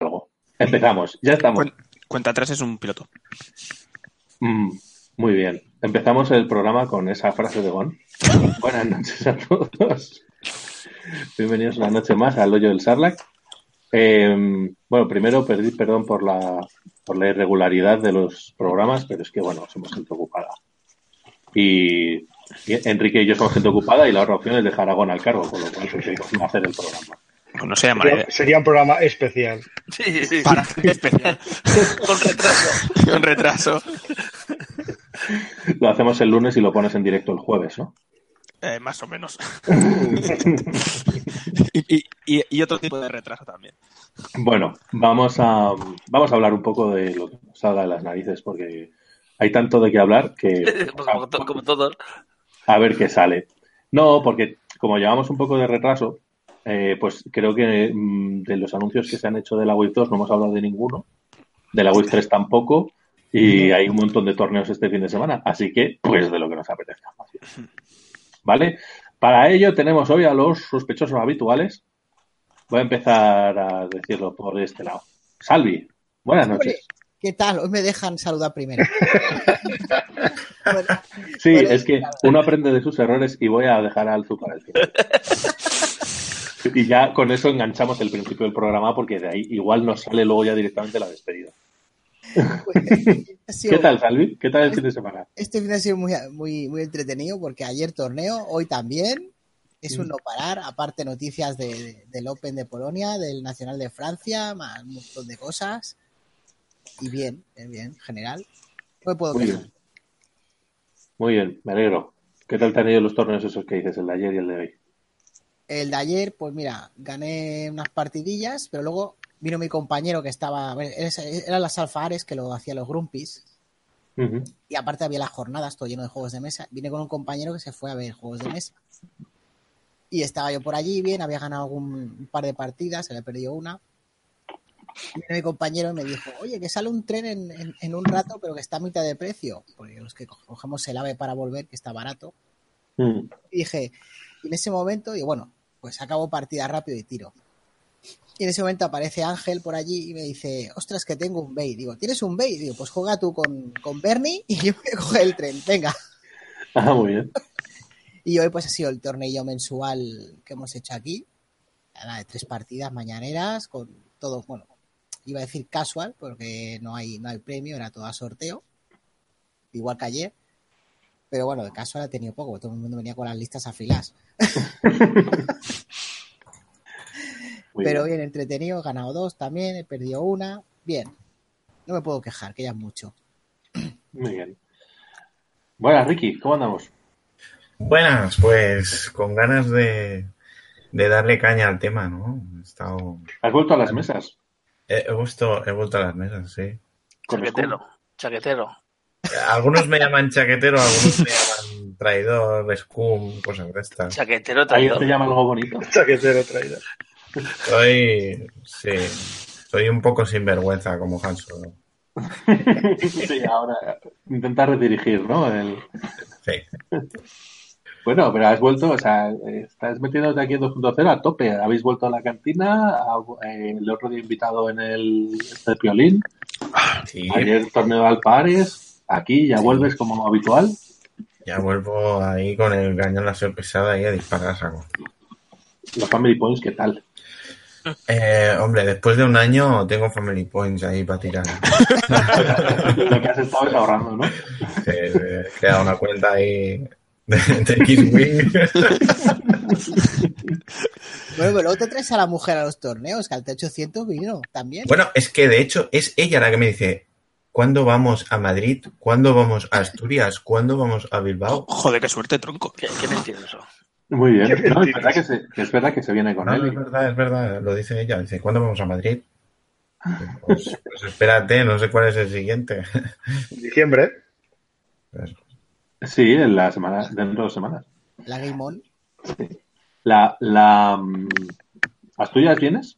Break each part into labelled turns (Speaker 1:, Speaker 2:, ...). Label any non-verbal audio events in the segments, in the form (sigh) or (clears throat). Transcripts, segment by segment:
Speaker 1: algo. Empezamos, ya estamos.
Speaker 2: Cuen- Cuenta atrás es un piloto.
Speaker 1: Mm, muy bien. Empezamos el programa con esa frase de Gon. Buenas noches a todos. Bienvenidos una noche más al hoyo del Sarlac. Eh, bueno, primero pedir perdón por la, por la irregularidad de los programas, pero es que bueno, somos gente ocupada. Y, y Enrique y yo somos gente ocupada y la otra opción es dejar a Gon al cargo, con lo cual pues, preferimos no hacer el programa.
Speaker 2: Pues no
Speaker 1: (laughs)
Speaker 2: sea mala idea.
Speaker 3: Sería un programa especial. (laughs)
Speaker 4: Sí, sí,
Speaker 2: Para gente especial.
Speaker 4: (laughs) con retraso.
Speaker 2: Con retraso.
Speaker 1: Lo hacemos el lunes y lo pones en directo el jueves, ¿no?
Speaker 2: (laughs) Eh, más o menos. y, y- y- y otro tipo de retraso también.
Speaker 1: Bueno, vamos a, vamos a hablar un poco de lo que nos salga de las narices, porque hay tanto de qué hablar
Speaker 4: (laughs)
Speaker 1: que
Speaker 4: Pues como, to- como todos.
Speaker 1: a ver qué sale. No, porque como llevamos un poco de retraso, eh, pues creo que mm, de los anuncios que se han hecho de la Wave 2 no hemos hablado de ninguno, de la Wave 3 tampoco, y hay un montón de torneos este fin de semana, así que pues de lo que nos apetezca. más bien. ¿Vale? Para ello tenemos hoy a los sospechosos habituales. Voy a empezar a decirlo por este lado. Salvi, buenas noches.
Speaker 5: ¿Qué tal? Hoy me dejan
Speaker 1: (laughs)
Speaker 5: saludar primero. Bueno,
Speaker 1: Sí,
Speaker 5: Bueno,
Speaker 1: es que uno aprende de sus errores y voy a dejar al Alzu para el final. Y ya con eso enganchamos el principio del programa porque de ahí igual nos sale luego ya directamente la despedida.
Speaker 5: pues, este ha sido-
Speaker 1: ¿Qué tal, Salvi? ¿Qué tal el fin de semana?
Speaker 5: Este fin ha sido muy, muy, muy entretenido porque ayer torneo, hoy también. Es un no parar, aparte noticias de- del Open de Polonia, del Nacional de Francia, más un montón de cosas. Y bien, eh, bien, en general. No me puedo
Speaker 1: Muy
Speaker 5: quejar.
Speaker 1: bien. Muy bien, me alegro. ¿Qué tal te han ido los torneos esos que dices, el de ayer y el de hoy?
Speaker 5: El de ayer, pues mira, gané unas partidillas, pero luego vino mi compañero que estaba. bueno, eres- Eran las alfares que lo hacían los Grumpis.
Speaker 1: Ujú.
Speaker 5: y aparte había las jornadas, todo lleno de juegos de mesa. Vine con un compañero que se fue a ver juegos de mesa. Y estaba yo por allí bien, había ganado algún, un par de partidas, se le perdió una. Vino mi compañero y me dijo, oye, que sale un tren en, en- en un rato, pero que está a mitad de precio. Porque los que cogemos el AVE para volver, que está barato.
Speaker 1: Mm. (laughs)
Speaker 5: Y dije, y en ese momento, y bueno, pues acabo partida rápido y tiro. Y en ese momento aparece Ángel por allí y me dice, ostras, que tengo un bait. Digo, ¿tienes un bait? Digo, pues juega tú con, con Bernie (laughs) y yo voy a coger el tren, venga.
Speaker 1: Ah, muy bien.
Speaker 5: Y hoy pues ha sido el torneo mensual que hemos hecho aquí. Nada, de tres partidas mañaneras con todo, bueno, iba a decir casual porque no hay, no hay premio, era todo a sorteo. Igual que ayer. Pero bueno, de casual ha tenido poco, todo el mundo venía con las listas afiladas.
Speaker 1: Muy
Speaker 5: Pero
Speaker 1: bien.
Speaker 5: bien, entretenido, he ganado dos también, he perdido una. Bien, no me puedo quejar, que ya es mucho.
Speaker 1: Muy bien. Buenas, Ricky, ¿cómo andamos?
Speaker 6: Buenas, pues con ganas de, de darle caña al tema, ¿no? He estado.
Speaker 1: ¿Has vuelto a las mesas?
Speaker 6: He, he vuelto, he vuelto a las mesas, sí.
Speaker 1: Con los
Speaker 4: Chaquetero. Chaquetero.
Speaker 6: Algunos me llaman chaquetero, algunos me llaman traidor, scum, cosas de estas.
Speaker 4: Chaquetero
Speaker 1: Ahí te
Speaker 4: traidor.
Speaker 1: llama algo bonito. (laughs)
Speaker 3: Chaquetero traído.
Speaker 6: Soy. Sí. Soy un poco sinvergüenza como Han Solo.
Speaker 1: Sí, ahora intentar redirigir, ¿no? El,
Speaker 6: Sí.
Speaker 1: Bueno, pero has vuelto, o sea, eh, estás metiéndote aquí en 2.0 a tope. Habéis vuelto a la cantina, a- eh, el otro día invitado en el este Piolín,
Speaker 6: Sí,
Speaker 1: ayer torneo de Alpares, aquí ya vuelves como habitual.
Speaker 6: ya vuelvo ahí con el cañón la sorpresada y a disparar a saco.
Speaker 1: Los Family Points, ¿qué
Speaker 6: (laughs)
Speaker 1: tal?
Speaker 6: Eh, hombre, después de un año tengo Family Points ahí para tirar.
Speaker 1: Lo que has estado es ahorrando, ¿no?
Speaker 6: Eh, eh, he creado una cuenta ahí de, de Kidswing.
Speaker 5: Bueno, pero luego te traes a la mujer a los torneos, que al T800 vino también.
Speaker 6: Bueno, es que de hecho es ella la que me dice, ¿cuándo vamos a Madrid? ¿Cuándo vamos a Asturias? ¿Cuándo vamos a Bilbao?
Speaker 2: Joder, qué suerte, tronco.
Speaker 4: ¿Qué, qué mentiroso.
Speaker 1: Muy bien.
Speaker 3: Qué
Speaker 1: No, es,
Speaker 3: mentira.
Speaker 1: verdad que se, que es verdad que se viene con
Speaker 6: No, no, es
Speaker 1: él.
Speaker 6: verdad, es verdad, lo dice ella, dice, ¿cuándo vamos a Madrid? Pues, pues espérate, no sé cuál es el siguiente.
Speaker 3: Diciembre.
Speaker 6: Pues,
Speaker 1: Sí, en la semana, dentro de dos semanas.
Speaker 5: La Game On.
Speaker 1: La, la, mm, ¿Asturias vienes?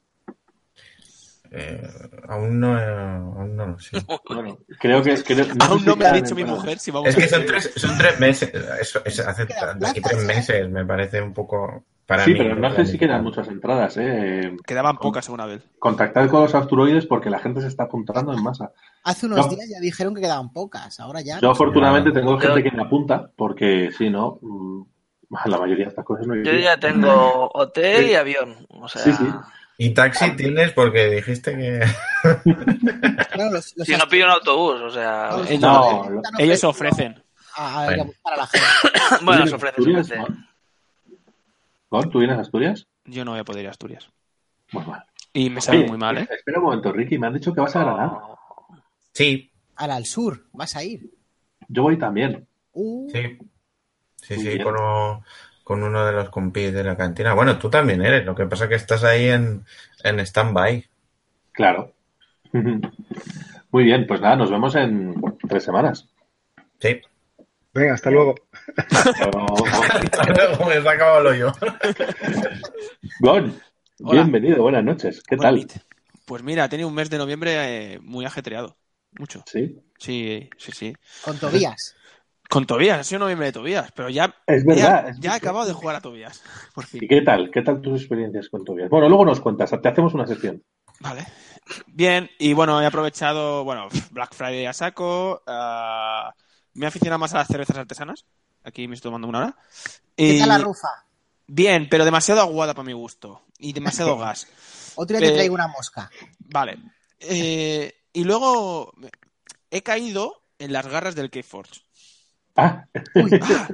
Speaker 6: eh, aún, no, eh, aún no lo sé.
Speaker 1: Bueno, creo que... creo- sé
Speaker 2: Aún
Speaker 1: si
Speaker 2: no me ha
Speaker 1: quedan
Speaker 2: dicho mi
Speaker 1: en-
Speaker 2: mujer si vamos
Speaker 6: Es
Speaker 2: a
Speaker 6: que son tres, son tres meses, eso, es hace
Speaker 5: Quedan
Speaker 6: de aquí
Speaker 5: plazas,
Speaker 6: tres
Speaker 5: ¿eh?
Speaker 6: meses, me parece un poco... Para
Speaker 1: sí,
Speaker 6: mí,
Speaker 1: pero no sé si quedan
Speaker 6: realmente.
Speaker 1: muchas entradas. ¿eh?
Speaker 2: Quedaban pocas una vez.
Speaker 1: Contactad con los asteroides porque la gente se está apuntando en masa.
Speaker 5: Hace unos
Speaker 1: No.
Speaker 5: días ya dijeron que quedaban pocas, ahora ya.
Speaker 1: Yo afortunadamente
Speaker 6: Ya.
Speaker 1: tengo
Speaker 4: Yo-
Speaker 1: gente que me apunta porque si no, mm, (laughs) la mayoría de estas cosas no
Speaker 4: Yo
Speaker 1: llegan.
Speaker 4: ya tengo hotel y
Speaker 1: Sí.
Speaker 4: avión. O sea,
Speaker 1: Sí, sí.
Speaker 6: Y taxi tienes porque dijiste que.
Speaker 5: Claro, los- los
Speaker 4: si no
Speaker 5: ast-
Speaker 4: pillo un autobús, o sea.
Speaker 1: Ah,
Speaker 5: los
Speaker 2: Ellos-
Speaker 5: astronautas
Speaker 1: no,
Speaker 5: han
Speaker 2: Ellos se
Speaker 5: ofrecido
Speaker 2: ofrecen.
Speaker 5: A, a-
Speaker 6: Bueno.
Speaker 5: buscar a la gente.
Speaker 4: Bueno,
Speaker 1: ¿Tú
Speaker 4: se ofrece, se
Speaker 1: vienes a
Speaker 4: ofrece.
Speaker 1: Asturias, Gon? ¿Gon, ¿Tú vienes a Asturias?
Speaker 2: Yo no voy a poder ir a Asturias.
Speaker 1: Pues vale.
Speaker 2: Y me sale
Speaker 1: Oye,
Speaker 2: muy mal, ¿eh?
Speaker 1: Espera un momento, Ricky, me han dicho que vas a Granada.
Speaker 4: No.
Speaker 6: Sí,
Speaker 5: Ahora al sur, vas a ir.
Speaker 1: Yo voy también.
Speaker 5: Uh,
Speaker 6: sí. Sí, sí,
Speaker 1: Bien.
Speaker 6: con, o- con uno de los compis de la cantina. Bueno, tú también eres, lo que pasa que estás ahí en, en stand-by.
Speaker 1: Claro. (laughs) Muy bien, pues nada, nos vemos en tres
Speaker 2: (laughs)
Speaker 1: semanas.
Speaker 6: Sí. (laughs)
Speaker 3: Venga, hasta luego.
Speaker 1: Pero-
Speaker 6: Luego me he sacado el hoyo.
Speaker 1: Gon,
Speaker 2: Hola.
Speaker 1: bienvenido, buenas noches. ¿Qué
Speaker 2: Bueno,
Speaker 1: tal?
Speaker 2: Pete. Pues mira, he tenido un mes de noviembre eh, muy ajetreado. Mucho.
Speaker 1: Sí,
Speaker 2: Sí, sí, sí.
Speaker 5: con Tobías.
Speaker 2: Con Tobías, ha sido noviembre de Tobías, pero ya,
Speaker 1: es verdad.
Speaker 2: ya,
Speaker 1: es
Speaker 2: ya he
Speaker 1: verdad.
Speaker 2: acabado de jugar a Tobías. (laughs) Por fin.
Speaker 1: ¿Y qué tal? ¿Qué tal tus experiencias con Tobias? Bueno, luego nos cuentas, te hacemos una sesión.
Speaker 2: Vale. Bien, y bueno, he aprovechado, bueno, Black Friday a saco. ah, me he aficionado más a las cervezas artesanas. Aquí me estoy tomando una hora.
Speaker 5: ¿Qué
Speaker 2: Y-
Speaker 5: tal la rufa?
Speaker 2: Bien, pero demasiado aguada para mi gusto. Y
Speaker 5: (laughs)
Speaker 2: demasiado gas.
Speaker 5: Otro día te
Speaker 2: eh,
Speaker 5: traigo una mosca.
Speaker 2: Vale. Eh, y luego he caído en las garras del Keyforge.
Speaker 1: Ah,
Speaker 2: Ah,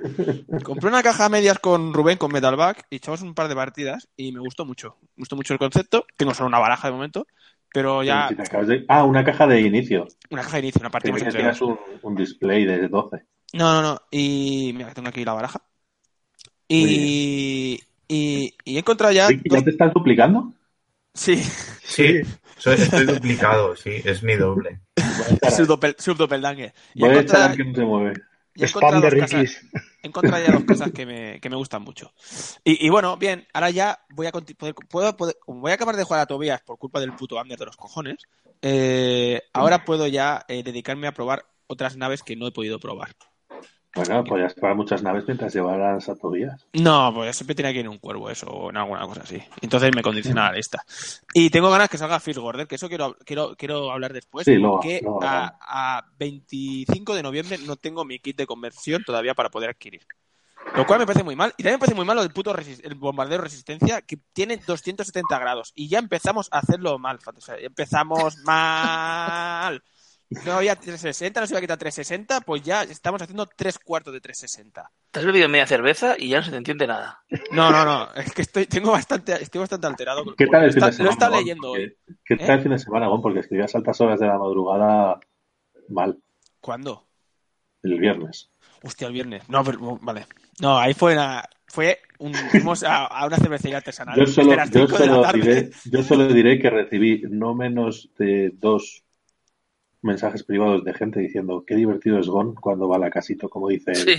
Speaker 2: compré una caja a medias con Rubén, con Metalback, y echamos un par de partidas y me gustó mucho. Me gustó mucho el concepto. Tengo solo una baraja de momento, pero ya
Speaker 1: si (laughs) te acabas de- ah, una caja de inicio.
Speaker 2: una caja de inicio, una partida
Speaker 1: Pensé
Speaker 2: más
Speaker 1: que
Speaker 2: entregada.
Speaker 1: tenías un, un display de 12.
Speaker 2: No, no, no. Y mira, tengo aquí la baraja.
Speaker 1: Muy
Speaker 2: Y, y, y he encontrado ya...
Speaker 1: Ricky,
Speaker 2: dos-
Speaker 1: ¿Ya te estás duplicando?
Speaker 2: Sí,
Speaker 6: Sí, soy- estoy duplicado, sí, es mi doble.
Speaker 2: (laughs) subdopel- subdopeldangue. Y
Speaker 1: Voy
Speaker 2: he
Speaker 1: a
Speaker 2: encontrado-
Speaker 1: echar al que no se mueve.
Speaker 2: y he
Speaker 3: Spam
Speaker 2: encontrado
Speaker 3: de
Speaker 2: dos casas-
Speaker 3: Ricky's.
Speaker 2: He encontrado ya dos cosas que me, que me gustan mucho. Y, y bueno, bien, ahora ya voy a conti- poder, puedo, poder- como voy a acabar de jugar a Tobías por culpa del puto Ander de los cojones, eh, ahora puedo ya eh, dedicarme a probar otras naves que no he podido probar.
Speaker 1: Bueno, podías parar muchas naves mientras llevaras a Tobias.
Speaker 2: No, pues siempre tenía que ir en un cuervo eso o en alguna cosa así. Entonces me condiciona la lista. Y tengo ganas que salga First Order, que eso quiero, quiero, quiero hablar después,
Speaker 1: Sí, luego-
Speaker 2: porque
Speaker 1: luego hablamos.
Speaker 2: a, a 25 de noviembre no tengo mi kit de conversión todavía para poder adquirir. Lo cual me parece muy mal. Y también me parece muy mal lo del puto resis- el bombardeo resistencia que tiene 270 grados. Y ya empezamos a hacerlo mal, Fat. O sea, ya empezamos (laughs) mal. No había 360, no se iba a quitar 360, pues ya estamos haciendo tres cuartos de 360.
Speaker 4: Te has bebido media cerveza y ya no se te entiende nada.
Speaker 2: No, no, no. Es que estoy, tengo bastante, estoy bastante alterado.
Speaker 1: ¿Qué tal el fin
Speaker 2: Pues Está-
Speaker 1: de semana?
Speaker 2: Lo está
Speaker 1: Gon?
Speaker 2: leyendo hoy.
Speaker 1: ¿Qué, qué tal
Speaker 2: ¿Eh?
Speaker 1: el fin de semana, Gon? Porque escribías altas horas de la madrugada mal,
Speaker 2: ¿Cuándo?
Speaker 1: el viernes.
Speaker 2: Hostia, el viernes. No, pero oh, vale. No, ahí fue una, fue un, fuimos a, a una cervecería artesanal.
Speaker 1: Yo solo,
Speaker 2: de las
Speaker 1: yo,
Speaker 2: 5 de la
Speaker 1: solo
Speaker 2: tarde. (laughs)
Speaker 1: diré, yo solo diré que recibí no menos de dos mensajes privados de gente diciendo qué divertido es Gon cuando va a la casito, como dice él.
Speaker 4: Sí.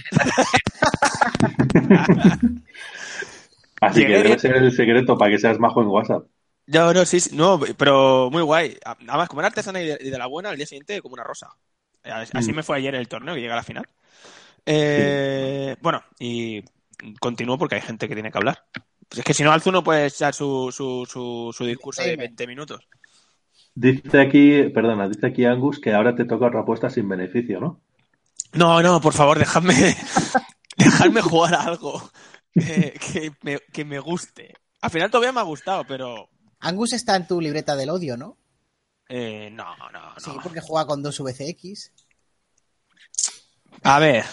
Speaker 1: (laughs) Así que
Speaker 2: Llegué
Speaker 1: debe
Speaker 2: bien.
Speaker 1: ser el secreto para que seas majo en WhatsApp.
Speaker 2: No, no, sí, sí, no, pero muy guay. Nada más, como era artesana y de, y de la buena, al día siguiente como una rosa. Así
Speaker 1: Mm.
Speaker 2: me fue ayer el torneo que llega a la final. Eh, Bueno, y continúo porque hay gente que tiene que hablar. Pues es que si no, Alzu no puede echar su, su, su, su discurso de
Speaker 5: Dime.
Speaker 2: 20 minutos.
Speaker 1: Dice aquí, perdona, dice aquí Angus que ahora te toca otra apuesta sin beneficio, ¿no?
Speaker 2: No, no, por favor, dejadme, (laughs) dejadme jugar a algo eh, que, me, que me guste. Al final todavía me ha gustado, pero
Speaker 5: Angus está en tu libreta del odio, ¿no?
Speaker 2: eh, no, no, no.
Speaker 5: Sí, porque juega con dos VCX.
Speaker 2: A ver,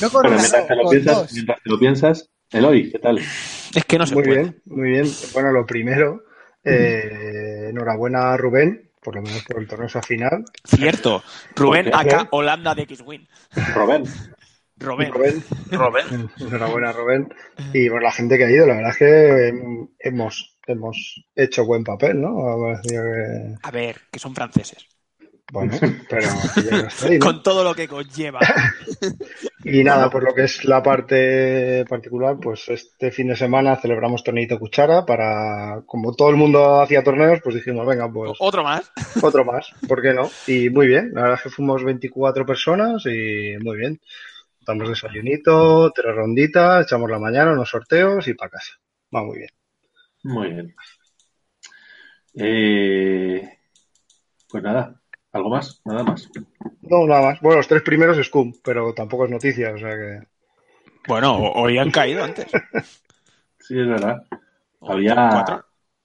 Speaker 5: No con
Speaker 1: Pero
Speaker 5: una,
Speaker 1: mientras te, lo
Speaker 5: con
Speaker 1: piensas,
Speaker 5: dos.
Speaker 1: mientras te lo piensas, Eloy, ¿qué tal?
Speaker 2: es que no se
Speaker 3: muy
Speaker 2: puede.
Speaker 3: bien, muy bien. Bueno, lo primero, eh, enhorabuena a Rubén, por lo menos por el torneo final.
Speaker 2: Cierto. Rubén
Speaker 1: ¿Por
Speaker 3: qué?
Speaker 2: acá Holanda de X-Win.
Speaker 1: Robén.
Speaker 2: Rubén.
Speaker 3: Rubén,
Speaker 4: Robert.
Speaker 3: (laughs) enhorabuena Rubén. Y por la gente que ha ido, la verdad es que eh, hemos, hemos hecho buen papel, ¿no? Ha parecido que-
Speaker 2: A ver, que son franceses. (laughs)
Speaker 3: Bueno, pero ya no estoy, ¿no?
Speaker 2: Con todo lo que conlleva.
Speaker 3: Y nada, por lo que es la parte particular, pues este fin de semana celebramos torneito cuchara para, como todo el mundo hacía torneos, pues dijimos, venga, pues
Speaker 2: Otro más.
Speaker 3: otro más, ¿por qué no? Y muy bien, la verdad es que fuimos 24 personas y muy bien. Damos desayunito, tres ronditas, echamos la mañana, unos sorteos y para casa. Va muy bien.
Speaker 1: Muy bien. Eh, pues nada, ¿algo más? Nada más.
Speaker 3: No, nada más. Bueno, los tres primeros es cum, pero tampoco es noticia, o sea que.
Speaker 2: Bueno, o- hoy han caído antes.
Speaker 1: Sí, es verdad.
Speaker 2: O
Speaker 1: Había-
Speaker 2: En top 4.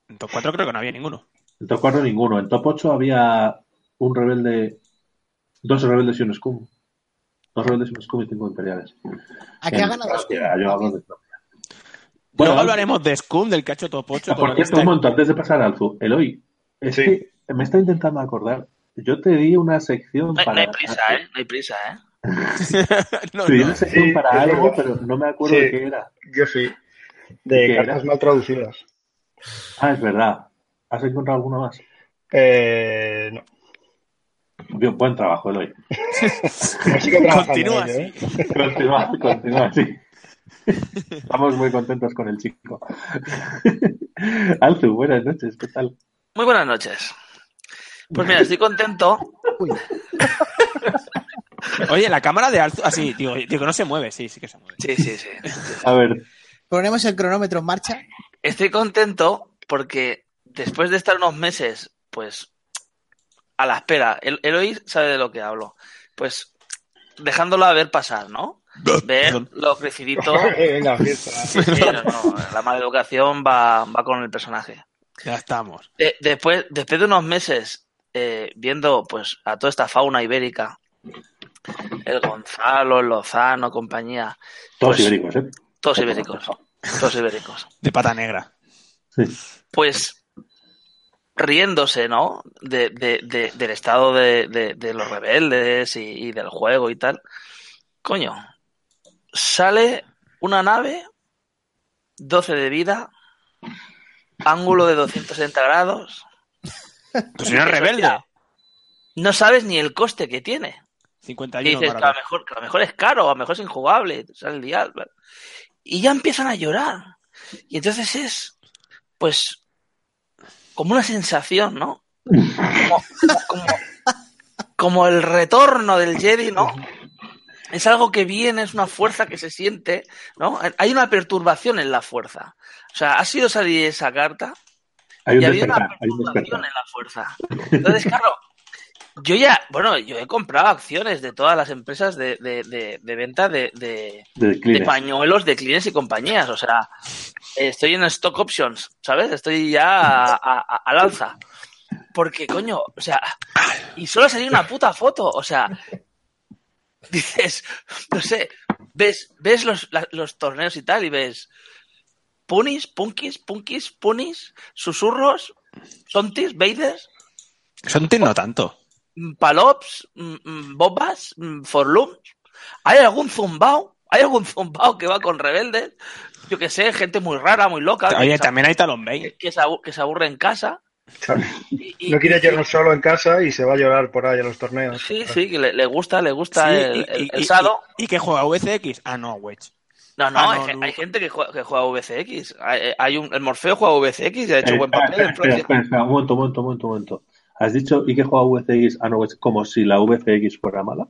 Speaker 2: En top 4 creo que no había ninguno.
Speaker 1: En top 4 ninguno. En top 8 había un rebelde, dos rebeldes y un Scum. Dos rebeldes y un Scum y cinco imperiales.
Speaker 5: ¿A qué ha ganado?
Speaker 1: Hostia, yo hablo de-
Speaker 2: Luego
Speaker 1: Bueno,
Speaker 2: hablaremos de Scum, del cacho top
Speaker 3: Ah,
Speaker 2: 8.
Speaker 1: por cierto, un momento, antes de pasar al Zoo, Eloy, es
Speaker 3: Sí.
Speaker 1: que me estoy intentando acordar. Yo te di una sección
Speaker 4: No hay,
Speaker 1: para.
Speaker 4: no hay prisa, ¿eh? No hay prisa, ¿eh?
Speaker 2: (laughs) no,
Speaker 1: Te di una
Speaker 2: no.
Speaker 1: sección
Speaker 3: Sí,
Speaker 1: para
Speaker 3: es
Speaker 1: algo,
Speaker 3: verdad.
Speaker 1: pero no me acuerdo
Speaker 3: Sí.
Speaker 1: de qué era.
Speaker 3: Yo sí.
Speaker 1: ¿Qué
Speaker 3: De
Speaker 1: era?
Speaker 3: cartas mal traducidas.
Speaker 1: Ah, es verdad. ¿Has encontrado alguna más?
Speaker 3: Eh, no.
Speaker 1: Bien, buen trabajo, Eloy.
Speaker 3: Pero sigo trabajando en
Speaker 2: Continúa
Speaker 3: ello,
Speaker 2: así.
Speaker 3: ¿eh?
Speaker 1: Continúa, continúa así. Estamos muy contentos con el chico. Alzu, buenas noches, ¿qué tal?
Speaker 4: Muy buenas noches. Pues mira, estoy contento.
Speaker 5: Uy,
Speaker 2: Oye, la cámara de Arthur. Así, digo, digo, no se mueve. Sí, sí que se mueve.
Speaker 4: Sí, sí, sí.
Speaker 1: A ver,
Speaker 5: ponemos el cronómetro en marcha.
Speaker 4: Estoy contento porque después de estar unos meses, pues, a la espera, el Eloy sabe de lo que hablo, pues, dejándolo a ver pasar, ¿no? Ver
Speaker 2: Perdón.
Speaker 4: lo crecidito.
Speaker 3: (laughs) Venga, fiesta.
Speaker 4: Sí, no, no, la mala educación va, va con el personaje.
Speaker 2: Ya estamos.
Speaker 4: De- después, después de unos meses eh, viendo pues a toda esta fauna ibérica, el Gonzalo, el Lozano, compañía,
Speaker 1: todos
Speaker 4: Pues-
Speaker 1: ibéricos, ¿eh?
Speaker 4: todos ibéricos, todos ibéricos.
Speaker 2: De pata negra.
Speaker 4: pues riéndose, ¿no? De, de- de- del estado de, de- de los rebeldes y, y del juego y tal. Coño, sale una nave, 12 de vida, ángulo de 260 grados.
Speaker 2: Tu señor
Speaker 4: Eso
Speaker 2: rebelde.
Speaker 4: ya. No sabes ni el coste que tiene. Y
Speaker 2: 51
Speaker 4: dices que a, lo
Speaker 2: barato.
Speaker 4: mejor, que a lo mejor es caro, a lo mejor es injugable. sale el dial, ¿vale? Y ya empiezan a llorar. Y entonces es, pues, como una sensación, ¿no? Como, como, como el retorno del Jedi, ¿no? Es algo que viene, es una fuerza que se siente, ¿no? Hay una perturbación en la fuerza. O sea, ha sido salir esa carta
Speaker 1: Hay un
Speaker 4: y había una
Speaker 1: despertar, hay un
Speaker 4: perturbación
Speaker 1: despertar.
Speaker 4: en la fuerza. Entonces, claro, yo ya, bueno, yo he comprado acciones de todas las empresas de, de- de- de venta de, de-
Speaker 1: De
Speaker 4: de
Speaker 1: declive.
Speaker 4: pañuelos de clientes y compañías. O sea, eh, estoy en stock options, ¿sabes? Estoy ya a- a- a- al alza. Porque, coño, o sea, y solo salió una puta foto, o sea, dices, no sé, ves, ves los, la- los torneos y tal y ves punis, punkis, punkis, punis, susurros, sontis, vaders,
Speaker 2: Son tin no tanto.
Speaker 4: mm, palops, mm, mm, bobas, mm, forlums. ¿Hay algún zumbao? ¿Hay algún zumbao que va con rebeldes? Yo que sé, gente muy rara, muy loca.
Speaker 2: Oye,
Speaker 4: que, se-
Speaker 2: también hay Talon Bane.
Speaker 4: que- que se abu- que se aburre en casa. Y- y-
Speaker 3: No quiere
Speaker 4: y-
Speaker 3: llorar solo en casa y se va a llorar por ahí a los torneos.
Speaker 4: Sí, sí, que le, le gusta, le gusta
Speaker 2: Sí,
Speaker 4: el, el- el sado.
Speaker 2: y- y que juega VCX. Ah, no, Wedge.
Speaker 4: No, no,
Speaker 2: Ah,
Speaker 4: hay,
Speaker 2: no,
Speaker 4: gen-
Speaker 2: no.
Speaker 4: hay gente que juega, que juega VCX. Hay, hay un, el Morfeo juega VCX y ha hecho
Speaker 1: Eh,
Speaker 4: buen
Speaker 1: espera,
Speaker 4: papel en
Speaker 1: espera,
Speaker 4: Francia.
Speaker 1: espera, espera, un momento, un momento, un momento, un momento. ¿Has dicho y que juega VCX a Ah, no, es como si la VCX fuera mala?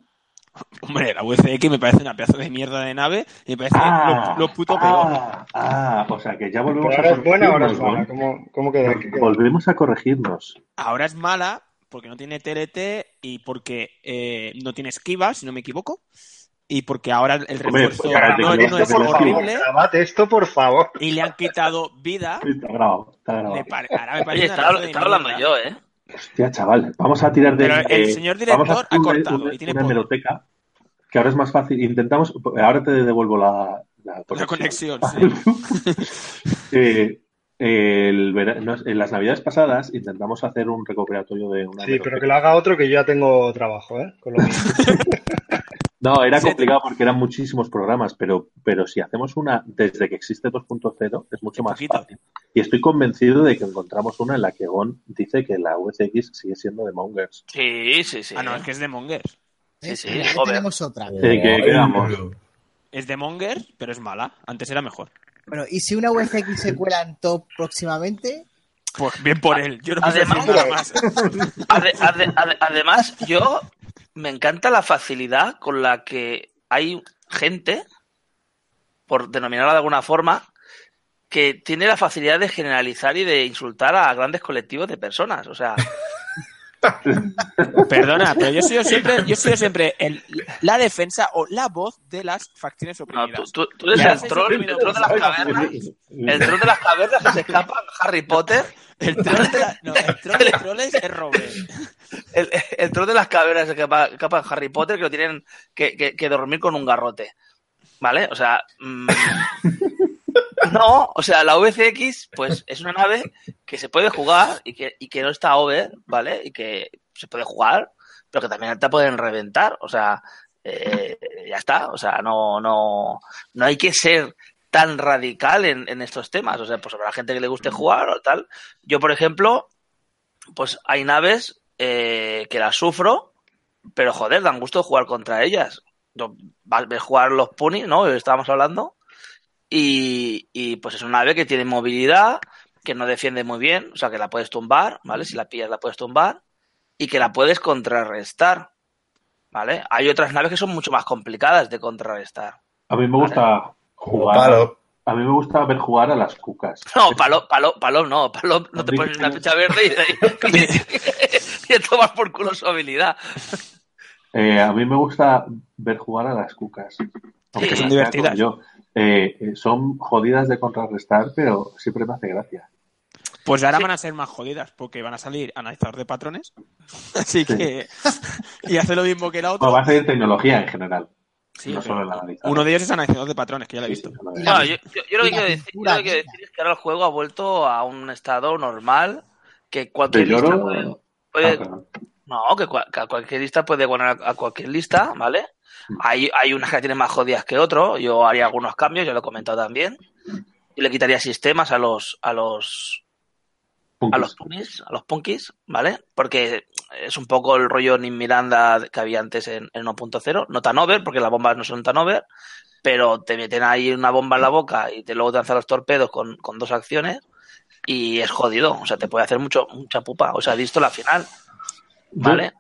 Speaker 2: Hombre, la VCX me parece una pedazo de mierda de nave y me parece
Speaker 1: Ah,
Speaker 2: lo, lo puto peor.
Speaker 1: ah, ah, o sea que ya
Speaker 3: Pero
Speaker 1: volvemos
Speaker 3: ahora
Speaker 1: a
Speaker 3: es buena, ahora es
Speaker 1: corregirnos,
Speaker 3: mala.
Speaker 1: ¿no?
Speaker 3: ¿Cómo, cómo queda? ¿Qué queda?
Speaker 1: Volvemos a corregirnos.
Speaker 2: Ahora es mala porque no tiene TRT y porque eh, no tiene esquiva, si no me equivoco. Y porque ahora el
Speaker 1: Hombre,
Speaker 2: refuerzo
Speaker 1: pues ahora te
Speaker 2: Ah, no,
Speaker 1: equivocas
Speaker 2: no es
Speaker 1: de esquiva.
Speaker 2: horrible
Speaker 3: Abate esto, por favor.
Speaker 2: y le han quitado vida.
Speaker 1: Está grabado, está
Speaker 2: Le
Speaker 1: grabado.
Speaker 2: pare- Ahora me parece
Speaker 4: Oye,
Speaker 2: una
Speaker 4: está,
Speaker 2: pedazo de
Speaker 4: está hablando
Speaker 2: mierda.
Speaker 4: yo, ¿eh?
Speaker 1: Hostia, chaval, vamos a tirar de.
Speaker 2: Pero el
Speaker 1: eh,
Speaker 2: señor
Speaker 1: vamos
Speaker 2: director
Speaker 1: a hacer
Speaker 2: ha
Speaker 1: una-
Speaker 2: cortado
Speaker 1: una-
Speaker 2: y tiene
Speaker 1: una
Speaker 2: poder.
Speaker 1: hemeroteca, que ahora es más fácil. Intentamos. Ahora te devuelvo la, la
Speaker 2: La conexión, sí. (laughs)
Speaker 1: (laughs) Eh, el vera- no, en las navidades pasadas intentamos hacer un recuperatorio de una.
Speaker 3: Sí,
Speaker 1: hemeroteca.
Speaker 3: pero que lo haga otro que yo ya tengo trabajo, ¿eh?
Speaker 2: (laughs)
Speaker 3: Con lo mío.
Speaker 2: Pues
Speaker 1: No, era
Speaker 2: Sí, te-
Speaker 1: complicado porque eran muchísimos programas, pero, pero si hacemos una desde que existe 2.0 es mucho
Speaker 2: Es
Speaker 1: más
Speaker 2: poquito.
Speaker 1: fácil. Y estoy convencido de que encontramos una en la que Gon dice que la VCX sigue siendo de Mongers.
Speaker 4: Sí, sí, sí.
Speaker 2: Ah, no, es que es de Monger.
Speaker 4: Sí,
Speaker 5: ¿eh?
Speaker 4: sí,
Speaker 5: Ahí
Speaker 4: joder.
Speaker 5: tenemos otra.
Speaker 1: Sí, que quedamos.
Speaker 2: Es de Monger, pero es mala. Antes era mejor.
Speaker 5: Bueno, y si una UFX se cuela en top próximamente,
Speaker 2: Pues bien por él. Yo no puedo decir
Speaker 4: Además-
Speaker 2: nada más.
Speaker 4: Ade- ade- ade- además, yo me encanta la facilidad con la que hay gente, por denominarla de alguna forma, que tiene la facilidad de generalizar y de insultar a grandes colectivos de personas. O sea,
Speaker 2: (laughs) Perdona, pero yo he sido siempre, yo he sido siempre el- la defensa o la voz de las facciones
Speaker 4: no,
Speaker 2: oprimidas.
Speaker 4: tú, tú- tú eres
Speaker 2: Ya,
Speaker 4: el troll, el troll de las cavernas. El troll de las cavernas que se escapa a Harry Potter.
Speaker 2: El troll de la- no, el troll (laughs) de troles es Robert.
Speaker 4: El, (laughs) el troll de las cavernas que escapa, escapa a Harry Potter que lo tienen que, que- que dormir con un garrote. ¿Vale? O sea. mm, no, o sea, la VCX, pues es una nave que se puede jugar y que, y que no está over, ¿vale? Y que se puede jugar, pero que también te pueden reventar. O sea, eh, ya está. O sea, no, no, no hay que ser tan radical en, en estos temas. O sea, pues habrá gente que le guste jugar o tal. Yo, por ejemplo, pues hay naves eh, que las sufro, pero joder, dan gusto jugar contra ellas. Yo- va- Ves jugar los Puni, ¿no? Estábamos hablando. Y, y, pues es una nave que tiene movilidad, que no defiende muy bien, o sea, que la puedes tumbar, ¿vale? Si la pillas, la puedes tumbar. Y que la puedes contrarrestar, ¿vale? Hay otras naves que son mucho más complicadas de contrarrestar.
Speaker 1: A mí me gusta
Speaker 6: Como
Speaker 1: jugar.
Speaker 6: palo.
Speaker 1: A mí me gusta ver jugar a las cucas.
Speaker 4: No, palo, palo, palo, no, palo, no te
Speaker 1: Hombre,
Speaker 4: pones
Speaker 1: que
Speaker 4: una
Speaker 1: no.
Speaker 4: ficha
Speaker 1: (laughs)
Speaker 4: verde (laughs) y, y, y tomas por culo su habilidad.
Speaker 1: Eh, a mí me gusta ver jugar a las cucas.
Speaker 4: Sí,
Speaker 1: Aunque
Speaker 4: son
Speaker 1: no sea
Speaker 2: divertidas.
Speaker 1: como Yo. Eh, eh, son jodidas de contrarrestar, pero siempre me hace gracia.
Speaker 2: Pues ahora
Speaker 4: Sí.
Speaker 2: van a ser más jodidas porque van a salir analizador de patrones. (laughs) Así que. y hace lo mismo que la
Speaker 1: No, va
Speaker 2: otra.
Speaker 1: a salir tecnología en general,
Speaker 2: Sí,
Speaker 1: no
Speaker 2: pero
Speaker 1: solo el analizador.
Speaker 2: uno de ellos es analizador de patrones, que ya lo he visto.
Speaker 1: Sí, sí,
Speaker 4: No, yo, yo- yo lo que
Speaker 5: Y la
Speaker 4: quiero decir, yo
Speaker 5: pintura,
Speaker 4: lo que quiero
Speaker 5: mira.
Speaker 4: decir es que ahora el juego ha vuelto a un estado normal que
Speaker 1: ¿Te
Speaker 4: cualquier lista puede,
Speaker 1: lloro?
Speaker 4: puede-
Speaker 1: Ah, perdón.
Speaker 4: no, que, cua- que a cualquier lista puede ganar a cualquier lista, ¿vale?
Speaker 1: Mm.
Speaker 4: Hay, hay unas que tienen más jodidas que otro, yo haría algunos cambios, ya lo he comentado también. Yo le quitaría sistemas a los a los a los punkis, a los punkis, ¿vale? Porque es un poco el rollo Nin Miranda que había antes en, en 1.0, no tan over, porque las bombas no son tan over, pero te meten ahí una bomba en la boca y te luego te lanzan los torpedos con, con dos acciones y es jodido, o sea, te puede hacer mucho mucha pupa, o sea, he visto la final,
Speaker 1: Yo,
Speaker 4: ¿vale?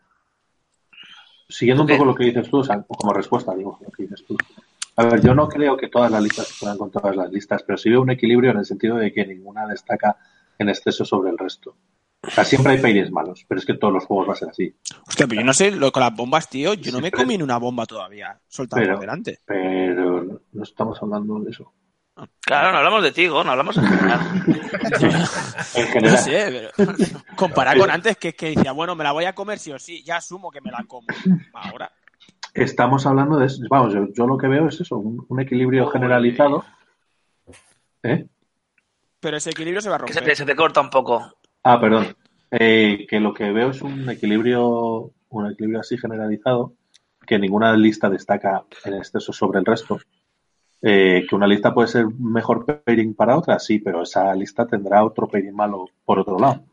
Speaker 1: siguiendo un
Speaker 4: ¿Tú qué?
Speaker 1: poco lo que dices tú, o sea, como respuesta, digo, lo que dices tú. A ver, yo no creo que todas las listas se puedan con todas las listas, pero sí veo un equilibrio en el sentido de que ninguna destaca en exceso sobre el resto. O sea, siempre hay peines malos, pero es que todos los juegos van a ser así.
Speaker 2: Hostia, pero yo no sé, lo, con las bombas, tío, yo no me comí ni una bomba todavía soltada
Speaker 1: Pero-
Speaker 2: por delante.
Speaker 1: Pero no- no estamos hablando de eso.
Speaker 4: Claro, no hablamos de Tigo, no hablamos en general.
Speaker 1: En
Speaker 2: No
Speaker 1: general,
Speaker 2: sé,
Speaker 1: (laughs)
Speaker 2: pero comparar con antes que, que decía, bueno, me la voy a comer sí o sí, ya asumo que me la como. Ahora.
Speaker 1: estamos hablando de eso. Vamos, yo, yo lo que veo es eso, un, un equilibrio
Speaker 2: Uy.
Speaker 1: generalizado. ¿Eh?
Speaker 2: Pero ese equilibrio se va a
Speaker 4: Que se te,
Speaker 2: romper.
Speaker 4: se te corta un poco.
Speaker 1: Ah, perdón. Eh, que lo que veo es un equilibrio, un equilibrio así generalizado, que ninguna lista destaca en exceso sobre el resto. Eh, que una lista puede ser mejor pairing para otra, sí, pero esa lista tendrá otro pairing malo por otro lado.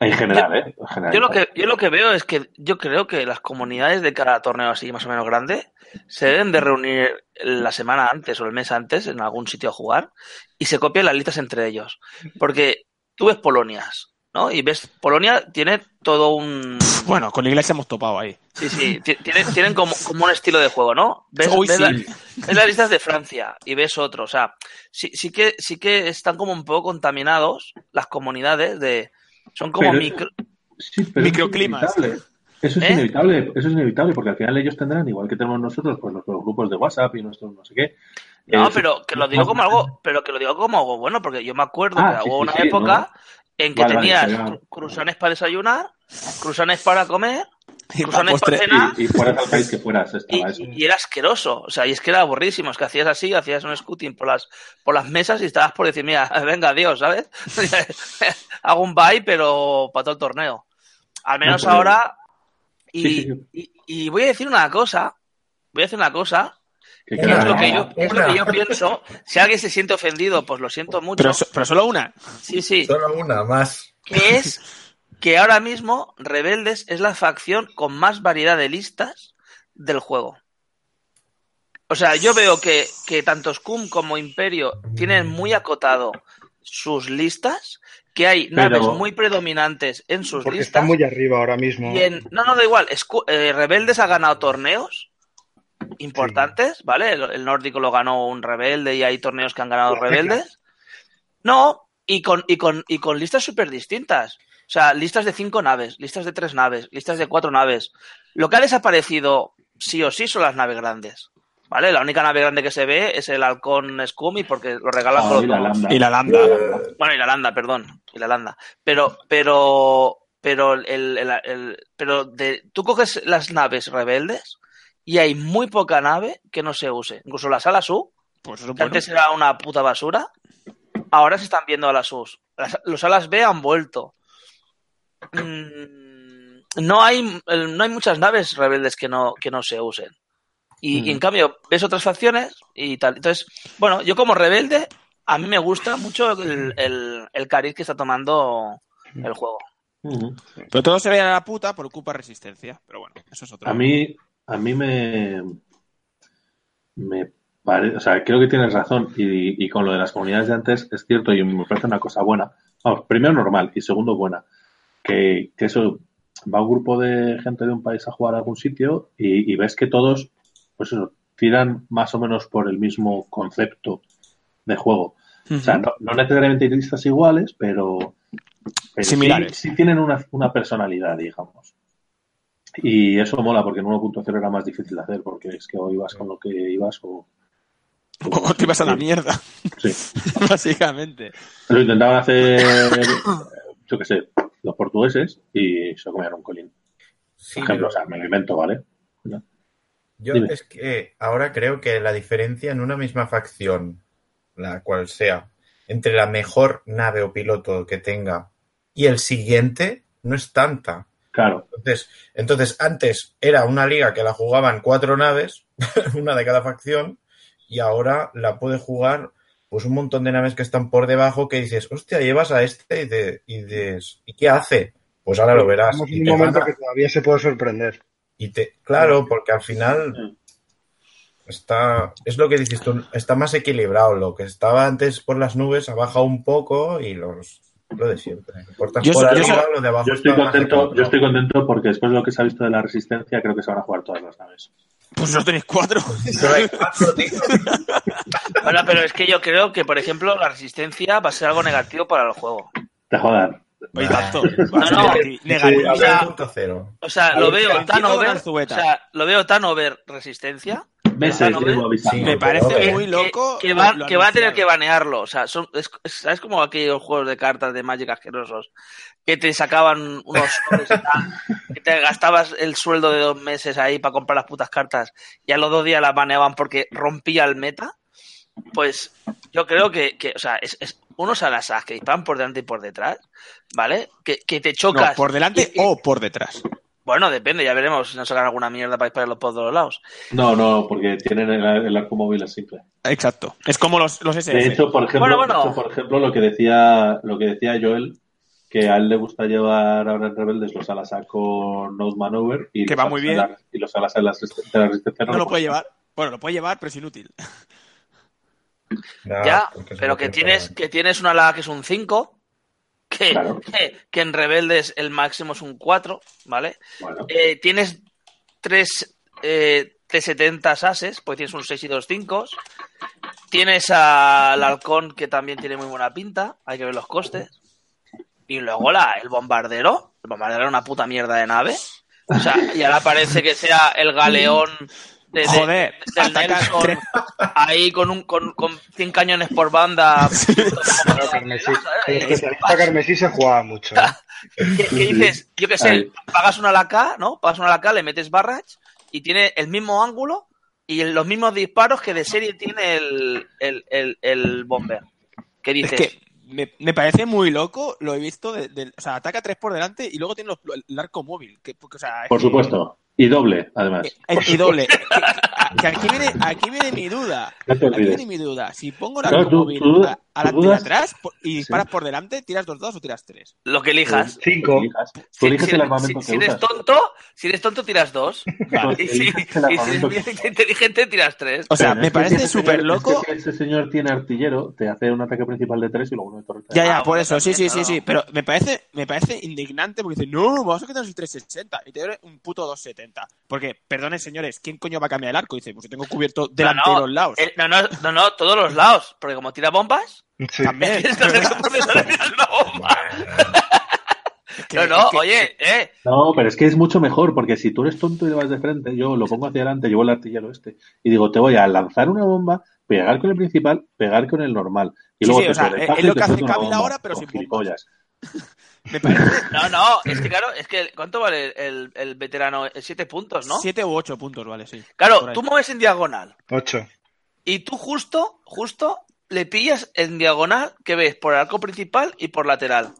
Speaker 1: En general, ¿eh? En general.
Speaker 4: Yo lo que yo lo que veo es que yo creo que las comunidades de cada torneo así más o menos grande se deben de reunir la semana antes o el mes antes en algún sitio a jugar y se copian las listas entre ellos, porque tú ves Polonias, ¿no? Y ves Polonia tiene todo un
Speaker 2: Bueno, con la iglesia hemos topado ahí.
Speaker 4: Sí, sí, ti- tienen, tienen como, como un estilo de juego, ¿no? Ves,
Speaker 2: Uy,
Speaker 4: ves
Speaker 2: sí.
Speaker 4: la- ves las listas de Francia y ves otro. O sea, sí, sí, que, sí que están como un poco contaminados las comunidades de... Son como
Speaker 1: Pero-
Speaker 4: micro...
Speaker 1: Sí, pero
Speaker 2: Microclimas.
Speaker 1: Eso es inevitable. Eso es
Speaker 4: ¿Eh?
Speaker 1: inevitable, eso es inevitable, porque al final ellos tendrán, igual que tenemos nosotros, pues nuestros grupos de WhatsApp y nuestros no sé qué.
Speaker 4: No,
Speaker 1: Eh,
Speaker 4: pero que lo digo como algo, pero que lo digo como algo bueno, porque yo me acuerdo
Speaker 1: Ah,
Speaker 4: que
Speaker 1: sí,
Speaker 4: hubo
Speaker 1: sí,
Speaker 4: una
Speaker 1: sí,
Speaker 4: época en que
Speaker 1: Vale, vale,
Speaker 4: tenías
Speaker 1: se vea.
Speaker 4: cru- cruzanes para desayunar, cruzanes para comer,
Speaker 2: Y para
Speaker 4: cruzanes para
Speaker 2: postre-
Speaker 4: cenar,
Speaker 1: Y, y fueras al país que fueras,
Speaker 4: y,
Speaker 1: estaba eso.
Speaker 4: y- y era asqueroso. O sea, y es que era aburridísimo, es que hacías así, hacías un scooting por las, por las mesas y estabas por decir, mira, (laughs) venga, adiós, ¿sabes? Hago un bye, pero para todo el torneo. Al menos
Speaker 1: pero-
Speaker 4: ahora. Y,
Speaker 1: Sí, sí,
Speaker 4: y- y voy a decir una cosa. Voy a decir una cosa.
Speaker 1: Que
Speaker 4: que es lo que yo,
Speaker 6: Una,
Speaker 4: es lo que yo
Speaker 6: una.
Speaker 4: pienso. Si alguien se siente ofendido, pues lo siento mucho.
Speaker 2: Pero, so- pero solo una.
Speaker 4: Sí, sí.
Speaker 6: Solo una más.
Speaker 4: Que es que ahora mismo Rebeldes es la facción con más variedad de listas del juego. O sea, yo veo que, que tanto Scum como Imperio tienen muy acotado sus listas, que hay
Speaker 1: Pero-
Speaker 4: naves muy predominantes en sus
Speaker 3: Porque
Speaker 4: listas.
Speaker 3: están muy arriba ahora mismo.
Speaker 4: y en- No, no, da igual. Scu- eh, Rebeldes ha ganado torneos importantes, ¿vale? El, el nórdico lo ganó un rebelde y hay torneos que han ganado rebeldes. No, y con, y con, y con listas súper distintas. O sea, listas de cinco naves, listas de tres naves, listas de cuatro naves. Lo que ha desaparecido sí o sí son las naves grandes. ¿Vale? La única nave grande que se ve es el halcón Scummy porque lo regalan
Speaker 1: Ah,
Speaker 4: con
Speaker 1: y la
Speaker 4: otro-
Speaker 1: Lambda.
Speaker 2: Y la lambda.
Speaker 6: Eh,
Speaker 4: bueno, y la Landa, perdón. Y la Landa. Pero, pero, pero, el, el- el- pero de, tú coges las naves rebeldes y hay muy poca nave que no se use. Incluso las alas U,
Speaker 2: Pues eso es
Speaker 4: que
Speaker 2: bueno.
Speaker 4: antes era una puta basura, ahora se están viendo alas U. Las- los alas B han vuelto. Mm, No hay, el- no hay muchas naves rebeldes que no, que no se usen. Y, y en cambio, ves otras facciones y tal. Entonces, bueno, yo como rebelde, a mí me gusta mucho el, el, el cariz que está tomando el juego.
Speaker 1: Ujú.
Speaker 2: Pero todo se ve a la puta por culpa de resistencia. Pero bueno, eso es otro.
Speaker 1: A mí, a mí me, me parece, o sea, creo que tienes razón y, y con lo de las comunidades de antes es cierto y me parece una cosa buena. Vamos, primero normal y segundo buena. Que, que eso, va un grupo de gente de un país a jugar a algún sitio y, y ves que todos, pues eso, tiran más o menos por el mismo concepto de juego.
Speaker 2: Ujú.
Speaker 1: O sea, no, no necesariamente listas iguales, pero, pero sí-
Speaker 2: Similares.
Speaker 1: Sí, tienen una, una personalidad, digamos. Y eso mola, porque en 1.0 era más difícil de hacer, porque es que o ibas con lo que ibas o...
Speaker 2: O (laughs) te vas a la mierda, (laughs)
Speaker 1: Sí.
Speaker 2: básicamente.
Speaker 1: Lo intentaban hacer, (coughs) yo qué sé, los portugueses y se comían un colín.
Speaker 6: Sí,
Speaker 1: Por ejemplo,
Speaker 6: pero
Speaker 1: o sea, me lo invento, ¿vale?
Speaker 6: yo
Speaker 1: dime.
Speaker 6: es que ahora creo que la diferencia en una misma facción, la cual sea, entre la mejor nave o piloto que tenga y el siguiente no es tanta.
Speaker 1: Claro,
Speaker 6: Entonces, entonces antes era una liga que la jugaban cuatro naves, (laughs) una de cada facción, y ahora la puede jugar pues un montón de naves que están por debajo que dices, hostia, llevas a este y, de, y, dices, ¿y qué hace? Pues ahora lo verás.
Speaker 3: Estamos
Speaker 6: y
Speaker 3: en
Speaker 6: te
Speaker 3: un momento
Speaker 6: gana.
Speaker 3: que todavía se puede sorprender.
Speaker 6: Y te, claro, porque al final está, es lo que dices tú, está más equilibrado. Lo que estaba antes por las nubes ha bajado un poco y los, lo de siempre. Cortas
Speaker 2: Yo
Speaker 6: por
Speaker 2: so- yo
Speaker 6: arriba,
Speaker 2: so-
Speaker 6: lo de abajo
Speaker 1: yo estoy
Speaker 6: está más
Speaker 1: contento, yo
Speaker 6: equilibrado.
Speaker 1: estoy contento porque después de lo que se ha visto de la resistencia, creo que se van a jugar todas las naves.
Speaker 2: Pues no tenéis
Speaker 1: (laughs)
Speaker 2: cuatro.
Speaker 6: Solo hay cuatro, tío.
Speaker 4: Bueno, pero es que yo creo que, por ejemplo, la resistencia va a ser algo negativo para el juego.
Speaker 1: Te jodan.
Speaker 2: Oye,
Speaker 1: (laughs)
Speaker 6: Nah.
Speaker 2: tanto.
Speaker 4: no,
Speaker 6: Sí, a
Speaker 2: Negativo.
Speaker 4: o sea,
Speaker 6: ver, punto cero.
Speaker 4: O sea, lo veo tan
Speaker 2: Valentino
Speaker 4: over, o
Speaker 2: Ganzueta.
Speaker 4: sea, lo veo tan over resistencia
Speaker 1: Meses
Speaker 4: no,
Speaker 1: llevo
Speaker 4: ¿eh?
Speaker 1: avisando.
Speaker 2: Me parece
Speaker 6: Joder.
Speaker 2: muy loco.
Speaker 4: que, que va,
Speaker 2: lo
Speaker 4: que va a tener
Speaker 2: anunciado.
Speaker 4: que banearlo. O sea, son, es, es- ¿sabes como aquellos juegos de cartas de Magic asquerosos? Que te sacaban unos sobres y tal, que te gastabas el sueldo de dos meses ahí para comprar las putas cartas y a los dos días las baneaban porque rompía el meta. Pues yo creo que, que o sea, es, es unos alasas que disparan por delante y por detrás, ¿vale? Que, que te chocas.
Speaker 2: No, por delante
Speaker 4: y- y-
Speaker 2: o por detrás.
Speaker 4: Bueno, depende, ya veremos si nos sacan alguna mierda para disparar por todos lados.
Speaker 1: No, no, porque tienen el, el arco móvil es simple.
Speaker 2: Exacto. Es como los, los
Speaker 1: De
Speaker 2: SS.
Speaker 1: hecho, por ejemplo,
Speaker 4: Bueno, bueno.
Speaker 1: de hecho, por ejemplo, lo que decía, lo que decía Joel, que a él le gusta llevar ahora en Rebeldes los alas a con Nose Maneuver y
Speaker 2: Que
Speaker 1: los
Speaker 2: va muy
Speaker 1: alas en la- y los alas en las resist- de la resistencia
Speaker 2: No lo puede llevar. Bueno, lo puede llevar, pero es inútil.
Speaker 6: Nah,
Speaker 4: Ya,
Speaker 6: porque es
Speaker 4: pero
Speaker 6: lo
Speaker 4: que
Speaker 6: que
Speaker 4: tienes,
Speaker 6: está.
Speaker 4: que tienes una ala que es un 5, que,
Speaker 1: Claro.
Speaker 4: que, (laughs) que en Rebeldes el máximo es un 4, ¿vale?
Speaker 1: Bueno,
Speaker 4: Eh, tienes tres eh, T70 ases, pues tienes un 6 y dos 5. Tienes al halcón que también tiene muy buena pinta, hay que ver los costes. Y luego la, el bombardero, el bombardero era una puta mierda de nave. O sea, y ahora parece que sea el galeón de, de-
Speaker 2: Joder,
Speaker 4: del
Speaker 2: ataca-
Speaker 4: Nelson ahí con un con, con 100 cañones por banda.
Speaker 3: Claro, carmesí. El especialista carmesí se jugaba mucho. ¿eh?
Speaker 2: (laughs)
Speaker 4: ¿Qué, qué dices? Yo qué sé,
Speaker 1: Ahí.
Speaker 4: pagas una laca, ¿no? Pagas una laca, le metes barrage y tiene el mismo ángulo y los mismos disparos que de serie tiene el, el, el, el bomber. ¿Qué
Speaker 2: Es
Speaker 4: dices?
Speaker 2: que me, me parece muy loco. Lo he visto. de- de- o sea, ataca tres por delante y luego tiene los- el, arco móvil. Que, porque, o sea, es
Speaker 1: por
Speaker 2: que-
Speaker 1: supuesto. Y doble, además.
Speaker 2: Eh, eh, y doble. Que, que aquí, viene, aquí viene mi duda.
Speaker 1: No te (laughs)
Speaker 2: Aquí
Speaker 1: olvides.
Speaker 2: viene mi duda. Si pongo el
Speaker 1: Claro,
Speaker 2: arco
Speaker 1: tú-
Speaker 2: móvil
Speaker 1: tú-
Speaker 2: a- adelante y
Speaker 1: dudas?
Speaker 2: atrás, por- y disparas por delante, tiras dos dados o tiras tres.
Speaker 4: Lo que elijas.
Speaker 1: Tú
Speaker 3: Cinco.
Speaker 1: elijas, tú eliges el armamento
Speaker 4: si-
Speaker 1: que
Speaker 4: si eres
Speaker 1: usas.
Speaker 4: tonto, si eres tonto,
Speaker 1: (laughs)
Speaker 4: tiras dos.
Speaker 1: Vale.
Speaker 4: Y si,
Speaker 1: Eliges el
Speaker 4: y si eres
Speaker 1: armamento que
Speaker 4: bien
Speaker 1: usas.
Speaker 4: inteligente, tiras tres.
Speaker 2: O sea,
Speaker 1: Pero
Speaker 2: me
Speaker 1: es que si (laughs)
Speaker 2: parece
Speaker 1: ese señor-
Speaker 2: súper loco.
Speaker 1: es que si ese señor tiene artillero, te hace un ataque principal de tres y luego uno de torreta. de
Speaker 2: Ya,
Speaker 1: tres.
Speaker 2: ya,
Speaker 4: Ah,
Speaker 2: por
Speaker 4: bueno,
Speaker 2: eso, sí, sí,
Speaker 4: también,
Speaker 2: sí,
Speaker 4: no,
Speaker 2: sí.
Speaker 4: no.
Speaker 2: Pero me parece, me parece indignante porque dice, no, vamos a quitarnos el 360 y te doy un puto 270. Porque, perdone señores, ¿quién coño va a cambiar el arco? Dice, pues yo tengo cubierto delante
Speaker 4: no,
Speaker 2: de los lados.
Speaker 4: Eh, no, no, no, no, todos los lados. Porque como
Speaker 2: (laughs)
Speaker 4: tira bombas, (laughs)
Speaker 3: Sí.
Speaker 2: También.
Speaker 4: tienes que hacer que profesor mira la bomba. No, no,
Speaker 2: que-
Speaker 4: oye, eh.
Speaker 1: No, pero es que es mucho mejor, porque si tú eres tonto y le vas de frente, yo lo pongo hacia adelante, llevo el artillero este, y digo, te voy a lanzar una bomba, pegar con el principal, pegar con el normal. Y
Speaker 2: Sí,
Speaker 1: luego
Speaker 2: sí,
Speaker 1: te
Speaker 2: o sea,
Speaker 1: sobrepaso
Speaker 2: es lo
Speaker 1: y te
Speaker 2: que hace
Speaker 1: suelto una
Speaker 2: Kabil
Speaker 1: bomba,
Speaker 2: ahora, pero
Speaker 1: con
Speaker 2: sin
Speaker 1: gilipollas. (laughs)
Speaker 2: me parece
Speaker 4: No, no, es que claro, es que ¿cuánto vale el, el veterano? Eh, Siete puntos, ¿no?
Speaker 2: 7 u 8 puntos, vale, sí. por
Speaker 4: Claro,
Speaker 2: ahí.
Speaker 4: tú mueves en diagonal.
Speaker 3: Ocho.
Speaker 4: Y tú justo, justo le pillas en diagonal que ves por el arco principal y por lateral.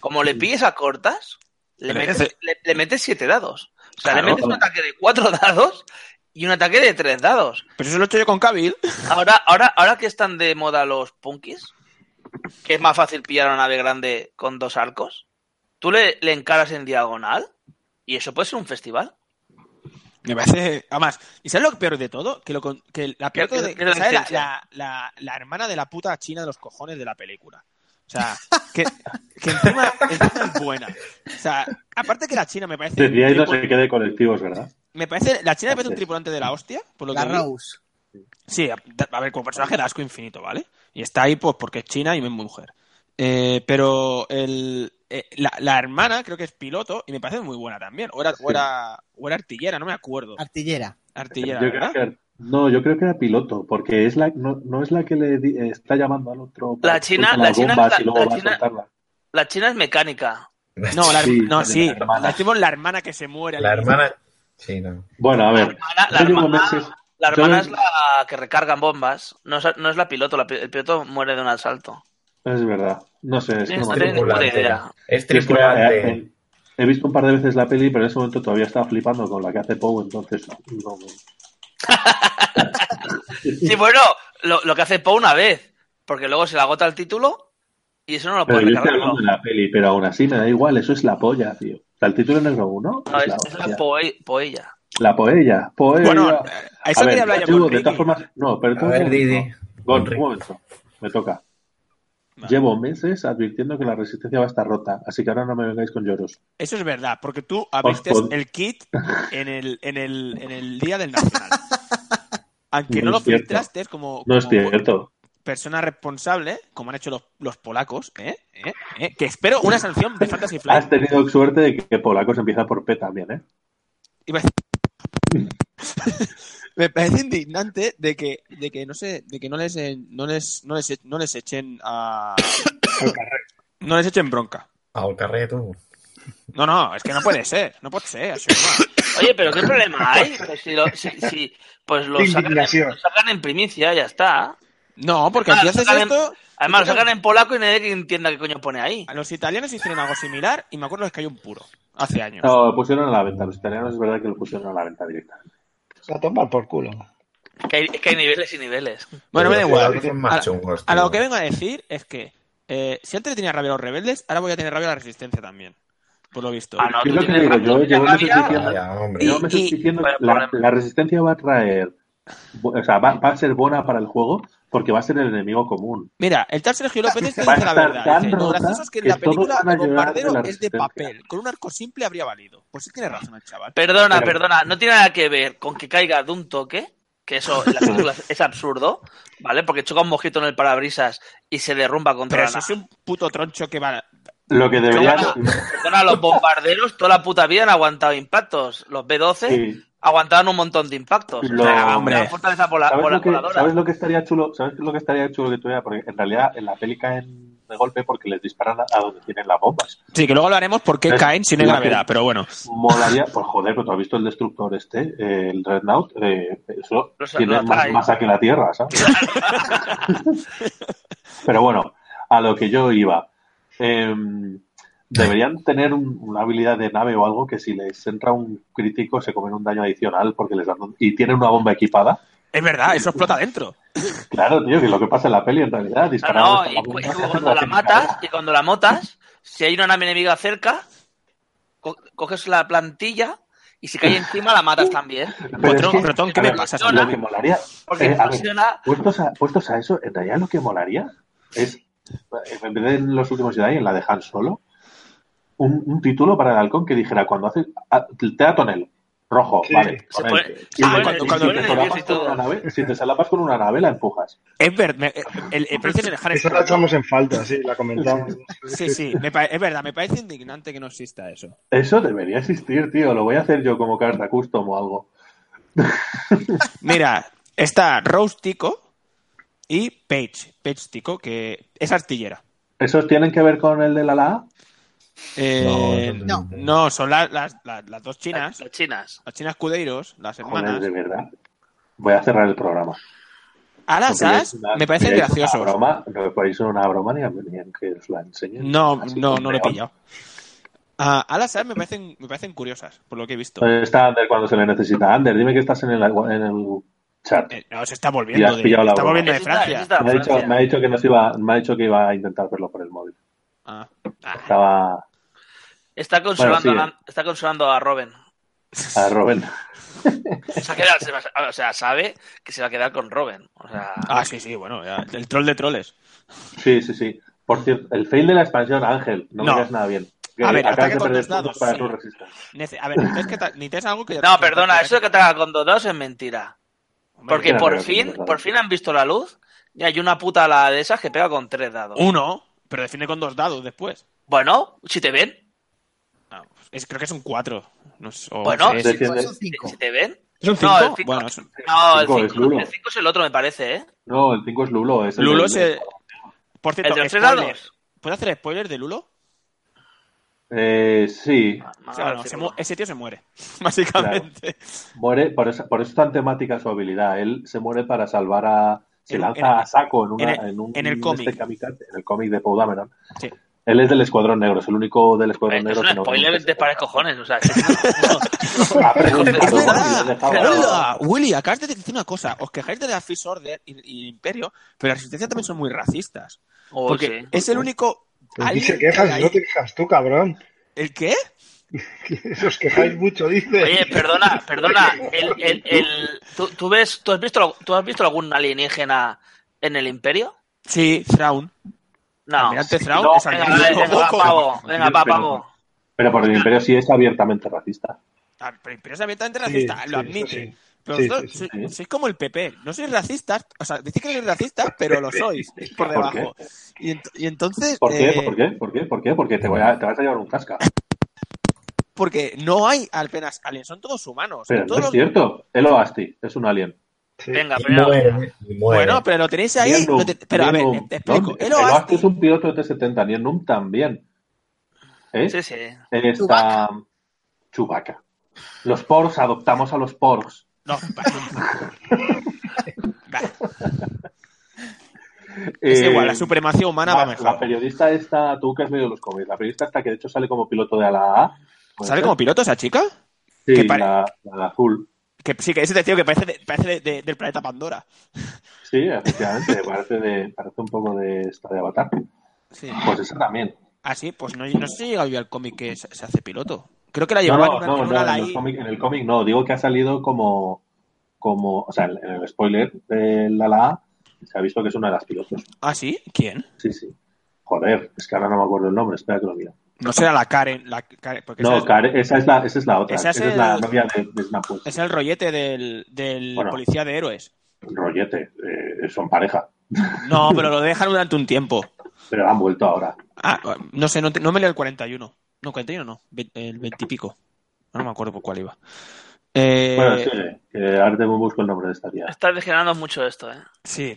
Speaker 4: Como le pilles a cortas, le
Speaker 2: Pero
Speaker 4: metes,
Speaker 2: ese-
Speaker 4: le, le metes siete dados. O sea,
Speaker 2: Claro.
Speaker 4: le metes un ataque de cuatro (laughs) dados y un ataque de tres dados.
Speaker 2: Pero eso lo he hecho yo con Kabil.
Speaker 4: Ahora, ahora, ahora que están de moda los punkis, que es más fácil pillar a una nave grande con dos arcos, tú le, le encaras en diagonal y eso puede ser un festival.
Speaker 2: Me parece. Además, ¿y sabes lo peor de todo? Que, lo con- que la peor
Speaker 4: Que-
Speaker 2: de-
Speaker 4: que- que la
Speaker 2: ¿sabes? La,
Speaker 4: licencia.
Speaker 2: la- la- la hermana de la puta china de los cojones de la película. O sea, que, que encima, encima es buena. O sea, aparte que la china me parece.
Speaker 1: Decía y no
Speaker 2: un tripu-
Speaker 1: se quede colectivos, ¿verdad?
Speaker 2: Me parece. La china me parece un
Speaker 1: Entonces.
Speaker 2: tripulante de la hostia, por lo
Speaker 5: La
Speaker 2: que. vi.
Speaker 5: Rose.
Speaker 2: Sí, a, a ver, como personaje de asco infinito, ¿vale? Y está ahí pues porque es china y es mujer. Eh, pero el, eh, la, la hermana creo que es piloto y me parece muy buena también. O era, o era, o era artillera, no me acuerdo.
Speaker 5: Artillera.
Speaker 2: Artillera,
Speaker 1: Yo
Speaker 2: ¿verdad?
Speaker 1: creo que- no, yo creo que era piloto, porque es la, no, no es la que le di- eh, está llamando al otro para
Speaker 4: La
Speaker 1: que
Speaker 4: china-
Speaker 1: suelte
Speaker 4: la
Speaker 1: las
Speaker 4: china-
Speaker 1: bombas
Speaker 4: la-
Speaker 1: y luego
Speaker 4: la
Speaker 1: va
Speaker 4: china-
Speaker 1: a soltarla.
Speaker 4: La China es mecánica.
Speaker 2: No,
Speaker 6: (laughs)
Speaker 2: la, her-
Speaker 1: Sí,
Speaker 2: no,
Speaker 1: la
Speaker 2: sí.
Speaker 1: hermana.
Speaker 2: La decimos la hermana que se muere.
Speaker 6: La
Speaker 2: al inicio.
Speaker 6: hermana. Sí, no.
Speaker 1: Bueno, a
Speaker 4: La
Speaker 1: ver.
Speaker 4: hermana, la
Speaker 1: yo llevo
Speaker 4: hermana-
Speaker 1: meses-
Speaker 4: la hermana
Speaker 1: yo-
Speaker 4: es la que recargan bombas. No es, no es la piloto. la pi- el piloto muere de un asalto.
Speaker 1: Es verdad. No sé, es que no
Speaker 4: No
Speaker 1: me
Speaker 2: Este,
Speaker 1: acuerdo.
Speaker 4: tengo ninguna
Speaker 6: Tripulante.
Speaker 4: idea.
Speaker 1: Yo es
Speaker 6: Es
Speaker 1: que, eh,
Speaker 6: tripulante.
Speaker 1: eh, He visto un par de veces la peli, pero en ese momento todavía estaba flipando con la que hace Poe, entonces no.
Speaker 4: Sí, bueno, lo, lo que hace Poe una vez. Porque luego se le agota el título y eso
Speaker 2: Ah,
Speaker 4: no lo
Speaker 1: Pero
Speaker 2: pues
Speaker 4: puede
Speaker 1: yo estoy
Speaker 4: recargarlo.
Speaker 1: hablando de la peli, pero aún así me da igual, eso es la polla, tío. O sea, el título negro uno
Speaker 4: No,
Speaker 2: Ah,
Speaker 1: es,
Speaker 4: es,
Speaker 1: la,
Speaker 4: es la
Speaker 1: hostia.
Speaker 4: Poe- Poella.
Speaker 1: La poella. Poella.
Speaker 2: Bueno,
Speaker 1: A
Speaker 2: a eso
Speaker 1: ver,
Speaker 2: quería hablar yo
Speaker 1: llevo,
Speaker 2: con
Speaker 1: de todas
Speaker 2: Ricky.
Speaker 1: formas, no, pero
Speaker 6: A
Speaker 1: tú un
Speaker 6: ver,
Speaker 1: momento.
Speaker 6: Didi.
Speaker 1: Gon,
Speaker 6: Ricky.
Speaker 1: un momento. Me toca.
Speaker 2: Vale.
Speaker 1: Llevo meses advirtiendo que la resistencia va a estar rota, así que ahora no me vengáis con lloros.
Speaker 2: Eso es verdad, porque tú abriste
Speaker 1: Os pon-
Speaker 2: el kit en el, en el, en el día del
Speaker 1: (laughs)
Speaker 2: Nacional. Aunque no,
Speaker 1: No
Speaker 2: lo
Speaker 1: es cierto.
Speaker 2: filtraste, es como,
Speaker 1: No es
Speaker 2: como-
Speaker 1: cierto.
Speaker 2: persona responsable, como han hecho los, los polacos, ¿eh? ¿Eh? ¿Eh? que espero una sanción de Fantasy
Speaker 1: Has
Speaker 2: Flight.
Speaker 1: tenido suerte de que Polacos empieza por P también, ¿eh?
Speaker 2: Iba a decir- Me parece indignante de que, de que no sé, de que no les, eh, no les, no les, no les echen a... No les echen bronca.
Speaker 6: Al carreto.
Speaker 2: No, no, es que no puede ser, no puede ser. así nomás.
Speaker 4: Oye, pero ¿qué
Speaker 1: (laughs)
Speaker 4: problema hay? Pues si, lo- si- si- pues lo sacan, en,
Speaker 3: Indignación.
Speaker 4: lo sacan en primicia, ya está.
Speaker 2: No, porque
Speaker 4: Además,
Speaker 2: aquí haces
Speaker 4: sacan en-
Speaker 2: esto.
Speaker 4: Además, lo sacan en polaco y nadie que entienda qué coño pone ahí.
Speaker 2: A los italianos hicieron algo similar y me acuerdo que cayó un puro hace años.
Speaker 1: No, lo pusieron a la venta. Los italianos es verdad que lo pusieron a la venta directa.
Speaker 3: A tomar por culo.
Speaker 4: Que hay, es que hay niveles y niveles.
Speaker 2: Bueno, me da
Speaker 6: Los
Speaker 2: igual.
Speaker 6: jugadores son más chungos,
Speaker 2: A lo
Speaker 6: tío.
Speaker 2: que vengo a decir es que eh, si antes tenía rabia a los rebeldes, ahora voy a tener rabia a la resistencia también. Por lo visto.
Speaker 4: Ah, no,
Speaker 1: Yo
Speaker 4: tú
Speaker 1: lo que
Speaker 4: tienes
Speaker 1: digo,
Speaker 4: ra-
Speaker 1: yo
Speaker 4: tú tienes
Speaker 1: llevo meses
Speaker 4: rabia.
Speaker 1: diciendo-
Speaker 6: Ah, ya, hombre.
Speaker 1: Yo me estoy
Speaker 2: y-
Speaker 1: diciendo
Speaker 4: Vaya
Speaker 1: que la,
Speaker 4: problema.
Speaker 1: la resistencia va a traer, o sea, va, va a ser buena para el juego porque va a ser el enemigo común.
Speaker 2: Mira, el tal Sergio López te
Speaker 1: Va a
Speaker 2: dice la
Speaker 1: estar
Speaker 2: verdad.
Speaker 1: tan
Speaker 2: Dice, lo
Speaker 1: rota
Speaker 2: gracioso es que en
Speaker 1: que
Speaker 2: la película
Speaker 1: todos van a
Speaker 2: el
Speaker 1: llorar de
Speaker 2: bombardero
Speaker 1: la
Speaker 2: es de
Speaker 1: resistencia".
Speaker 2: papel. Con un arco simple habría valido. Pues sí tiene razón el chaval.
Speaker 4: Perdona,
Speaker 1: Pero-
Speaker 4: perdona, no tiene nada que ver con que caiga de un toque, que eso
Speaker 1: (laughs)
Speaker 4: en la película es absurdo, ¿vale? Porque choca un mojito en el parabrisas y se derrumba contra
Speaker 2: Pero
Speaker 4: la
Speaker 2: si es
Speaker 4: nave.
Speaker 2: un puto troncho que va...
Speaker 1: Lo que deberían...
Speaker 4: Perdona, los bombarderos toda la puta vida han aguantado impactos. Los
Speaker 2: (laughs)
Speaker 4: B-12
Speaker 1: Sí.
Speaker 4: aguantaban un montón de impactos.
Speaker 1: Lo-
Speaker 4: Ah,
Speaker 2: hombre.
Speaker 4: una fortaleza pola-
Speaker 1: ¿Sabes,
Speaker 4: pola-
Speaker 1: lo que,
Speaker 4: voladora.
Speaker 1: sabes lo que estaría chulo? ¿Sabes lo que estaría chulo que tuviera? Porque en realidad en la peli caen de golpe porque les disparan a, a donde tienen las bombas.
Speaker 2: Sí, que luego lo haremos porque
Speaker 1: Es-
Speaker 2: caen si no hay
Speaker 1: la
Speaker 2: gravedad.
Speaker 1: que-
Speaker 2: Pero bueno.
Speaker 1: Molaría, pues joder, pero tú has visto el destructor este, eh, el Dreadnought, eh, eso
Speaker 4: Los-
Speaker 1: tiene
Speaker 4: los
Speaker 1: más
Speaker 4: trae.
Speaker 1: masa que la Tierra,
Speaker 4: (laughs)
Speaker 1: ¿sabes? pero bueno, a lo que yo iba. Eh, deberían tener un- una habilidad de nave o algo que si les entra un crítico se comen un daño adicional porque les dan un- y tienen una bomba equipada
Speaker 2: Es verdad, eso explota adentro.
Speaker 1: Claro, tío, que es lo que pasa en la peli en realidad.
Speaker 4: No,
Speaker 1: disparando
Speaker 4: no,
Speaker 1: hasta
Speaker 4: y,
Speaker 1: la
Speaker 4: cu- y
Speaker 1: punta,
Speaker 4: cuando la matas, y cuando la motas, si hay una nave enemiga cerca, co- coges la plantilla y si cae encima
Speaker 1: (laughs)
Speaker 4: la matas también.
Speaker 1: Pero
Speaker 2: Patrón,
Speaker 1: es que-
Speaker 2: Crotón, ¿qué
Speaker 1: a
Speaker 2: le
Speaker 1: ver,
Speaker 2: pasa?
Speaker 1: Lo que molaría.
Speaker 4: Porque
Speaker 1: eh, a ver,
Speaker 4: funciona.
Speaker 1: puestos, a, puestos a eso, en realidad lo que molaría es, en vez de en los últimos Jedi, en la de Han Solo, un, un título para el halcón que dijera cuando haces a- teatonel, rojo,
Speaker 3: Sí.
Speaker 1: vale,
Speaker 4: Se
Speaker 1: con
Speaker 4: pone-
Speaker 1: él.
Speaker 4: se
Speaker 1: Y
Speaker 2: pone-
Speaker 1: cuando-
Speaker 2: se
Speaker 1: cuando
Speaker 2: pone
Speaker 1: te
Speaker 4: nervioso
Speaker 1: solapas
Speaker 4: y
Speaker 1: con
Speaker 4: todo.
Speaker 1: una nave- Si te salapas con una nave, la empujas.
Speaker 2: Es verdad, el, el precio de dejar
Speaker 3: Eso la echamos en falta, sí, la comentamos.
Speaker 2: Sí, sí, me pa- es verdad, me parece indignante que no exista eso.
Speaker 1: Eso debería existir, tío. Lo voy a hacer yo como carta custom o algo.
Speaker 2: Mira, está Rose Tico y Paige, Paige Tico, que es artillera.
Speaker 1: ¿Esos tienen que ver con el de la LA?
Speaker 2: Eh, no,
Speaker 5: no.
Speaker 2: son la- las, las- las dos
Speaker 4: Las
Speaker 2: chinas,
Speaker 4: las chinas.
Speaker 2: las chinas Cudeiros, las
Speaker 1: Joder,
Speaker 2: hermanas.
Speaker 1: de verdad. Voy a cerrar el programa.
Speaker 2: A las as me parecen
Speaker 1: graciosos.
Speaker 2: graciosos.
Speaker 1: Broma, no me hizo una broma ni, a- ni a que os la enseñen.
Speaker 2: No,
Speaker 1: Así
Speaker 2: no,
Speaker 1: que
Speaker 2: no lo he
Speaker 1: Ah, peor.
Speaker 2: pillado. Ah, a las as me parecen, me parecen curiosas, por lo que he visto.
Speaker 1: ¿Dónde está Ander cuando se le necesita? Ander, dime que estás en el, en el chat.
Speaker 2: Eh, no, se está
Speaker 1: Ya
Speaker 2: volviendo
Speaker 1: has
Speaker 2: de,
Speaker 1: pillado la
Speaker 2: está
Speaker 1: broma.
Speaker 2: volviendo de
Speaker 4: Eso está-
Speaker 2: Francia.
Speaker 4: eso está
Speaker 1: Me ha,
Speaker 4: en
Speaker 1: dicho, me ha
Speaker 4: Francia.
Speaker 1: dicho que nos iba, me ha dicho que iba a intentar verlo por el móvil.
Speaker 2: Ah, ah.
Speaker 1: Estaba
Speaker 4: Está consolando,
Speaker 1: sigue.
Speaker 4: a la- está consolando a Robin.
Speaker 1: a Robin.
Speaker 4: Se ha quedado- se va- o sea, sabe que se va a quedar con Robin. O sea,
Speaker 2: Ah, sí, sí, bueno, ya, el troll de troles.
Speaker 1: Sí, sí, sí. Por cierto, el fail de la expansión, Ángel, no,
Speaker 2: No.
Speaker 1: me digas nada bien. Que
Speaker 2: A ver, ataque
Speaker 1: acabas de
Speaker 2: con
Speaker 1: perder
Speaker 2: tus dados,
Speaker 1: puntos para
Speaker 2: sí.
Speaker 1: tu resistencia.
Speaker 2: Nece- a ver, necesitas, que ta- necesitas algo que...
Speaker 4: no, perdona, eso de que te haga con dos es mentira.
Speaker 2: Hombre,
Speaker 4: Porque
Speaker 1: Mentira,
Speaker 4: por
Speaker 1: pero
Speaker 4: fin,
Speaker 1: mentira.
Speaker 4: por fin han visto la luz y hay una puta la de esas que pega con tres dados.
Speaker 2: Uno, pero define con dos dados después.
Speaker 4: Bueno, si te ven,
Speaker 2: Ah, es- creo que es un cuatro. No sé, o
Speaker 4: Bueno,
Speaker 2: un seis.
Speaker 1: Defiende-
Speaker 5: Son
Speaker 4: si,
Speaker 5: cinco.
Speaker 4: si te ven.
Speaker 2: ¿Es un cinco?
Speaker 4: No, el cinco-
Speaker 2: Bueno, es un-
Speaker 4: No, el
Speaker 1: Cinco, es
Speaker 4: 5
Speaker 1: Lulo.
Speaker 4: es, el otro, me parece, ¿eh?
Speaker 1: No, el 5 es Lulo. Es el
Speaker 2: Lulo
Speaker 1: del-
Speaker 2: es el... Por
Speaker 4: ¿El
Speaker 2: cierto,
Speaker 4: de los tres
Speaker 2: spoiler.
Speaker 4: dados?
Speaker 2: ¿Puedo hacer spoiler de Lulo?
Speaker 1: Eh, sí,
Speaker 4: Ah,
Speaker 2: O sea, bueno, se mu- ese tío se muere, (laughs) básicamente.
Speaker 1: muere, por eso, por eso es tan temática su habilidad. Él se muere para salvar a. Se
Speaker 2: En un-
Speaker 1: lanza
Speaker 2: en-
Speaker 1: a saco en, una,
Speaker 2: en el-
Speaker 1: un,
Speaker 2: en el
Speaker 1: este
Speaker 2: cómic.
Speaker 1: kamikaze, en el cómic de Poe Dameron.
Speaker 2: Sí.
Speaker 1: Él es del Escuadrón Negro, es el único del Escuadrón
Speaker 4: es
Speaker 1: Negro que
Speaker 4: un
Speaker 1: no. Ah,
Speaker 4: spoiler de pares cojones,
Speaker 2: (laughs)
Speaker 4: o sea, que-
Speaker 1: Ha
Speaker 4: (laughs)
Speaker 1: preguntado
Speaker 4: Es
Speaker 1: por
Speaker 4: verdad,
Speaker 1: si lo dejaba.
Speaker 4: pero-
Speaker 2: ¡Hola! Willy, acabas de decir una cosa. Os quejáis de la Fist Order y, y Imperio, pero la Resistencia también son muy racistas.
Speaker 4: Oh,
Speaker 2: porque
Speaker 4: sí.
Speaker 2: es el único...
Speaker 3: Pero tú
Speaker 2: alien
Speaker 3: se
Speaker 2: que
Speaker 3: quejas,
Speaker 2: (laughs) hay-
Speaker 3: no te quejas tú, cabrón.
Speaker 2: ¿El qué?
Speaker 3: Os
Speaker 2: (laughs)
Speaker 3: quejáis mucho, dice.
Speaker 4: Oye, perdona, perdona. El, el, el- ¿tú, tú ves, ¿tú, has visto, ¿Tú has visto algún alienígena en el Imperio?
Speaker 2: Sí, Thrawn.
Speaker 4: No.
Speaker 2: Almirante Thrawn
Speaker 1: No,
Speaker 2: es
Speaker 4: Venga,
Speaker 2: almirante
Speaker 4: vale, venga, va,
Speaker 2: Loco.
Speaker 4: pavo. Venga, va,
Speaker 1: Pero-
Speaker 4: pavo.
Speaker 1: Pero por el Imperio sí es abiertamente racista.
Speaker 2: Ah, pero Imperio es abiertamente
Speaker 3: Sí,
Speaker 2: racista,
Speaker 3: sí,
Speaker 2: lo
Speaker 3: eso
Speaker 2: admite.
Speaker 3: sí.
Speaker 2: Pero
Speaker 3: Sí,
Speaker 2: vosotros
Speaker 3: sí, sí,
Speaker 2: sois,
Speaker 1: sí.
Speaker 2: sois como el PP, no sois racistas, o sea, decís que no sois racistas, pero lo sois por
Speaker 1: ¿Por
Speaker 2: debajo. y, ent- y entonces,
Speaker 1: ¿Por qué?
Speaker 2: eh,
Speaker 1: ¿Por qué? ¿Por qué? ¿Por qué? Porque te, voy a- te vas a llevar un casca.
Speaker 2: porque no hay apenas aliens, son todos humanos.
Speaker 1: Pero no
Speaker 2: todos
Speaker 1: es
Speaker 2: los-
Speaker 1: cierto. Elo Asti es un alien.
Speaker 3: Sí.
Speaker 4: Venga,
Speaker 6: Y
Speaker 4: pero
Speaker 6: muere, y muere.
Speaker 2: Bueno, pero lo tenéis ahí.
Speaker 1: Nienum,
Speaker 2: lo te- Pero a ver,
Speaker 1: Nienum,
Speaker 2: te, te explico.
Speaker 1: ¿no?
Speaker 2: Elo
Speaker 1: Elo Asti
Speaker 2: Asti-
Speaker 1: es un piloto de T-70, Nienum también. ¿Eh?
Speaker 4: Sí, sí.
Speaker 1: Está Chubaca. Los poros, adoptamos a los poros.
Speaker 2: No,
Speaker 1: (laughs)
Speaker 2: va. Va, es
Speaker 1: Eh,
Speaker 2: igual, la supremacía humana va
Speaker 1: la, la
Speaker 2: mejor.
Speaker 1: periodista esta, tú que has leído los cómics, la periodista esta que de hecho sale como piloto de la A. ¿puede
Speaker 2: ¿Sale
Speaker 1: ser?
Speaker 2: como piloto esa chica?
Speaker 1: Sí,
Speaker 2: que pare-
Speaker 1: la, la azul.
Speaker 2: Que sí, que ese tío que parece, de- parece de- de- del planeta Pandora.
Speaker 1: Sí, efectivamente, (laughs) parece, de, parece un poco de esta de Avatar.
Speaker 2: Sí.
Speaker 1: Pues esa también.
Speaker 2: Ah, sí, pues no, no sé si llega al cómic que se se hace piloto. Creo que la
Speaker 1: No,
Speaker 2: llevaban
Speaker 1: no,
Speaker 2: en una,
Speaker 1: no,
Speaker 2: en
Speaker 1: no,
Speaker 2: una
Speaker 1: en,
Speaker 2: Lai-
Speaker 1: los cómic- en el cómic no, digo que ha salido como, como o sea, en en el spoiler de la la A, se ha visto que es una de las pilotos.
Speaker 2: ¿Ah, sí? ¿Quién?
Speaker 1: Sí, sí. Joder, es que ahora no me acuerdo el nombre, espera que lo mira.
Speaker 2: No será la Karen. La Karen porque esa
Speaker 1: No,
Speaker 2: es,
Speaker 1: Karen, esa es la, esa es la otra,
Speaker 2: Esa
Speaker 1: esa
Speaker 2: es
Speaker 1: es, la
Speaker 2: el-
Speaker 1: novia de, de Snap, pues.
Speaker 2: es el rollete del, del
Speaker 1: Bueno.
Speaker 2: policía de héroes.
Speaker 1: Rollete, eh, son pareja,
Speaker 2: No, pero lo dejan durante un tiempo.
Speaker 1: pero han vuelto ahora.
Speaker 2: Ah, no sé, no, te- no me leo el 41. No, 41 no, ve- el 20 y pico. No me acuerdo por cuál iba. Eh,
Speaker 1: Bueno, sí, que ahora te busco el nombre de esta tía.
Speaker 4: Está degenerando mucho esto, ¿eh?
Speaker 2: sí.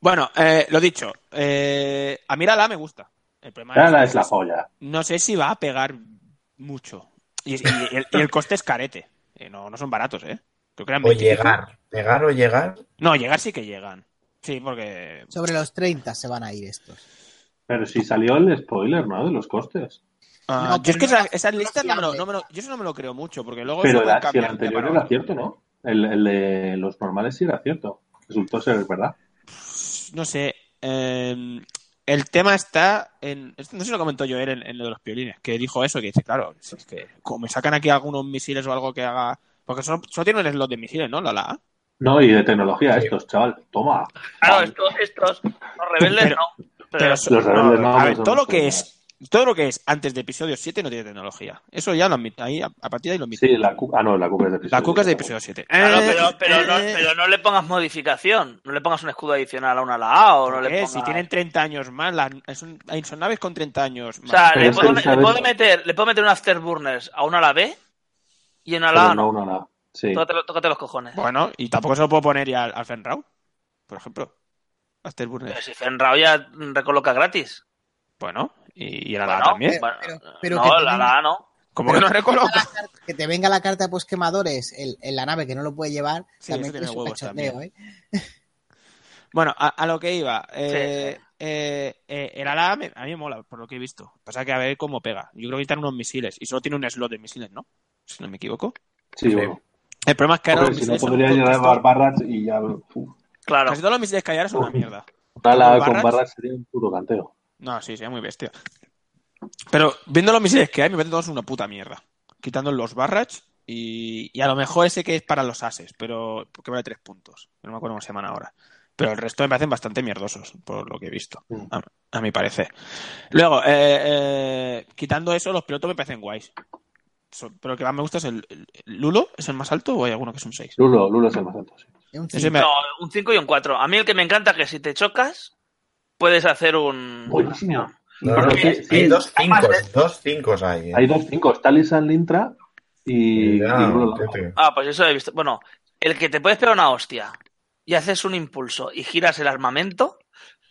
Speaker 2: Bueno, eh, lo dicho. Eh, a mí la la me gusta. El problema
Speaker 1: Ahora
Speaker 2: es,
Speaker 1: es la joya.
Speaker 2: no sé si va a pegar mucho. Y, y- y el, y el coste es carete. Eh, no, no son baratos, ¿eh? Creo que eran
Speaker 6: O
Speaker 2: 20 y pico.
Speaker 6: llegar, pegar o llegar.
Speaker 2: No, llegar sí que llegan. Sí, porque.
Speaker 5: Sobre los 30 se van a ir estos.
Speaker 1: Pero si salió el spoiler, ¿no? De los costes.
Speaker 2: Ah,
Speaker 5: No,
Speaker 2: yo es
Speaker 5: pero
Speaker 2: que
Speaker 5: no
Speaker 2: esa-
Speaker 5: era-
Speaker 2: esas listas no me lo,
Speaker 5: fiable.
Speaker 2: no me Pues lo- yo eso no me lo creo mucho, porque luego se
Speaker 1: Pero la-
Speaker 2: pueden
Speaker 1: si el
Speaker 2: cambiar de
Speaker 1: anterior
Speaker 2: palabra.
Speaker 1: era cierto, ¿no? El, el de los normales sí era cierto. Resultó ser verdad.
Speaker 2: No sé. eh, el tema está en. esto No sé si lo comentó yo en, en lo de los piolines, que dijo eso, que dice, claro, si es que como me sacan aquí algunos misiles o algo que haga. Porque solo, solo tiene un slot de misiles, ¿no? La la A.
Speaker 1: No, y de tecnología estos, chaval. Toma.
Speaker 4: Claro, estos, estos, los rebeldes
Speaker 2: Pero-
Speaker 4: no.
Speaker 2: pero
Speaker 4: Pero,
Speaker 2: so-
Speaker 1: Los rebeldes no,
Speaker 2: A ver,
Speaker 1: son
Speaker 2: todo lo que
Speaker 1: unas-
Speaker 2: es. Todo lo que es antes de episodio 7 no tiene tecnología. Eso ya lo admito. Ahí, a, a partir de ahí lo admito.
Speaker 1: Sí, la cu- Ah, no, la cuca es de episodio.
Speaker 2: la cuca es de episodio 7.
Speaker 4: claro,
Speaker 2: Eh,
Speaker 4: pero, pero, no,
Speaker 2: eh,
Speaker 4: pero no le pongas modificación. No le pongas un escudo adicional a una a la A o no le
Speaker 2: ¿por qué?
Speaker 4: pongas.
Speaker 2: Eh, Si tienen 30 años más, las- son, hay- son naves con 30 años
Speaker 4: O
Speaker 2: más.
Speaker 4: sea,
Speaker 1: Pero
Speaker 4: le
Speaker 1: es
Speaker 4: puedo,
Speaker 1: que,
Speaker 4: me- le
Speaker 1: ¿sabes?
Speaker 4: puedo meter, le puedo meter un afterburners a una a la B y una a la
Speaker 1: Pero
Speaker 4: A no.
Speaker 1: no, no, no. Sí.
Speaker 4: Tócate, lo- tócate los cojones.
Speaker 2: Bueno, y tampoco se lo puedo poner ya al, al Fenrau, por ejemplo. Afterburner.
Speaker 4: Pero si Fenrao ya recoloca gratis.
Speaker 2: Bueno, y, y el
Speaker 4: Bueno,
Speaker 2: ala
Speaker 1: Eh,
Speaker 2: también.
Speaker 4: bueno,
Speaker 5: Pero- pero que
Speaker 4: no, la
Speaker 5: tengan-
Speaker 4: la A no.
Speaker 2: Como que no recoloca.
Speaker 5: Que te venga la carta post quemadores en, en la nave que no lo puede llevar,
Speaker 2: Sí, eso
Speaker 5: también
Speaker 2: tiene
Speaker 5: es un
Speaker 2: huevos
Speaker 5: cachondeo, ¿eh?
Speaker 2: Bueno, a, a lo que iba. Eh,
Speaker 4: Sí,
Speaker 2: eh, eh, el ala me- a mí me mola, por lo que he visto. Pasa que a ver cómo pega. Yo creo que están unos misiles. Y solo tiene un slot de misiles, ¿no? Si no me equivoco.
Speaker 1: Sí,
Speaker 6: Sí.
Speaker 1: bueno.
Speaker 2: El problema es que ahora
Speaker 1: Hombre,
Speaker 2: los
Speaker 1: si no
Speaker 2: misiles son
Speaker 1: podría
Speaker 2: to-
Speaker 1: llevar
Speaker 2: casi
Speaker 1: bar-
Speaker 2: todos-
Speaker 1: barras y ya. uf.
Speaker 4: Claro.
Speaker 5: Pues,
Speaker 2: Casi todos los misiles que hay ahora son una mierda.
Speaker 1: Un ala
Speaker 2: ¿Con
Speaker 1: con
Speaker 2: barras?
Speaker 1: barras sería un puro canteo.
Speaker 2: No, sí, sería muy bestia. Pero viendo los misiles que hay, me parecen todos una puta mierda. Quitando los barrage y, y a lo mejor ese que es para los ases, pero porque vale tres puntos. No me acuerdo cómo se llaman ahora. Pero el resto me parecen bastante mierdosos, por lo que he visto,
Speaker 1: Mm.
Speaker 2: a, a mi parecer. Luego, eh, eh, quitando eso, los pilotos me parecen guays. So- pero el que más me gusta es el, el- el Lulo, ¿es el más alto o hay alguno que es un 6?
Speaker 1: Lulo, Lulo es el más alto, sí.
Speaker 5: Es un
Speaker 2: Ese
Speaker 5: cinco.
Speaker 2: me-
Speaker 4: No, un 5 y un 4. A mí el que me encanta es que si te chocas, puedes hacer un.
Speaker 1: Buenísimo.
Speaker 6: No,
Speaker 1: Porque
Speaker 6: no,
Speaker 1: sí,
Speaker 6: hay
Speaker 1: sí.
Speaker 6: dos cinco, dos cinco hay. eh.
Speaker 1: Hay dos cinco, está Lisan Lintra y,
Speaker 6: Cuidado,
Speaker 1: y Lulo Lama.
Speaker 6: Pepe.
Speaker 4: Ah, pues eso he visto. Bueno, el que te puedes pegar una hostia y haces un impulso y giras el armamento,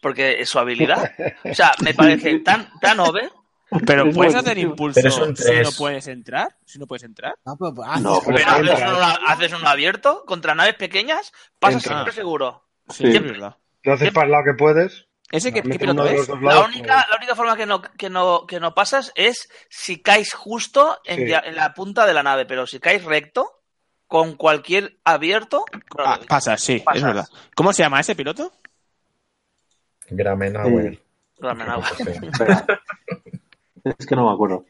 Speaker 4: porque es su habilidad. O sea, me parece tan, tan over.
Speaker 2: (laughs) Pero
Speaker 1: Es
Speaker 2: puedes
Speaker 1: buenísimo.
Speaker 2: hacer impulso
Speaker 6: Pero son
Speaker 2: si no
Speaker 6: tres.
Speaker 2: puedes entrar, si no puedes entrar.
Speaker 5: No, pero- ah,
Speaker 1: No,
Speaker 5: sí,
Speaker 1: pero-
Speaker 4: Pero haces
Speaker 3: Entra,
Speaker 4: un, haces un abierto contra naves pequeñas, pasas
Speaker 1: ¿eh? Entra.
Speaker 4: siempre seguro.
Speaker 2: Sí,
Speaker 1: Sí.
Speaker 2: es verdad.
Speaker 3: Lo haces para el lado que puedes.
Speaker 2: Ese que, ¿qué
Speaker 3: mete
Speaker 2: piloto
Speaker 3: uno de
Speaker 2: es?
Speaker 3: los dos
Speaker 4: La
Speaker 3: lados.
Speaker 4: única, la única forma que no, que, no, que no pasas es si caes justo en,
Speaker 3: Sí.
Speaker 4: dia- en la punta de la nave, pero si caes recto, con cualquier abierto,
Speaker 2: Ah, pasa, sí,
Speaker 4: Pasas.
Speaker 2: es verdad. ¿Cómo se llama ese piloto?
Speaker 6: Gramenauer.
Speaker 1: Sí. ah.
Speaker 4: dame nada.
Speaker 1: Espera. Es que no me acuerdo.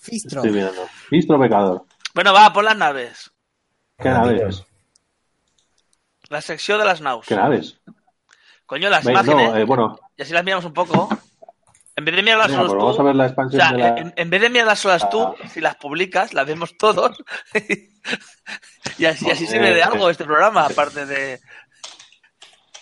Speaker 5: Fistro.
Speaker 1: Estoy mirando. Ministro Pecador.
Speaker 4: Bueno, va, por las naves.
Speaker 1: ¿Qué
Speaker 6: Ah,
Speaker 1: naves?
Speaker 4: La sección de las naves.
Speaker 1: ¿Qué naves?
Speaker 4: Coño, las
Speaker 1: Ve-
Speaker 4: imágenes.
Speaker 1: No, eh, bueno,
Speaker 4: Y así las miramos un poco. En vez de mirarlas
Speaker 1: venga,
Speaker 4: solas
Speaker 1: pues
Speaker 4: tú.
Speaker 1: vamos a ver la
Speaker 4: o
Speaker 1: expansión
Speaker 4: sea,
Speaker 1: de la.
Speaker 4: en, en vez de mirarlas solas tú,
Speaker 1: Ah.
Speaker 4: si las publicas, las vemos todos. (laughs) y así, y así sirve
Speaker 1: Joder.
Speaker 4: de algo este programa, aparte de.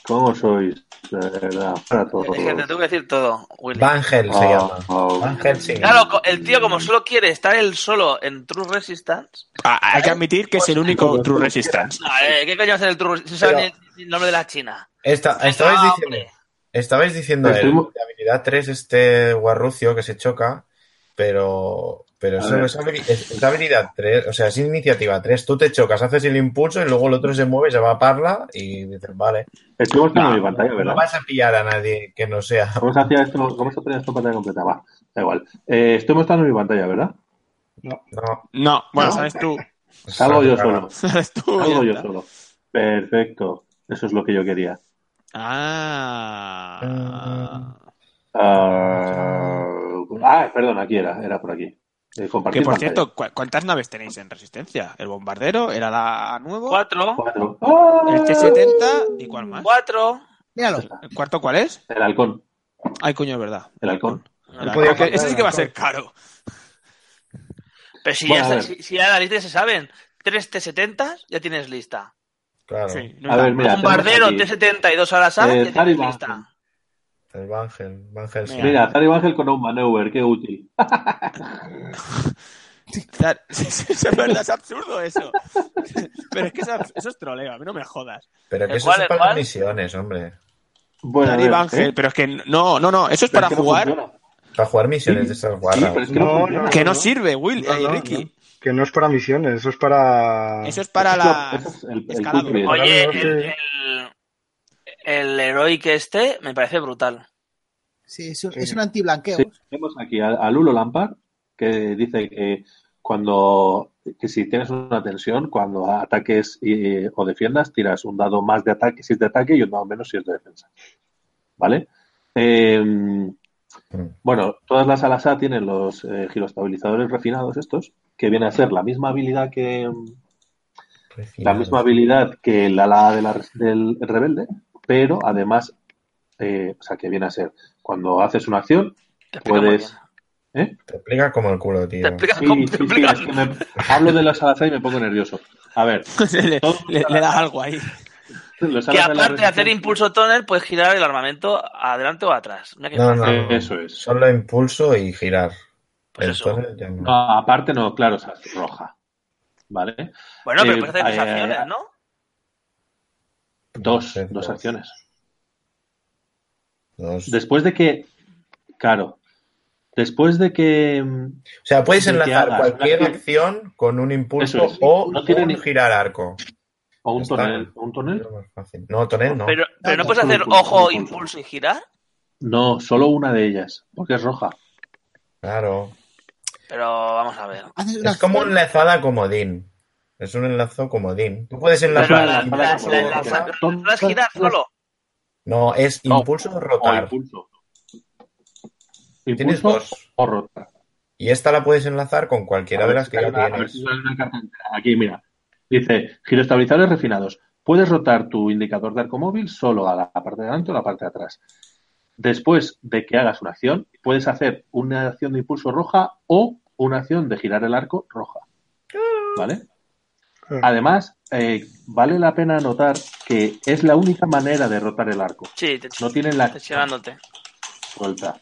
Speaker 1: ¿Cómo sois? De verdad, para todos.
Speaker 4: Es que te tengo que decir todo, Willy.
Speaker 6: Vangel se
Speaker 1: Ah,
Speaker 4: Oh.
Speaker 6: llama.
Speaker 1: ah.
Speaker 6: Vangel sí.
Speaker 4: Claro, co- el tío, como solo quiere estar él solo en True Resistance.
Speaker 2: Ah, hay
Speaker 1: Eh,
Speaker 2: que admitir
Speaker 1: pues,
Speaker 2: que es el único True Resistance.
Speaker 4: No, eh, ¿Qué coño hacer el True Resistance? No sabe
Speaker 6: Pero-
Speaker 4: ni el- ni el nombre de la China.
Speaker 6: Esta- estabais
Speaker 4: Ah,
Speaker 6: diciendo,
Speaker 4: hombre.
Speaker 6: estabais diciendo
Speaker 1: Estoy
Speaker 6: el
Speaker 1: mu-
Speaker 6: de habilidad 3, este guarrucio que se choca, pero, pero
Speaker 1: A
Speaker 6: eso
Speaker 1: ver.
Speaker 6: es, habili- es- es habilidad 3, o sea, es iniciativa 3. Tú te chocas, haces el impulso y luego el otro se mueve, se va a parla y dices, vale.
Speaker 1: Estoy mostrando
Speaker 6: No,
Speaker 1: mi pantalla, ¿verdad?
Speaker 6: Ah, No vas a pillar a nadie que no sea. (laughs)
Speaker 1: ¿Cómo se hacía esto? ¿Cómo se hacía esto en pantalla completa? Va, da igual. Eh, estoy mostrando mi pantalla, ¿verdad?
Speaker 6: No,
Speaker 2: No, bueno,
Speaker 1: No.
Speaker 2: sabes tú. (laughs)
Speaker 1: Salgo yo solo.
Speaker 2: Sabes tú.
Speaker 1: Salgo
Speaker 2: ya
Speaker 1: yo
Speaker 2: está.
Speaker 1: solo. Perfecto. Eso es lo que yo quería.
Speaker 2: Ah.
Speaker 1: Ah, ah, perdón, aquí era, era por aquí. Eh, compartir
Speaker 2: Que por
Speaker 1: pantalla.
Speaker 2: cierto, ¿cu- ¿cuántas naves tenéis en Resistencia? El bombardero, el ala nuevo,
Speaker 4: Cuatro.
Speaker 1: Cuatro. ¡Ah!
Speaker 2: el T-70 y cuál más.
Speaker 4: Cuatro.
Speaker 5: Míralo.
Speaker 2: ¿El cuarto cuál es?
Speaker 1: El halcón.
Speaker 2: Ay, coño, es verdad.
Speaker 1: El halcón.
Speaker 2: El
Speaker 3: No
Speaker 2: halcón,
Speaker 3: podía
Speaker 2: que-
Speaker 3: faltar
Speaker 2: ese sí
Speaker 3: el
Speaker 2: que va a
Speaker 3: halcón.
Speaker 2: ser caro.
Speaker 4: Pero si,
Speaker 1: Bueno,
Speaker 4: ya,
Speaker 1: a
Speaker 4: está-
Speaker 1: ver.
Speaker 4: si, si ya la lista ya se saben, tres T70 ya tienes lista.
Speaker 6: Claro,
Speaker 2: Sí, no
Speaker 1: A
Speaker 2: está
Speaker 1: ver,
Speaker 2: mal. (laughs)
Speaker 1: mira,
Speaker 4: Bombardero
Speaker 1: tenemos aquí-
Speaker 4: T70 y dos alas A
Speaker 1: Eh,
Speaker 4: ya tienes
Speaker 1: Taliban.
Speaker 4: lista.
Speaker 6: el Vangel. Vangel sí.
Speaker 2: Mira.
Speaker 1: Mira, Zari Ángel con un maneuver, qué útil.
Speaker 2: Claro, (laughs) sí, sí, sí, es verdad, es absurdo eso. (laughs) Pero es que es abs- eso es troleo, a mí no me jodas.
Speaker 6: Pero
Speaker 4: ¿El
Speaker 6: que eso
Speaker 4: cuál,
Speaker 6: es
Speaker 4: el
Speaker 6: para
Speaker 4: cuál?
Speaker 6: misiones, hombre.
Speaker 1: Bueno, a
Speaker 2: Dani
Speaker 1: ver,
Speaker 2: Ángel,
Speaker 1: ¿eh?
Speaker 2: pero es que no, no, no, eso es
Speaker 1: Pero
Speaker 2: para
Speaker 1: que no
Speaker 2: jugar
Speaker 1: funciona.
Speaker 6: Para jugar misiones
Speaker 1: Sí,
Speaker 6: de esas
Speaker 1: Sí,
Speaker 6: guarras.
Speaker 1: pero es que no,
Speaker 3: No,
Speaker 1: funciona.
Speaker 3: no,
Speaker 2: que no
Speaker 3: no.
Speaker 2: sirve, Will
Speaker 3: No,
Speaker 2: eh,
Speaker 3: no,
Speaker 2: Ricky.
Speaker 3: no. Que no es para misiones, eso es para.
Speaker 2: Eso es para
Speaker 1: Eso es
Speaker 2: la
Speaker 1: lo- eso es el- el
Speaker 2: escalado.
Speaker 1: puzzle.
Speaker 3: Ahora
Speaker 4: Oye,
Speaker 3: mismo
Speaker 4: el,
Speaker 3: sí.
Speaker 4: el, el heroic este me parece brutal.
Speaker 5: Sí, es un,
Speaker 3: Sí.
Speaker 5: es un antiblanqueo.
Speaker 1: Sí, tenemos aquí a, a Lulo Lampard, que dice que cuando que si tienes una tensión, cuando ataques eh, o defiendas, tiras un dado más de ataque si es de ataque y un dado menos si es de defensa. ¿Vale? Eh, bueno, todas las alas A tienen los eh, girostabilizadores refinados estos, que viene a ser la misma habilidad que
Speaker 6: Mm,
Speaker 1: la misma habilidad que el ala A de la- del rebelde, pero además, eh, o sea, que viene a ser cuando haces una acción,
Speaker 4: Te explico muy
Speaker 1: puedes. ¿Eh?
Speaker 6: Te explica como el culo, tío.
Speaker 4: bien. Te (laughs) explicas
Speaker 1: Sí,
Speaker 4: cómo-
Speaker 1: sí,
Speaker 4: te
Speaker 1: sí,
Speaker 4: explicas-
Speaker 1: es que me- hablo de las alas A y me pongo nervioso. A ver,
Speaker 2: (laughs) le, le- le das algo ahí.
Speaker 1: los
Speaker 4: que
Speaker 1: alas A la
Speaker 4: aparte de hacer
Speaker 1: resistencia-
Speaker 4: impulso tonel, puedes girar el armamento adelante o atrás. Mira que-
Speaker 6: No, no,
Speaker 1: Eh,
Speaker 6: no.
Speaker 1: eso es.
Speaker 6: Solo impulso y girar.
Speaker 4: Pues eso.
Speaker 6: Entonces ya no.
Speaker 1: No, aparte no, claro, o sea, es roja. ¿Vale?
Speaker 4: Bueno, pero
Speaker 1: Eh,
Speaker 4: puedes hacer dos
Speaker 1: eh,
Speaker 4: acciones,
Speaker 1: eh,
Speaker 4: ¿no?
Speaker 1: Dos,
Speaker 6: Entonces,
Speaker 1: dos acciones.
Speaker 6: dos.
Speaker 1: Después de que, claro, después de que mm,
Speaker 6: O sea, puedes
Speaker 1: de que
Speaker 6: enlazar
Speaker 1: hagas
Speaker 6: cualquier
Speaker 1: una acción-
Speaker 6: acción con un impulso
Speaker 1: Eso es.
Speaker 6: o
Speaker 1: No tiene
Speaker 6: un
Speaker 1: ni-
Speaker 6: girar arco.
Speaker 1: o un
Speaker 6: Está.
Speaker 1: tonel, o un tonel,
Speaker 6: Es más fácil. No, tonel no.
Speaker 4: Pero, pero no
Speaker 5: no,
Speaker 4: puedes
Speaker 1: solo
Speaker 4: hacer
Speaker 1: impulso,
Speaker 4: ojo,
Speaker 1: solo impulso.
Speaker 4: impulso y girar.
Speaker 1: no, solo una de ellas, porque es roja.
Speaker 6: Claro.
Speaker 4: Pero vamos a ver.
Speaker 5: Haces una
Speaker 6: Es como
Speaker 5: acción-
Speaker 6: una enlazada comodín. Es un enlazo comodín. Tú puedes
Speaker 1: Es una
Speaker 6: enlazar.
Speaker 4: la-
Speaker 1: lanzada
Speaker 4: la-
Speaker 1: como
Speaker 4: la-
Speaker 1: de-
Speaker 4: la-
Speaker 1: que
Speaker 4: la-
Speaker 1: todo-
Speaker 4: No es girar solo.
Speaker 6: No, es
Speaker 1: No.
Speaker 6: impulso o
Speaker 1: o
Speaker 6: rotar.
Speaker 1: impulso.
Speaker 6: Tienes
Speaker 1: Impulso
Speaker 6: dos.
Speaker 1: o rotar.
Speaker 6: Y esta la puedes enlazar con cualquiera
Speaker 1: A
Speaker 6: de
Speaker 1: ver
Speaker 6: las
Speaker 1: si
Speaker 6: que ya
Speaker 1: sale una- a ver
Speaker 6: tienes.
Speaker 1: si sale una carta entera. Aquí, mira. Dice, giroestabilizadores refinados. Puedes rotar tu indicador de arco móvil solo a la parte de delante o la parte de atrás. Después de que hagas una acción, puedes hacer una acción de impulso roja o una acción de girar el arco roja. ¿Vale?
Speaker 6: Ah.
Speaker 1: Además, eh, vale la pena notar que es la única manera de rotar el arco.
Speaker 4: Sí, te-
Speaker 1: No tienen la acción
Speaker 4: tensionándote.
Speaker 1: suelta.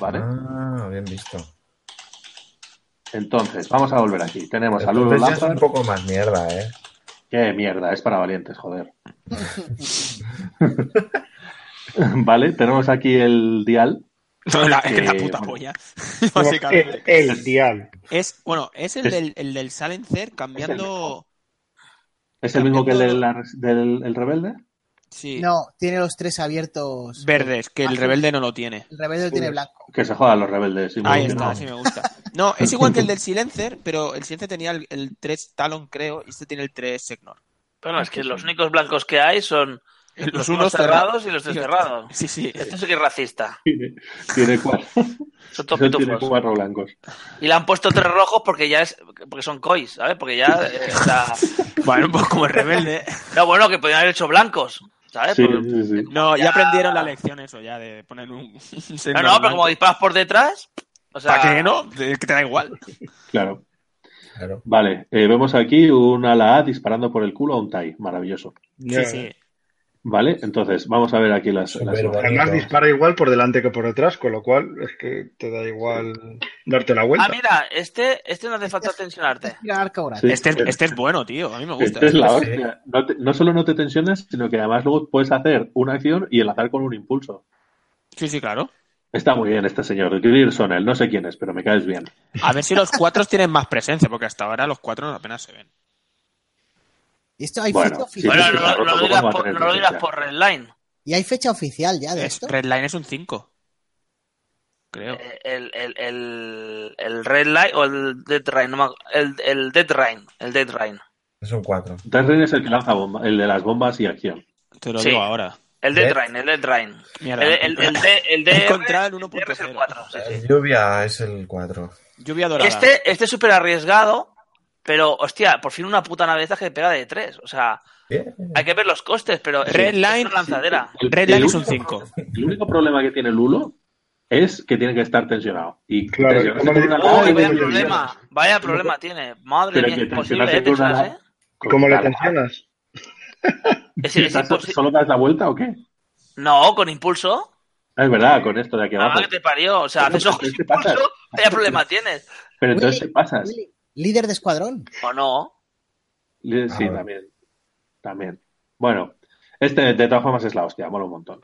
Speaker 1: ¿Vale?
Speaker 6: Ah, bien visto.
Speaker 1: Entonces, vamos a volver aquí. Tenemos a Lulu
Speaker 6: Entonces ya es
Speaker 1: Lampard.
Speaker 6: un poco más mierda, ¿eh?
Speaker 1: Qué mierda, es para valientes, joder. (laughs) vale, tenemos aquí el dial.
Speaker 2: La- es que es la
Speaker 1: Eh,
Speaker 2: puta
Speaker 1: bueno.
Speaker 2: polla.
Speaker 3: Como
Speaker 2: Básicamente.
Speaker 3: el, el dial.
Speaker 2: Es, bueno, es el
Speaker 1: Es-
Speaker 2: del, el del Silencer cambiando.
Speaker 1: ¿Es el mismo que el de la- del el rebelde?
Speaker 2: Sí.
Speaker 5: No, tiene los tres abiertos.
Speaker 2: Verdes, que el
Speaker 5: Azul.
Speaker 2: rebelde no lo tiene.
Speaker 5: El rebelde lo tiene blanco.
Speaker 1: Que se jodan los rebeldes. sí, muy
Speaker 2: Ahí
Speaker 1: bien,
Speaker 2: está,
Speaker 1: ¿no?
Speaker 2: así me gusta. No, es igual que el del Silencer, pero el Silencer tenía el, 3 Talon, creo, y este tiene el 3 Segnor.
Speaker 4: Pero no, es que los únicos blancos que hay son
Speaker 2: Los
Speaker 4: unos
Speaker 2: unos
Speaker 4: cerrados y los
Speaker 2: y los-
Speaker 4: descerrados.
Speaker 2: Sí, sí.
Speaker 4: Esto sí que es racista.
Speaker 1: Tiene, tiene
Speaker 2: (laughs)
Speaker 1: cuatro,
Speaker 4: Son todos
Speaker 1: tiene
Speaker 4: pitufos.
Speaker 1: cuatro blancos.
Speaker 4: Y le han puesto tres rojos porque ya es porque son cois, ¿sabes? Porque ya eh, está...
Speaker 2: Bueno, pues como el rebelde.
Speaker 4: No, bueno, que podían haber hecho blancos,
Speaker 2: Eh,
Speaker 4: ¿sabes?
Speaker 1: Sí,
Speaker 2: pues,
Speaker 4: Por-
Speaker 1: sí, sí.
Speaker 2: (laughs) No, ya
Speaker 4: Ya.
Speaker 2: aprendieron la lección eso, ya, de poner un. (laughs) un
Speaker 4: No,
Speaker 2: Segnor
Speaker 4: no, pero
Speaker 2: blanco.
Speaker 4: como disparas por detrás... O sea,
Speaker 2: ¿Para qué no? Te- Que te da igual.
Speaker 1: Claro.
Speaker 6: Claro.
Speaker 1: Vale, eh, vemos aquí un ala A disparando por el culo a un Tai. Maravilloso.
Speaker 2: Sí, sí.
Speaker 1: Vale, entonces vamos a ver aquí las. las
Speaker 6: Súper
Speaker 1: imágenes.
Speaker 6: bonito.
Speaker 3: Además dispara igual por delante que por detrás, con lo cual es que te da igual darte la
Speaker 4: Ah,
Speaker 3: vuelta.
Speaker 4: mira, este, este no hace falta tensionarte.
Speaker 5: Mira, arca oral.
Speaker 1: Sí.
Speaker 2: Este, es- este es bueno, tío. A mí me gusta.
Speaker 1: Esta es la
Speaker 6: Sí.
Speaker 1: hostia. No, te- no solo no te tensiones, sino que además luego puedes hacer una acción y enlazar con un impulso.
Speaker 2: Sí, sí, claro.
Speaker 1: Está muy bien este señor. Grierson, él no sé quién es, pero me caes bien.
Speaker 2: A ver si los cuatro tienen más presencia, porque hasta ahora los cuatro apenas se ven.
Speaker 5: Y esto hay
Speaker 1: Bueno,
Speaker 5: fecha
Speaker 1: sí,
Speaker 5: oficial.
Speaker 4: Bueno,
Speaker 1: sí, sí,
Speaker 4: no,
Speaker 1: claro,
Speaker 4: no lo
Speaker 1: tampoco
Speaker 4: digas
Speaker 1: va a
Speaker 4: por,
Speaker 1: tener
Speaker 4: no lo digas
Speaker 1: presencia.
Speaker 4: por Redline.
Speaker 5: Y hay fecha oficial ya ¿Ah, de
Speaker 2: Es-
Speaker 5: esto.
Speaker 2: Redline es un 5. Creo.
Speaker 4: Eh, El, el, el, el Redline o el Dead Rain, no me acu- el, el Dead Rain, el Dead Rain.
Speaker 6: Es un 4.
Speaker 1: Darren es el que lanza bomba, el de las bombas y acción.
Speaker 2: Te lo
Speaker 4: Sí.
Speaker 2: digo ahora.
Speaker 4: El Dead
Speaker 6: Dead-
Speaker 4: Rain, el Dead Rain. El,
Speaker 2: Mierda.
Speaker 4: el, el, D- el DR,
Speaker 2: He encontrado el
Speaker 4: el
Speaker 2: 1.0.
Speaker 4: DR es el 4, sí, sí.
Speaker 6: Lluvia es el 4.
Speaker 2: Lluvia dorada.
Speaker 4: Este, este es súper arriesgado, pero hostia, por fin una puta nave de estas que pega de 3. O sea,
Speaker 6: Bien.
Speaker 4: hay que ver los costes, pero es-
Speaker 2: Redline,
Speaker 4: es una lanzadera.
Speaker 1: El-
Speaker 2: Redline
Speaker 1: el
Speaker 2: es un
Speaker 1: único-
Speaker 2: 5.
Speaker 1: El único problema que tiene Lulo es que tiene que estar tensionado. Y
Speaker 3: Claro,
Speaker 1: tensionarse
Speaker 3: como
Speaker 1: con
Speaker 3: le-
Speaker 1: una
Speaker 3: Ah,
Speaker 1: ala
Speaker 4: Uy,
Speaker 1: es
Speaker 3: no
Speaker 4: vaya
Speaker 3: me
Speaker 1: muy
Speaker 4: problema, vaya problema tiene. Madre
Speaker 1: Pero
Speaker 4: mía,
Speaker 1: que
Speaker 4: es imposible,
Speaker 1: tensionas
Speaker 4: ¿eh?
Speaker 1: en una
Speaker 4: Texas,
Speaker 1: ala.
Speaker 4: ¿eh?
Speaker 3: ¿Cómo le
Speaker 1: Claro.
Speaker 3: tensionas?
Speaker 4: Es, es
Speaker 1: ¿Estás-
Speaker 4: imposible.
Speaker 1: ¿Solo das la vuelta o qué?
Speaker 4: No, con impulso.
Speaker 1: Ah, Es verdad, con esto de aquí
Speaker 4: La
Speaker 1: abajo.
Speaker 4: madre que te parió. O sea,
Speaker 1: Bueno,
Speaker 4: haces (laughs) ojos
Speaker 1: pero es que
Speaker 4: impulso,
Speaker 1: pasas.
Speaker 4: vaya problema tienes.
Speaker 1: Pero entonces te
Speaker 5: Willy,
Speaker 1: pasas.
Speaker 5: Willy, líder de escuadrón.
Speaker 4: O no.
Speaker 1: Le- Sí,
Speaker 6: bueno.
Speaker 1: también. También. Bueno, este de todas formas es la hostia, mola un montón.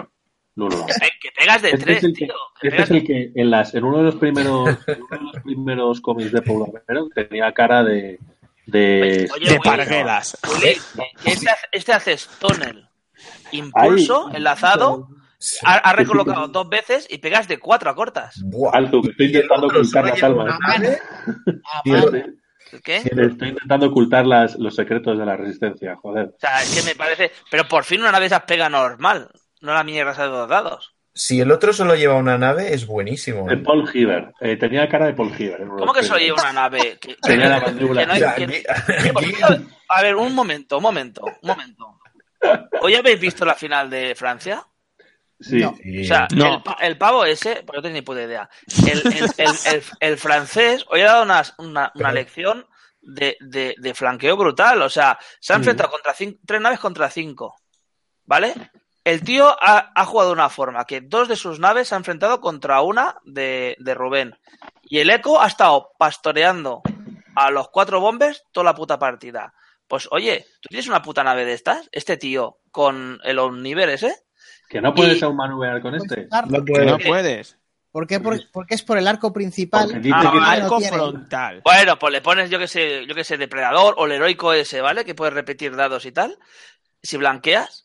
Speaker 1: Lulo. Lampard.
Speaker 4: Pe- Eh, Que pegas de
Speaker 1: Este
Speaker 4: tres,
Speaker 1: es el que,
Speaker 4: tío. Que
Speaker 1: este
Speaker 4: pegas
Speaker 1: es el que en, las, en uno de los primeros, (laughs) en uno de los primeros cómics de Paul Romero tenía cara de. de
Speaker 4: Oye,
Speaker 2: De
Speaker 4: Willy.
Speaker 2: parguelas.
Speaker 4: de- Willy, Este, hace- este haces tonel, impulso,
Speaker 1: Ay,
Speaker 4: enlazado. Ha, ha recolocado
Speaker 1: Sí.
Speaker 4: dos veces y pegas de cuatro a cortas.
Speaker 6: Buah.
Speaker 1: Alto, que estoy
Speaker 6: Y el
Speaker 1: intentando
Speaker 6: otro
Speaker 1: ocultar
Speaker 6: solo
Speaker 1: las
Speaker 6: lleva
Speaker 1: almas.
Speaker 6: una nave.
Speaker 5: A
Speaker 6: Tío,
Speaker 5: mano.
Speaker 1: Este,
Speaker 4: ¿El ¿Qué?
Speaker 1: Estoy intentando ocultar las, los secretos de la resistencia, joder.
Speaker 4: O sea, es que me parece. Pero por fin una nave esas pega normal. No la mierda esa de dos dados.
Speaker 6: Si el otro solo lleva una nave, es buenísimo.
Speaker 1: De
Speaker 6: ¿eh?
Speaker 1: Paul Heaver. Eh, tenía cara de Paul Heaver.
Speaker 4: ¿Cómo que soy una nave? Que-
Speaker 1: Tenía la mandíbula.
Speaker 4: que no hay-
Speaker 6: O sea,
Speaker 4: que-
Speaker 6: (laughs) aquí-
Speaker 4: que por
Speaker 6: aquí-
Speaker 4: cierto, a ver, un momento, un momento, un momento. ¿Hoy habéis visto la final de Francia?
Speaker 1: Sí.
Speaker 5: No.
Speaker 6: Sí.
Speaker 4: O sea,
Speaker 2: No.
Speaker 4: el, pa- el pavo ese, pues no tengo ni puta idea. El, el- el- el- el francés hoy ha dado una, una, una lección de, de- de flanqueo brutal. O sea, se ha enfrentado contra cin- tres naves contra cinco. ¿Vale? El tío ha, ha jugado de una forma que dos de sus naves se han enfrentado contra una de, de Rubén. Y el Eco ha estado pastoreando a los cuatro bombes toda la puta partida. Pues oye, ¿tú tienes una puta nave de estas? Este tío con el ¿eh? Omniver ese.
Speaker 1: Que no puedes
Speaker 4: Y- pues,
Speaker 1: aún manubear con este.
Speaker 3: No
Speaker 2: Que
Speaker 3: puede.
Speaker 2: no puedes.
Speaker 5: Pues, ¿Por qué? Por- porque es por el arco principal.
Speaker 1: Porque dice
Speaker 5: Ah,
Speaker 1: que-
Speaker 5: no
Speaker 2: Arco
Speaker 5: tiene.
Speaker 2: frontal.
Speaker 4: Bueno, pues le pones, yo que sé, yo que sé, depredador o el heroico ese, ¿vale? Que puedes repetir dados y tal. Si blanqueas.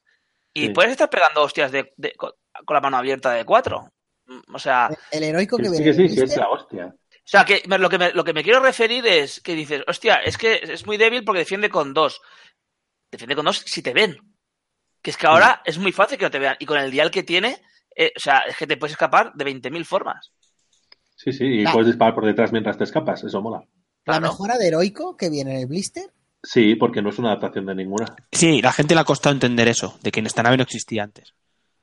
Speaker 4: Y
Speaker 1: Sí.
Speaker 4: puedes estar pegando hostias de, de- con, con la mano abierta de cuatro. Mm, O sea, o
Speaker 5: El heroico que
Speaker 1: Que sí,
Speaker 5: viene.
Speaker 1: que sí,
Speaker 5: del
Speaker 1: sí, es
Speaker 5: Mister,
Speaker 1: la hostia.
Speaker 4: sea que me- lo, que me, lo que me quiero referir es que dices, hostia, es que es muy débil porque defiende con dos. Defiende con dos si te ven. Que es que ahora es muy fácil que no te vean. Y con el dial que tiene, eh, o sea, es que te puedes escapar de 20.000 formas.
Speaker 1: Sí, sí, y
Speaker 5: La-
Speaker 1: puedes disparar por detrás mientras te escapas. Eso mola.
Speaker 5: La
Speaker 4: Claro.
Speaker 5: mejora de heroico que viene en el blister.
Speaker 1: Sí, porque no es una adaptación de ninguna.
Speaker 2: Sí, la gente le ha costado entender eso, de que en esta nave no existía antes.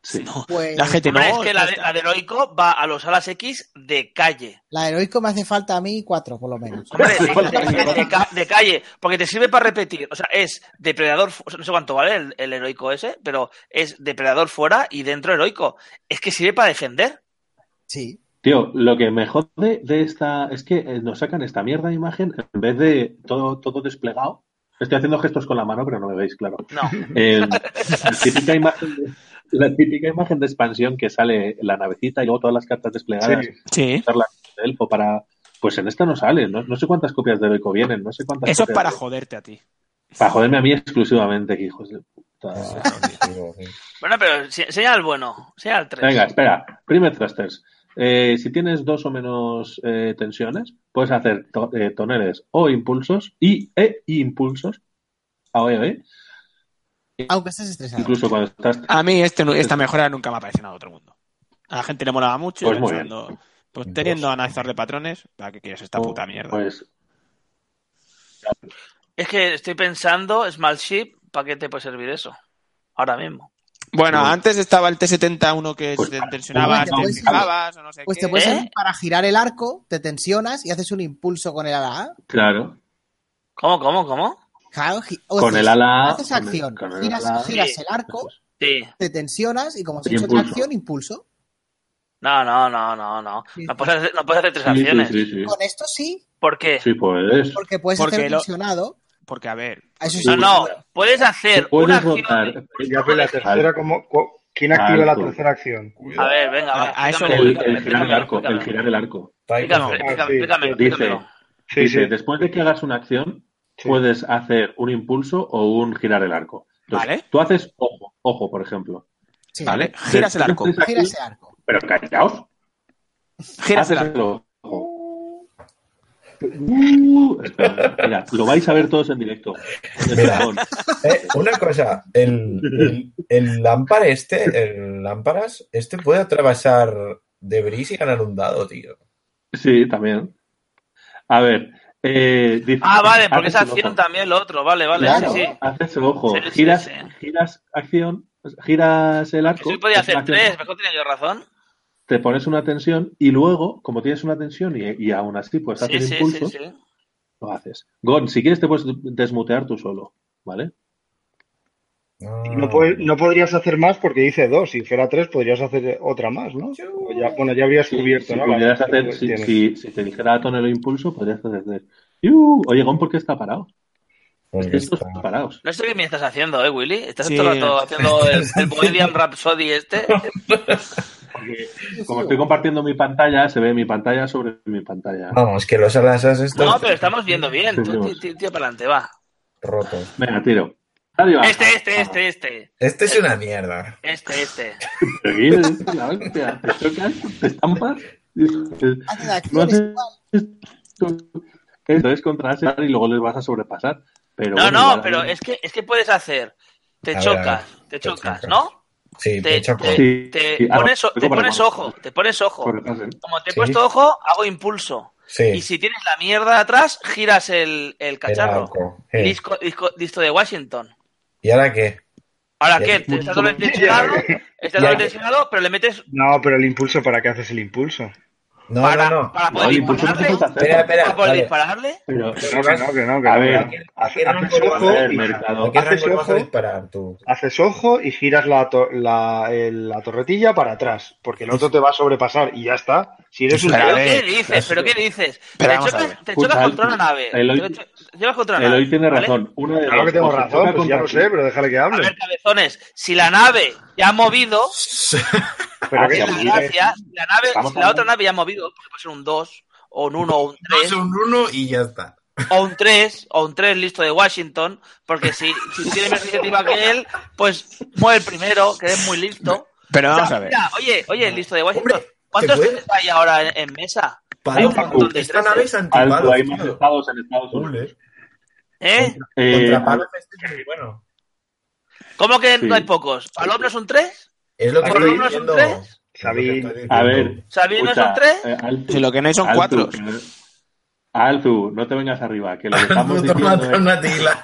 Speaker 1: Sí.
Speaker 2: No,
Speaker 5: Pues
Speaker 2: la gente no.
Speaker 4: Hombre, es que la de, la de heroico va a los alas X de calle.
Speaker 5: La de heroico me hace falta a mí cuatro, por lo menos.
Speaker 2: (laughs)
Speaker 4: Hombre,
Speaker 1: Sí,
Speaker 4: de, de- de ca- de calle, porque te sirve para repetir. O sea, es depredador, fu- o sea, no sé cuánto vale el, el heroico ese, pero es depredador fuera y dentro heroico. Es que sirve para defender.
Speaker 5: Sí.
Speaker 1: Tío, lo que me jode de esta es que eh, nos sacan esta mierda de imagen en vez de todo, todo desplegado. Estoy haciendo gestos con la mano, pero no me veis, claro.
Speaker 4: No,
Speaker 1: (laughs) Eh, la, típica imagen de, la típica imagen de expansión que sale la navecita y luego todas las cartas desplegadas.
Speaker 3: Sí.
Speaker 2: Sí.
Speaker 1: usar la de elfo para. Pues en esta no sale. No, no sé cuántas copias de Heroico vienen. No sé cuántas
Speaker 2: Eso es
Speaker 1: copias
Speaker 2: para
Speaker 1: de-
Speaker 2: joderte a ti.
Speaker 1: para joderme a mí exclusivamente, que hijos de puta.
Speaker 6: Ah,
Speaker 4: bueno, pero se- señala el bueno, señala el 3.
Speaker 1: Venga, espera. Primer thrusters. Eh, si tienes dos o menos eh, tensiones, puedes hacer to- eh, toneles o impulsos y e impulsos. A oe, oe.
Speaker 5: Aunque estés
Speaker 2: Ah.
Speaker 5: estresado.
Speaker 1: Incluso cuando estás.
Speaker 2: A mí este, nu- esta mejora nunca me ha parecido nada de otro mundo. A la gente le molaba mucho. y
Speaker 1: Pues muy
Speaker 2: pensando, pues teniendo analizar de patrones, ¿para qué quieres esta puta mierda?
Speaker 1: Pues
Speaker 4: Es que estoy pensando, Small Ship, ¿para qué te puede servir eso? Ahora mismo.
Speaker 2: bueno,
Speaker 1: pues-
Speaker 2: antes estaba el T71 que
Speaker 1: Pues
Speaker 2: se
Speaker 1: para-
Speaker 2: tensionaba,
Speaker 5: Pues te
Speaker 2: te
Speaker 5: puedes-
Speaker 2: fijabas o no sé
Speaker 5: Pues te
Speaker 2: qué.
Speaker 5: puedes
Speaker 4: ¿Eh?
Speaker 5: servir para girar el arco, te tensionas y haces un impulso con el ala A.
Speaker 1: claro.
Speaker 4: ¿Cómo, cómo, cómo?
Speaker 5: Claro, gi- o
Speaker 1: Con
Speaker 5: haces-
Speaker 1: el ala.
Speaker 5: Pues Haces
Speaker 1: con el-
Speaker 5: acción.
Speaker 1: con el
Speaker 5: giras,
Speaker 1: ala- Pues,
Speaker 5: giras
Speaker 4: Sí.
Speaker 5: el arco,
Speaker 4: Sí.
Speaker 5: te tensionas y como has
Speaker 1: Y
Speaker 5: hecho
Speaker 1: impulso.
Speaker 5: otra acción, impulso.
Speaker 4: No, no, no, no, no.
Speaker 5: Sí.
Speaker 4: No puedes hacer, no puedes hacer tres
Speaker 1: Sí, sí,
Speaker 4: acciones.
Speaker 1: sí, sí.
Speaker 5: Con esto sí,
Speaker 4: ¿Por qué?
Speaker 1: Sí, pues, puedes.
Speaker 5: porque puedes
Speaker 2: Porque
Speaker 5: hacer
Speaker 2: lo-
Speaker 5: tensionado.
Speaker 2: Porque, a ver,
Speaker 5: Eso sí.
Speaker 4: No, no. Puedes hacer una
Speaker 1: Puedes
Speaker 4: acción.
Speaker 1: rotar.
Speaker 3: Ya, pero la tercera, como, co- ¿quién activa la
Speaker 1: Alto.
Speaker 3: tercera acción?
Speaker 4: A ver, venga, va,
Speaker 2: A- a eso
Speaker 4: explícamelo,
Speaker 2: voy.
Speaker 1: El,
Speaker 4: explícamelo,
Speaker 1: el girar el arco. El
Speaker 4: explícamelo.
Speaker 1: girar el arco.
Speaker 4: Explícame,
Speaker 3: Ah,
Speaker 4: explícame,
Speaker 3: sí.
Speaker 4: explícame,
Speaker 1: Dice-
Speaker 4: explícamelo.
Speaker 3: Sí,
Speaker 1: Dice,
Speaker 3: sí.
Speaker 1: después de que hagas una acción,
Speaker 3: Sí.
Speaker 1: puedes hacer un impulso o un girar el arco. Entonces,
Speaker 2: Vale.
Speaker 1: Tú haces ojo, ojo, por ejemplo.
Speaker 5: Sí.
Speaker 2: ¿vale? Giras
Speaker 1: (laughs)
Speaker 2: el arco.
Speaker 1: Después de
Speaker 5: Giras
Speaker 1: hacer-
Speaker 5: el arco.
Speaker 1: Pero callaos.
Speaker 2: Giras
Speaker 1: haces
Speaker 2: el arco.
Speaker 1: el ojo. Uh, espera, mira, lo vais a ver todos en directo.
Speaker 6: Mira. Eh, una cosa, el, el, el lámpara este, el lámparas, este puede atravesar debris y ganar un dado, tío.
Speaker 1: Sí, también. A ver. eh, dice-
Speaker 4: Ah, vale, porque esa
Speaker 1: haces el
Speaker 4: acción
Speaker 1: ojo.
Speaker 4: también lo otro, vale, vale,
Speaker 5: Claro.
Speaker 4: sí, sí.
Speaker 1: Haces el ojo.
Speaker 4: Sí, sí,
Speaker 1: giras,
Speaker 4: sí.
Speaker 1: giras acción, giras el arco.
Speaker 4: Yo podía
Speaker 1: es una
Speaker 4: hacer
Speaker 1: acción
Speaker 4: tres, mejor tenía yo razón.
Speaker 1: te pones una tensión y luego, como tienes una tensión y, y aún así pues, puedes
Speaker 4: Sí,
Speaker 1: hacer
Speaker 4: sí, sí,
Speaker 1: impulsos,
Speaker 4: sí.
Speaker 1: lo haces. Gon, si quieres te puedes desmutear tú solo, ¿vale?
Speaker 3: No, puede- no podrías hacer más porque dice dos. Si fuera tres, podrías hacer otra
Speaker 6: Ah.
Speaker 3: más, ¿no? O ya- bueno, ya habrías cubierto,
Speaker 1: si,
Speaker 3: ¿no? La
Speaker 1: pudieras
Speaker 3: que
Speaker 1: hacer,
Speaker 3: tú
Speaker 1: si,
Speaker 3: tienes.
Speaker 1: si- si te dijera tonel o impulso, podrías hacer... ¡Yu! Oye, Gon, ¿por qué está parado? Es que
Speaker 6: Porque
Speaker 1: estos
Speaker 6: Pues está-
Speaker 1: están parados.
Speaker 4: No sé qué me estás haciendo, ¿eh, Willy? Estás
Speaker 2: Sí.
Speaker 4: todo el rato haciendo el, el Bohemian Rhapsody este.
Speaker 1: Porque como estoy compartiendo mi pantalla, se ve mi pantalla sobre mi pantalla.
Speaker 6: Vamos, que los alasas están
Speaker 4: No, pero estamos viendo bien. Tú,
Speaker 1: Sí, sí.
Speaker 4: tío, para adelante, va.
Speaker 6: rotos.
Speaker 1: Venga, tiro. Dale, va. Ah,
Speaker 4: Este, este, este, este.
Speaker 6: Este es una mierda.
Speaker 4: Este, este.
Speaker 1: Pero aquí es la hostia. Te chocas, te estampas.
Speaker 5: Haces acciones
Speaker 1: No haces-
Speaker 5: igual.
Speaker 1: Entonces contra Arsenal y luego les vas a sobrepasar. Pero
Speaker 4: No,
Speaker 1: bueno,
Speaker 4: no,
Speaker 1: igual-
Speaker 4: pero es que, es que puedes hacer. Te
Speaker 6: A ver, a
Speaker 4: chocas,
Speaker 6: ver.
Speaker 4: te
Speaker 6: Te
Speaker 4: chocas,
Speaker 6: chocas.
Speaker 4: ¿no?
Speaker 6: Sí, pues,
Speaker 4: Te,
Speaker 6: pecho con-
Speaker 4: te-
Speaker 1: Sí,
Speaker 4: te
Speaker 1: sí, ahora
Speaker 4: pones, o-
Speaker 1: voy
Speaker 4: te
Speaker 1: con
Speaker 4: pones
Speaker 1: Barcelona.
Speaker 4: ojo, te pones ojo.
Speaker 1: sobrepasan.
Speaker 4: Como te he
Speaker 6: Sí.
Speaker 4: puesto ojo, hago impulso.
Speaker 6: Sí,
Speaker 4: Y si tienes la mierda atrás, giras el, el
Speaker 6: era
Speaker 4: cacharro.
Speaker 6: algo. Eh,
Speaker 4: Disco, disco- listo de Washington.
Speaker 6: ¿Y ahora qué?
Speaker 4: Ahora
Speaker 6: Ya
Speaker 4: qué,
Speaker 6: te-
Speaker 4: Te estás doble tensionado, estás
Speaker 6: Ya
Speaker 4: doble
Speaker 6: te-
Speaker 4: tensionado, pero le metes
Speaker 3: No, pero el impulso, ¿para qué haces el impulso?
Speaker 6: No,
Speaker 4: para,
Speaker 6: no, no.
Speaker 4: para
Speaker 1: No, el
Speaker 4: poder
Speaker 2: pues,
Speaker 1: impulso no hace
Speaker 4: dispararle.
Speaker 1: falta
Speaker 6: Espera,
Speaker 1: hacerlo.
Speaker 6: espera.
Speaker 4: para poder
Speaker 6: vale.
Speaker 4: dispararle.
Speaker 1: Pero,
Speaker 3: Que no, que no, que no. que
Speaker 1: A
Speaker 3: no.
Speaker 1: ver,
Speaker 6: ¿A qué- a qué rango
Speaker 3: haces
Speaker 6: lo vas a
Speaker 3: ojo
Speaker 1: joder,
Speaker 6: hacer?
Speaker 3: y
Speaker 1: mercado.
Speaker 6: ¿A qué
Speaker 3: Haces
Speaker 6: rango lo vas a
Speaker 3: ojo.
Speaker 6: disparar tú?
Speaker 3: Haces ojo y giras la, to- la, el- la torretilla para atrás, porque el otro te va a sobrepasar y ya está. Si eres un
Speaker 2: Espera,
Speaker 4: ¿Pero
Speaker 2: a
Speaker 4: qué
Speaker 2: ver,
Speaker 4: dices? ¿Pero qué dices?
Speaker 2: Pero
Speaker 4: Te
Speaker 2: vamos a
Speaker 4: chocas,
Speaker 2: ver.
Speaker 4: te
Speaker 1: Escucha,
Speaker 4: chocas contra una nave.
Speaker 1: Eloy-
Speaker 4: Te cho- te chocas contra una nave.
Speaker 1: Eloy tiene
Speaker 4: ¿vale?
Speaker 1: razón. Una de
Speaker 3: Claro que
Speaker 1: dos,
Speaker 3: tengo
Speaker 1: o se
Speaker 3: razón,
Speaker 1: choca
Speaker 3: pues ya
Speaker 1: contra
Speaker 3: lo
Speaker 1: ti.
Speaker 3: sé, pero déjale que
Speaker 4: A
Speaker 3: hable.
Speaker 4: ver, cabezones, si la nave ya ha movido,
Speaker 3: Pero
Speaker 1: Ah,
Speaker 3: que
Speaker 4: es
Speaker 1: sí,
Speaker 4: la
Speaker 1: sí.
Speaker 4: gracia, si la, nave,
Speaker 1: Estamos
Speaker 4: si la otra
Speaker 1: hablando-
Speaker 4: nave ya ha movido, porque puede ser un 2, o un 1, o un
Speaker 6: No
Speaker 4: 3,
Speaker 6: es un 1 y ya está.
Speaker 4: o un 3, o un 3 listo de Washington, porque si, si tú tienes más iniciativa que él, pues mueve el primero, que es muy listo.
Speaker 2: Pero
Speaker 4: O sea,
Speaker 2: vamos a ver.
Speaker 4: mira, oye, oye, listo de Washington,
Speaker 6: Hombre,
Speaker 4: ¿cuántos
Speaker 6: te puede-
Speaker 4: tienes ahí ahora en, en mesa?
Speaker 6: Paco,
Speaker 4: Hay un montón de eh.
Speaker 6: Esta nave es
Speaker 4: treces.
Speaker 1: Alto,
Speaker 3: pues,
Speaker 6: antipalo,
Speaker 1: hay más
Speaker 6: tío.
Speaker 1: estados en Estados Unidos.
Speaker 6: Ole.
Speaker 4: ¿Eh?
Speaker 1: Eh,
Speaker 6: Contra palos este es muy bueno.
Speaker 4: ¿Cómo que
Speaker 1: Sí.
Speaker 4: no hay pocos? ¿Palom no es un 3?
Speaker 6: Es lo que
Speaker 3: Aquí-
Speaker 6: estoy
Speaker 4: ¿Palom no es un
Speaker 6: diciendo.
Speaker 4: 3?
Speaker 6: Es lo que
Speaker 3: Sabin.
Speaker 6: estoy diciendo.
Speaker 1: a ver.
Speaker 4: ¿Sabino no es un
Speaker 1: escucha,
Speaker 4: 3?
Speaker 1: eh, Alzu,
Speaker 2: Si lo que no hay son
Speaker 1: Alzu,
Speaker 2: cuatros.
Speaker 1: que no- Alzu, no te vengas arriba,
Speaker 3: (laughs)
Speaker 1: que lo que estamos
Speaker 6: Puto,
Speaker 1: diciendo
Speaker 6: mata
Speaker 1: es.
Speaker 6: una tila.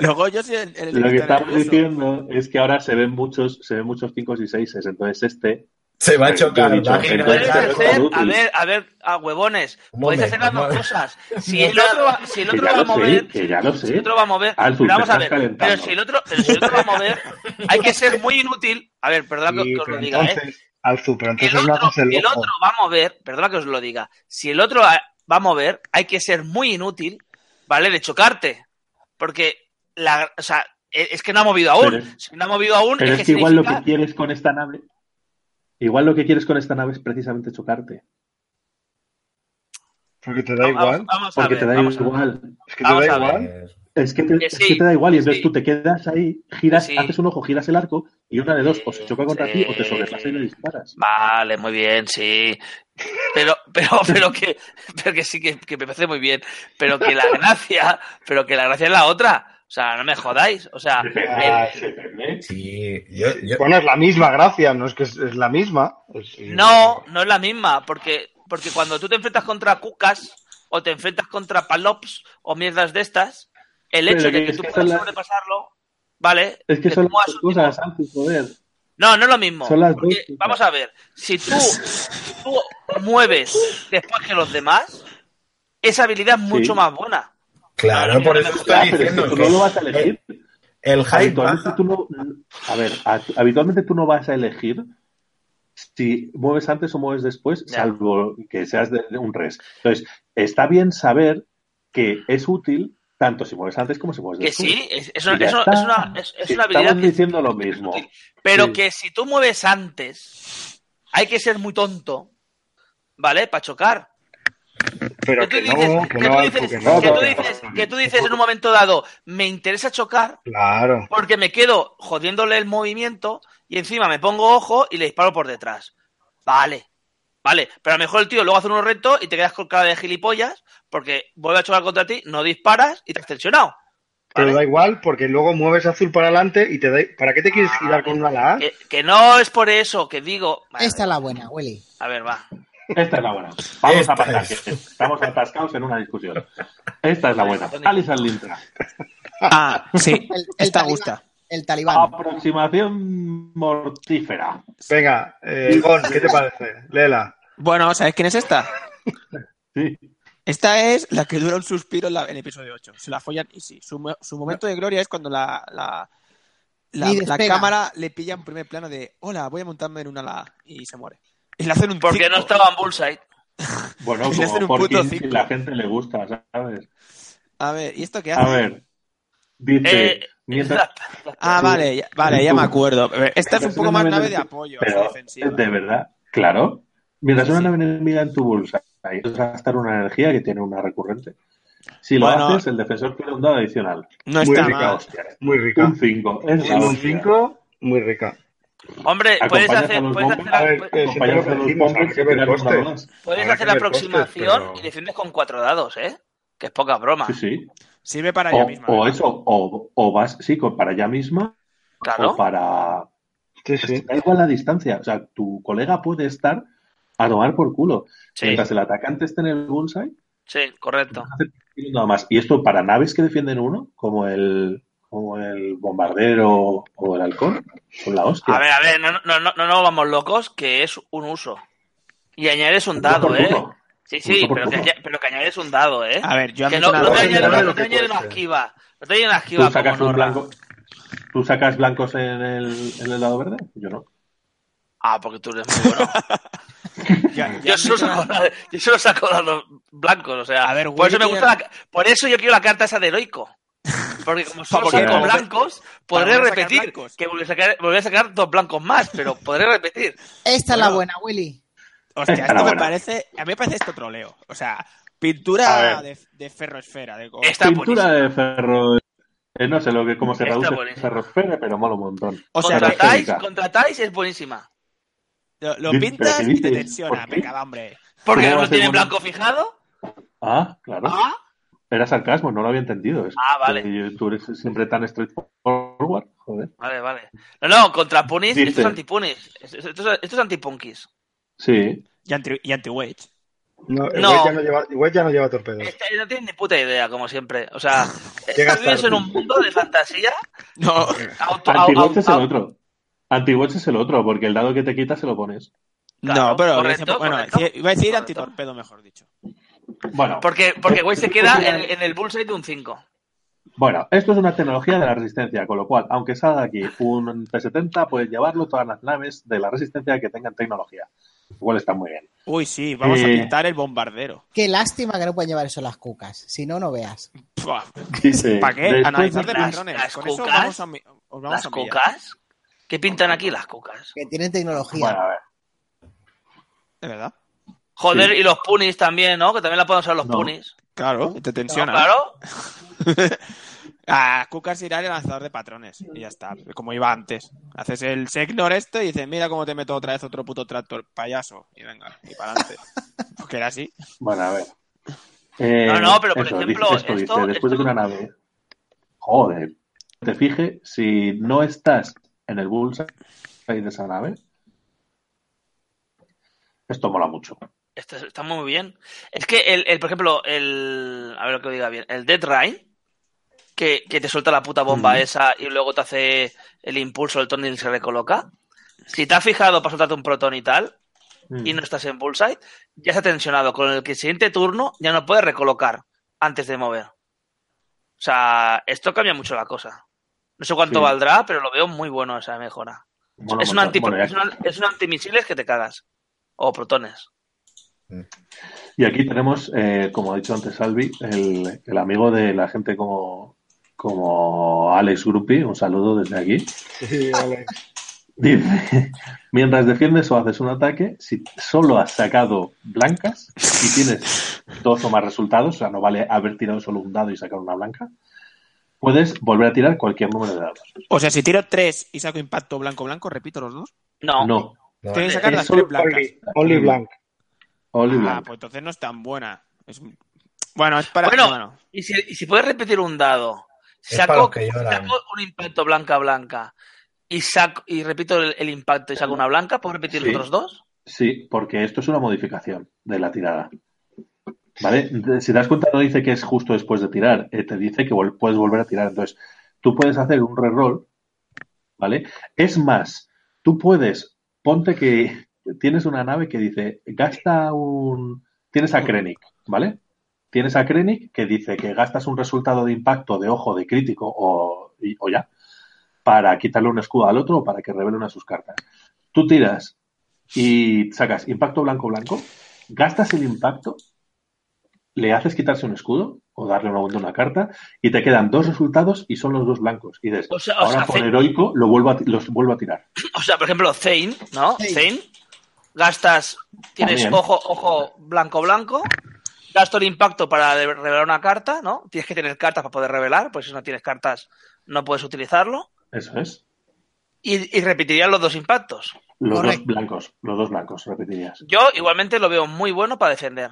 Speaker 2: Luego yo soy el, el
Speaker 1: Lo que
Speaker 2: está
Speaker 1: estamos
Speaker 2: nervioso.
Speaker 1: diciendo es que ahora se ven muchos, se ven muchos 5 y 6, entonces este,
Speaker 6: Se va a
Speaker 1: Pero yo
Speaker 6: chocar,
Speaker 1: he dicho,
Speaker 6: va a girar
Speaker 1: entonces Claro,
Speaker 4: Podéis
Speaker 6: el
Speaker 1: es tan
Speaker 4: hacer,
Speaker 6: arco.
Speaker 1: útil.
Speaker 4: a ver, a ver, a huevones,
Speaker 6: Un
Speaker 4: podéis
Speaker 6: momento,
Speaker 4: hacer las
Speaker 6: un
Speaker 4: dos
Speaker 6: momento.
Speaker 4: cosas. Si
Speaker 6: No
Speaker 4: el
Speaker 6: te-
Speaker 4: otro va, si el
Speaker 1: que
Speaker 4: otro
Speaker 1: ya
Speaker 4: va a
Speaker 1: lo
Speaker 4: mover,
Speaker 1: sé, que ya lo
Speaker 4: si el
Speaker 1: sé.
Speaker 4: otro va a mover,
Speaker 1: Alzu,
Speaker 4: pero
Speaker 1: te
Speaker 4: vamos a
Speaker 1: estás
Speaker 4: ver, pero
Speaker 1: calentando.
Speaker 4: si el otro, pero si el otro va a mover, hay que ser muy inútil. A ver, perdona que,
Speaker 3: Sí,
Speaker 4: que os
Speaker 3: pero
Speaker 4: lo diga, ¿eh?
Speaker 3: entonces, Alzu, pero
Speaker 4: El
Speaker 3: entonces no
Speaker 4: otro,
Speaker 3: haces el
Speaker 4: el
Speaker 3: ojo.
Speaker 4: otro va a mover, perdona que os lo diga, si el otro va va a mover, hay que ser muy inútil, ¿vale? De chocarte. Porque la, o sea, e- es que no ha movido aún.
Speaker 1: Pero-
Speaker 4: si no ha movido aún,
Speaker 1: Pero
Speaker 4: es que
Speaker 1: es que igual lo que
Speaker 4: significa
Speaker 1: quieres con esta nave, igual lo que quieres con esta nave es precisamente chocarte,
Speaker 3: Porque te da
Speaker 4: Vamos,
Speaker 3: igual.
Speaker 4: vamos a
Speaker 1: porque
Speaker 4: ver,
Speaker 1: te da
Speaker 4: vamos a ver.
Speaker 1: igual.
Speaker 3: Es que te
Speaker 4: Vamos
Speaker 3: da
Speaker 4: a ver.
Speaker 3: igual.
Speaker 1: Es que te,
Speaker 4: Que
Speaker 1: es
Speaker 4: sí,
Speaker 1: que te da igual y
Speaker 4: que
Speaker 1: entonces
Speaker 4: sí.
Speaker 1: tú te quedas ahí, giras,
Speaker 4: Sí.
Speaker 1: haces un ojo, giras el arco y una de dos, o se choca contra ti o te
Speaker 4: Sí.
Speaker 1: sobrepasa y le disparas.
Speaker 4: Vale, muy bien, sí. Pero,
Speaker 1: (laughs)
Speaker 4: pero, pero que, pero que sí, que, que me parece muy bien. Pero que la gracia, pero que la gracia es la otra. O sea, no me jodáis. O sea, el-
Speaker 3: Ah, sí.
Speaker 6: Sí, yo, yo-
Speaker 3: Bueno, es la misma gracia, no es que es, es la misma. Es-
Speaker 4: no, no es la misma. Porque, porque cuando tú te enfrentas contra cucas, o te enfrentas contra palops, o mierdas de estas, el
Speaker 1: Pero
Speaker 4: hecho de
Speaker 1: que
Speaker 4: que
Speaker 1: es
Speaker 4: tú
Speaker 1: que
Speaker 4: puedas
Speaker 1: son las-
Speaker 4: sobrepasarlo, ¿vale?
Speaker 1: Es que
Speaker 4: tú
Speaker 1: son las
Speaker 4: muevas
Speaker 1: dos
Speaker 4: un
Speaker 1: cosas, Alzu, joder.
Speaker 4: No, no es lo mismo.
Speaker 1: Son las
Speaker 4: porque,
Speaker 1: dos cosas.
Speaker 4: vamos a ver, si tú, tú mueves después que los demás, esa habilidad es
Speaker 1: Sí.
Speaker 4: mucho más buena.
Speaker 6: claro, por eso estoy
Speaker 1: Ya, pero es
Speaker 6: diciendo
Speaker 1: que tú
Speaker 6: que eh,
Speaker 1: no lo vas a elegir.
Speaker 6: el hype
Speaker 1: Habitualmente
Speaker 6: baja.
Speaker 1: tú no. A ver, a- habitualmente tú no vas a elegir si mueves antes o mueves después,
Speaker 4: Ya.
Speaker 1: salvo que seas de, de un res. Entonces, está bien saber que es útil tanto si mueves antes como si mueves
Speaker 4: Que
Speaker 1: después.
Speaker 4: sí, es, es una,
Speaker 1: Y ya
Speaker 4: es una-
Speaker 1: está.
Speaker 4: es una- es- es
Speaker 1: Si
Speaker 4: una habilidad
Speaker 1: Estamos
Speaker 4: que,
Speaker 1: diciendo lo mismo.
Speaker 4: pero
Speaker 1: sí.
Speaker 4: que si tú mueves antes, hay que ser muy tonto, ¿vale? Para chocar.
Speaker 3: Pero
Speaker 4: tú
Speaker 3: que
Speaker 4: dices,
Speaker 3: no, que
Speaker 4: que
Speaker 3: no,
Speaker 4: tú
Speaker 3: Alzu,
Speaker 4: dices-
Speaker 3: que no.
Speaker 4: que tú
Speaker 1: que
Speaker 4: dices- que tú dices en un momento dado, me interesa chocar,
Speaker 3: Claro.
Speaker 4: Porque me quedo jodiéndole el movimiento y encima me pongo ojo y le disparo por detrás. Vale, vale. Pero a lo mejor el tío luego hace unos retos y te quedas con cara de gilipollas porque vuelve a chocar contra ti, no disparas y te has tensionado.
Speaker 3: Pero
Speaker 4: Vale.
Speaker 3: da igual, porque luego mueves azul para adelante y te da. ¿Para qué te quieres girar con una ala? A?
Speaker 4: Ah, Que, que no es por eso que digo. Vale,
Speaker 5: Esta es la buena, Willy.
Speaker 4: A ver, va.
Speaker 1: Esta es la buena. Vamos
Speaker 6: Esta
Speaker 1: a pasar,
Speaker 6: es.
Speaker 1: que estamos atascados en una discusión. Esta es la buena. Alison Lintra.
Speaker 2: Ah, sí.
Speaker 5: El, el
Speaker 2: Esta
Speaker 5: talibán-
Speaker 2: gusta.
Speaker 5: El talibán.
Speaker 1: Ah, Aproximación mortífera.
Speaker 3: Venga, eh, Gon, ¿qué te parece? Léela.
Speaker 2: Bueno, ¿sabes quién es esta?
Speaker 1: Sí.
Speaker 2: Esta es la que dura un suspiro en, la- en el episodio 8. Se la follan y sí. Su, mo- su momento de gloria es cuando la, la, la-
Speaker 5: Ni
Speaker 2: la
Speaker 5: despega.
Speaker 2: cámara le pilla en primer plano de hola, voy a montarme en una ala y se muere. Y le hacen un
Speaker 4: Porque no
Speaker 2: cinco.
Speaker 4: estaba en Bullseye.
Speaker 1: Bueno,
Speaker 2: Quería hacer
Speaker 1: como
Speaker 2: un
Speaker 1: porque
Speaker 2: puto cinco.
Speaker 1: la gente le gusta, ¿sabes?
Speaker 2: A ver, ¿y esto qué hace?
Speaker 1: A ver, dice,
Speaker 4: Eh,
Speaker 1: mientras...
Speaker 2: Ah,
Speaker 1: Sí.
Speaker 2: vale, ya, vale, ya me acuerdo. A ver, Esta es un
Speaker 1: mientras
Speaker 2: poco
Speaker 1: una
Speaker 2: más
Speaker 1: nave
Speaker 2: nave de
Speaker 1: enemiga-
Speaker 2: apoyo, así
Speaker 1: Pero,
Speaker 2: defensiva.
Speaker 1: de verdad, claro. Mientras
Speaker 2: Sí,
Speaker 1: una
Speaker 2: sí.
Speaker 1: nave enemiga en tu bolsa y gastar una energía que tiene una recurrente, si lo
Speaker 2: Bueno.
Speaker 1: haces, el defensor pierde un dado adicional.
Speaker 2: No
Speaker 3: Muy
Speaker 2: está
Speaker 1: Rica
Speaker 2: mal.
Speaker 1: hostia.
Speaker 3: Muy rica.
Speaker 1: Un 5. Es
Speaker 3: En
Speaker 1: la
Speaker 3: un
Speaker 1: hostia.
Speaker 3: 5, muy rica.
Speaker 4: Hombre, puedes
Speaker 1: Acompañas
Speaker 4: hacer,
Speaker 1: a los
Speaker 4: puedes
Speaker 1: bombas.
Speaker 4: hacer
Speaker 3: A ver,
Speaker 4: la-
Speaker 3: que si no
Speaker 1: Acompañas
Speaker 3: lo
Speaker 1: a los
Speaker 3: decimos,
Speaker 1: bombas
Speaker 3: habrá
Speaker 1: y
Speaker 3: que ver
Speaker 1: tirar una
Speaker 3: costes.
Speaker 1: más.
Speaker 4: Puedes
Speaker 6: Habrá
Speaker 4: hacer
Speaker 6: que
Speaker 4: la
Speaker 6: ver costes,
Speaker 4: aproximación
Speaker 6: pero-
Speaker 4: y defiendes con cuatro dados, ¿eh? Que es poca broma.
Speaker 1: Sí, sí.
Speaker 2: Sirve para ella
Speaker 1: O,
Speaker 2: misma.
Speaker 1: o
Speaker 2: ¿verdad?
Speaker 1: eso, o, o vas, sí, con- para allá misma
Speaker 4: Claro.
Speaker 1: o para...
Speaker 3: Sí, sí.
Speaker 1: Da igual la distancia. O sea, tu colega puede estar a tomar por culo.
Speaker 4: Sí,
Speaker 1: Mientras el atacante esté en el bullseye,
Speaker 4: sí, correcto.
Speaker 1: y nada más. Y esto para naves que defienden uno, como el, como el bombardero o el halcón, son la hostia.
Speaker 4: A ver, a ver, no, no, no, no nos vamos locos, que es un uso. Y añades un dado,
Speaker 1: Por
Speaker 4: ¿eh?
Speaker 1: turno.
Speaker 4: Sí,
Speaker 1: Un
Speaker 4: sí,
Speaker 1: uso por
Speaker 4: pero que,
Speaker 1: turno.
Speaker 4: aña- pero que añades un dado, ¿eh?
Speaker 2: A ver, Ah, yo
Speaker 4: que
Speaker 2: admito
Speaker 4: no,
Speaker 2: una
Speaker 4: no te
Speaker 2: cosa.
Speaker 4: añades
Speaker 6: Depende de
Speaker 4: no
Speaker 6: lo
Speaker 4: te
Speaker 6: que
Speaker 4: añades una
Speaker 6: cueste.
Speaker 4: esquiva. No te añades una
Speaker 1: ¿Tú
Speaker 4: esquiva
Speaker 1: sacas,
Speaker 4: como
Speaker 1: un
Speaker 4: Norra.
Speaker 1: blanco, ¿Tú sacas blancos en el, en el lado verde? Yo no.
Speaker 4: Ah, porque tú eres muy
Speaker 2: (laughs)
Speaker 4: bueno.
Speaker 2: Yo- yo
Speaker 4: yo, solo
Speaker 2: admito una-
Speaker 4: saco, la- yo solo saco dados blancos, o sea.
Speaker 2: A ver,
Speaker 4: por eso me
Speaker 2: Willy
Speaker 4: gusta la- Por eso yo quiero la carta esa de heroico. Porque como solo
Speaker 2: Porque
Speaker 4: saco
Speaker 1: como-
Speaker 4: blancos, podré
Speaker 2: volver a sacar
Speaker 4: repetir.
Speaker 2: blancos.
Speaker 4: Que volveré a, sacar, volveré a sacar dos blancos más, pero podré
Speaker 2: (laughs)
Speaker 4: repetir.
Speaker 5: Esta es la
Speaker 2: Bueno.
Speaker 5: buena, Willy.
Speaker 2: Hostia, esto me
Speaker 1: Enhorabuena.
Speaker 2: parece. A mí me parece esto troleo. O sea,
Speaker 3: A
Speaker 2: pintura de, de ferroesfera. De,
Speaker 4: Está
Speaker 1: Pintura
Speaker 4: buenísimo.
Speaker 1: de ferro. eh, no sé lo que cómo se
Speaker 4: Está
Speaker 1: traduce
Speaker 4: buenísimo.
Speaker 1: ferrosfera, pero mola un montón.
Speaker 2: o sea, que
Speaker 4: contratáis,
Speaker 1: Ferroesférica.
Speaker 4: contratáis, es buenísima.
Speaker 2: lo, lo
Speaker 1: Sí, pero
Speaker 2: pintas
Speaker 1: ¿qué
Speaker 2: y te
Speaker 1: dices?
Speaker 2: tensiona.
Speaker 1: ¿Por qué?
Speaker 2: Venga, va, hombre.
Speaker 4: Porque
Speaker 1: ¿Cómo va
Speaker 4: no
Speaker 1: a ser
Speaker 4: tiene
Speaker 1: bueno?
Speaker 4: blanco fijado.
Speaker 1: Ah, claro.
Speaker 4: Ah,
Speaker 1: Era sarcasmo, no lo había entendido. Es
Speaker 4: Ah, vale.
Speaker 1: que yo- Tú eres siempre tan straightforward. Joder.
Speaker 4: Vale, vale. No, no, contra punis,
Speaker 1: Dice-
Speaker 4: esto es antipunis. Esto, esto, esto es antipunkis.
Speaker 1: Sí.
Speaker 2: Y anti- y anti-wage.
Speaker 3: No,
Speaker 4: No.
Speaker 3: Wedge ya no lleva, Wedge ya no lleva torpedos.
Speaker 4: Este, no tienes ni puta idea, como siempre.
Speaker 1: (laughs)
Speaker 4: O sea,
Speaker 3: Llegas
Speaker 4: vives
Speaker 3: tarde.
Speaker 4: en un mundo de fantasía.
Speaker 2: (laughs) no,
Speaker 4: Auto, au-
Speaker 1: Antiwatch
Speaker 4: au-
Speaker 1: es el
Speaker 4: au-
Speaker 1: otro. Antiwatch es el otro, porque el dado que te quitas se lo pones.
Speaker 4: Claro,
Speaker 2: no, pero.
Speaker 4: correcto,
Speaker 2: dice- bueno,
Speaker 4: correcto,
Speaker 2: iba a decir
Speaker 4: correcto.
Speaker 2: antitorpedo, mejor dicho.
Speaker 1: Bueno,
Speaker 4: Porque,
Speaker 1: (laughs)
Speaker 4: porque güey se queda
Speaker 1: Pues
Speaker 4: en, en el bullseye de un 5.
Speaker 1: bueno, esto es una tecnología de la resistencia, con lo cual, aunque salga de aquí un P70, puedes llevarlo todas las naves de la resistencia que tengan tecnología. Igual está muy
Speaker 4: (laughs)
Speaker 1: bien.
Speaker 2: Uy, sí, vamos a
Speaker 1: Eh.
Speaker 2: pintar el bombardero.
Speaker 5: Qué lástima que no pueden llevar eso las cucas. Si no, no veas.
Speaker 2: Pua,
Speaker 1: Dice,
Speaker 2: ¿Para qué?
Speaker 1: después
Speaker 2: Analizar de
Speaker 1: de-
Speaker 4: las-
Speaker 2: patrones.
Speaker 4: las
Speaker 2: Con eso
Speaker 4: cucas,
Speaker 2: vamos a, mi- os vamos
Speaker 4: ¿Las
Speaker 2: a pillar.
Speaker 4: cocas? ¿Qué pintan aquí las cocas?
Speaker 5: Que tienen tecnología.
Speaker 1: Bueno, a ver.
Speaker 2: De verdad.
Speaker 4: Joder,
Speaker 1: Sí.
Speaker 4: y los punis también, ¿no? Que también la pueden usar los
Speaker 1: No.
Speaker 4: punis.
Speaker 2: Claro, te tensiona.
Speaker 4: Claro.
Speaker 2: A Cucas irá el lanzador de patrones. Y ya está. Como iba antes. Haces el Segnor este y dices, mira cómo te meto otra vez otro puto tractor payaso. Y venga, y para adelante. Porque era así.
Speaker 1: Bueno, a ver. Eh,
Speaker 4: No, no, pero por
Speaker 1: eso,
Speaker 4: ejemplo,
Speaker 1: dice- esto,
Speaker 4: esto-
Speaker 1: dice, después de que
Speaker 4: esto-
Speaker 1: una nave. Joder. Te fije, si no estás en el bullseye de esa nave, esto mola mucho.
Speaker 4: Está, está muy bien. Es que, el, el, por ejemplo, el. A ver lo que diga bien. El Dead Rain, que, que te suelta la puta bomba
Speaker 1: Ujú.
Speaker 4: esa y luego te hace el impulso, el tornil y se recoloca. Si te has fijado para soltarte un protón y tal,
Speaker 1: Mm.
Speaker 4: y no estás en bullseye, ya se ha tensionado. Con el que siguiente turno ya no puedes recolocar antes de mover. O sea, esto cambia mucho la cosa. No sé cuánto
Speaker 1: Sí.
Speaker 4: valdrá, pero lo veo muy bueno esa mejora.
Speaker 1: Mm, Mola
Speaker 4: es,
Speaker 1: un
Speaker 4: un anti,
Speaker 1: montón. Bueno, y
Speaker 4: es, una- es un antimisiles que te cagas. O protones.
Speaker 1: Y aquí tenemos, eh, como ha dicho antes Albi, el, el amigo de la gente como, como Alex Gruppi, un saludo desde aquí.
Speaker 4: Eh,
Speaker 3: Sí,
Speaker 4: (laughs)
Speaker 3: vale.
Speaker 1: Dice, (laughs) mientras defiendes o haces un ataque, si solo has sacado blancas y tienes dos o más resultados, o sea, no vale haber tirado solo un dado y sacar una blanca, puedes volver a tirar cualquier número de dados.
Speaker 2: O sea, si tiro tres y saco impacto blanco-blanco, repito los dos.
Speaker 4: No.
Speaker 1: No,
Speaker 6: No,
Speaker 2: Tienes que sacar
Speaker 1: Es
Speaker 2: las
Speaker 1: solo
Speaker 2: tres blancas.
Speaker 3: Only, only blank.
Speaker 1: only
Speaker 2: Ah,
Speaker 1: blank.
Speaker 2: pues entonces no es tan buena. Es- Bueno, es para.
Speaker 4: Bueno.
Speaker 2: bueno.
Speaker 4: Y si, y si puedes repetir un dado,
Speaker 6: Es para los
Speaker 4: saco,
Speaker 6: que lloran.
Speaker 4: saco un impacto blanca blanca y saco y repito el, el impacto y saco una blanca, ¿puedo repetir los
Speaker 1: Sí.
Speaker 4: otros dos?
Speaker 1: Sí, porque esto es una modificación de la tirada. ¿Vale? De- Si te das cuenta, no dice que es justo después de tirar, eh, te dice que vol- puedes volver a tirar. Entonces, tú puedes hacer un reroll, ¿vale? Es más, tú puedes, ponte que tienes una nave que dice, gasta un. Tienes a Krennic, ¿vale? Tienes a Krennic que dice que gastas un resultado de impacto de ojo de crítico o, y- o ya, para quitarle un escudo al otro o para que revele una de sus cartas. Tú tiras y sacas impacto blanco blanco, gastas el impacto, le haces quitarse un escudo o darle una vuelta a una carta y te quedan dos resultados y son los dos blancos. Y dices,
Speaker 4: O sea, o
Speaker 1: ahora
Speaker 4: sea,
Speaker 1: por
Speaker 4: Zane-
Speaker 1: heroico lo vuelvo a, ti- los vuelvo a tirar.
Speaker 4: o sea, por ejemplo, Zane, ¿no?
Speaker 5: Sí.
Speaker 4: Zane, gastas, tienes
Speaker 1: También.
Speaker 4: ojo, ojo blanco blanco, gasto el impacto para de- revelar una carta, ¿no? Tienes que tener cartas para poder revelar, pues si no tienes cartas no puedes utilizarlo.
Speaker 1: Eso es.
Speaker 4: Y, y repetirían los dos impactos.
Speaker 1: Los
Speaker 5: Correcto.
Speaker 1: dos blancos, los dos blancos, repetirías.
Speaker 4: Yo igualmente lo veo muy bueno para defender.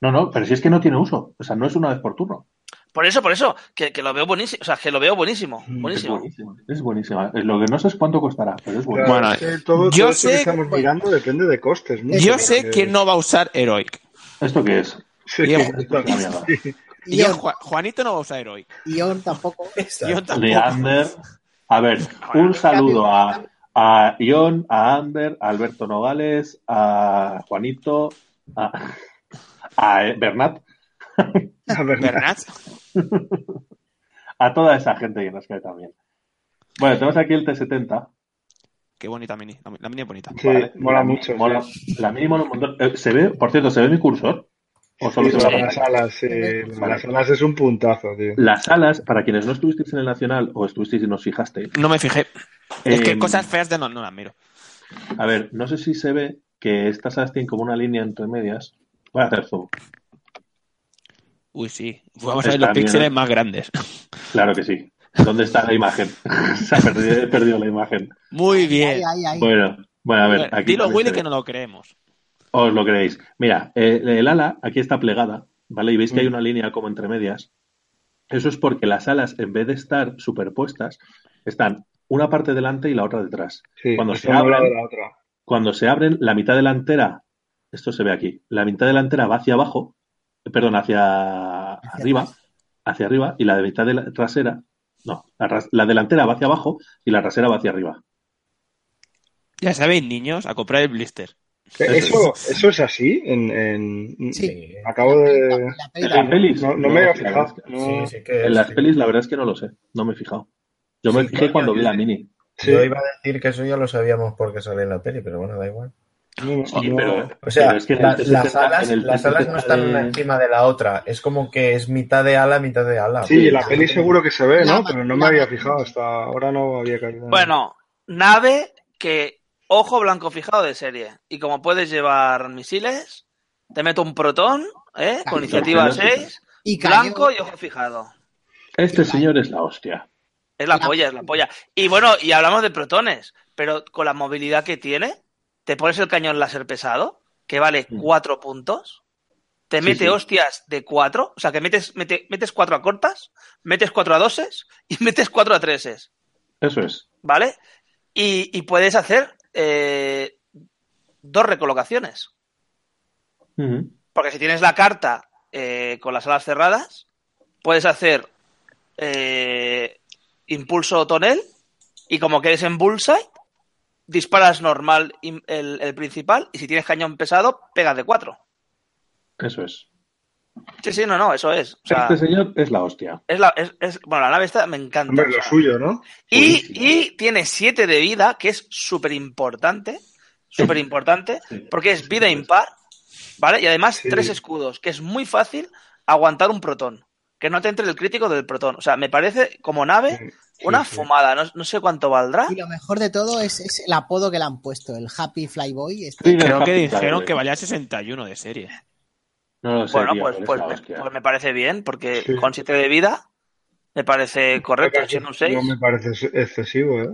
Speaker 1: No, no, pero si es que no tiene uso. O sea, no es una vez por turno.
Speaker 4: Por eso, por eso, que, que lo veo buenísimo. O sea, que lo veo buenísimo.
Speaker 3: Mm,
Speaker 1: Es
Speaker 4: Buenísimo.
Speaker 1: buenísima. Es buenísima. Lo que no sé es cuánto costará, pero es buenísima.
Speaker 3: Claro,
Speaker 2: Bueno,
Speaker 3: es que todo,
Speaker 2: yo
Speaker 3: todo esto que
Speaker 2: sé-
Speaker 3: estamos mirando depende de costes. mucho,
Speaker 2: Yo
Speaker 3: porque-
Speaker 2: sé que no va a usar Heroic.
Speaker 1: ¿Esto qué es?
Speaker 3: Sí,
Speaker 2: Yo-
Speaker 3: esto es una mierda.
Speaker 2: Y el
Speaker 5: Ion,
Speaker 2: Ju- Juanito no va a usar Heroic.
Speaker 5: Ion tampoco.
Speaker 6: Esta.
Speaker 2: Yo tampoco.
Speaker 1: Leander. A ver, un saludo a, a Ion, a Amber, a Alberto Nogales, a Juanito, a, a eh, Bernat,
Speaker 3: A ver,
Speaker 2: Bernat.
Speaker 1: a toda esa gente que nos cae también. Bueno, tenemos aquí el T70.
Speaker 2: Qué bonita mini. La, la mini es bonita.
Speaker 3: Sí, mola mucho,
Speaker 1: Mola, La mini mola un montón. Eh, ¿Se ve, por cierto, ¿se ve mi cursor? ¿O solo
Speaker 3: sí,
Speaker 1: se ve la pantalla?
Speaker 3: las alas, sí, las alas es un puntazo, tío.
Speaker 1: Las alas, para quienes no estuvisteis en el Nacional o estuvisteis y nos fijasteis.
Speaker 2: No me fijé. es que
Speaker 1: em,
Speaker 2: cosas feas de no, no las miro.
Speaker 1: A ver, no sé si se ve que estas alas tienen como una línea entre medias. Voy a hacer zoom.
Speaker 2: Uy, sí. Vamos a ver
Speaker 1: Está
Speaker 2: los
Speaker 1: bien,
Speaker 2: píxeles
Speaker 1: ¿no?
Speaker 2: más grandes. (laughs)
Speaker 1: Claro que sí. ¿Dónde está la imagen? (laughs) se ha perdido, he perdido la imagen.
Speaker 2: Muy
Speaker 5: Ahí,
Speaker 2: bien.
Speaker 5: ahí, ahí.
Speaker 1: Bueno, bueno, a ver. Aquí
Speaker 2: Dilo,
Speaker 1: también
Speaker 2: Willy,
Speaker 1: se ve.
Speaker 2: que no lo creemos.
Speaker 1: Os lo creéis. Mira, eh, el ala aquí está plegada, ¿vale? Y veis que hay una línea como entre medias. Eso es porque las alas, en vez de estar superpuestas, están una parte delante y la otra detrás.
Speaker 3: Sí,
Speaker 1: Cuando
Speaker 3: está
Speaker 1: se
Speaker 3: a un
Speaker 1: abren-
Speaker 3: lado de la otra.
Speaker 1: cuando se abren, la mitad delantera, esto se ve aquí, la mitad delantera va hacia abajo, perdón, hacia, arriba, hacia arriba, y la de mitad de la trasera, no, la, ras- la delantera va hacia abajo y la trasera va hacia arriba.
Speaker 2: Ya sabéis, niños, a comprar el blister.
Speaker 3: Eh, ¿Eso, ¿Eso es así? En, en-
Speaker 5: Sí.
Speaker 6: Sí,
Speaker 3: Acabo de...
Speaker 5: La
Speaker 1: En
Speaker 5: pelota.
Speaker 1: las pelis.
Speaker 3: No, no me
Speaker 1: la
Speaker 3: había
Speaker 1: verdad
Speaker 3: fijado.
Speaker 1: es que-
Speaker 3: no.
Speaker 6: sí, sí que
Speaker 1: En
Speaker 6: es,
Speaker 1: las
Speaker 6: sí.
Speaker 1: pelis, la verdad es que no lo sé, no me he fijado. Yo me
Speaker 6: Sí,
Speaker 1: fijé cuando vi
Speaker 6: coño,
Speaker 1: la
Speaker 6: yo-
Speaker 1: mini.
Speaker 3: Sí.
Speaker 6: Yo iba a decir que eso ya lo sabíamos porque sale en la peli, pero bueno, da igual.
Speaker 3: No, no,
Speaker 1: Sí,
Speaker 3: no.
Speaker 1: pero,
Speaker 6: O sea,
Speaker 1: pero es que en el
Speaker 6: la-
Speaker 1: T70
Speaker 6: las, alas,
Speaker 1: en el
Speaker 6: las alas no
Speaker 1: T70
Speaker 6: están
Speaker 1: de-
Speaker 6: una encima de la otra. Es como que es mitad de ala, mitad de ala.
Speaker 3: Sí, la peli seguro que se ve,
Speaker 5: La
Speaker 3: ¿no?
Speaker 5: ma-
Speaker 3: Pero no
Speaker 5: la
Speaker 3: me había
Speaker 5: ma-
Speaker 3: fijado, hasta ahora no había caído.
Speaker 4: Bueno, nave que ojo blanco fijado de serie. Y como puedes llevar misiles, te meto un protón, ¿eh? Con iniciativa
Speaker 1: Torpedos,
Speaker 4: 6,
Speaker 5: Y cayó.
Speaker 4: blanco y ojo fijado.
Speaker 1: Este señor es la hostia.
Speaker 4: Es la
Speaker 5: La-
Speaker 4: polla, es la polla. Y bueno, y hablamos de protones, pero con la movilidad que tiene, te pones el cañón láser pesado, que vale
Speaker 1: Mm.
Speaker 4: cuatro puntos, te
Speaker 1: Sí,
Speaker 4: mete
Speaker 1: sí.
Speaker 4: hostias de cuatro, o sea que metes, mete- metes cuatro a cortas, metes cuatro a doses (laughs) y metes cuatro a treses,
Speaker 1: Eso es.
Speaker 4: ¿vale? Y, y puedes hacer eh, dos recolocaciones.
Speaker 1: Ujú.
Speaker 4: Porque si tienes la carta eh, con las alas cerradas, puedes hacer eh, impulso tonel y como quedes en bullseye, disparas normal im- el, el principal y si tienes cañón pesado, pegas de cuatro.
Speaker 1: Eso es.
Speaker 4: Sí, sí, no, no, eso es. O sea,
Speaker 1: este señor es la hostia.
Speaker 4: es la, es- es- bueno, la nave esta me encanta.
Speaker 3: Hombre,
Speaker 4: o
Speaker 3: lo
Speaker 4: sea.
Speaker 3: suyo, ¿no?
Speaker 4: y,
Speaker 1: buenísimo.
Speaker 4: y tiene siete de vida, que es súper importante, súper importante,
Speaker 1: Sí.
Speaker 4: porque es vida impar, ¿vale? Y además
Speaker 3: Sí.
Speaker 4: tres escudos, que es muy fácil aguantar un protón. Que no te entre el crítico del protón. O sea, me parece como nave
Speaker 3: Sí,
Speaker 4: una
Speaker 3: sí.
Speaker 4: fumada. No, no sé cuánto valdrá.
Speaker 5: Y lo mejor de todo es, es el apodo que le han puesto, el Happy Flyboy. Este.
Speaker 1: Sí,
Speaker 2: Creo
Speaker 1: deja
Speaker 2: que
Speaker 1: pintar, eh.
Speaker 2: dijeron
Speaker 1: güey.
Speaker 2: que valía 61 de serie.
Speaker 1: No lo sé,
Speaker 4: Bueno,
Speaker 1: tío,
Speaker 4: pues,
Speaker 1: pero
Speaker 4: pues,
Speaker 1: es la
Speaker 4: me,
Speaker 1: hostia.
Speaker 4: pues me parece bien, porque
Speaker 3: Sí.
Speaker 4: con siete de vida me parece correcto.
Speaker 3: Me parece-
Speaker 4: siendo un seis.
Speaker 3: No me parece excesivo, ¿eh?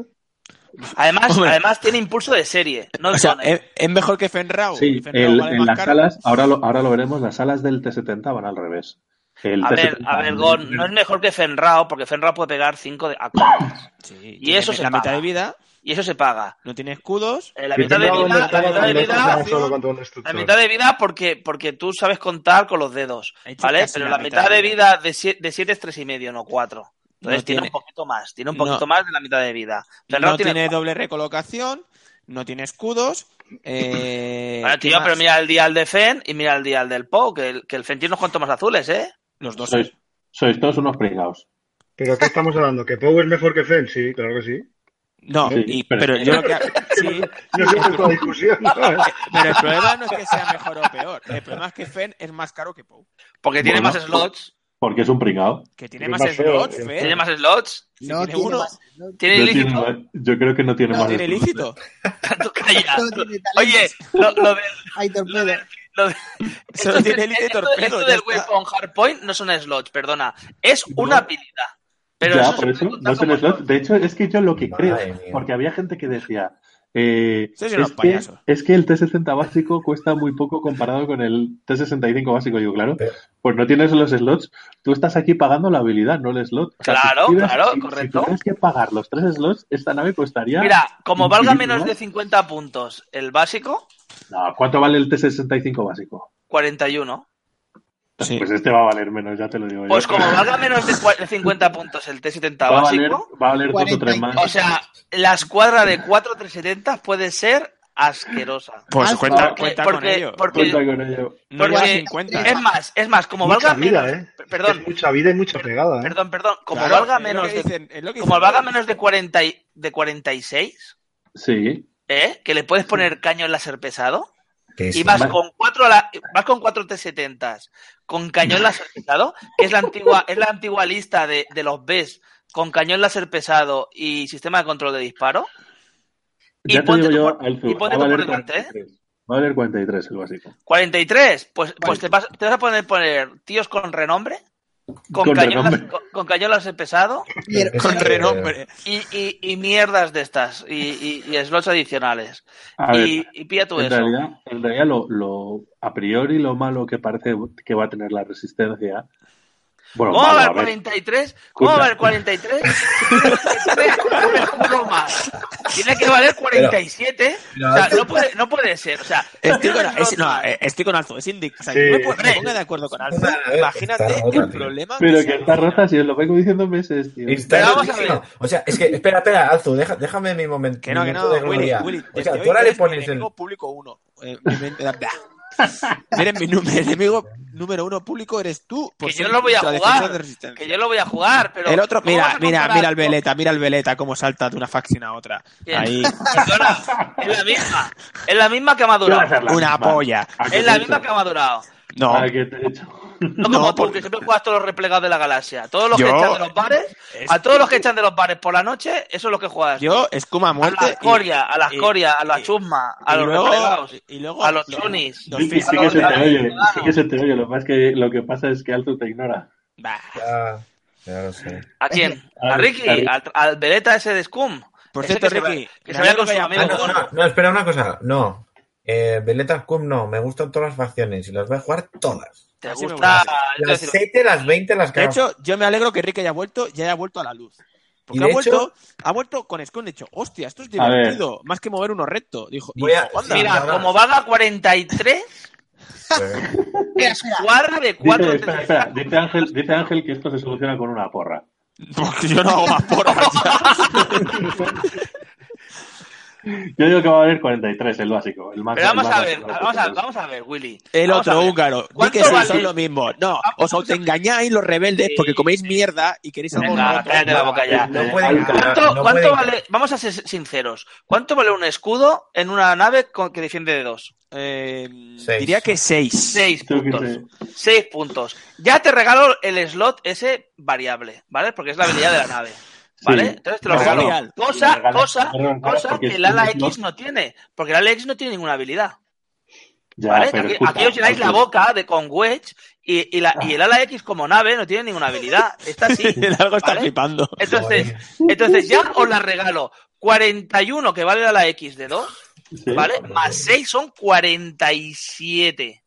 Speaker 4: Además,
Speaker 2: Hombre.
Speaker 4: además tiene impulso de serie. No
Speaker 2: O sea,
Speaker 4: tonel.
Speaker 2: (laughs) ¿es, es mejor que Fenrao?
Speaker 1: Sí,
Speaker 2: ¿Y Fenrao
Speaker 1: el-
Speaker 2: vale
Speaker 1: en
Speaker 2: más
Speaker 1: las
Speaker 2: caro?
Speaker 1: alas, ahora lo, ahora lo veremos, las alas del T70 van al revés. El
Speaker 4: A ver,
Speaker 1: T70
Speaker 4: a ver, Gon, no es mejor que Fenrao, porque Fenrao puede pegar 5 de a cortas.
Speaker 2: Sí,
Speaker 4: Y
Speaker 2: tiene
Speaker 4: eso se
Speaker 2: la mitad
Speaker 4: paga.
Speaker 2: de vida,
Speaker 4: Y eso se paga.
Speaker 2: no tiene escudos.
Speaker 4: Eh, la
Speaker 3: Yo
Speaker 4: mitad de
Speaker 3: tengo
Speaker 4: vida, la
Speaker 3: donde
Speaker 4: mitad de
Speaker 3: estaba
Speaker 4: vida,
Speaker 3: cuando estaba solo contra un
Speaker 4: la
Speaker 3: destructor.
Speaker 4: mitad de vida porque, porque tú sabes contar con los dedos,
Speaker 2: Ha hecho
Speaker 4: ¿vale?
Speaker 2: casi
Speaker 4: Pero la mitad de vida de 7 es 3 y medio, no 4. Entonces
Speaker 2: No
Speaker 4: tiene
Speaker 2: tiene.
Speaker 4: un poquito más, tiene un
Speaker 2: No.
Speaker 4: poquito más de la mitad de vida. Fenrao
Speaker 2: no tiene,
Speaker 4: tiene
Speaker 2: doble recolocación, no tiene escudos.
Speaker 4: (laughs)
Speaker 2: Eh,
Speaker 4: Bueno,
Speaker 2: ¿qué
Speaker 4: tío,
Speaker 2: más?
Speaker 4: pero mira el dial de Fen y mira el dial del Pou, que el, que el Fen tiene unos cuantos más azules, ¿eh?
Speaker 2: Los dos.
Speaker 1: Sois, sois todos unos pringados.
Speaker 3: Pero ¿qué estamos hablando? ¿Que Power es mejor que Fen? Sí, claro que sí.
Speaker 2: No,
Speaker 1: Sí,
Speaker 2: y-
Speaker 1: pero-
Speaker 2: pero, yo lo que. Sí,
Speaker 3: No es una discusión,
Speaker 4: (laughs)
Speaker 3: ¿no?
Speaker 2: pero el problema no es que sea mejor o peor. El problema es que Fen es más caro que Pou.
Speaker 4: Porque tiene
Speaker 1: Bueno.
Speaker 4: más slots,
Speaker 1: Porque es un pringado.
Speaker 2: Que tiene
Speaker 3: Es
Speaker 2: más
Speaker 3: más feo,
Speaker 2: slots,
Speaker 3: tío.
Speaker 2: Fen.
Speaker 4: tiene más slots,
Speaker 2: Si
Speaker 5: No
Speaker 2: tiene
Speaker 5: tiene
Speaker 2: uno,
Speaker 5: más- no-
Speaker 4: tiene
Speaker 1: No
Speaker 4: ilícito.
Speaker 1: tiene- yo creo que no tiene
Speaker 2: no
Speaker 1: más.
Speaker 2: tiene ilícito.
Speaker 4: Tú calla.
Speaker 5: (laughs) No tiene talento.
Speaker 4: Oye, lo,
Speaker 2: (laughs)
Speaker 4: lo del-
Speaker 5: Hay
Speaker 4: lo
Speaker 5: torpedo.
Speaker 4: del- lo de-
Speaker 2: Solo
Speaker 4: esto-
Speaker 2: tiene elite
Speaker 4: esto-
Speaker 2: torpedo,
Speaker 4: esto
Speaker 2: ya
Speaker 4: del
Speaker 2: está.
Speaker 4: weapon hardpoint no son slots, perdona. Es una habilidad. Pero
Speaker 1: ya,
Speaker 4: eso
Speaker 1: por
Speaker 4: es-
Speaker 1: eso no
Speaker 4: como-
Speaker 1: tiene slot. De hecho, es que yo lo que
Speaker 6: Madre
Speaker 1: creo,
Speaker 6: mía.
Speaker 1: porque había gente que decía, eh,
Speaker 2: Sois unos
Speaker 1: es, que,
Speaker 2: payasos.
Speaker 1: es que el T60 básico cuesta muy poco comparado con el T65 básico. Digo, claro,
Speaker 6: Pero-
Speaker 1: pues no tienes los slots, tú estás aquí pagando la habilidad, no el slot. O sea,
Speaker 4: Claro,
Speaker 1: si tuvieras-
Speaker 4: claro,
Speaker 1: si-
Speaker 4: correcto.
Speaker 1: Si tuvieras que pagar los tres slots, esta nave costaría...
Speaker 4: Mira, como valga menos de
Speaker 1: Infinito,
Speaker 4: 50 puntos el básico,
Speaker 1: No, ¿cuánto vale el T65 básico?
Speaker 4: 41.
Speaker 2: Sí.
Speaker 1: Pues este va a valer menos, ya te lo digo yo. (laughs)
Speaker 4: Pues como valga menos de cua- de 50 puntos el T70
Speaker 1: va a valer,
Speaker 4: básico,
Speaker 1: va a valer dos o tres más.
Speaker 4: o sea, la escuadra de 4 370 puede ser asquerosa.
Speaker 2: Pues
Speaker 5: Ah,
Speaker 2: cuenta,
Speaker 4: porque-
Speaker 2: cuenta con
Speaker 4: porque-
Speaker 2: ello.
Speaker 4: porque-
Speaker 1: Cuenta con ello.
Speaker 2: no lleva
Speaker 4: porque-
Speaker 2: 50.
Speaker 4: Es más, es más, como
Speaker 3: Mucha
Speaker 4: valga
Speaker 3: vida,
Speaker 4: menos.
Speaker 3: ¿eh?
Speaker 4: p- Perdón,
Speaker 3: Es mucha vida y mucha pegada, ¿eh?
Speaker 4: perdón, perdón. Como
Speaker 2: Claro,
Speaker 4: valga
Speaker 2: es lo que
Speaker 4: menos de,
Speaker 2: dicen- es lo que
Speaker 4: como
Speaker 2: dicen.
Speaker 4: valga menos de 40 y- de 46,
Speaker 1: Sí,
Speaker 4: ¿eh? Que le puedes poner caño láser pesado.
Speaker 6: Que
Speaker 4: Y
Speaker 6: sí.
Speaker 4: vas
Speaker 1: Vale.
Speaker 4: con cuatro a la- vas con cuatro T70s, con cañón láser pesado, que es la antigua, es la antigua lista de, de los Bs con cañón láser pesado y sistema de control de disparo. Y
Speaker 1: Ya te
Speaker 4: ponte
Speaker 1: digo
Speaker 4: tú
Speaker 1: yo,
Speaker 4: por-
Speaker 1: Alzu,
Speaker 4: y
Speaker 1: va
Speaker 4: ponte
Speaker 1: a
Speaker 4: tú por
Speaker 1: valer
Speaker 4: delante,
Speaker 1: 43. Va a valer 43 el básico.
Speaker 4: 43, pues, pues
Speaker 1: Vale.
Speaker 4: te, vas, te vas a poner, poner tíos con renombre, con,
Speaker 1: Con
Speaker 4: cañón,
Speaker 1: renombre.
Speaker 4: láser- con, con cañón láser pesado
Speaker 5: Y el-
Speaker 6: Es
Speaker 2: Con
Speaker 6: que-
Speaker 2: renombre.
Speaker 4: y, y- y mierdas de estas, y, y- y slots adicionales.
Speaker 1: A ver,
Speaker 4: y, y pilla tú
Speaker 1: en
Speaker 4: eso.
Speaker 1: realidad, en realidad lo, lo- a priori lo malo que parece que va a tener la resistencia. Bueno,
Speaker 4: ¿Cómo
Speaker 1: malo,
Speaker 4: va el
Speaker 1: a ver.
Speaker 4: 43? ¿Cómo
Speaker 1: Escucha.
Speaker 4: va
Speaker 2: (laughs)
Speaker 4: el 43? Me juro más. Tiene que valer 47.
Speaker 6: Pero-
Speaker 4: o sea, no puede, no puede ser. O sea,
Speaker 2: Estoy
Speaker 4: (laughs)
Speaker 2: con,
Speaker 4: tienes
Speaker 2: es- no,
Speaker 4: otro-
Speaker 2: eh, estoy con Alzo, es indic. O sea,
Speaker 3: Sí,
Speaker 2: yo me, pongo, me
Speaker 4: hombre.
Speaker 2: pongo de acuerdo con Alzo.
Speaker 6: Está rota,
Speaker 2: Imagínate
Speaker 6: tío.
Speaker 2: el problema.
Speaker 1: Pero
Speaker 2: se
Speaker 1: que está
Speaker 2: avecina.
Speaker 1: rota, si os lo vengo diciendo meses, tío.
Speaker 6: Está
Speaker 4: Pero vamos a
Speaker 6: rotísimo.
Speaker 4: ver.
Speaker 6: O sea, es que, espera, espera, Alzu, deja- déjame mi momento.
Speaker 2: Que no, que
Speaker 6: momento
Speaker 2: no,
Speaker 6: de
Speaker 2: Willy,
Speaker 6: gloria.
Speaker 2: Willy.
Speaker 6: o
Speaker 2: Desde
Speaker 6: sea,
Speaker 2: hoy
Speaker 6: tú ahora le
Speaker 2: eres mi
Speaker 6: pones el.
Speaker 2: enemigo público uno. Eh, mi- mi- bla, bla. Eres mi nú- mi enemigo número uno público, eres tú. por
Speaker 4: Que yo
Speaker 2: ser
Speaker 4: lo voy a
Speaker 2: la defensora
Speaker 4: jugar.
Speaker 2: de resistencia.
Speaker 4: Que yo lo voy a jugar, pero.
Speaker 2: eh. el otro,
Speaker 4: ¿cómo vas
Speaker 2: mira,
Speaker 4: a
Speaker 2: mira,
Speaker 4: comparar
Speaker 2: mira al
Speaker 4: con-
Speaker 2: Veleta, mira al Veleta cómo salta de una facción a otra.
Speaker 4: ¿Quién? (laughs)
Speaker 2: Ahí,
Speaker 4: Perdona, es la misma. Es la misma que ha
Speaker 1: ¿Qué va a ser
Speaker 4: madurado.
Speaker 1: la
Speaker 2: una
Speaker 1: misma?
Speaker 2: polla.
Speaker 1: ¿A qué
Speaker 4: Es la
Speaker 1: te
Speaker 4: misma
Speaker 1: he
Speaker 4: que
Speaker 1: hecho?
Speaker 4: ha madurado.
Speaker 2: No,
Speaker 1: ¿A qué te he hecho?
Speaker 4: No como
Speaker 2: No,
Speaker 4: tú,
Speaker 2: por-
Speaker 4: que siempre juegas todos los replegados de la galaxia. Todos los que
Speaker 2: Yo-
Speaker 4: echan de los bares,
Speaker 2: es-
Speaker 4: a todos los que echan de los bares por la noche, eso es lo que juegas.
Speaker 2: yo escuma
Speaker 4: a
Speaker 2: muerte.
Speaker 4: la escoria, a la
Speaker 2: y-
Speaker 4: escoria, a la
Speaker 2: y-
Speaker 4: chusma,
Speaker 2: y
Speaker 4: a los
Speaker 2: luego-
Speaker 4: replegados.
Speaker 2: y luego
Speaker 4: a los
Speaker 2: lo-
Speaker 4: chunis.
Speaker 2: los
Speaker 1: Sí, sí,
Speaker 2: fis-
Speaker 1: que se te
Speaker 4: Claro,
Speaker 1: oye,
Speaker 4: claro.
Speaker 1: sí que se te oye. Lo, más que, lo que pasa es que Alto te ignora.
Speaker 2: Bah.
Speaker 6: Ya, Ah, ya lo sé.
Speaker 4: ¿A quién?
Speaker 1: Al-
Speaker 4: (laughs) A Ricky,
Speaker 1: al-
Speaker 4: al, al Veleta ese de Scum.
Speaker 2: Por
Speaker 4: Ese
Speaker 2: cierto,
Speaker 4: que se
Speaker 2: Ricky,
Speaker 4: va-
Speaker 2: me
Speaker 4: que se vaya
Speaker 2: alegro
Speaker 4: con
Speaker 2: que
Speaker 4: su
Speaker 2: haya-
Speaker 4: amigo.
Speaker 6: Ah, no, no, no, espera una cosa. No. Eh, Veleta Cum no. Me gustan todas las facciones y las voy a jugar todas.
Speaker 4: Te
Speaker 2: Así me
Speaker 4: gusta.
Speaker 2: gusta.
Speaker 4: es
Speaker 6: Las
Speaker 4: decir,
Speaker 6: 7, las 20, las
Speaker 2: De
Speaker 6: cago.
Speaker 2: hecho, yo me alegro que Ricky haya vuelto y haya vuelto a la luz.
Speaker 6: Y
Speaker 2: Porque
Speaker 6: de
Speaker 2: ha vuelto,
Speaker 6: hecho-
Speaker 2: ha vuelto con Scone, dicho, hostia, esto es
Speaker 1: A ver.
Speaker 2: divertido, más que mover uno recto. Dijo, y
Speaker 6: Voy a-
Speaker 2: dijo, anda.
Speaker 6: sí,
Speaker 4: mira,
Speaker 6: no, no.
Speaker 4: como vaga 43, (laughs)
Speaker 6: Pues,
Speaker 5: Espera, espera.
Speaker 4: cuadra de
Speaker 1: Dice,
Speaker 4: 4
Speaker 1: espera, espera. Dice Ángel, dice Ángel que esto se soluciona con una porra.
Speaker 2: Porque yo (laughs) no hago más porras ya.
Speaker 1: Yo digo que va a valer 43 el básico. El más,
Speaker 4: Pero vamos
Speaker 1: el más
Speaker 4: a ver,
Speaker 1: básico.
Speaker 4: vamos a, vamos a ver, Willy.
Speaker 2: El
Speaker 4: Vamos a
Speaker 2: otro
Speaker 4: ver.
Speaker 2: húngaro. Di
Speaker 4: ¿Cuánto
Speaker 2: que sí,
Speaker 4: vale?
Speaker 2: son lo mismo. No, os
Speaker 4: Vamos a ver.
Speaker 2: autoengañáis los rebeldes
Speaker 4: Sí.
Speaker 2: porque coméis mierda y queréis algo
Speaker 4: Venga,
Speaker 2: roto.
Speaker 4: cállate la boca ya.
Speaker 6: no puede
Speaker 1: Alto.
Speaker 6: encajar,
Speaker 4: ¿Cuánto,
Speaker 6: no
Speaker 4: cuánto
Speaker 6: puede
Speaker 4: vale, vamos a ser sinceros, ¿cuánto vale un escudo en una nave con- que defiende de dos?
Speaker 2: Eh,
Speaker 6: Seis.
Speaker 2: diría que seis.
Speaker 4: Seis
Speaker 1: Yo qué
Speaker 4: puntos.
Speaker 1: sé.
Speaker 4: Seis puntos. Ya te regalo el slot ese variable, ¿vale? Porque es la habilidad de la nave. ¿Vale?
Speaker 1: Sí.
Speaker 4: Entonces te lo
Speaker 1: Me
Speaker 4: regalo.
Speaker 2: regalo.
Speaker 1: Me
Speaker 4: Cosa,
Speaker 1: regalo.
Speaker 4: cosa,
Speaker 1: Me regalo,
Speaker 4: cosa
Speaker 1: porque
Speaker 4: que el ala
Speaker 1: es un
Speaker 4: X no tiene. Porque el ala X no tiene ninguna habilidad.
Speaker 1: Ya,
Speaker 4: ¿vale?
Speaker 1: pero
Speaker 4: Aquí,
Speaker 1: escucha,
Speaker 4: aquí os llenáis la
Speaker 1: Alto.
Speaker 4: boca de con Wedge y, y la- y el ala X como nave no tiene ninguna habilidad. Esta
Speaker 1: (laughs)
Speaker 4: sí.
Speaker 2: (laughs) El algo está
Speaker 4: ¿vale?
Speaker 2: flipando.
Speaker 4: Entonces,
Speaker 6: Joder.
Speaker 4: entonces ya os la regalo. 41 que vale la X de 2,
Speaker 1: Sí.
Speaker 4: ¿vale? Más 6 son 47.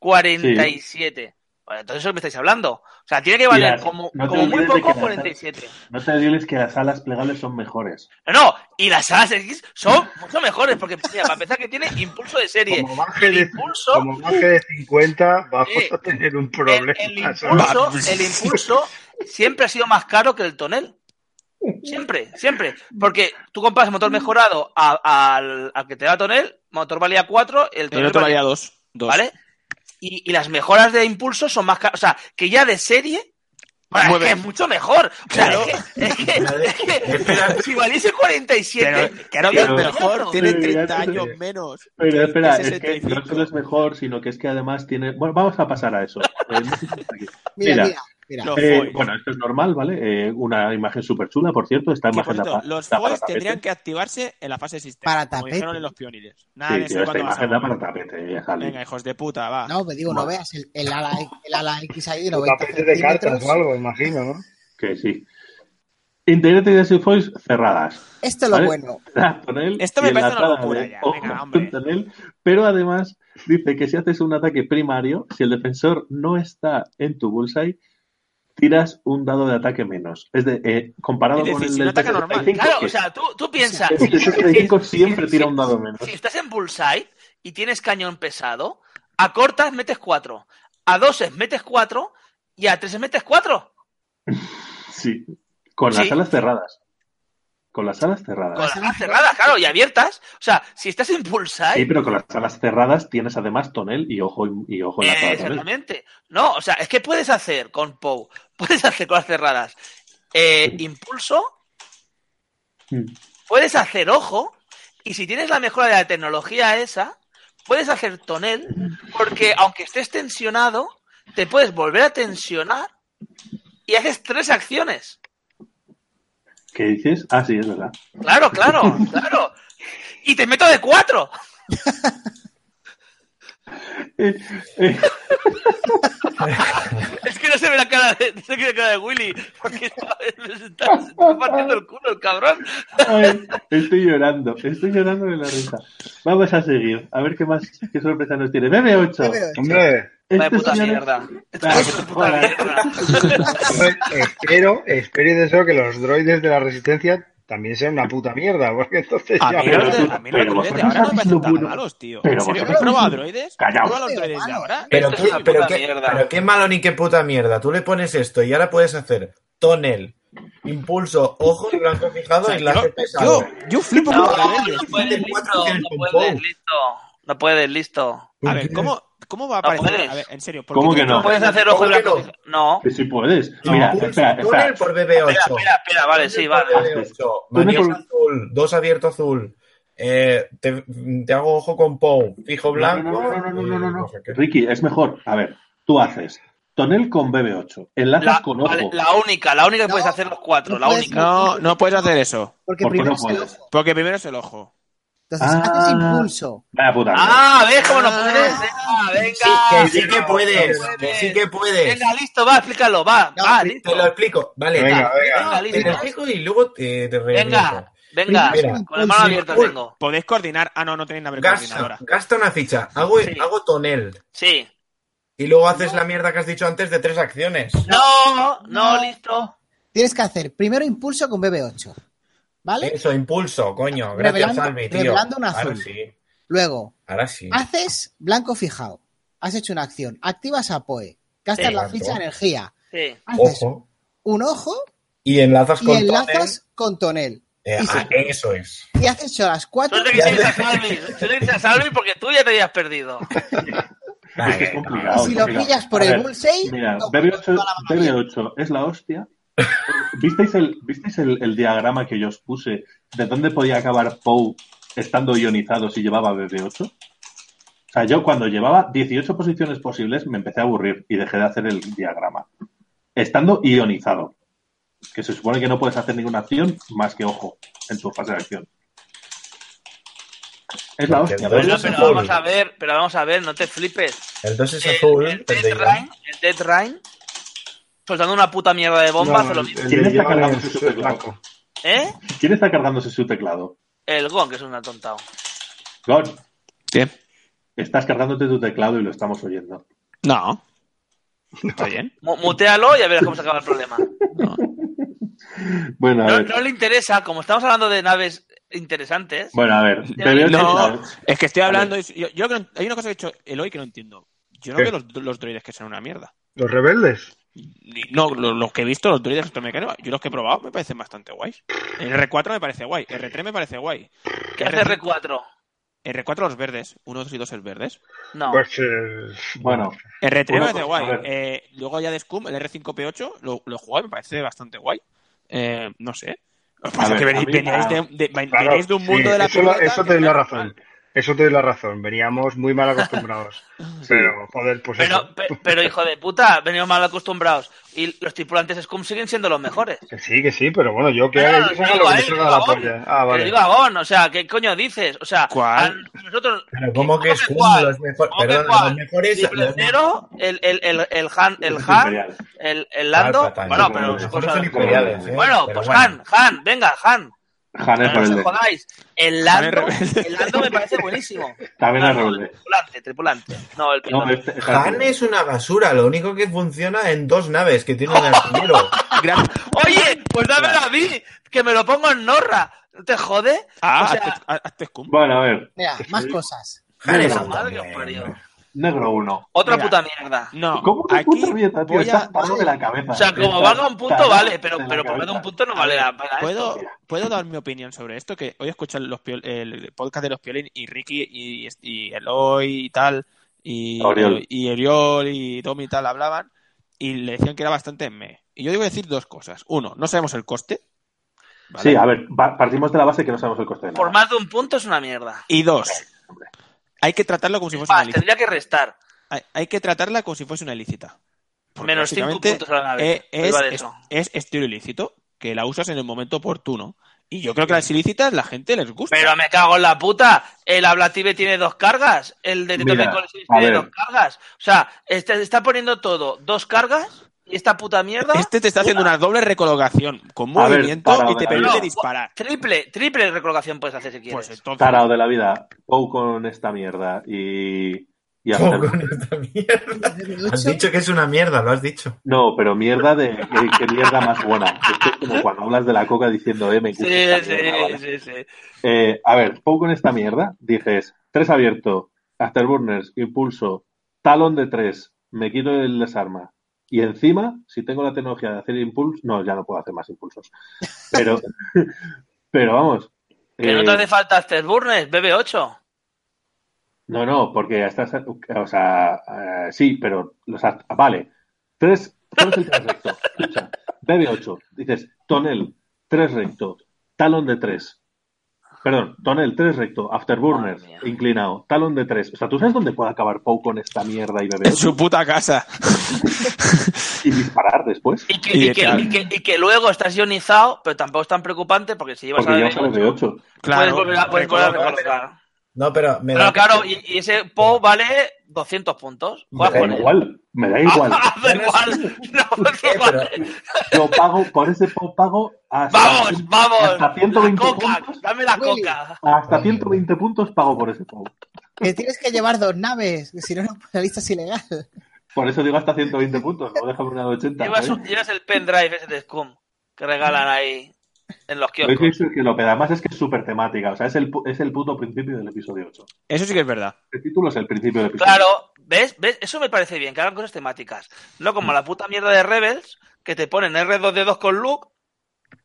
Speaker 4: 47. Bueno, entonces eso me estáis hablando. O sea, tiene que valer
Speaker 1: Mira,
Speaker 4: como,
Speaker 1: no te
Speaker 4: como muy
Speaker 1: olvides de
Speaker 4: poco
Speaker 1: que la-
Speaker 4: 47.
Speaker 1: No te diles que las alas plegables son mejores.
Speaker 4: No, no, y las alas X son mucho mejores, porque mira, para empezar que tiene impulso de serie.
Speaker 3: Como baje
Speaker 4: El
Speaker 3: de,
Speaker 4: impulso,
Speaker 3: como baje de 50, vamos
Speaker 4: Sí.
Speaker 3: a tener un
Speaker 4: el,
Speaker 3: problema.
Speaker 4: el
Speaker 3: ¿sabes?
Speaker 4: impulso, el impulso siempre ha sido más caro que el tonel. Siempre, siempre. Porque tú compras motor mejorado a- al, al que te da tonel, motor valía 4, el
Speaker 2: El
Speaker 4: tonel
Speaker 2: otro valía
Speaker 4: valía
Speaker 2: dos. dos.
Speaker 4: ¿Vale? Y, y las mejoras de impulso son más caras. O sea, que ya de serie. bueno, es,
Speaker 2: Mueve.
Speaker 4: que es mucho mejor. O sea,
Speaker 2: Claro.
Speaker 4: es que, es que- es (laughs) que si valiese 47.
Speaker 2: Pero que no
Speaker 1: Pero-
Speaker 2: es mejor, tiene
Speaker 1: Pero ya
Speaker 2: 30
Speaker 1: te-
Speaker 2: años menos.
Speaker 1: Pero espera, es que
Speaker 2: 65.
Speaker 1: no solo es mejor, sino que es que además tiene. Bueno, vamos a pasar a (laughs) eso. Eh, no sé si está aquí.
Speaker 5: Mira,
Speaker 1: Mira.
Speaker 5: mira, mira.
Speaker 2: Los
Speaker 1: Eh,
Speaker 2: foils.
Speaker 1: bueno, esto es normal, ¿vale? Eh, una imagen súper chula, por cierto. Esta
Speaker 2: Que, por
Speaker 1: imagen da
Speaker 2: cierto,
Speaker 1: pa-
Speaker 2: los
Speaker 1: da para
Speaker 2: foils
Speaker 1: tapete.
Speaker 2: tendrían que activarse en la fase de sistema.
Speaker 5: Para
Speaker 2: como
Speaker 5: tapete.
Speaker 2: dijeron en los pioneros. Nada
Speaker 1: Sí, tío,
Speaker 2: de eso
Speaker 1: esta
Speaker 2: cuando vas a
Speaker 1: imagen da para
Speaker 2: morir.
Speaker 1: tapete, eh, ya sale.
Speaker 2: Venga, hijos de puta, va.
Speaker 5: No, pero digo, no veas el, el ala, el ala X ahí de
Speaker 3: Un
Speaker 5: 90
Speaker 3: (laughs) tapete de cartas
Speaker 5: centímetros.
Speaker 3: o algo, imagino, ¿no?
Speaker 1: Que sí. Integrate de Sifois cerradas.
Speaker 5: Esto es lo
Speaker 1: ¿Vale?
Speaker 5: bueno.
Speaker 1: (laughs) Ratonel
Speaker 2: Esto
Speaker 1: y
Speaker 2: me
Speaker 1: en la
Speaker 2: parece una
Speaker 1: cara
Speaker 2: locura
Speaker 1: de
Speaker 2: ya.
Speaker 1: ojo
Speaker 2: Venga, hombre.
Speaker 1: Ratonel, pero además dice que si haces un ataque primario, si el defensor no está en tu bullseye, tiras un dado de ataque menos. Es de, eh, comparado
Speaker 2: Es
Speaker 1: con
Speaker 2: decir,
Speaker 1: el
Speaker 2: si
Speaker 1: del
Speaker 2: no ataca normal.
Speaker 1: 65,
Speaker 4: Claro,
Speaker 1: que
Speaker 4: o sea, tú, tú piensas.
Speaker 1: El 65 siempre tira un dado menos.
Speaker 4: Si estás en Bullseye y tienes cañón pesado, a cortas metes 4, a doses metes 4 y a treses metes 4.
Speaker 1: Sí, con las
Speaker 4: Sí.
Speaker 1: alas cerradas. Con las alas cerradas.
Speaker 4: Con las alas cerradas, claro, y abiertas. O sea, si estás en Bullseye.
Speaker 1: Sí, pero con las alas cerradas tienes además tonel y ojo, y ojo en la
Speaker 4: Eh,
Speaker 1: cara tonel.
Speaker 4: exactamente. No, o sea, es que puedes hacer con Pou, (laughs) puedes hacer con las cerradas eh, impulso,
Speaker 1: Mm.
Speaker 4: puedes hacer ojo, y si tienes la mejora de la tecnología esa, puedes hacer tonel, porque aunque estés tensionado, te puedes volver a tensionar y haces tres acciones.
Speaker 1: ¿Qué dices? Ah, sí, es verdad. (laughs)
Speaker 4: Claro, claro, claro. Y te meto de cuatro.
Speaker 1: Eh, eh,
Speaker 4: Es que no se ve la cara de, no se ve la cara de Willy, porque está, está- se está partiendo el culo el cabrón.
Speaker 1: ay, estoy llorando, estoy llorando de la risa. Vamos a seguir, a ver qué más, qué sorpresa nos tiene. BB8.
Speaker 5: BB8.
Speaker 3: Hombre,
Speaker 4: Vaya
Speaker 1: Este
Speaker 4: puta
Speaker 1: señor es-
Speaker 4: mierda.
Speaker 1: Vaya puta
Speaker 4: Puta
Speaker 1: mierda.
Speaker 4: mierda.
Speaker 3: hombre, espero, espero y deseo que los droides de la resistencia también sean una puta mierda, porque entonces
Speaker 2: A
Speaker 3: ya.
Speaker 2: mí los
Speaker 1: pero
Speaker 2: de-
Speaker 1: tú-
Speaker 2: a mí los
Speaker 1: pero
Speaker 2: droides de
Speaker 1: vosotros
Speaker 2: ahora no me
Speaker 1: habéis
Speaker 2: parecen
Speaker 1: lo
Speaker 2: tan
Speaker 1: bueno.
Speaker 2: malos, tío.
Speaker 1: Pero
Speaker 2: ¿En serio?
Speaker 1: vosotros-
Speaker 2: ¿Prueba droides?
Speaker 1: Callaos.
Speaker 2: ¿Prueba los droides de ahora?
Speaker 6: Pero,
Speaker 4: Esto
Speaker 6: qué,
Speaker 4: es una
Speaker 6: pero,
Speaker 4: puta
Speaker 6: qué,
Speaker 4: mierda.
Speaker 6: pero qué malo ni qué puta mierda. Tú le pones esto y ahora puedes hacer tonel, impulso, ojos blanco
Speaker 2: O
Speaker 6: fijado
Speaker 2: sea,
Speaker 6: y la
Speaker 2: yo,
Speaker 6: gente
Speaker 2: yo,
Speaker 6: sabe.
Speaker 2: yo flipo
Speaker 4: No,
Speaker 2: con los
Speaker 4: no,
Speaker 2: rebeldes.
Speaker 4: no puedes, listo, no puedes, listo. No puedes, listo.
Speaker 2: A ver, ¿cómo, ¿cómo va a
Speaker 4: No
Speaker 2: aparecer?
Speaker 4: puedes.
Speaker 2: A ver, en serio. ¿por
Speaker 1: ¿Cómo
Speaker 2: qué
Speaker 1: que
Speaker 4: No
Speaker 1: no?
Speaker 4: puedes hacer ojo
Speaker 6: ¿Cómo que
Speaker 4: blanco. No.
Speaker 1: Que sí puedes.
Speaker 6: No,
Speaker 1: Mira,
Speaker 6: impulso,
Speaker 1: espera, espera.
Speaker 6: tonel por
Speaker 4: Espera,
Speaker 6: BB8.
Speaker 4: espera, espera, vale, sí, vale.
Speaker 1: Tú me
Speaker 6: Maniobra
Speaker 1: col-
Speaker 6: azul, dos abierto azul. Eh, te, te hago ojo con Pou, fijo
Speaker 1: No,
Speaker 6: blanco.
Speaker 1: no, no, no, no, no, no, no,
Speaker 6: y
Speaker 1: no.
Speaker 6: no sé qué.
Speaker 1: Ricky, es mejor. A ver, tú haces tonel con BB8, enlazas
Speaker 4: La,
Speaker 1: con ojo.
Speaker 4: vale, la única, la única que
Speaker 5: No,
Speaker 4: puedes hacer los cuatro,
Speaker 5: no
Speaker 4: la
Speaker 5: puedes.
Speaker 4: única.
Speaker 2: No, no puedes hacer eso.
Speaker 5: Porque
Speaker 1: ¿Por qué no
Speaker 5: primero es el
Speaker 1: puedes?
Speaker 5: ojo.
Speaker 2: Porque primero es el ojo.
Speaker 5: Entonces
Speaker 1: Ah.
Speaker 5: haces impulso.
Speaker 1: Vaya puta mierda.
Speaker 4: Ah, ¿ves cómo no
Speaker 2: Ah.
Speaker 4: puedes? Ah,
Speaker 6: Sí,
Speaker 4: venga.
Speaker 6: que sí que puedes,
Speaker 4: no
Speaker 6: que
Speaker 4: puedes.
Speaker 6: sí que puedes.
Speaker 4: Venga, listo, va, explícalo, va,
Speaker 5: No,
Speaker 4: va,
Speaker 5: pri-
Speaker 4: listo.
Speaker 6: Te lo explico, vale.
Speaker 3: Venga,
Speaker 6: te-
Speaker 3: venga.
Speaker 4: Venga,
Speaker 6: Te lo
Speaker 4: listo.
Speaker 6: explico y luego te, te reviento.
Speaker 4: Venga, venga.
Speaker 6: Primero es un
Speaker 4: Con la mano
Speaker 6: impulso.
Speaker 4: abierta
Speaker 6: Impul-
Speaker 4: tengo.
Speaker 2: ¿Podéis coordinar? Ah, no, no tenéis nave
Speaker 6: Gasta,
Speaker 2: coordinadora.
Speaker 6: gasta una ficha, hago,
Speaker 4: Sí.
Speaker 6: hago tonel.
Speaker 4: Sí.
Speaker 6: Y luego haces la mierda que has dicho antes de tres acciones.
Speaker 4: No, no,
Speaker 5: No.
Speaker 4: listo.
Speaker 5: Tienes que hacer primero impulso con BB8. ¿Vale?
Speaker 6: Eso, impulso, coño. Gracias,
Speaker 5: Revelando-
Speaker 6: Salvi, tío.
Speaker 5: revelando un
Speaker 6: Ahora
Speaker 5: azul. Ah,
Speaker 6: sí,
Speaker 5: Luego,
Speaker 6: ahora sí.
Speaker 5: haces blanco fijado. Has hecho una acción. Activas a Poe. Gastas la
Speaker 6: Exacto.
Speaker 5: ficha de energía.
Speaker 4: Sí.
Speaker 5: Haces
Speaker 6: Ojo.
Speaker 5: un ojo
Speaker 6: Y enlazas
Speaker 5: y
Speaker 6: con
Speaker 5: enlazas con tonel.
Speaker 6: tonel. Eh,
Speaker 5: Y, se-
Speaker 6: ah, eso es.
Speaker 5: y haces solo las cuatro.
Speaker 4: Suerte que tienes
Speaker 6: (laughs)
Speaker 4: a Salvi. Suerte que tienes a Salvi porque tú ya te habías perdido.
Speaker 1: Es que es
Speaker 6: Vale,
Speaker 1: complicado.
Speaker 5: si lo
Speaker 1: mira,
Speaker 5: pillas
Speaker 1: a
Speaker 5: por el
Speaker 1: ver,
Speaker 5: bullseye,
Speaker 1: Mira,
Speaker 5: no,
Speaker 1: BB8,
Speaker 5: toda la maravilla.
Speaker 1: BB8 es la hostia. (laughs) ¿Visteis, el, visteis el, el diagrama que yo os puse de dónde podía acabar Poe estando ionizado si llevaba BB8? O sea, yo cuando llevaba 18 posiciones posibles me empecé a aburrir y dejé de hacer el diagrama. Estando ionizado, que se supone que no puedes hacer ninguna acción más que ojo en su fase de acción. Es la
Speaker 6: Porque
Speaker 1: hostia,
Speaker 6: duele
Speaker 4: Bueno,
Speaker 1: BB8.
Speaker 4: pero
Speaker 6: Paul.
Speaker 4: vamos a ver, pero vamos a ver, no te flipes.
Speaker 6: El 2 es
Speaker 4: El-
Speaker 6: azul,
Speaker 4: el,
Speaker 6: el,
Speaker 4: Dead
Speaker 6: de Iván.
Speaker 4: Rain, el Dead Rain, soltando una puta mierda de bomba, hace lo mismo.
Speaker 3: el
Speaker 1: ¿Quién
Speaker 3: de
Speaker 1: está
Speaker 3: Joan
Speaker 1: cargando
Speaker 3: es
Speaker 1: su teclado?
Speaker 3: blanco.
Speaker 4: ¿Eh?
Speaker 1: ¿Quién está cargándose su teclado?
Speaker 4: El Gon, que es un atontado.
Speaker 1: God,
Speaker 2: Bien.
Speaker 1: Estás cargándote tu teclado y lo estamos oyendo. (laughs)
Speaker 2: No. ¿Está bien?
Speaker 4: Mu- Mutealo y a ver cómo se acaba el
Speaker 6: (laughs)
Speaker 4: problema.
Speaker 1: Bueno, a
Speaker 4: No,
Speaker 1: ver.
Speaker 4: no le interesa, como estamos hablando de naves interesantes,
Speaker 1: Bueno, a ver.
Speaker 4: No,
Speaker 1: BB8
Speaker 2: No,
Speaker 1: es
Speaker 2: es que estoy hablando. y- Yo, yo creo- hay una cosa que ha dicho Eloy que no entiendo. Yo no
Speaker 3: ¿Qué?
Speaker 2: veo los, los droides que son una mierda.
Speaker 3: Los rebeldes.
Speaker 2: Ni- No, lo- los, que he visto, los droides electromecánicos, yo los que he probado me parecen bastante guays. El R4 me parece guay, R3 me parece guay.
Speaker 4: ¿qué hace R4?
Speaker 2: R4 los verdes, 1, 2 y 2 es verdes.
Speaker 4: No.
Speaker 3: Pues, eh,
Speaker 1: la- Bueno,
Speaker 2: R3
Speaker 1: Una
Speaker 2: me
Speaker 1: cosa,
Speaker 2: parece guay.
Speaker 1: a ver.
Speaker 2: Eh, luego ya de Scum, el R5P8 lo, lo he jugado y me parece bastante guy no sé. Lo que pasa
Speaker 1: A
Speaker 2: es que
Speaker 1: ver,
Speaker 2: veni-
Speaker 1: a mí-
Speaker 2: veníais,
Speaker 1: ah,
Speaker 2: de, de- ven-
Speaker 3: claro,
Speaker 2: veníais de un mundo
Speaker 3: sí,
Speaker 2: de la
Speaker 3: eso, lo-
Speaker 2: pelota
Speaker 3: eso
Speaker 2: que
Speaker 3: te doy
Speaker 2: era
Speaker 3: la
Speaker 2: normal.
Speaker 3: razón. Eso te doy la razón, veníamos muy mal acostumbrados. Pero, joder, pues
Speaker 4: (laughs) Pero,
Speaker 3: eso.
Speaker 4: pe- pero hijo de puta, venimos mal acostumbrados. Y los tripulantes SCUM siguen siendo los mejores.
Speaker 3: Que sí, que sí, pero bueno, yo que
Speaker 4: Ah,
Speaker 3: haga, yo
Speaker 4: lo
Speaker 3: que haga
Speaker 4: digo
Speaker 3: lo que
Speaker 4: a
Speaker 3: me
Speaker 4: él,
Speaker 3: salga
Speaker 4: lo
Speaker 3: de la
Speaker 4: digo a
Speaker 3: polla. Ah,
Speaker 4: Pero
Speaker 3: vale.
Speaker 4: digo a Gon, o sea, ¿qué coño dices? O sea,
Speaker 2: ¿Cuál?
Speaker 4: a nosotros.
Speaker 6: Pero ¿cómo que
Speaker 4: ¿Cómo que
Speaker 6: Scum?
Speaker 4: cuál?
Speaker 6: Los mejores.
Speaker 4: ¿Cómo que
Speaker 6: Perdón,
Speaker 4: cuál?
Speaker 6: los mejores.
Speaker 4: triple
Speaker 6: los-
Speaker 4: cero, el, el, el, el Han, el
Speaker 1: Los
Speaker 4: Han,
Speaker 1: imperiales.
Speaker 4: el, el Lando.
Speaker 6: Palpatine,
Speaker 4: Bueno,
Speaker 1: no,
Speaker 4: pero
Speaker 1: no,
Speaker 6: los
Speaker 4: cosa-
Speaker 6: mejores son imperiales. ¿eh?
Speaker 4: Bueno,
Speaker 6: Pero
Speaker 4: pues Han, Han, venga, Han.
Speaker 1: Han es
Speaker 4: No os
Speaker 1: rebelde.
Speaker 4: jodáis.
Speaker 2: Han
Speaker 4: El
Speaker 2: es
Speaker 4: Lando,
Speaker 2: rebelde.
Speaker 4: el Lando me parece buenísimo.
Speaker 1: También es
Speaker 4: Ah, No, no,
Speaker 1: rebelde.
Speaker 4: Tripulante, tripulante. No, el
Speaker 1: No,
Speaker 4: piloto.
Speaker 1: este- este-
Speaker 6: Han es una basura, lo único que funciona en dos naves que tienen
Speaker 1: (laughs)
Speaker 6: artillero.
Speaker 2: Gracias.
Speaker 4: Oye, pues dámelo a mí, que me lo pongo en Norra. ¿No te jode?
Speaker 2: Ah,
Speaker 4: O sea-
Speaker 2: hazte- ha- hazte Scum.
Speaker 1: Bueno, a ver.
Speaker 5: Mira, más cosas.
Speaker 6: Han es
Speaker 1: Esa
Speaker 6: un
Speaker 4: madre que os
Speaker 6: también,
Speaker 4: parió.
Speaker 6: (laughs) hombre.
Speaker 1: Negro 1.
Speaker 4: Otra
Speaker 2: Mira.
Speaker 4: puta mierda.
Speaker 2: No,
Speaker 1: ¿Cómo que
Speaker 2: aquí
Speaker 1: puta mierda, tío?
Speaker 2: voy
Speaker 1: Estás
Speaker 2: a-
Speaker 1: parado de la cabeza.
Speaker 4: O sea, como
Speaker 1: Estás
Speaker 4: valga un punto,
Speaker 1: tarado
Speaker 4: vale, pero,
Speaker 1: de la
Speaker 4: pero por
Speaker 1: cabeza.
Speaker 4: valga un punto no
Speaker 2: A
Speaker 4: vale
Speaker 2: ver,
Speaker 4: la pena.
Speaker 2: ¿puedo,
Speaker 1: mira.
Speaker 2: ¿Puedo dar mi opinión sobre esto? Que hoy escucho los Piol- el podcast de los Piolín y Ricky y, y Eloy y tal, y
Speaker 1: Oriol.
Speaker 2: y Oriol y Tommy y tal hablaban y le decían que era bastante me. Y yo digo decir dos cosas. Uno, no sabemos el coste. ¿vale?
Speaker 1: Sí, a ver, va- partimos de la base que no sabemos el coste de nada.
Speaker 4: Por más de un punto es una mierda.
Speaker 2: Y dos, hay que tratarlo como si fuese una
Speaker 4: Más,
Speaker 2: ilícita.
Speaker 4: tendría que restar.
Speaker 2: Hay, hay que tratarla como si fuese una ilícita. Porque
Speaker 4: Menos cinco
Speaker 2: básicamente,
Speaker 4: puntos a la nave.
Speaker 2: eh, es,
Speaker 4: Priva de
Speaker 2: es,
Speaker 4: eso.
Speaker 2: es estilo ilícito, que la usas en el momento oportuno. Y yo creo que las ilícitas la gente les gusta.
Speaker 4: Pero me cago en la puta. El Ablative tiene dos cargas. El de
Speaker 1: Mira,
Speaker 4: Tito Collins
Speaker 1: a
Speaker 4: tiene
Speaker 1: ver.
Speaker 4: dos cargas. O sea, este, está poniendo todo dos cargas y esta puta mierda.
Speaker 2: Este te está haciendo una doble recolocación con
Speaker 1: A ver,
Speaker 2: movimiento
Speaker 1: para,
Speaker 2: y te
Speaker 1: para,
Speaker 2: permite
Speaker 1: para.
Speaker 2: disparar.
Speaker 4: Triple, triple recolocación puedes hacer si quieres.
Speaker 2: Pues entonces,
Speaker 1: Tarao de la vida. Pou con esta mierda y. y hacer-
Speaker 6: ¿Cómo con esta mierda? Has dicho que es una mierda, lo has dicho.
Speaker 1: No, pero mierda de. ¿Qué, qué mierda más buena? Esto es como cuando hablas de la coca diciendo, eh, me gusta.
Speaker 4: sí,
Speaker 1: esta
Speaker 4: sí,
Speaker 1: mierda, vale.
Speaker 4: sí, sí.
Speaker 1: Eh, a ver, Pou con esta mierda. Dices, tres abierto, afterburners, impulso, talón de tres, me quito el desarma. Y encima, si tengo la tecnología de hacer impulso, no, ya no puedo hacer más impulsos. Pero, (laughs) pero vamos.
Speaker 4: Que no
Speaker 1: eh,
Speaker 4: te hace falta Afterburner, BB8.
Speaker 1: No, no, porque estás. O sea, eh, sí, pero. los act- vale. Tres. ¿Cuál es el tres recto? Escucha. BB8. Dices, tonel, tres recto. Talón de tres. Perdón, tonel, tres recto. Afterburner,
Speaker 4: Madre mía.
Speaker 1: inclinado. Talón de tres. O sea, ¿tú sabes dónde puede acabar Pou con esta mierda y
Speaker 2: (laughs) en
Speaker 1: BB8?
Speaker 2: su puta casa.
Speaker 1: Y disparar después.
Speaker 4: Y que,
Speaker 2: Y
Speaker 4: y que-
Speaker 2: tal.
Speaker 4: y que- y que luego estás ionizado, pero tampoco es tan preocupante porque si llevas
Speaker 1: Porque
Speaker 4: a la
Speaker 1: llevas a
Speaker 4: BB8,
Speaker 1: BB8.
Speaker 4: puedes
Speaker 2: Claro,
Speaker 4: volver a, puedes volver a
Speaker 6: recolocas.
Speaker 4: recolocar.
Speaker 6: No, pero me
Speaker 4: Pero
Speaker 6: da.
Speaker 4: claro, y, y ese PO vale 200 puntos.
Speaker 1: Me
Speaker 4: Juegas
Speaker 1: da
Speaker 4: con él.
Speaker 1: igual. Me da
Speaker 4: (laughs)
Speaker 1: igual.
Speaker 4: da igual. No, no
Speaker 6: Eh, pero
Speaker 4: vale.
Speaker 1: Yo pago, por ese Pou pago hasta.
Speaker 4: Vamos, vamos.
Speaker 1: Hasta 120
Speaker 4: La coca,
Speaker 1: puntos.
Speaker 4: dame la
Speaker 5: Willy.
Speaker 4: coca.
Speaker 1: Hasta 120 puntos pago por ese Pou.
Speaker 5: Que tienes que llevar dos naves, que si no, no, la lista es ilegal.
Speaker 1: Por eso digo hasta 120 puntos, no déjame una de 80.
Speaker 4: Llevas,
Speaker 1: ¿sabes?
Speaker 4: un- llevas el pendrive ese de Scum que regalan ahí en
Speaker 1: Lo
Speaker 4: los
Speaker 1: que
Speaker 4: kioscos.
Speaker 1: es que lo que además es que es súper temática, o sea, es el, pu- es el puto principio del episodio 8.
Speaker 2: eso sí que es verdad.
Speaker 1: El título es el principio del episodio
Speaker 4: Claro, ¿ves? ¿ves? Eso me parece bien, que hagan cosas temáticas. No como la puta mierda de Rebels, que te ponen R2D2 con Luke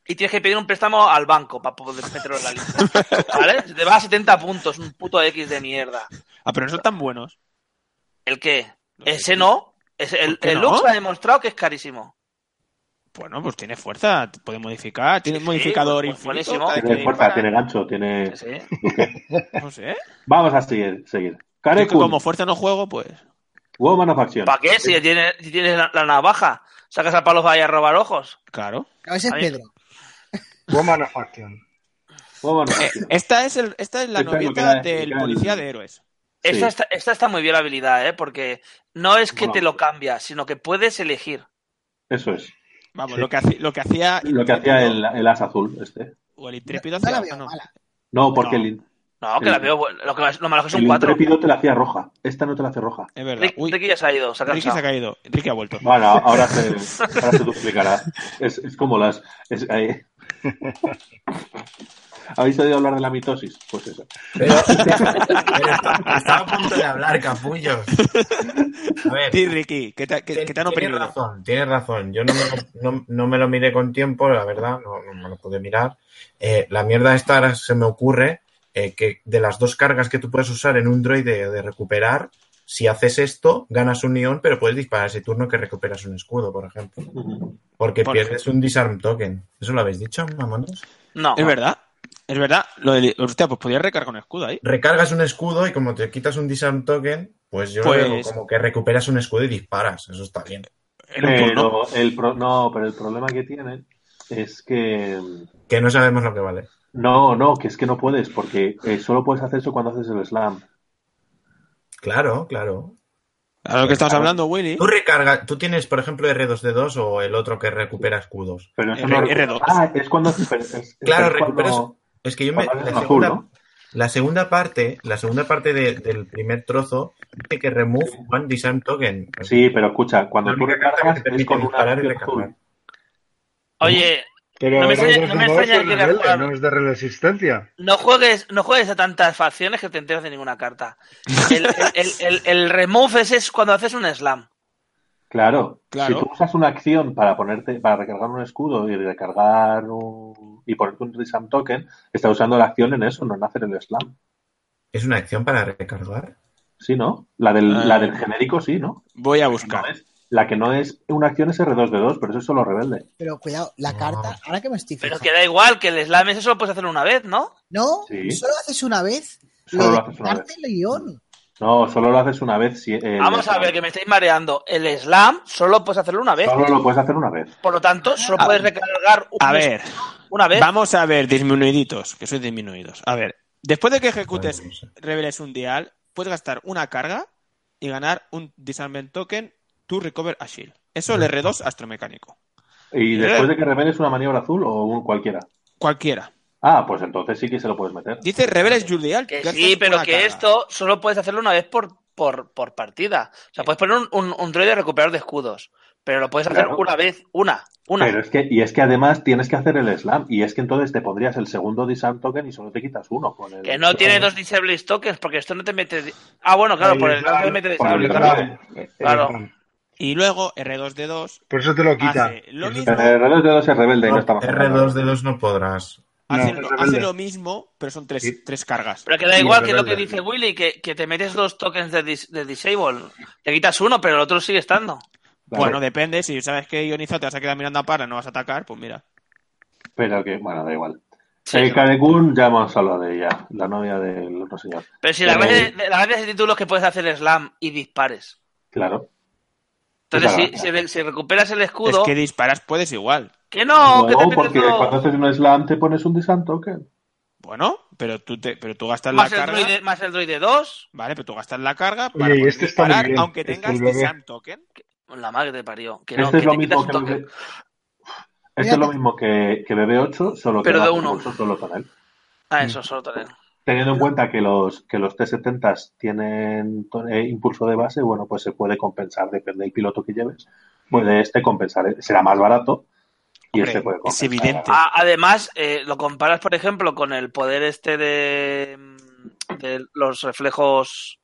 Speaker 4: y tienes que pedir un préstamo al banco para poder meterlo en la lista. ¿Vale? Se te va a 70 puntos, un puto X de mierda.
Speaker 2: Ah, pero no son tan buenos.
Speaker 4: ¿El qué?
Speaker 2: Los
Speaker 4: Ese
Speaker 2: X.
Speaker 4: no. Ese- el
Speaker 2: ¿Por qué
Speaker 4: el
Speaker 2: no?
Speaker 4: Luke se ha demostrado que es carísimo.
Speaker 2: Bueno, pues tiene fuerza, te puede modificar, tiene
Speaker 4: Sí,
Speaker 2: un modificador
Speaker 4: pues,
Speaker 2: infinito.
Speaker 4: buenísimo.
Speaker 2: cada vez que
Speaker 1: Tiene
Speaker 2: le
Speaker 1: fuerza, tiene
Speaker 2: disparan.
Speaker 1: gancho, tiene.
Speaker 4: Sí, sí.
Speaker 2: No sé.
Speaker 1: Vamos a seguir. seguir.
Speaker 2: Yo es que
Speaker 1: Karekun,
Speaker 2: como fuerza no juego, pues.
Speaker 1: Woman of Action.
Speaker 4: ¿Para qué? Si tienes, si tienes la, la navaja, sacas a palos ahí a robar ojos.
Speaker 2: Claro.
Speaker 5: No, ese es
Speaker 4: A mí-
Speaker 5: Pedro.
Speaker 3: Woman of Action.
Speaker 1: Woman of
Speaker 2: Eh,
Speaker 1: Action.
Speaker 2: esta, es el, esta es
Speaker 1: Esta
Speaker 2: la
Speaker 1: es lo
Speaker 2: novieta
Speaker 1: que era- lo
Speaker 2: del
Speaker 1: que era el-
Speaker 2: policía de héroes.
Speaker 1: Sí.
Speaker 4: Esta, está, esta está muy bien la habilidad, ¿eh? Porque no es que
Speaker 1: Bueno.
Speaker 4: te lo cambia, sino que puedes elegir.
Speaker 1: Eso es.
Speaker 2: Vamos,
Speaker 3: Sí.
Speaker 2: lo, que haci- lo que hacía.
Speaker 1: Lo que hacía
Speaker 2: Intrépido,
Speaker 1: el, el as azul, este.
Speaker 2: O el
Speaker 5: No,
Speaker 2: intrépido
Speaker 5: no
Speaker 2: hacía.
Speaker 5: la
Speaker 2: ah,
Speaker 5: veo
Speaker 2: no.
Speaker 5: mala.
Speaker 1: No, porque
Speaker 2: No.
Speaker 1: el, in-
Speaker 4: No, que
Speaker 1: El-
Speaker 4: la veo. bu- Lo, que, lo malo que es
Speaker 1: el
Speaker 4: un 4.
Speaker 1: intrépido te la hacía roja. Esta no te la hace roja.
Speaker 2: Es verdad.
Speaker 4: Rick-
Speaker 2: Uy,
Speaker 4: Ricky ya se ha ido, se ha
Speaker 2: Ricky se ha
Speaker 4: cansado.
Speaker 2: caído. Ricky ha vuelto.
Speaker 1: Bueno, ahora se, ahora se duplicará. Es, es como las. es- eh. ¿Habéis oído hablar de la mitosis? Pues eso.
Speaker 6: Pero, (laughs) pero estaba a punto de hablar, capullos. A ver,
Speaker 2: Sí, Ricky, que te, que- que te han
Speaker 6: tienes
Speaker 2: oprimido.
Speaker 6: razón, tienes razón. Yo no me,
Speaker 2: (coughs)
Speaker 6: lo, no- no me lo miré con tiempo, la verdad, no, no me lo pude mirar. Eh, la mierda esta ahora se me ocurre eh, que de las dos cargas que tú puedes usar en un droid de, de recuperar, si haces esto, ganas un neón, pero puedes disparar ese turno que recuperas un escudo, por ejemplo. Porque
Speaker 2: Por
Speaker 6: pierdes un disarm token. ¿Eso lo habéis dicho, mamones?
Speaker 4: No.
Speaker 2: Es verdad. Es verdad, lo de, hostia, pues podía recargar con escudo ahí.
Speaker 6: Recargas un escudo y como te quitas un disarm token, pues yo lo
Speaker 2: Pues-
Speaker 6: veo como que recuperas un escudo y disparas. Eso está bien.
Speaker 3: Eh,
Speaker 2: En un turno.
Speaker 1: Pero el pro- no, pero el problema que tiene es que
Speaker 6: Que no sabemos lo que vale.
Speaker 1: no, no, que es que no puedes, porque eh, solo puedes hacer eso cuando haces el slam.
Speaker 6: Claro, claro.
Speaker 2: A lo que estamos hablando, Willy.
Speaker 6: Tú recargas, tú tienes, por ejemplo, R2D2 o el otro que recupera escudos.
Speaker 1: Pero eso
Speaker 2: R-
Speaker 1: no
Speaker 2: R2.
Speaker 1: Ah, es cuando es- es-
Speaker 6: Claro,
Speaker 1: es cuando-
Speaker 6: recuperas. Es que yo me.
Speaker 1: cuando haces
Speaker 6: la
Speaker 1: azul,
Speaker 6: segunda-
Speaker 1: ¿no?
Speaker 6: La segunda parte, la segunda parte de- del primer trozo dice que remove one disarm token.
Speaker 1: Sí, pero escucha, cuando
Speaker 6: La
Speaker 1: tú
Speaker 6: única carta que
Speaker 1: recargas
Speaker 6: te
Speaker 1: es
Speaker 6: permite
Speaker 1: con una
Speaker 6: disparar y
Speaker 1: acción
Speaker 6: recargar.
Speaker 1: azul.
Speaker 4: Oye,
Speaker 3: Pero
Speaker 4: No me
Speaker 3: el
Speaker 4: extraña-
Speaker 3: Rey
Speaker 4: no me
Speaker 3: Desnudo es
Speaker 4: extraña que
Speaker 3: de rebelde,
Speaker 4: la-
Speaker 3: no es de resistencia.
Speaker 4: no juegues, no juegues a tantas facciones que te enteras de ninguna carta. El, el, el- el- el remove ese es cuando haces un slam.
Speaker 1: Claro.
Speaker 2: Claro.
Speaker 1: Si tú usas una acción para ponerte, para recargar un escudo y recargar un, y ponerte un Risam token, estás usando la acción en eso, no en hacer el slam.
Speaker 6: ¿Es una acción para recargar?
Speaker 1: Sí, ¿no? La del,
Speaker 2: Ah.
Speaker 1: la del genérico sí, ¿no?
Speaker 2: Voy a
Speaker 1: No
Speaker 2: buscar.
Speaker 1: es- la que no es una acción es R2D2, pero eso es solo rebelde.
Speaker 5: Pero cuidado, la carta, ahora que me estoy
Speaker 4: Pero
Speaker 5: fijando.
Speaker 4: que da igual, que el slam ese solo puedes hacer una vez, ¿no?
Speaker 5: No,
Speaker 1: Sí.
Speaker 5: solo haces una vez.
Speaker 1: Solo
Speaker 5: lo
Speaker 1: lo
Speaker 5: de
Speaker 1: haces una vez.
Speaker 5: quitarte el guión.
Speaker 1: No, solo lo haces una vez. Si, eh,
Speaker 4: Vamos
Speaker 1: el-
Speaker 4: a ver, que me estáis mareando. El slam solo puedes hacerlo una vez.
Speaker 1: Solo lo puedes hacer una vez.
Speaker 4: Por lo tanto, solo
Speaker 2: A-
Speaker 4: puedes recargar un-
Speaker 2: Ah, A ver,
Speaker 4: una vez.
Speaker 2: vamos a ver, disminuiditos, que sois disminuidos. A ver, después de que ejecutes,
Speaker 6: Ay, no sé.
Speaker 2: reveles un dial, puedes gastar una carga y ganar un disarmament token to recover a shield. Eso el R2 astromecánico.
Speaker 4: Eh.
Speaker 1: Y
Speaker 2: Bien.
Speaker 1: después de que reveles una maniobra azul o un cualquiera.
Speaker 2: Cualquiera.
Speaker 1: Ah, pues entonces sí que se lo puedes meter.
Speaker 2: Dice reveles your dial.
Speaker 4: Que
Speaker 2: gastas
Speaker 4: sí, pero
Speaker 2: una
Speaker 4: que
Speaker 2: carga.
Speaker 4: esto solo puedes hacerlo una vez por, por, por partida. O sea, puedes poner un, un, un droide recuperador de escudos, pero lo puedes hacer
Speaker 1: Claro.
Speaker 4: una vez, una, una.
Speaker 1: Pero es que, y es que además tienes que hacer el slam, y es que entonces te pondrías el segundo disarm token y solo te quitas uno. con el-
Speaker 4: Que no tiene dos disabled tokens, porque esto no te mete. Ah, bueno, claro,
Speaker 3: El
Speaker 4: por el no
Speaker 3: plan-
Speaker 4: te mete
Speaker 1: por el
Speaker 4: disable,
Speaker 1: plan.
Speaker 4: claro.
Speaker 1: claro.
Speaker 4: Claro. Ah,
Speaker 3: Eh,
Speaker 2: Y luego R2D2
Speaker 3: Por eso te lo quita. Eh,
Speaker 2: Hace lo
Speaker 3: Por eso
Speaker 2: mismo.
Speaker 3: te-
Speaker 1: El reloj de dos es rebelde y no está bajando.
Speaker 6: R2D2 no podrás.
Speaker 2: hace,
Speaker 3: No,
Speaker 2: lo,
Speaker 3: es rebelde.
Speaker 2: hace lo mismo, pero son tres,
Speaker 3: Sí.
Speaker 2: tres cargas.
Speaker 4: Pero que da
Speaker 3: Sí,
Speaker 4: igual
Speaker 3: es
Speaker 4: que lo que
Speaker 3: rebelde.
Speaker 4: dice Willy, que, que te metes dos tokens de, dis- de disable. Te quitas uno, pero el otro sigue estando.
Speaker 1: Claro.
Speaker 2: Bueno, depende. Si sabes que Ioniza te vas a quedar mirando a para, no vas a atacar, pues mira.
Speaker 1: Pero que, bueno, da igual.
Speaker 4: Sí.
Speaker 1: el Kadekun, ya hemos hablado de ella, la novia del otro señor.
Speaker 4: Pero si la
Speaker 1: Pero-
Speaker 4: gracia, de- la gracia de ese título es que puedes hacer slam y dispares.
Speaker 1: Claro.
Speaker 4: Entonces,
Speaker 1: Esa
Speaker 4: si,
Speaker 1: gracia.
Speaker 4: si re- si recuperas el escudo,
Speaker 2: Es que
Speaker 4: que...
Speaker 2: disparas, puedes igual.
Speaker 4: no, que te
Speaker 1: no,
Speaker 4: metes
Speaker 1: porque
Speaker 4: dos.
Speaker 1: cuando haces un slam te pones un disarm token.
Speaker 2: Bueno, pero tú, te, pero tú gastas la
Speaker 4: Más el,
Speaker 2: carga.
Speaker 4: droide, más el droide 2.
Speaker 2: Vale, pero tú gastas la carga
Speaker 3: Oye,
Speaker 2: para
Speaker 3: y
Speaker 2: poder
Speaker 3: este está muy
Speaker 2: disparar,
Speaker 3: bien,
Speaker 2: aunque
Speaker 3: este
Speaker 2: tengas
Speaker 3: el bebé.
Speaker 2: disarm token.
Speaker 4: La madre te parió. Que no,
Speaker 1: Este es
Speaker 4: que
Speaker 1: lo
Speaker 4: te quitas
Speaker 1: mismo
Speaker 4: un
Speaker 1: que,
Speaker 4: token.
Speaker 1: BB... Este es lo mismo que, que BB8, solo que
Speaker 4: Pero
Speaker 1: no
Speaker 4: de
Speaker 1: hace
Speaker 4: uno.
Speaker 1: pulso solo con él.
Speaker 4: Ah, eso, solo tener.
Speaker 1: Teniendo en cuenta que los, que los T-70s tienen to- eh, impulso de base, bueno, pues se puede compensar, depende del piloto que lleves, puede este compensar, será más barato y
Speaker 2: Hombre,
Speaker 1: este puede
Speaker 2: es
Speaker 1: compensar.
Speaker 2: evidente.
Speaker 4: A- Además, eh, lo comparas, por ejemplo, con el poder este de, mm, de los reflejos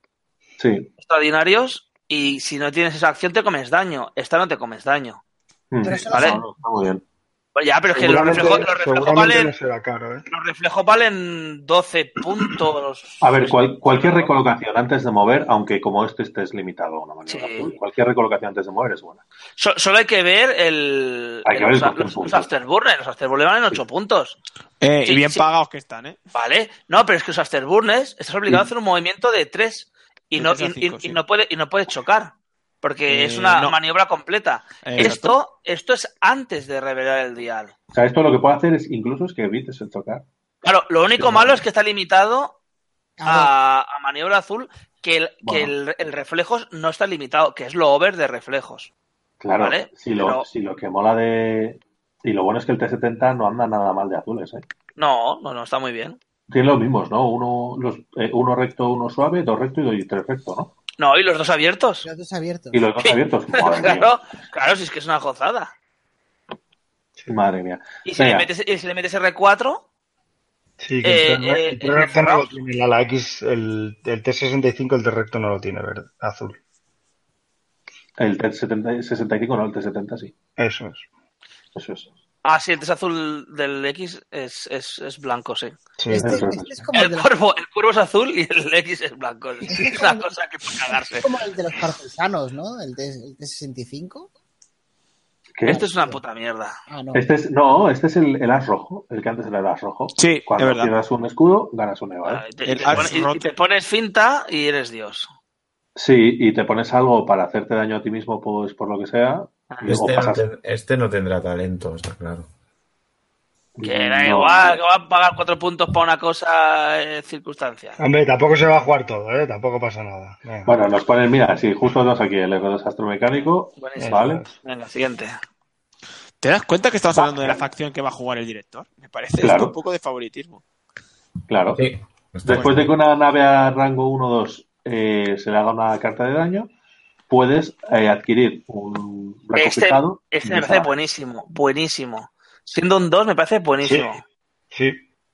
Speaker 1: Sí.
Speaker 4: extraordinarios. Y si no tienes esa acción, te comes daño. Esta no te comes daño.
Speaker 1: Mm.
Speaker 5: Pero eso no
Speaker 1: Vale.
Speaker 4: son-
Speaker 1: No, está muy bien.
Speaker 4: Pues ya, pero es que los
Speaker 3: Seguramente,
Speaker 4: reflejos, los reflejos
Speaker 3: seguramente
Speaker 4: valen,
Speaker 3: no será caro, ¿eh?
Speaker 4: los reflejos valen 12 puntos.
Speaker 1: A ver, cual- cualquier recolocación antes de mover, aunque como este estés limitado a una manera,
Speaker 4: Sí.
Speaker 1: azul, cualquier recolocación antes de mover es buena.
Speaker 4: So- solo hay que ver el,
Speaker 1: Hay que ver
Speaker 4: los,
Speaker 1: el
Speaker 4: los, los
Speaker 1: conjunto.
Speaker 4: afterburners. Los afterburners valen 8 puntos.
Speaker 2: Eh,
Speaker 4: sí,
Speaker 2: y bien
Speaker 4: sí.
Speaker 2: pagados que están, ¿eh?
Speaker 4: Vale, no, pero es que los afterburners estás obligado a hacer un movimiento de tres y
Speaker 2: Mm. De
Speaker 4: no,
Speaker 2: tres a
Speaker 4: y-
Speaker 2: cinco,
Speaker 4: y-
Speaker 2: sí.
Speaker 4: y no puede, y no puedes chocar, porque
Speaker 2: Eh,
Speaker 4: es una
Speaker 2: no.
Speaker 4: maniobra completa.
Speaker 2: Eh,
Speaker 4: Esto, esto es antes de revelar el dial.
Speaker 1: O sea, esto lo que puede hacer es incluso es que evites el tocar.
Speaker 4: Claro, lo único
Speaker 1: Sí.
Speaker 4: malo es que está limitado
Speaker 5: A
Speaker 1: Ah,
Speaker 4: a, a maniobra azul, que, el, que
Speaker 1: Bueno.
Speaker 4: el- el reflejos no está limitado, que es lo over de reflejos.
Speaker 1: Claro,
Speaker 4: Vale,
Speaker 1: si, lo,
Speaker 4: pero-
Speaker 1: si lo que mola de... Y lo bueno es que el T70 no anda nada mal de azules, ¿eh?
Speaker 4: No, no, no, está muy bien.
Speaker 1: Tienen los mismos, ¿no? Uno, los, eh, uno recto, uno suave, dos recto y dos- y tres recto, ¿no?
Speaker 4: No, y los dos abiertos.
Speaker 5: ver, los dos abiertos.
Speaker 1: Y los dos
Speaker 4: (laughs)
Speaker 1: abiertos. Madre mía.
Speaker 4: claro, claro, si es que es una gozada.
Speaker 1: Madre mía.
Speaker 4: Y si, le
Speaker 1: Venga.
Speaker 4: metes, y si le metes R4,
Speaker 3: Sí, que
Speaker 4: Eh,
Speaker 3: el, terno-
Speaker 4: eh,
Speaker 3: el terno
Speaker 4: eh,
Speaker 3: recto no
Speaker 4: cerrado.
Speaker 3: lo tiene la, la X, el, el T65, el T-recto no lo tiene, verde, azul.
Speaker 1: El T65, no, el T70 sí.
Speaker 3: Eso es.
Speaker 1: Eso es.
Speaker 4: ah, sí, el test azul del X es, es, es blanco, sí.
Speaker 3: Sí,
Speaker 5: Este,
Speaker 1: eso es.
Speaker 5: este es como el,
Speaker 4: El
Speaker 5: de los,
Speaker 4: cuervo, el cuervo es azul y el X es blanco. Es
Speaker 5: (laughs)
Speaker 4: una cosa que para cagarse.
Speaker 5: como el de los partisanos, ¿no? El, T- el T65.
Speaker 1: ¿Qué?
Speaker 4: Esto es una puta mierda.
Speaker 5: Ah, no.
Speaker 1: Este es, no, este es el, el as rojo, el que antes era el as rojo.
Speaker 2: Sí,
Speaker 1: Cuando
Speaker 2: es verdad.
Speaker 1: pierdas un escudo, ganas un Eva.
Speaker 4: Ah, y te- y
Speaker 2: El
Speaker 4: te
Speaker 2: Ars
Speaker 4: pones- y- y
Speaker 2: Rotten.
Speaker 4: te pones finta y eres Dios.
Speaker 1: Sí, y te pones algo para hacerte daño a ti mismo, pues por lo que sea.
Speaker 4: Ah.
Speaker 1: y luego
Speaker 6: Este no,
Speaker 1: pasas.
Speaker 6: ten- este no tendrá talento, está claro.
Speaker 4: Que da
Speaker 1: No.
Speaker 4: igual, que vas a pagar cuatro puntos para una cosa eh, circunstancia.
Speaker 3: Hombre, tampoco se va a jugar todo, ¿eh? Tampoco pasa nada. Venga.
Speaker 1: Bueno, nos ponen, mira, sí, justo dos aquí, el R2 astromecánico,
Speaker 4: Buenísimo.
Speaker 1: ¿vale?
Speaker 4: Venga, siguiente.
Speaker 2: ¿Te das cuenta que estamos
Speaker 1: Va,
Speaker 2: hablando de la
Speaker 1: claro.
Speaker 2: facción que va a jugar el director? Me parece
Speaker 1: Claro.
Speaker 2: esto un poco de favoritismo.
Speaker 1: Claro.
Speaker 6: Sí. está
Speaker 1: Después de que una nave a rango 1 2 se le haga una carta de daño, puedes eh, adquirir un
Speaker 4: Este,
Speaker 1: recompensado.
Speaker 4: este me parece buenísimo, buenísimo. Siendo un 2 me parece buenísimo.
Speaker 3: Sí. Sí,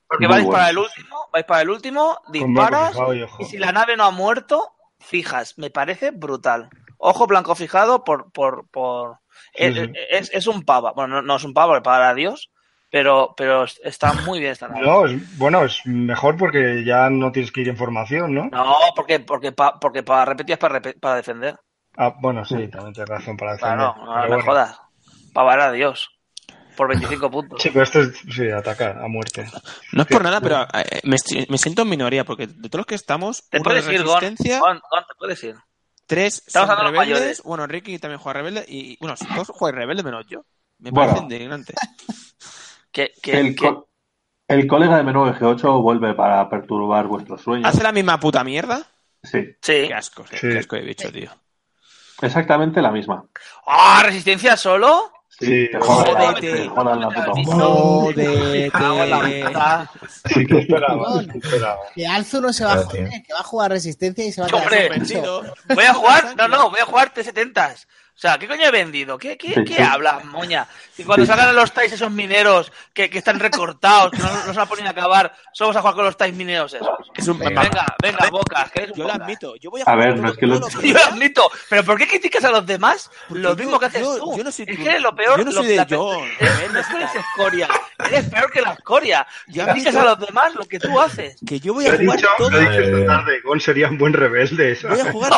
Speaker 4: Porque
Speaker 1: Muy
Speaker 4: vais
Speaker 1: bueno.
Speaker 4: para el último, vais para el último,
Speaker 3: con blanco
Speaker 4: disparas
Speaker 3: fijado y ojo.
Speaker 4: y si la nave no ha muerto, fijas. Me parece brutal. Ojo blanco fijado por... por, por...
Speaker 3: Sí,
Speaker 4: es,
Speaker 3: sí.
Speaker 4: es- es un pava. Bueno, no, no es un pava, para Dios, pero, pero está muy bien esta nave.
Speaker 3: No, es- bueno, es mejor porque ya no tienes que ir en formación, ¿no?
Speaker 4: No, porque, porque, pa- porque para repetir es para, repe- para defender.
Speaker 3: Ah, bueno, sí, también tienes razón para defender.
Speaker 4: Claro, no, no
Speaker 3: pero
Speaker 4: me
Speaker 3: bueno.
Speaker 4: jodas. Pavara, Dios. Por 25 puntos.
Speaker 3: Sí, pero esto es sí, atacar a muerte.
Speaker 2: No es por nada, pero eh, me, estoy- me siento en minoría, porque de todos los que estamos,
Speaker 4: Te
Speaker 2: uno
Speaker 4: puedes
Speaker 2: de
Speaker 4: ir, Gon.
Speaker 2: resistencia,
Speaker 4: Gon, Gon, te puedes ir.
Speaker 2: tres
Speaker 4: Estamos
Speaker 2: son
Speaker 4: hablando de los
Speaker 2: rebeldes.
Speaker 4: mayores.
Speaker 2: Bueno, Ricky también juega rebelde, y bueno, todos juegan rebelde menos yo. Me
Speaker 1: Bueno.
Speaker 2: parece indignante.
Speaker 4: Que, que,
Speaker 1: El,
Speaker 4: que-
Speaker 1: co- el colega de menú G8 vuelve para perturbar vuestros sueños.
Speaker 2: ¿Hace la misma puta mierda?
Speaker 1: Sí,
Speaker 4: Sí.
Speaker 2: Qué asco,
Speaker 3: Sí.
Speaker 2: qué asco de bicho, tío.
Speaker 1: exactamente la misma.
Speaker 4: ¡Ah, resistencia solo!
Speaker 1: Sí,
Speaker 3: Sí,
Speaker 1: te jodan, la-
Speaker 4: jódete.
Speaker 1: te jodan la puta
Speaker 4: Jódete.
Speaker 1: mano.
Speaker 4: Cago en Ah, la
Speaker 2: Jódete.
Speaker 4: puta.
Speaker 3: Sí, que esperaba.
Speaker 5: Bueno.
Speaker 3: que esperaba.
Speaker 5: Que Alzu no se va a
Speaker 6: Claro,
Speaker 5: joder,
Speaker 6: tío.
Speaker 5: que va a jugar resistencia y se va a
Speaker 4: Hombre.
Speaker 5: quedar
Speaker 2: Vendido.
Speaker 5: sorprendido.
Speaker 4: Voy a jugar, no, no, voy a jugar T70. O sea, ¿qué coño he vendido? ¿Qué, qué,
Speaker 1: Sí,
Speaker 4: qué
Speaker 1: sí.
Speaker 4: hablas, moña? Y cuando salgan a los tais esos mineros que, que están recortados, que no, no se la ponen a acabar, solo vas a jugar con los tais mineros esos. Pues
Speaker 2: Es un
Speaker 6: Venga.
Speaker 4: Venga, venga, bocas, que eres un
Speaker 2: Yo lo
Speaker 4: bocas.
Speaker 2: admito. Yo voy a
Speaker 1: A ver,
Speaker 2: jugar
Speaker 1: no
Speaker 2: todo-
Speaker 1: es que lo-
Speaker 2: todo
Speaker 4: (laughs) Yo lo admito, pero ¿por qué criticas a los demás
Speaker 2: Porque
Speaker 4: lo
Speaker 2: yo-
Speaker 4: mismo que haces
Speaker 2: yo-
Speaker 4: tú?
Speaker 2: yo no soy
Speaker 4: es
Speaker 2: tu-
Speaker 4: que eres lo peor.
Speaker 2: yo no
Speaker 4: lo-
Speaker 2: soy de
Speaker 4: la-
Speaker 2: John,
Speaker 4: No es que eres escoria, eres peor que
Speaker 2: (laughs)
Speaker 4: la escoria.
Speaker 2: Yo
Speaker 4: criticas
Speaker 2: admito-
Speaker 4: a los demás lo que tú haces.
Speaker 2: Que yo voy
Speaker 3: Lo
Speaker 2: a
Speaker 3: he
Speaker 2: jugar
Speaker 3: dicho,
Speaker 2: todo.
Speaker 3: lo he dicho
Speaker 6: Eh.
Speaker 3: esta tarde. Gon sería un buen rebelde.
Speaker 2: Voy
Speaker 3: ¿sabes?
Speaker 2: a jugar.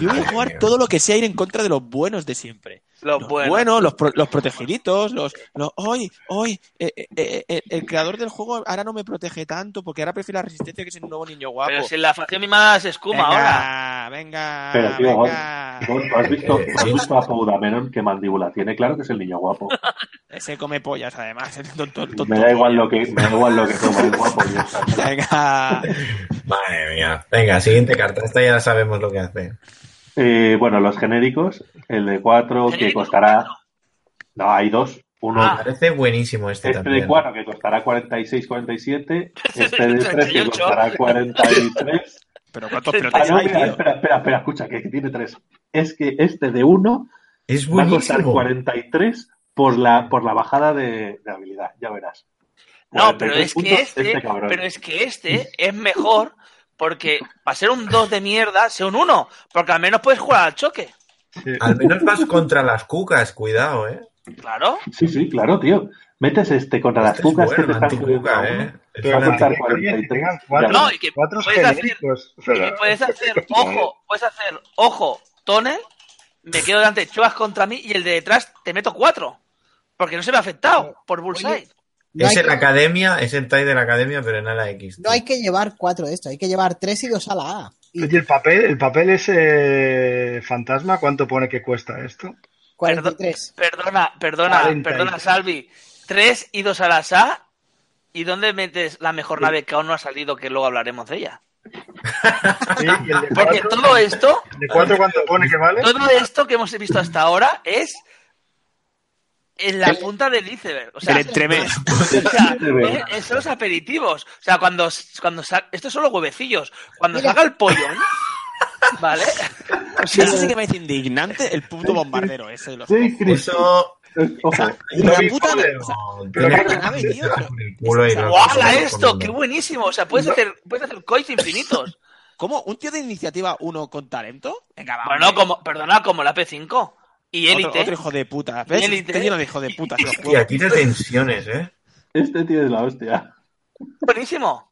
Speaker 2: Yo voy a jugar todo lo que sea ir en contra de los buenos de siempre.
Speaker 4: Lo
Speaker 2: Los
Speaker 4: bueno.
Speaker 2: buenos, los, pro- los protegiditos, los, los hoy, hoy, eh, eh, eh, eh, el creador del juego ahora no me protege tanto porque ahora prefiero la resistencia que es un nuevo niño guapo.
Speaker 4: Pero si la facción mimada se escuma ahora.
Speaker 2: venga, venga,
Speaker 1: Pero, tío,
Speaker 2: venga.
Speaker 1: Vos- ¿Has visto,
Speaker 6: Eh,
Speaker 1: has
Speaker 6: sí.
Speaker 1: visto a Feudamenon que mandíbula tiene? Claro que es el niño
Speaker 4: (laughs)
Speaker 1: guapo.
Speaker 2: Ese Eh, come pollas además. ese tonto- tonto-
Speaker 1: Me da igual lo que, me da igual lo que coma, es guapo. y ya está.
Speaker 2: Venga.
Speaker 6: Madre mía. Venga, siguiente carta. Esta ya sabemos lo que hace.
Speaker 1: Eh, bueno, los genéricos, el de 4 que
Speaker 4: Genéricos,
Speaker 1: costará.
Speaker 4: cuatro.
Speaker 1: No, hay dos. Uno,
Speaker 4: Ah,
Speaker 6: Parece buenísimo este,
Speaker 1: este
Speaker 6: también.
Speaker 1: de 4 que costará 46, 47. Este de 3 que
Speaker 4: 38.
Speaker 1: costará
Speaker 4: (laughs)
Speaker 1: 43.
Speaker 2: Pero cuántos
Speaker 1: Ah,
Speaker 2: pelotas
Speaker 1: no,
Speaker 2: hay,
Speaker 1: mira,
Speaker 2: tío.
Speaker 1: espera, espera, espera, escucha, que, que tiene 3. Es que este de 1
Speaker 6: Es
Speaker 1: va a costar
Speaker 6: buenísimo.
Speaker 1: 43 por la, por la bajada de, de habilidad, ya verás.
Speaker 4: No, pero
Speaker 1: 43
Speaker 4: es
Speaker 1: puntos,
Speaker 4: que este,
Speaker 1: cabrón.
Speaker 4: pero es que este es mejor porque para ser un 2 de mierda, sea un 1, porque al menos puedes jugar al choque.
Speaker 3: Sí.
Speaker 6: Al menos vas contra las cucas, cuidado, eh.
Speaker 4: Claro.
Speaker 1: Sí, sí, claro, tío. Metes este contra las
Speaker 6: Este es
Speaker 1: cucas que
Speaker 6: bueno,
Speaker 1: te están jodiendo a
Speaker 6: anticuca,
Speaker 1: uno.
Speaker 6: eh. Es
Speaker 3: Pero
Speaker 1: Va a
Speaker 6: una
Speaker 1: costar
Speaker 3: que- oye, que
Speaker 1: 43.
Speaker 3: tengan cuatro,
Speaker 1: Ya
Speaker 4: No,
Speaker 1: verás.
Speaker 4: y que
Speaker 3: cuatro
Speaker 4: puedes hacer-
Speaker 3: genéricos.
Speaker 4: Y
Speaker 3: Pero-
Speaker 4: puedes hacer, ojo, puedes hacer, ojo, tonel, me quedo delante, chubas contra mí y el de detrás te meto cuatro. Porque no se me ha afectado por Bullseye.
Speaker 5: No hay,
Speaker 6: Es en la
Speaker 5: que,
Speaker 6: academia, es el TAI de la academia, pero en ala X.
Speaker 5: no hay que llevar cuatro de esto, hay que llevar tres y dos a la A. Y
Speaker 3: Oye, el papel, el papel ese fantasma, ¿cuánto pone que cuesta esto?
Speaker 5: 43.
Speaker 4: Perdona, perdona,
Speaker 3: 40 y-
Speaker 4: perdona, Salvi. Tres y dos a las A. ¿Y dónde metes la mejor nave que aún no ha salido, que luego hablaremos de ella?
Speaker 3: Sí, y el de
Speaker 4: Porque
Speaker 3: cuatro-
Speaker 4: todo esto,
Speaker 3: el de cuatro cuánto pone que vale?
Speaker 4: todo esto que hemos visto hasta ahora es en la punta del iceberg. O sea,
Speaker 2: Del entremés.
Speaker 4: (laughs) O sea, eh, (laughs) eh, son los aperitivos. O sea, cuando, cuando sa- estos son los huevecillos. Cuando
Speaker 5: Mira.
Speaker 4: salga el pollo,
Speaker 2: (laughs)
Speaker 4: ¿vale? O sea,
Speaker 2: Eso sí que me parece indignante el puto bombardero ese de los.
Speaker 1: Sí, Cristo.
Speaker 6: Eso.
Speaker 1: Ojo.
Speaker 2: La puta
Speaker 6: Pero-
Speaker 2: o sea,
Speaker 6: pero-
Speaker 2: la puta nave, tío, pero-
Speaker 6: Con el culo y los-
Speaker 4: ¡guala esto!
Speaker 6: comiendo.
Speaker 4: ¡Qué buenísimo! O sea, puedes hacer, puedes hacer coins infinitos.
Speaker 2: ¿Cómo? ¿Un tío de iniciativa 1 con talento? Venga, (laughs) vamos.
Speaker 4: Bueno, como, perdona, como la P5. Y ¿eh?
Speaker 2: otro,
Speaker 4: élite.
Speaker 2: otro hijo de puta. ¿Ves?
Speaker 4: Élite.
Speaker 2: Está lleno de hijo de puta.
Speaker 1: (laughs)
Speaker 2: los
Speaker 6: Hostia,
Speaker 2: juegos.
Speaker 6: aquí de tensiones, eh.
Speaker 1: Este tío es la hostia.
Speaker 4: Buenísimo.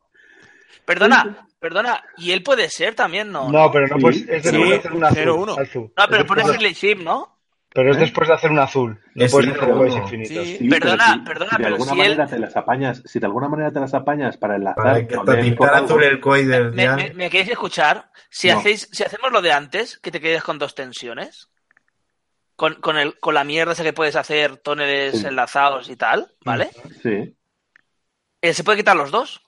Speaker 4: Perdona, perdona. Y él puede ser también, ¿no?
Speaker 3: No, pero no,
Speaker 1: Sí,
Speaker 3: pues es de
Speaker 2: sí,
Speaker 3: no puede hacer una azul,
Speaker 2: 0-1.
Speaker 3: azul.
Speaker 4: No, Ah, pero
Speaker 3: Es de-
Speaker 4: pones el ship, ¿no?
Speaker 3: Pero es después de hacer un azul. No
Speaker 6: Es
Speaker 3: puedes
Speaker 6: un
Speaker 3: hacer juegos
Speaker 6: juego.
Speaker 3: infinitos.
Speaker 2: Sí.
Speaker 1: Sí,
Speaker 4: Perdona,
Speaker 1: pero si
Speaker 4: perdona,
Speaker 1: de
Speaker 4: pero
Speaker 1: alguna
Speaker 4: si
Speaker 1: manera
Speaker 4: él-
Speaker 1: te las apañas, si de alguna manera te las apañas para enlazar
Speaker 6: Para que
Speaker 1: con
Speaker 6: te
Speaker 1: el
Speaker 6: pintara
Speaker 1: foco,
Speaker 6: azul el COI del
Speaker 4: ¿Me,
Speaker 6: día.
Speaker 4: me- me queréis escuchar? Si,
Speaker 1: No.
Speaker 4: hacéis, si hacemos lo de antes, que te quedes con dos tensiones, con, con, el, con la mierda esa que puedes hacer, túneles
Speaker 1: Sí. Mm.
Speaker 4: enlazados y tal, ¿vale?
Speaker 1: sí.
Speaker 4: Eh, ¿Se puede quitar los dos?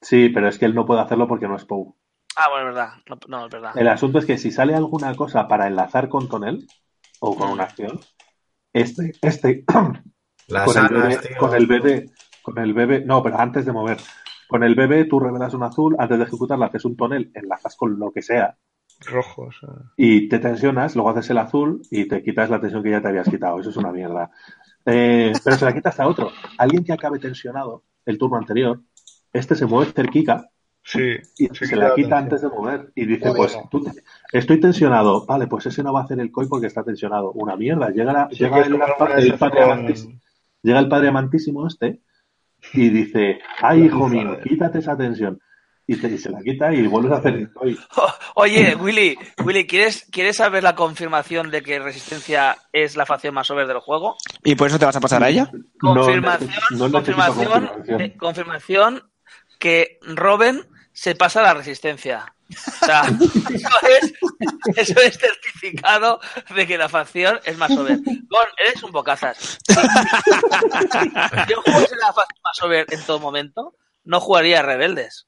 Speaker 1: sí, pero es que él no puede hacerlo porque no es Pou.
Speaker 4: Ah, bueno, es verdad. No, no, es verdad.
Speaker 1: El asunto es que si sale alguna cosa para enlazar con Tonel o con una acción, este, este, (clears throat)
Speaker 6: Las
Speaker 1: con, el
Speaker 6: alas,
Speaker 1: bebé,
Speaker 6: tío.
Speaker 1: con el bebé, con el bebé, no, pero antes de mover, con el bebé tú revelas un azul, antes de ejecutarla haces un tonel, enlazas con lo que sea
Speaker 3: Rojos. eh.
Speaker 1: y te tensionas, luego haces el azul y te quitas la tensión que ya te habías quitado. Eso es una mierda. Eh, pero se la quitas a otro. Alguien que acabe tensionado el turno anterior, este se mueve cerquica
Speaker 3: Sí.
Speaker 1: y
Speaker 3: se
Speaker 1: se,
Speaker 3: quita
Speaker 1: la
Speaker 3: la
Speaker 1: quita
Speaker 3: tensión.
Speaker 1: antes de mover y dice,
Speaker 5: Joder.
Speaker 1: pues tú te- estoy tensionado, vale, pues ese no va a hacer el COI porque está tensionado. Una mierda, llega, la-
Speaker 3: Sí,
Speaker 1: llega
Speaker 3: que es
Speaker 1: el,
Speaker 3: como
Speaker 1: pa-
Speaker 3: una
Speaker 1: el
Speaker 3: de esas
Speaker 1: padre
Speaker 3: con-
Speaker 1: amantis- llega el padre amantísimo este y dice, ay
Speaker 3: La
Speaker 1: hijo
Speaker 3: bufada.
Speaker 1: mío, quítate esa tensión. Y, te- y se la quita y vuelves a hacer el COI.
Speaker 4: Oye, Willy, Willy, ¿quieres, ¿quieres saber la confirmación de que Resistencia es la facción más over del juego?
Speaker 2: ¿Y por eso te vas a pasar a ella?
Speaker 1: No,
Speaker 4: Confirmación,
Speaker 1: no necesito
Speaker 4: confirmación, Eh,
Speaker 1: confirmación.
Speaker 4: de- confirmación que Robin se pasa a la resistencia. O sea, (laughs) eso es, eso es certificado de que la facción es más over. Gon, eres un
Speaker 2: (laughs)
Speaker 4: bocazas. Si yo jugase la facción más over en todo momento, no jugaría a rebeldes.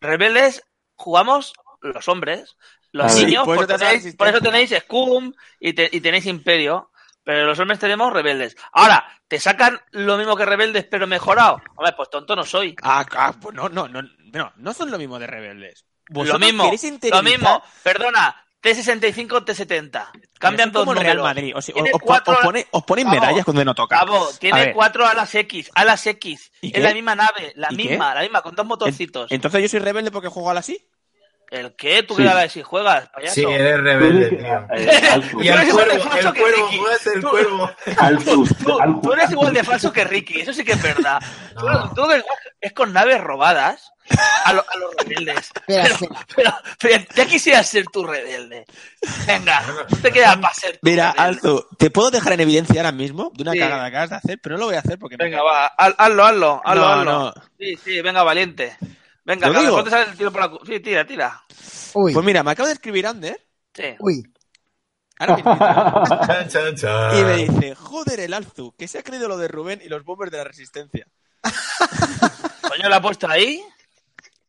Speaker 4: Rebeldes jugamos los hombres, los
Speaker 1: A ver.
Speaker 4: niños,
Speaker 2: Sí, por eso
Speaker 4: por,
Speaker 2: te hace la
Speaker 4: tenéis, por eso tenéis Scum y, te- y tenéis Imperio, pero los hombres tenemos rebeldes. Ahora, ¿te sacan lo mismo que rebeldes pero mejorado? Hombre, pues tonto no soy.
Speaker 2: Ah, ah, pues no, no, no, no, no son lo mismo de rebeldes.
Speaker 4: Lo
Speaker 2: Vosotros
Speaker 4: mismo,
Speaker 2: queréis
Speaker 4: lo
Speaker 2: interiorizar-
Speaker 4: mismo, perdona, T65, T70. Cambian
Speaker 2: Pero es
Speaker 4: dos
Speaker 2: como el Real
Speaker 4: números.
Speaker 2: Madrid. O sea,
Speaker 4: Tiene
Speaker 2: os, os
Speaker 4: cuatro-
Speaker 2: pone- os ponen
Speaker 4: Bravo.
Speaker 2: medallas cuando no toca.
Speaker 4: Bravo,
Speaker 2: A
Speaker 4: tiene
Speaker 2: ver.
Speaker 4: cuatro alas X, alas X.
Speaker 2: ¿Y
Speaker 4: Es
Speaker 2: qué?
Speaker 4: la misma nave, la
Speaker 2: ¿Y
Speaker 4: misma, la misma, con dos motorcitos.
Speaker 2: En- Entonces yo soy rebelde porque juego al así.
Speaker 4: ¿El qué? ¿Tú
Speaker 1: Sí.
Speaker 4: qué alas si juegas, payaso?
Speaker 6: Sí, eres rebelde, tío.
Speaker 1: Eh,
Speaker 4: (laughs)
Speaker 1: Alfus,
Speaker 6: Y
Speaker 4: Tú
Speaker 6: el
Speaker 4: eres
Speaker 6: cuervo,
Speaker 4: igual de facho
Speaker 6: el
Speaker 4: que
Speaker 6: cuervo,
Speaker 4: Ricky.
Speaker 6: juegas el
Speaker 4: Tú- (laughs)
Speaker 6: cuervo.
Speaker 1: Alfus,
Speaker 4: Tú,
Speaker 1: Alfus,
Speaker 4: tú eres igual de falso que Ricky, eso sí que
Speaker 2: (laughs)
Speaker 4: es verdad. Tú,
Speaker 6: No.
Speaker 4: tú eres- es con naves robadas a, lo- a los rebeldes.
Speaker 5: Espera,
Speaker 4: Pero,
Speaker 5: espera.
Speaker 4: pero, pero ya quisieras ser tu rebelde. Venga, tú te quedas para ser tu
Speaker 2: Mira,
Speaker 4: rebelde.
Speaker 2: Alzu, te puedo dejar en evidencia ahora mismo de una
Speaker 4: Sí.
Speaker 2: cagada que acabas de hacer, pero no lo voy a hacer porque... me
Speaker 4: Venga,
Speaker 2: cago.
Speaker 4: va, haz- hazlo, hazlo, hazlo,
Speaker 2: No,
Speaker 4: hazlo.
Speaker 2: no.
Speaker 4: Sí, sí, venga, valiente. Venga,
Speaker 2: Lo
Speaker 4: que a lo
Speaker 2: digo.
Speaker 4: mejor te sale el tiro por la cu- Sí, tira, tira.
Speaker 5: Uy,
Speaker 2: Pues mira, me acaba de escribir Ander,
Speaker 4: Sí.
Speaker 5: uy.
Speaker 1: (laughs)
Speaker 2: ahora mismo,
Speaker 6: Chan, chan, chan.
Speaker 2: y me dice, joder el Alzu, que se ha creído lo de Rubén y los bombers de la resistencia.
Speaker 4: Coño, lo ha puesto ahí.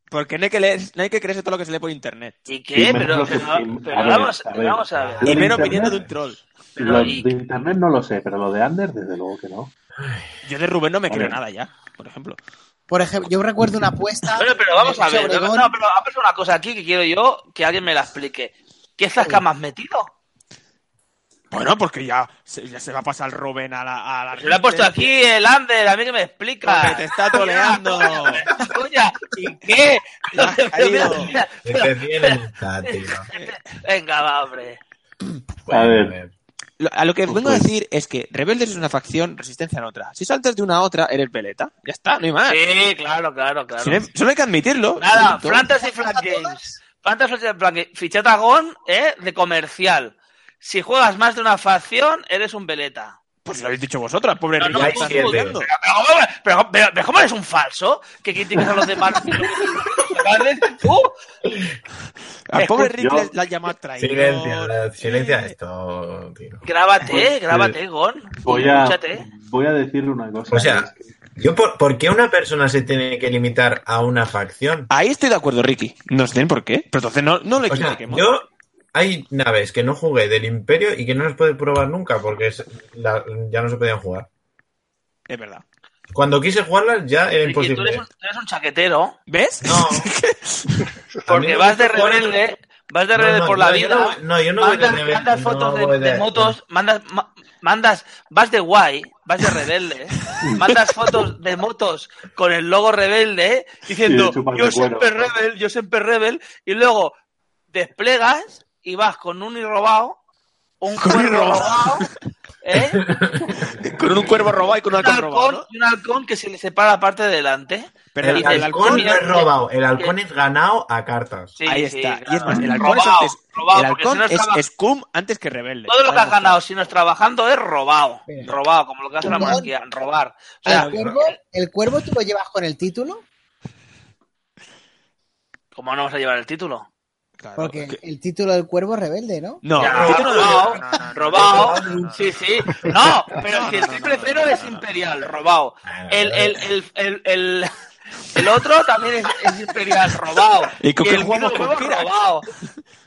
Speaker 2: Porque no hay que, leer, no hay que creerse todo lo que se lee por internet.
Speaker 4: ¿Y
Speaker 1: Sí,
Speaker 4: qué?
Speaker 1: menos
Speaker 4: pero
Speaker 1: los que-
Speaker 4: pero, pero
Speaker 1: a ver,
Speaker 4: vamos,
Speaker 1: a ver.
Speaker 4: vamos a ver.
Speaker 1: Lo
Speaker 2: Y
Speaker 1: de
Speaker 2: menos
Speaker 1: internet.
Speaker 2: viniendo de un troll.
Speaker 4: Pero
Speaker 1: Lo
Speaker 4: y-
Speaker 1: de internet no lo sé, pero lo de Ander, desde luego que no.
Speaker 2: Yo de Rubén no me
Speaker 1: A
Speaker 2: creo
Speaker 1: ver.
Speaker 2: nada ya, por ejemplo.
Speaker 5: Por ejemplo, yo recuerdo una apuesta.
Speaker 4: Bueno, pero vamos a ver.
Speaker 5: sobre
Speaker 4: No,
Speaker 5: Gon.
Speaker 4: no, pero ha pasado una cosa aquí que quiero yo que alguien me la explique. ¿Qué zasca más metido?
Speaker 2: Bueno, porque ya se, ya se va a pasar Rubén a la... A la
Speaker 4: Yo le he puesto
Speaker 2: resistencia.
Speaker 4: aquí el Ander, a mí que me explica.
Speaker 2: Porque te está troleando.
Speaker 4: (laughs) Coña, ¿y qué?
Speaker 2: Ya has
Speaker 4: (laughs) Pero mira,
Speaker 2: caído.
Speaker 4: mira,
Speaker 6: Que
Speaker 4: pero-
Speaker 6: te tienen en esta, tío.
Speaker 4: venga, va, hombre.
Speaker 6: Bueno,
Speaker 1: A ver.
Speaker 2: Lo- A lo que
Speaker 1: Pues,
Speaker 2: vengo a
Speaker 1: pues.
Speaker 2: decir es que Rebeldes es una facción, Resistencia en otra. Si saltas de una a otra, eres veleta. Ya está, no hay más.
Speaker 4: Sí, claro, claro, claro.
Speaker 2: Si no hay- solo hay que admitirlo.
Speaker 4: Nada,
Speaker 2: Punto.
Speaker 4: Fantasy Flat Games. Fantasy Flat Games. Fichatagón, ¿eh? De comercial. Si juegas más de una facción, eres un veleta.
Speaker 2: Pues lo habéis dicho vosotras, pobre
Speaker 4: No,
Speaker 2: no,
Speaker 4: no,
Speaker 6: hay siete.
Speaker 4: Pero, pero, pero, pero, pero, ¿cómo eres un falso? Que criticas a los demás.
Speaker 6: (laughs)
Speaker 4: ¿Vale? Tú,
Speaker 2: Al pobre
Speaker 1: Escucha,
Speaker 2: Rick
Speaker 1: yo-
Speaker 2: le- le has llamado traidor.
Speaker 6: Silencia, silencia
Speaker 2: Eh,
Speaker 6: esto, tío.
Speaker 4: Grábate,
Speaker 6: Pues, eh,
Speaker 4: grábate, Gon.
Speaker 1: Voy a,
Speaker 4: Escúchate. ¿eh?
Speaker 1: voy a decirle una cosa.
Speaker 6: O sea,
Speaker 1: es que-
Speaker 6: yo por, ¿por qué una persona se tiene que limitar a una facción?
Speaker 2: Ahí estoy de acuerdo, Ricky. No sé por qué. Pero entonces no, no le
Speaker 6: O sea,
Speaker 2: critiquemos.
Speaker 6: yo hay naves que no jugué del Imperio y que no las pude probar nunca porque es- la- ya no se podían jugar.
Speaker 2: Es verdad.
Speaker 6: Cuando quise jugarlas ya era
Speaker 4: Y tú eres
Speaker 6: imposible.
Speaker 4: un, tú eres un chaquetero.
Speaker 2: ¿Ves?
Speaker 6: No,
Speaker 4: (laughs) Porque vas de rebelde, vas de
Speaker 6: No,
Speaker 4: rebelde
Speaker 6: no,
Speaker 4: por la
Speaker 6: yo
Speaker 4: vida.
Speaker 6: no- no, yo no voy de
Speaker 4: mandas,
Speaker 6: rebelde,
Speaker 4: mandas
Speaker 6: no
Speaker 4: fotos de,
Speaker 6: voy de-
Speaker 4: de motos, mandas, ma- mandas, vas de guay, vas de rebelde, mandas fotos de motos con el logo rebelde,
Speaker 1: Y
Speaker 4: diciendo
Speaker 1: de chupas
Speaker 4: yo
Speaker 1: de cuero".
Speaker 4: siempre rebel, yo siempre rebel, y luego desplegas y vas con un irrobado, un
Speaker 2: Con
Speaker 4: cuerno
Speaker 2: irrobado.
Speaker 4: robado, ¿Eh?
Speaker 2: (laughs) Con un cuervo robado y (laughs) con un
Speaker 4: un
Speaker 2: halcón robado,
Speaker 4: halcón
Speaker 2: ¿no?
Speaker 4: y un halcón que se le separa la parte de delante.
Speaker 2: Pero
Speaker 6: el
Speaker 4: dice, el
Speaker 6: halcón
Speaker 4: halcón
Speaker 6: no es
Speaker 4: es-
Speaker 6: robado, el halcón es ganado a cartas.
Speaker 4: "Pues Sí,
Speaker 2: Ahí
Speaker 4: sí,
Speaker 2: está.
Speaker 4: claro.
Speaker 2: Y es más, el halcón
Speaker 4: Robado,
Speaker 2: es, antes,
Speaker 4: robado,
Speaker 2: el
Speaker 4: porque
Speaker 2: halcón
Speaker 4: si no
Speaker 2: es
Speaker 4: estaba-
Speaker 2: Scum antes que rebelde.
Speaker 4: Todo lo que
Speaker 2: Está
Speaker 4: has ganado, si no es trabajando, es robado.
Speaker 5: Espera.
Speaker 4: Robado, como lo que hace la
Speaker 5: Perdón.
Speaker 4: monarquía, robar. O sea,
Speaker 5: ¿El cuervo, ¿El cuervo tú lo llevas con el título?
Speaker 4: ¿cómo no vas a llevar el título?
Speaker 2: demostrado. Claro,
Speaker 5: Porque
Speaker 2: que-
Speaker 5: el título del cuervo es rebelde, ¿no?
Speaker 2: No,
Speaker 4: Ya,
Speaker 2: el título no lo
Speaker 4: robado,
Speaker 2: lleva. No, no, no.
Speaker 4: robado. Sí, sí. No, pero si el triple cero es imperial, robado. El, el, el, el, el, el otro también es, es imperial, robado.
Speaker 2: ¿Y con qué
Speaker 4: el
Speaker 2: jugamos
Speaker 4: vino
Speaker 2: con
Speaker 4: nuevo,
Speaker 2: Kirax?
Speaker 4: robado.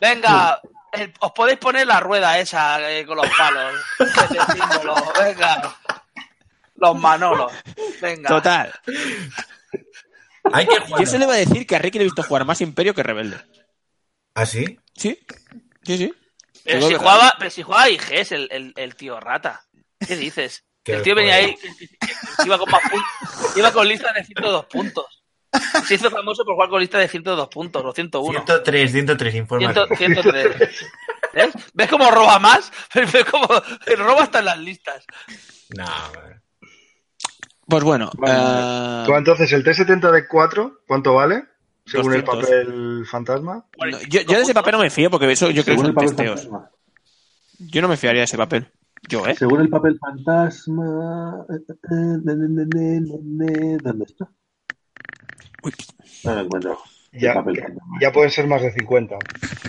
Speaker 4: Venga, el- os podéis poner la rueda esa eh, con los
Speaker 2: (laughs)
Speaker 4: palos. ese símbolo, Venga. Los manolos. Venga.
Speaker 2: Total.
Speaker 6: Hay que jugar.
Speaker 2: Yo se le iba a decir que a Ricky le he visto jugar más Imperio que Rebelde.
Speaker 6: ¿Así?
Speaker 2: ¿Sí? Sí, sí.
Speaker 4: Pero
Speaker 2: Digo
Speaker 4: Eh, si,
Speaker 2: que-
Speaker 4: jugaba, pero si jugaba IG es el, el, el tío rata. ¿Qué dices?
Speaker 6: (laughs) Que
Speaker 4: el tío
Speaker 6: joder.
Speaker 4: venía ahí, iba con, más
Speaker 6: (laughs)
Speaker 4: puntos, iba con lista de 102 puntos. Se hizo famoso por jugar con lista de 102 puntos, o 101.
Speaker 6: 103, 103, informa.
Speaker 4: 100, 103. ¿Ves? ¿Eh? ¿Ves cómo roba más? (laughs) ¿Ves cómo el robo hasta en las listas?
Speaker 6: No, hombre.
Speaker 2: Pues bueno.
Speaker 3: Vale.
Speaker 2: ah,
Speaker 3: Tú, entonces, el T70 de 4, ¿cuánto vale?
Speaker 2: 200.
Speaker 3: Según el papel fantasma.
Speaker 2: no, yo, yo de ese papel no me fío porque eso yo creo que
Speaker 1: Según el
Speaker 2: son
Speaker 1: papel
Speaker 2: testeos.
Speaker 1: fantasma.
Speaker 2: Yo no me fiaría de ese papel. Yo,
Speaker 4: (laughs)
Speaker 2: ¿eh?
Speaker 1: Según el papel fantasma. eh, eh, ne, ne, ne, ne, ne, ne. ¿Dónde está?
Speaker 2: Uy.
Speaker 1: No lo encuentro. El
Speaker 3: Ya,
Speaker 1: papel fantasma.
Speaker 3: ya pueden ser más de 50.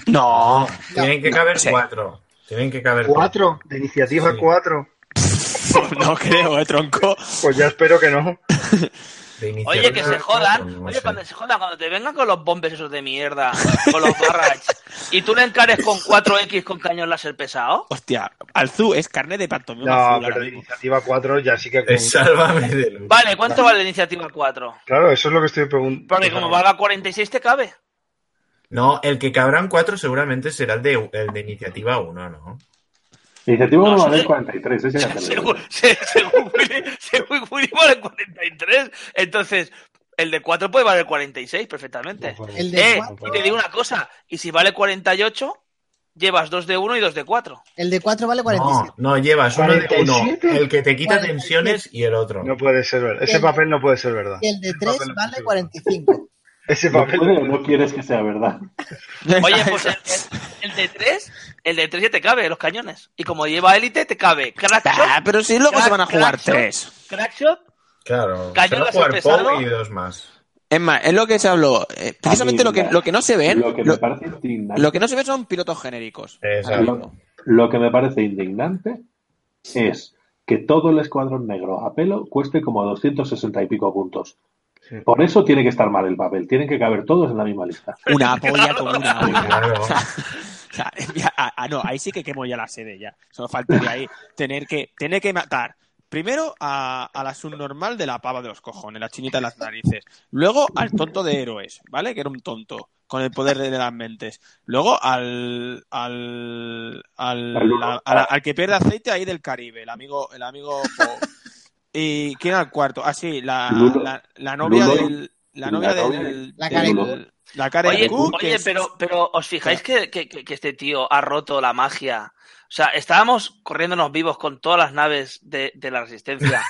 Speaker 2: No.
Speaker 6: Tienen que caber
Speaker 2: sí.
Speaker 6: cuatro. Tienen que caber
Speaker 3: ¿Cuatro? ¿De iniciativa
Speaker 6: Sí.
Speaker 3: cuatro?
Speaker 2: (laughs) No creo, ¿eh, tronco?
Speaker 3: Pues ya espero que no.
Speaker 6: De iniciativa
Speaker 4: Oye, que se
Speaker 6: cuatro,
Speaker 4: jodan.
Speaker 6: no
Speaker 4: Oye,
Speaker 6: sé.
Speaker 4: cuando se jodan, cuando te vengan con los bombes esos de mierda, con los barrage, y tú le encares con 4X con cañón láser pesado.
Speaker 2: Hostia, Alzú es carne de pantomima.
Speaker 3: No,
Speaker 2: azul ahora
Speaker 3: pero de
Speaker 2: mismo.
Speaker 3: iniciativa 4 ya sí que.
Speaker 6: Eh, Sálvame de luz.
Speaker 4: Vale, ¿cuánto vale la iniciativa 4?
Speaker 3: Claro, eso es lo que estoy preguntando.
Speaker 4: Porque como valga 46 te cabe.
Speaker 6: No, el que cabrán cuatro seguramente será el de, el de iniciativa uno, ¿no?
Speaker 1: Iniciativa
Speaker 4: No,
Speaker 1: 1 va a
Speaker 4: sí.
Speaker 1: haber 43. Ese
Speaker 4: (laughs)
Speaker 1: ya te lo digo.
Speaker 4: Según, se- según Willy, según Willy vale 43. Entonces, el de 4 puede valer 46 perfectamente.
Speaker 5: El de
Speaker 4: Eh,
Speaker 5: cuatro-
Speaker 4: y te digo una cosa. Y si vale 48, llevas 2 de 1 y 2 de 4.
Speaker 5: el de 4 vale
Speaker 6: No,
Speaker 5: 47.
Speaker 6: no llevas uno de uno,
Speaker 3: 47.
Speaker 6: el que te quita
Speaker 5: 47.
Speaker 6: tensiones y el otro.
Speaker 3: No puede ser verdad. Ese papel no puede ser verdad.
Speaker 5: Y el de 3
Speaker 6: papel no
Speaker 5: vale
Speaker 6: sirve.
Speaker 5: 45.
Speaker 3: Ese
Speaker 1: No
Speaker 3: papel.
Speaker 1: puede o no quieres que sea verdad.
Speaker 4: Oye,
Speaker 2: (laughs)
Speaker 4: pues el, el- el de 3, el de 3 ya te cabe, los cañones. Y como lleva élite, te cabe.
Speaker 2: Ah,
Speaker 4: Crackshot,
Speaker 2: pero si luego se van a jugar
Speaker 4: Crack, crack,
Speaker 2: tres.
Speaker 4: crackshot,
Speaker 6: Claro,
Speaker 4: Cañón
Speaker 6: solo
Speaker 4: la
Speaker 6: jugar
Speaker 4: sorpresa,
Speaker 6: Pop
Speaker 4: ¿no?
Speaker 6: y dos más.
Speaker 2: Es más, es lo que se habló. eh, precisamente
Speaker 1: A
Speaker 2: lo
Speaker 1: mí,
Speaker 2: que,
Speaker 1: mira,
Speaker 2: lo que no se ven.
Speaker 1: Lo que me
Speaker 2: Lo,
Speaker 1: parece indignante.
Speaker 2: lo que no se ven son pilotos genéricos.
Speaker 6: Exacto.
Speaker 2: Ahora mismo.
Speaker 1: Lo que me parece indignante es que todo el escuadrón negro a pelo cueste como 260 y pico puntos.
Speaker 3: Sí.
Speaker 1: Por eso tiene que estar mal el papel. Tienen que caber todos en la misma lista.
Speaker 2: Una polla como una
Speaker 6: (laughs)
Speaker 2: olla.
Speaker 6: Claro.
Speaker 2: O sea, o sea, (laughs) ya- ah, ah, no, ahí sí que quemo ya la sede ya. Solo faltaría ahí tener que, tener que matar. Primero a, a la subnormal de la pava de los cojones, la chinita de las narices. Luego al tonto de héroes, ¿vale? Que era un tonto, con el poder de las mentes. Luego al al al,
Speaker 1: Al uno.
Speaker 2: a- a la- al que pierde aceite ahí del Caribe, el amigo, el amigo Po. ¿Y quién era el cuarto? Ah, sí, la,
Speaker 1: Lulo.
Speaker 2: la, la novia
Speaker 1: Lulo.
Speaker 2: del. La
Speaker 1: La
Speaker 2: novia
Speaker 1: novia
Speaker 2: del.
Speaker 5: La
Speaker 2: del-
Speaker 5: Karen
Speaker 1: Lulo.
Speaker 2: La Karen
Speaker 4: Oye,
Speaker 2: Cook, que
Speaker 4: oye
Speaker 2: es-
Speaker 4: pero, pero ¿os fijáis que, que- que- que este tío ha roto la magia? O sea, estábamos corriéndonos vivos con todas las naves de, de la
Speaker 2: (laughs)
Speaker 4: resistencia.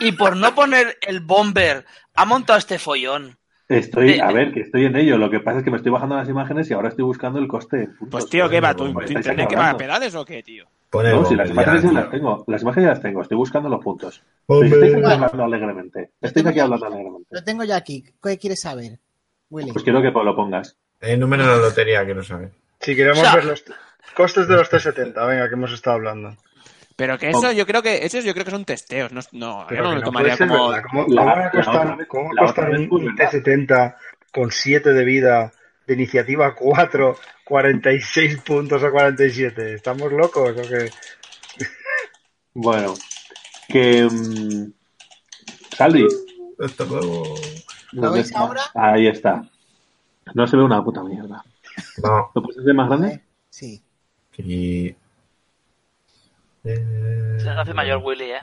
Speaker 4: y por no poner el bomber, ha montado este follón.
Speaker 1: Estoy,
Speaker 4: Eh,
Speaker 1: a ver, que estoy en ello. Lo que pasa es que me estoy bajando las imágenes y ahora estoy buscando el coste. en puntos.
Speaker 2: Pues tío, ¿qué va? ¿Tu,
Speaker 6: Hombre,
Speaker 2: tu
Speaker 1: estáis
Speaker 2: internet que va a
Speaker 1: acabando.
Speaker 2: pedales o qué, tío?
Speaker 6: Pon el
Speaker 1: No, si las
Speaker 6: bomber
Speaker 1: imágenes
Speaker 6: ya,
Speaker 1: ya las
Speaker 6: tío.
Speaker 1: tengo. Las imágenes ya las tengo. Estoy buscando los puntos.
Speaker 6: Hombre.
Speaker 1: Pero estáis aquí hablando alegremente. Estáis aquí hablando
Speaker 5: Lo
Speaker 1: alegremente.
Speaker 5: tengo yo aquí. ¿Qué quieres saber, Willy?
Speaker 1: Pues quiero que lo pongas.
Speaker 6: El número de la lotería que no sabe.
Speaker 3: Si queremos
Speaker 4: O sea-
Speaker 3: ver los costes de los T70, venga, que hemos estado hablando.
Speaker 2: Pero que eso yo creo que esos yo creo que son testeos, no, no yo
Speaker 3: Pero
Speaker 2: no
Speaker 3: que
Speaker 2: lo
Speaker 3: no
Speaker 2: tomaría
Speaker 3: puede ser
Speaker 2: como
Speaker 3: verdad. ¿Cómo,
Speaker 1: La-
Speaker 3: cómo va
Speaker 1: la
Speaker 3: a costar,
Speaker 1: otra vez-
Speaker 3: cómo va a
Speaker 1: la
Speaker 3: costar
Speaker 1: otra vez fue
Speaker 3: un
Speaker 1: verdad.
Speaker 3: T70 con 7 de vida, de iniciativa 4, 46 puntos a 47? ¿Estamos locos o qué?
Speaker 1: Bueno, que. mm, Saldi,
Speaker 6: Hasta luego.
Speaker 5: ¿Lo
Speaker 1: ¿dónde
Speaker 5: veis
Speaker 1: está?
Speaker 5: ahora?
Speaker 1: Ahí está. No se ve una puta mierda.
Speaker 6: No.
Speaker 1: ¿Lo puedes hacer más grande?
Speaker 5: ¿Eh? Sí.
Speaker 6: Y...
Speaker 4: Se hace mayor Willy, ¿eh?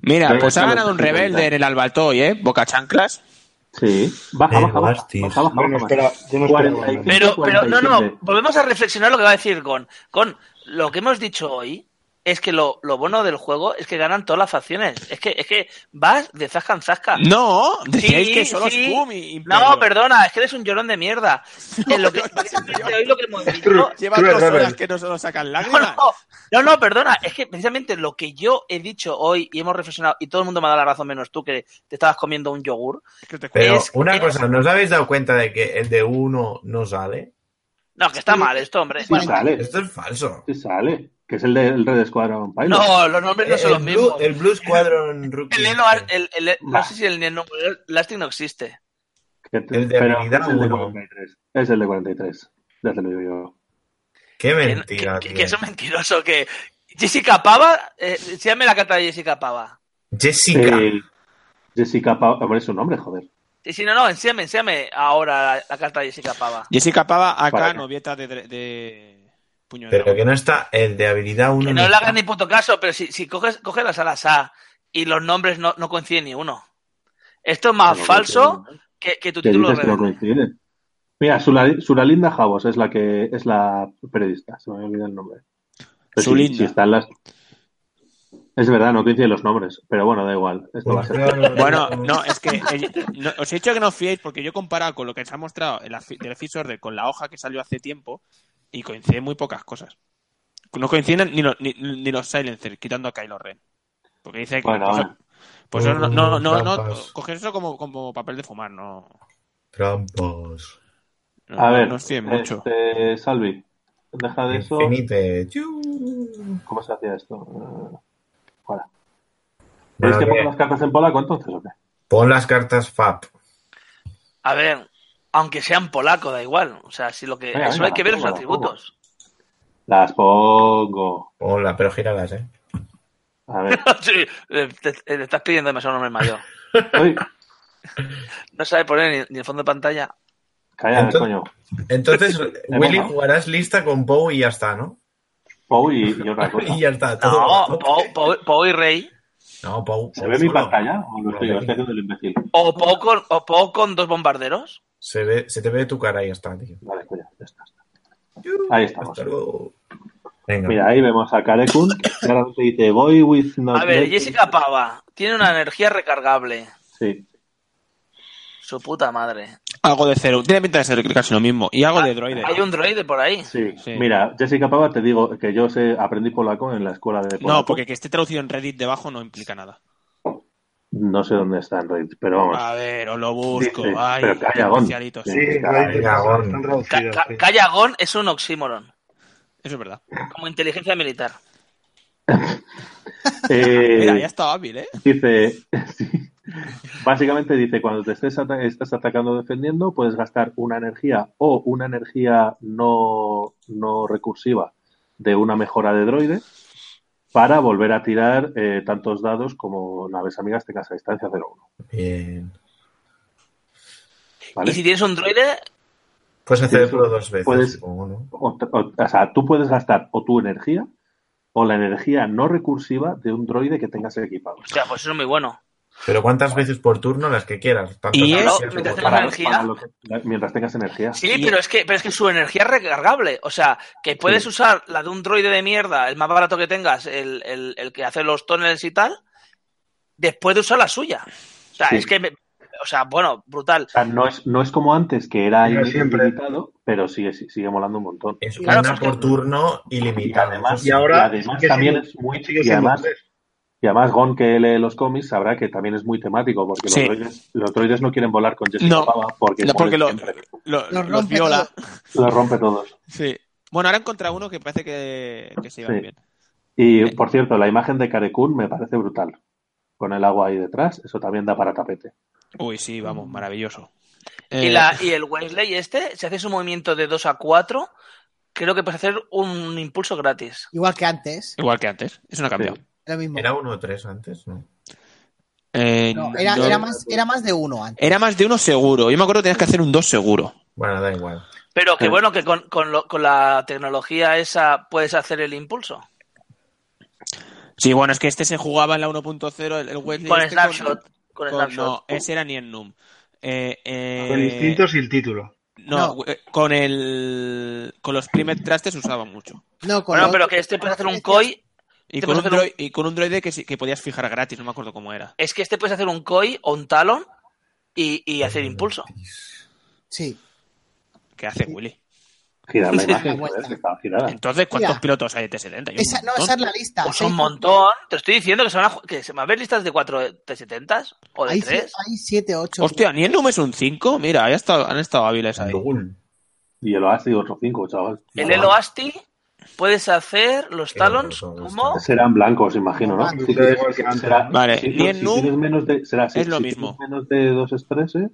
Speaker 2: Mira,
Speaker 1: Pero
Speaker 2: pues
Speaker 1: eso
Speaker 2: ha
Speaker 1: lo
Speaker 2: ganado un
Speaker 1: estoy
Speaker 2: rebelde
Speaker 1: intentando.
Speaker 2: en el Albaltoy, ¿eh? Boca chanclas.
Speaker 1: Sí. Baja,
Speaker 6: Eh,
Speaker 1: baja, baja,
Speaker 6: Bastis.
Speaker 1: baja, baja,
Speaker 3: Yo no
Speaker 1: baja.
Speaker 3: espera- yo no esperaba.
Speaker 1: 45,
Speaker 4: Pero, pero no, no,
Speaker 1: 47.
Speaker 4: volvemos a reflexionar lo que va a decir Gon. Gon, lo que hemos dicho hoy es que lo, lo bueno del juego es que ganan todas las facciones. Es que, es que vas de zasca en zasca.
Speaker 2: No, decíais
Speaker 4: Sí,
Speaker 2: que solo
Speaker 4: sí.
Speaker 2: es Pum y
Speaker 4: No,
Speaker 2: Imperio.
Speaker 4: perdona, es que eres un llorón de mierda. En lo que,
Speaker 2: (laughs) No, no es un llorón.
Speaker 4: hoy lo que hemos dicho-
Speaker 3: True.
Speaker 2: Lleva
Speaker 3: Tú eres
Speaker 2: dos
Speaker 3: rebel.
Speaker 2: horas que no solo sacan
Speaker 4: No,
Speaker 2: lágrimas.
Speaker 4: no, no, no, perdona, es que precisamente lo que yo he dicho hoy y hemos reflexionado, y todo el mundo me ha dado la razón menos tú, que te estabas comiendo un yogur.
Speaker 2: Es que te juro.
Speaker 6: Pero
Speaker 4: Es-
Speaker 6: una
Speaker 4: es-
Speaker 6: cosa, ¿no os habéis dado cuenta de que el de uno no sale?
Speaker 4: No, que está mal esto, hombre.
Speaker 1: Sí sale,
Speaker 6: Esto es falso.
Speaker 1: sí sale. Que es el del Red Squadron Pilot.
Speaker 4: No, los nombres no son los
Speaker 6: el, Blue,
Speaker 4: mismos.
Speaker 6: el Blue Squadron Rookie.
Speaker 4: El Neno Ar- el- el-
Speaker 1: Bah.
Speaker 4: no sé si el Neno Lasting no existe.
Speaker 1: Que te-
Speaker 6: el de
Speaker 1: pero
Speaker 6: habilidad
Speaker 1: es el de
Speaker 6: uno.
Speaker 1: 43. Es el de 43. Ya te lo digo yo.
Speaker 6: Qué
Speaker 4: Que-
Speaker 6: mentira,
Speaker 4: que, que,
Speaker 6: tío.
Speaker 4: que es un mentiroso, que Jessica Pava, eh, enséñame la carta de Jessica Pava.
Speaker 6: Jessica.
Speaker 1: Eh, Jessica Pau. Hombre, es su nombre, joder.
Speaker 4: Y si no, no, enséñame, enséñame ahora la, la carta de Jessica Pava.
Speaker 2: Jessica Pava, acá,
Speaker 1: Para.
Speaker 2: novieta de, dre- de Puño de
Speaker 6: Pero que
Speaker 2: Dragón.
Speaker 6: no está el de habilidad 1.
Speaker 4: Que
Speaker 1: Mm.
Speaker 4: no le hagas ni puto caso, pero si, si coges, coges las alas A y los nombres no, no coinciden ni uno. Esto es más
Speaker 1: Pero
Speaker 4: Ah, falso
Speaker 1: que-
Speaker 4: que, que tu
Speaker 1: que
Speaker 4: título
Speaker 1: dices que no
Speaker 4: rebelde.
Speaker 1: coincide. Mira, Sula- Suralinda Javos es la que es la periodista, se me había olvidado el nombre. Pero sí,
Speaker 2: Sulinda.
Speaker 1: sí están las... Es verdad, no coinciden los nombres, pero bueno, da igual. Esto va a ser.
Speaker 2: Bueno,
Speaker 6: (laughs)
Speaker 2: no, es que eh, no, os he dicho que no os fiéis porque yo he comparado con lo que se ha mostrado en la, fi- del Fitch Order con la hoja que salió hace tiempo y coinciden muy pocas cosas. No coinciden ni, lo- ni, ni los silencers, quitando a Kylo Ren. Porque dice que...
Speaker 1: Bueno, Pues,
Speaker 2: pues,
Speaker 1: bueno.
Speaker 2: pues eso no, no, no, no,
Speaker 6: Trampas.
Speaker 2: coger eso como, como papel de fumar, no...
Speaker 6: Trampos.
Speaker 2: no-
Speaker 1: A ver,
Speaker 2: no os fiéis mucho.
Speaker 1: este, Salvi, deja de eso.
Speaker 6: Infinite.
Speaker 1: ¿Cómo se hacía esto? Eh, fuera. ¿Queréis
Speaker 6: Bueno,
Speaker 1: que
Speaker 6: ¿qué?
Speaker 1: ponga las cartas en polaco entonces o qué?
Speaker 6: Pon las cartas FAP.
Speaker 4: A ver, aunque sean polacos, da igual. O sea, si lo que,
Speaker 1: Venga,
Speaker 4: eso
Speaker 1: venga,
Speaker 4: hay que ver
Speaker 1: pongo,
Speaker 4: los
Speaker 1: pongo.
Speaker 4: atributos. (laughs)
Speaker 1: Las pongo.
Speaker 6: Hola, pero gíralas, ¿eh?
Speaker 1: A ver.
Speaker 4: Sí, eh, te, eh, le estás pidiendo demasiado nombre mayor.
Speaker 1: Uy,
Speaker 4: No sabe poner ni, ni el fondo de pantalla.
Speaker 1: calla,
Speaker 6: Entonces-
Speaker 1: coño. (laughs)
Speaker 6: Entonces, Willy,
Speaker 1: bueno.
Speaker 6: jugarás lista con Bow y ya está, ¿no?
Speaker 1: Pou y, y otra cosa.
Speaker 6: (laughs) Y ya está. todo.
Speaker 4: No, Pou, Pou- Pou y Rey.
Speaker 6: No, Pou.
Speaker 1: ¿Se
Speaker 6: Pou
Speaker 1: ve mi
Speaker 6: solo.
Speaker 1: pantalla o lo estoy,
Speaker 6: Vale.
Speaker 1: estoy haciendo el imbécil?
Speaker 4: O Pou con, o Pou con dos bombarderos.
Speaker 6: Se, ve, se te ve tu cara y ya está, tío.
Speaker 1: Vale, pues ya, ya está. Ahí estamos.
Speaker 6: Hasta luego. Venga.
Speaker 1: Mira, ahí vemos a Karekun, que claramente dice Boy with no
Speaker 4: A ver, Jessica Pava tiene una energía recargable.
Speaker 1: Sí.
Speaker 4: Su puta madre.
Speaker 2: Algo de cero. Tiene pinta de ser casi lo mismo. Y algo de droide.
Speaker 4: Hay un droide por ahí.
Speaker 1: sí,
Speaker 2: Sí.
Speaker 1: Mira, Jessica Pava, te digo que yo sé, aprendí polaco en la escuela de polaco.
Speaker 2: No, porque que esté traducido en Reddit debajo no implica nada.
Speaker 1: No sé dónde está en Reddit, pero vamos.
Speaker 2: A ver, os lo busco.
Speaker 1: Dice,
Speaker 2: Ay,
Speaker 1: Pues, pero calla,
Speaker 2: qué
Speaker 1: Gon.
Speaker 2: especialitos.
Speaker 1: Sí.
Speaker 3: Sí,
Speaker 1: Venga,
Speaker 3: Reddit,
Speaker 6: vamos.
Speaker 3: están
Speaker 4: Ca-
Speaker 3: traducidas.
Speaker 4: ca-
Speaker 3: sí.
Speaker 4: Callagón es un oxímoron.
Speaker 2: Eso es verdad.
Speaker 4: Como inteligencia militar.
Speaker 1: Eh,
Speaker 2: (laughs) Mira, ya está hábil, ¿eh?
Speaker 1: Dice, (laughs) sí. básicamente dice, cuando te estés ata- estás atacando o defendiendo, puedes gastar una energía o una energía no, no recursiva de una mejora de droide para volver a tirar eh, tantos dados como naves amigas tengas a distancia 0-1.
Speaker 6: Bien.
Speaker 1: ¿vale?
Speaker 4: Y si tienes un droide,
Speaker 6: Puedes hacerlo dos veces,
Speaker 1: Puedes-
Speaker 6: supongo, ¿no?
Speaker 1: O, o- o sea, tú puedes gastar o tu energía o la energía no recursiva de un droide que tengas equipado.
Speaker 4: o sea, pues eso es muy bueno.
Speaker 6: Pero ¿cuántas veces por turno? Las que quieras. Tantas
Speaker 2: Y
Speaker 6: veces
Speaker 2: es-
Speaker 6: como
Speaker 4: mientras
Speaker 6: quieras.
Speaker 4: tengas energía.
Speaker 1: que- mientras tengas energía.
Speaker 4: Sí,
Speaker 2: Y-
Speaker 4: pero es que pero es que su energía es recargable. O sea, que puedes
Speaker 1: Sí.
Speaker 4: usar la de un droide de mierda, el más barato que tengas, el, el- el que hace los túneles y tal, después de usar la suya. O sea,
Speaker 1: Sí.
Speaker 4: es que, me- o sea, bueno, brutal.
Speaker 1: O sea, no es, no es como antes, que era
Speaker 3: Pero siempre.
Speaker 1: ilimitado, pero sigue, sigue molando un montón.
Speaker 6: Es
Speaker 4: Claro,
Speaker 6: una
Speaker 4: pero es que-
Speaker 6: por turno
Speaker 1: Y
Speaker 6: ilimitada.
Speaker 1: además,
Speaker 3: Y ahora-
Speaker 1: y además
Speaker 3: que
Speaker 1: también
Speaker 3: sigue-
Speaker 1: es muy...
Speaker 3: sigue
Speaker 1: Y
Speaker 3: siendo
Speaker 1: además,
Speaker 3: tres.
Speaker 1: y además Gon, que lee los cómics, sabrá que también es muy temático, porque
Speaker 2: Sí.
Speaker 1: los, droides, los droides no quieren volar con Jessica
Speaker 2: No.
Speaker 1: Pava porque,
Speaker 2: No, porque
Speaker 1: mueren
Speaker 2: lo-
Speaker 1: siempre.
Speaker 2: Lo-
Speaker 5: Los
Speaker 2: los
Speaker 5: rompe
Speaker 2: viola.
Speaker 1: Los rompe todos.
Speaker 2: Sí. Bueno, ahora encontrado uno que parece que, que se llevan
Speaker 1: Sí.
Speaker 2: bien.
Speaker 1: Y,
Speaker 2: Eh,
Speaker 1: por cierto, la imagen de Karekun me parece brutal. Con el agua ahí detrás, eso también da para tapete.
Speaker 2: Uy, sí, vamos, maravilloso.
Speaker 4: Y,
Speaker 2: Eh,
Speaker 4: la, y el Wesley este, si haces un movimiento de 2 a 4, creo que puedes hacer un impulso gratis.
Speaker 5: Igual que antes,
Speaker 2: Igual que antes. Eso no ha cambiado.
Speaker 1: Sí.
Speaker 5: lo mismo.
Speaker 6: Era uno o tres antes, ¿no?
Speaker 2: Eh,
Speaker 5: No, era,
Speaker 2: yo-
Speaker 5: era más, era más de uno antes.
Speaker 2: era más de uno seguro. Yo me acuerdo que tenías que hacer un dos seguro.
Speaker 6: Bueno, da igual.
Speaker 4: Pero que
Speaker 1: Sí.
Speaker 4: bueno, que con, con lo- con la tecnología esa puedes hacer el impulso.
Speaker 2: Sí, bueno, es que este se jugaba en la 1.0, el, el Wesley.
Speaker 4: Con
Speaker 2: este
Speaker 4: snapshot.
Speaker 2: con-
Speaker 4: Con, snapshot.
Speaker 2: no, ese era ni en Noom. Eh, eh,
Speaker 3: Con instintos y el título.
Speaker 2: No,
Speaker 5: No.
Speaker 2: eh, con el. Con los primer trastes usaba mucho.
Speaker 5: No, con
Speaker 4: Bueno,
Speaker 5: lo
Speaker 4: pero
Speaker 5: otro-
Speaker 4: que este
Speaker 5: con
Speaker 4: puede
Speaker 5: lo
Speaker 4: hacer
Speaker 5: que
Speaker 4: un
Speaker 5: decías,
Speaker 4: COI
Speaker 2: Y
Speaker 4: Te
Speaker 2: con, un
Speaker 4: puedes hacer
Speaker 2: droid- y con un droide que, sí- que podías fijar gratis, no me acuerdo cómo era.
Speaker 4: Es que este puedes hacer un koi o un talon y, y hacer impulso.
Speaker 5: Sí.
Speaker 2: ¿Qué hace Willy?
Speaker 1: Girar la
Speaker 4: Sí,
Speaker 1: imagen,
Speaker 5: la
Speaker 1: joder,
Speaker 5: vuelta.
Speaker 1: que estaba girada.
Speaker 2: Entonces, ¿cuántos
Speaker 5: Mira.
Speaker 2: pilotos hay de T70? Hay un
Speaker 5: Esa, no,
Speaker 2: montón.
Speaker 5: esa es la lista.
Speaker 4: Pues
Speaker 5: Hay-
Speaker 4: un montón. Te estoy diciendo que, se van a, ju- que se van a ver listas de 4 T70s o de
Speaker 5: Hay, siete-
Speaker 4: 3.
Speaker 5: hay siete, ocho.
Speaker 2: Hostia, ¿ni el Noom es un 5? Mira, ahí ha estado- han estado hábiles ahí.
Speaker 6: Andugul.
Speaker 1: Y el Oasis otro 5, chaval.
Speaker 4: El
Speaker 1: Vale.
Speaker 4: Elo Asti puedes hacer los
Speaker 6: Qué
Speaker 4: talons
Speaker 6: horroroso
Speaker 4: como...
Speaker 6: esto.
Speaker 1: Serán blancos, imagino, ¿no?
Speaker 5: Blancos,
Speaker 1: Si
Speaker 3: da
Speaker 1: tienes-
Speaker 3: Ah, igual que antes,
Speaker 1: será-
Speaker 3: ¿no?
Speaker 2: Vale,
Speaker 1: si-
Speaker 2: ni en
Speaker 1: si
Speaker 2: Noom
Speaker 1: tienes menos de, será, si-
Speaker 2: es lo
Speaker 1: si
Speaker 2: mismo.
Speaker 1: tienes menos de dos estreses,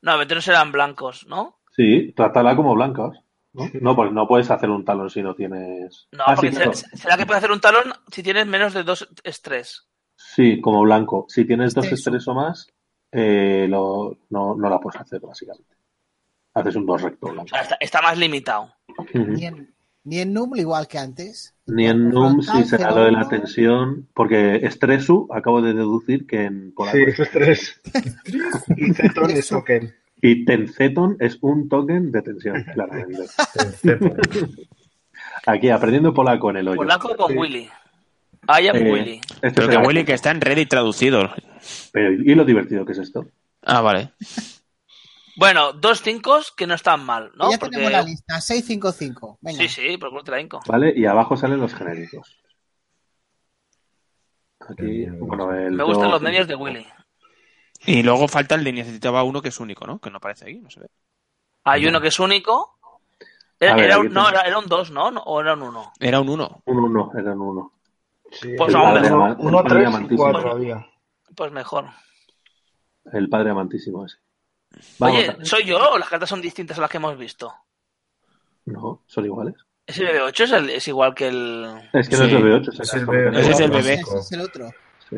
Speaker 4: No, pero no serán blancos, ¿no?
Speaker 1: sí, trátala como blancos. No, no pues no puedes hacer un talón si no tienes.
Speaker 4: No,
Speaker 1: Ah, sí,
Speaker 4: porque se-
Speaker 1: claro.
Speaker 4: será que puedes hacer un talón si tienes menos de 2 estrés.
Speaker 1: Sí, como blanco. Si tienes dos
Speaker 5: Este es un-
Speaker 1: estrés o más, eh, lo- no, no la puedes hacer, básicamente. Haces un dos recto
Speaker 4: O
Speaker 1: blanco.
Speaker 4: sea, está, está más limitado.
Speaker 1: Ujú.
Speaker 5: Ni en, ni en Noob, igual que antes.
Speaker 1: Ni en NUM si
Speaker 5: Frontal,
Speaker 1: será lo de la
Speaker 5: C1.
Speaker 1: tensión, porque estresu acabo de deducir que en polaco
Speaker 3: Sí, eso es
Speaker 1: (laughs)
Speaker 3: tres. Y Zeton es token.
Speaker 1: Y tenceton es un token de tensión, claramente.
Speaker 6: Tenceto.
Speaker 1: Aquí, aprendiendo polaco en el hoyo.
Speaker 4: Polaco con Willy. I am
Speaker 1: Pues Eh,
Speaker 4: Willy.
Speaker 1: este
Speaker 2: Pero que
Speaker 1: será-
Speaker 2: Willy que está en Reddit traducido.
Speaker 1: Pero, ¿y lo divertido que es esto?
Speaker 2: Ah, vale.
Speaker 4: Bueno, dos cinco que no están mal, ¿no?
Speaker 5: Pues ya
Speaker 4: Porque...
Speaker 5: tenemos la lista. 655. Venga.
Speaker 4: Sí, sí, por culo te la hinco.
Speaker 1: ¿Vale? Y abajo salen los genéricos. Aquí,
Speaker 6: Bien, bien.
Speaker 1: bueno, el
Speaker 4: Me gustan
Speaker 1: dos-
Speaker 4: los medios de Willy.
Speaker 2: Y luego falta el de necesitaba uno que es único, ¿no? Que no aparece aquí, no se ve.
Speaker 4: Hay uno que es único.
Speaker 1: A
Speaker 4: Era,
Speaker 1: ver,
Speaker 4: era
Speaker 1: aquí
Speaker 4: un, no,
Speaker 1: tengo-
Speaker 4: era, era un 2, ¿no? No, O era un 1.
Speaker 2: Era un 1.
Speaker 1: Un uno, eran uno.
Speaker 3: Sí,
Speaker 4: Pues
Speaker 3: el
Speaker 4: aún
Speaker 3: padre
Speaker 1: mejor.
Speaker 3: ama- Uno,
Speaker 1: El padre
Speaker 3: tres y
Speaker 1: amantísimo.
Speaker 3: cuatro había.
Speaker 4: Pues mejor.
Speaker 1: El padre amantísimo ese.
Speaker 4: Oye,
Speaker 1: a-
Speaker 4: ¿soy yo o las cartas son distintas a las que hemos visto?
Speaker 1: No, son iguales.
Speaker 4: Ese BB8 es, el- es igual que el.
Speaker 1: Es que
Speaker 2: Sí.
Speaker 1: no es el B8,
Speaker 6: Es el
Speaker 1: BB8.
Speaker 6: BB8.
Speaker 2: Ese es el
Speaker 5: Ese-
Speaker 2: bebé.
Speaker 5: ese es el otro.
Speaker 1: Sí.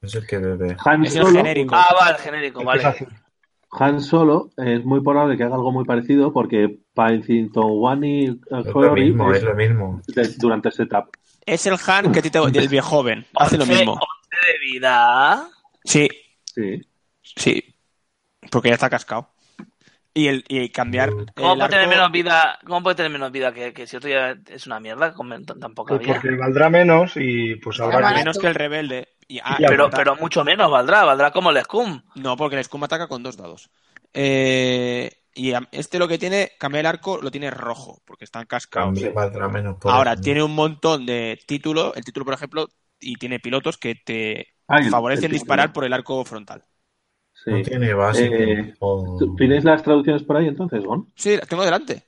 Speaker 6: Es el que bebe.
Speaker 1: Han
Speaker 2: Es el
Speaker 1: Solo-
Speaker 2: genérico.
Speaker 4: Ah, va, el genérico,
Speaker 3: El
Speaker 4: vale.
Speaker 3: que Este es azul.
Speaker 1: Han Solo es muy probable que haga algo muy parecido porque Paddington One y eh,
Speaker 6: Es lo
Speaker 1: Colony
Speaker 6: mismo,
Speaker 1: es
Speaker 6: es lo mismo.
Speaker 1: de- durante este tap.
Speaker 2: Es el Han que a ti te, del viejo joven. Hace lo
Speaker 4: Once-
Speaker 2: mismo.
Speaker 4: once Este de vida.
Speaker 2: Sí,
Speaker 1: Sí.
Speaker 2: sí. Porque ya está cascado. Y el y cambiar.
Speaker 4: ¿Cómo
Speaker 2: el
Speaker 4: puede tener
Speaker 2: arco-
Speaker 4: menos vida? ¿Cómo puede tener menos vida que, que si otro ya es una mierda? Con tan- tan poca
Speaker 3: Pues
Speaker 4: vida.
Speaker 3: porque valdrá menos y pues
Speaker 5: Ah,
Speaker 3: habrá
Speaker 5: vale.
Speaker 3: que...
Speaker 2: Menos que el rebelde. Y- ah,
Speaker 3: Ya,
Speaker 4: Pero,
Speaker 2: ata-
Speaker 4: pero mucho menos valdrá, valdrá como el Scum.
Speaker 2: No, porque el Scum ataca con dos dados. Eh, y am- este lo que tiene, cambia el arco, lo tiene rojo, porque están cascados.
Speaker 6: También valdrá menos por
Speaker 2: Ahora,
Speaker 6: eso, ¿no?
Speaker 2: tiene un montón de títulos, el título, por ejemplo, y tiene pilotos que te
Speaker 1: Ah, el-
Speaker 2: favorecen
Speaker 1: el título.
Speaker 2: disparar por el arco frontal.
Speaker 1: Sí.
Speaker 6: No tiene básico.
Speaker 1: Eh,
Speaker 6: o-
Speaker 1: ¿tú- ¿Tienes las traducciones por ahí entonces, Gon?
Speaker 2: Sí, las tengo delante.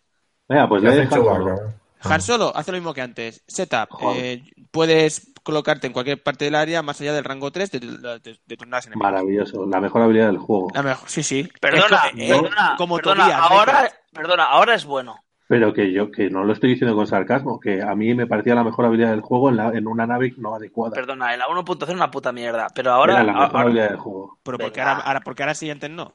Speaker 1: Venga, pues
Speaker 6: ¿Qué
Speaker 1: le
Speaker 6: hace
Speaker 1: he dejado
Speaker 6: Chewbacca?
Speaker 1: solo.
Speaker 6: Ah.
Speaker 2: Han Solo hace lo mismo que antes. Setup.
Speaker 1: Joder.
Speaker 2: eh, puedes colocarte en cualquier parte del área más allá del rango 3 de, de, de- de tus naves enemigas.
Speaker 1: Maravilloso, la mejor habilidad del juego.
Speaker 2: La mejor- sí, sí.
Speaker 4: Perdona,
Speaker 2: Es que- eh,
Speaker 4: perdona,
Speaker 2: como
Speaker 4: perdona,
Speaker 2: Tobías, ¿eh?
Speaker 4: ahora,
Speaker 2: Rickard.
Speaker 4: perdona, ahora es bueno.
Speaker 1: Pero que yo que no lo estoy diciendo con sarcasmo, que a mí me parecía la mejor habilidad del juego en, la- en una nave no adecuada.
Speaker 4: Perdona, el A1.0 es una puta mierda. Pero ahora,
Speaker 1: Era la mejor
Speaker 4: ahora-
Speaker 1: habilidad del juego.
Speaker 2: Pero porque
Speaker 4: Venga.
Speaker 2: ahora, ahora, porque ahora sí y antes no.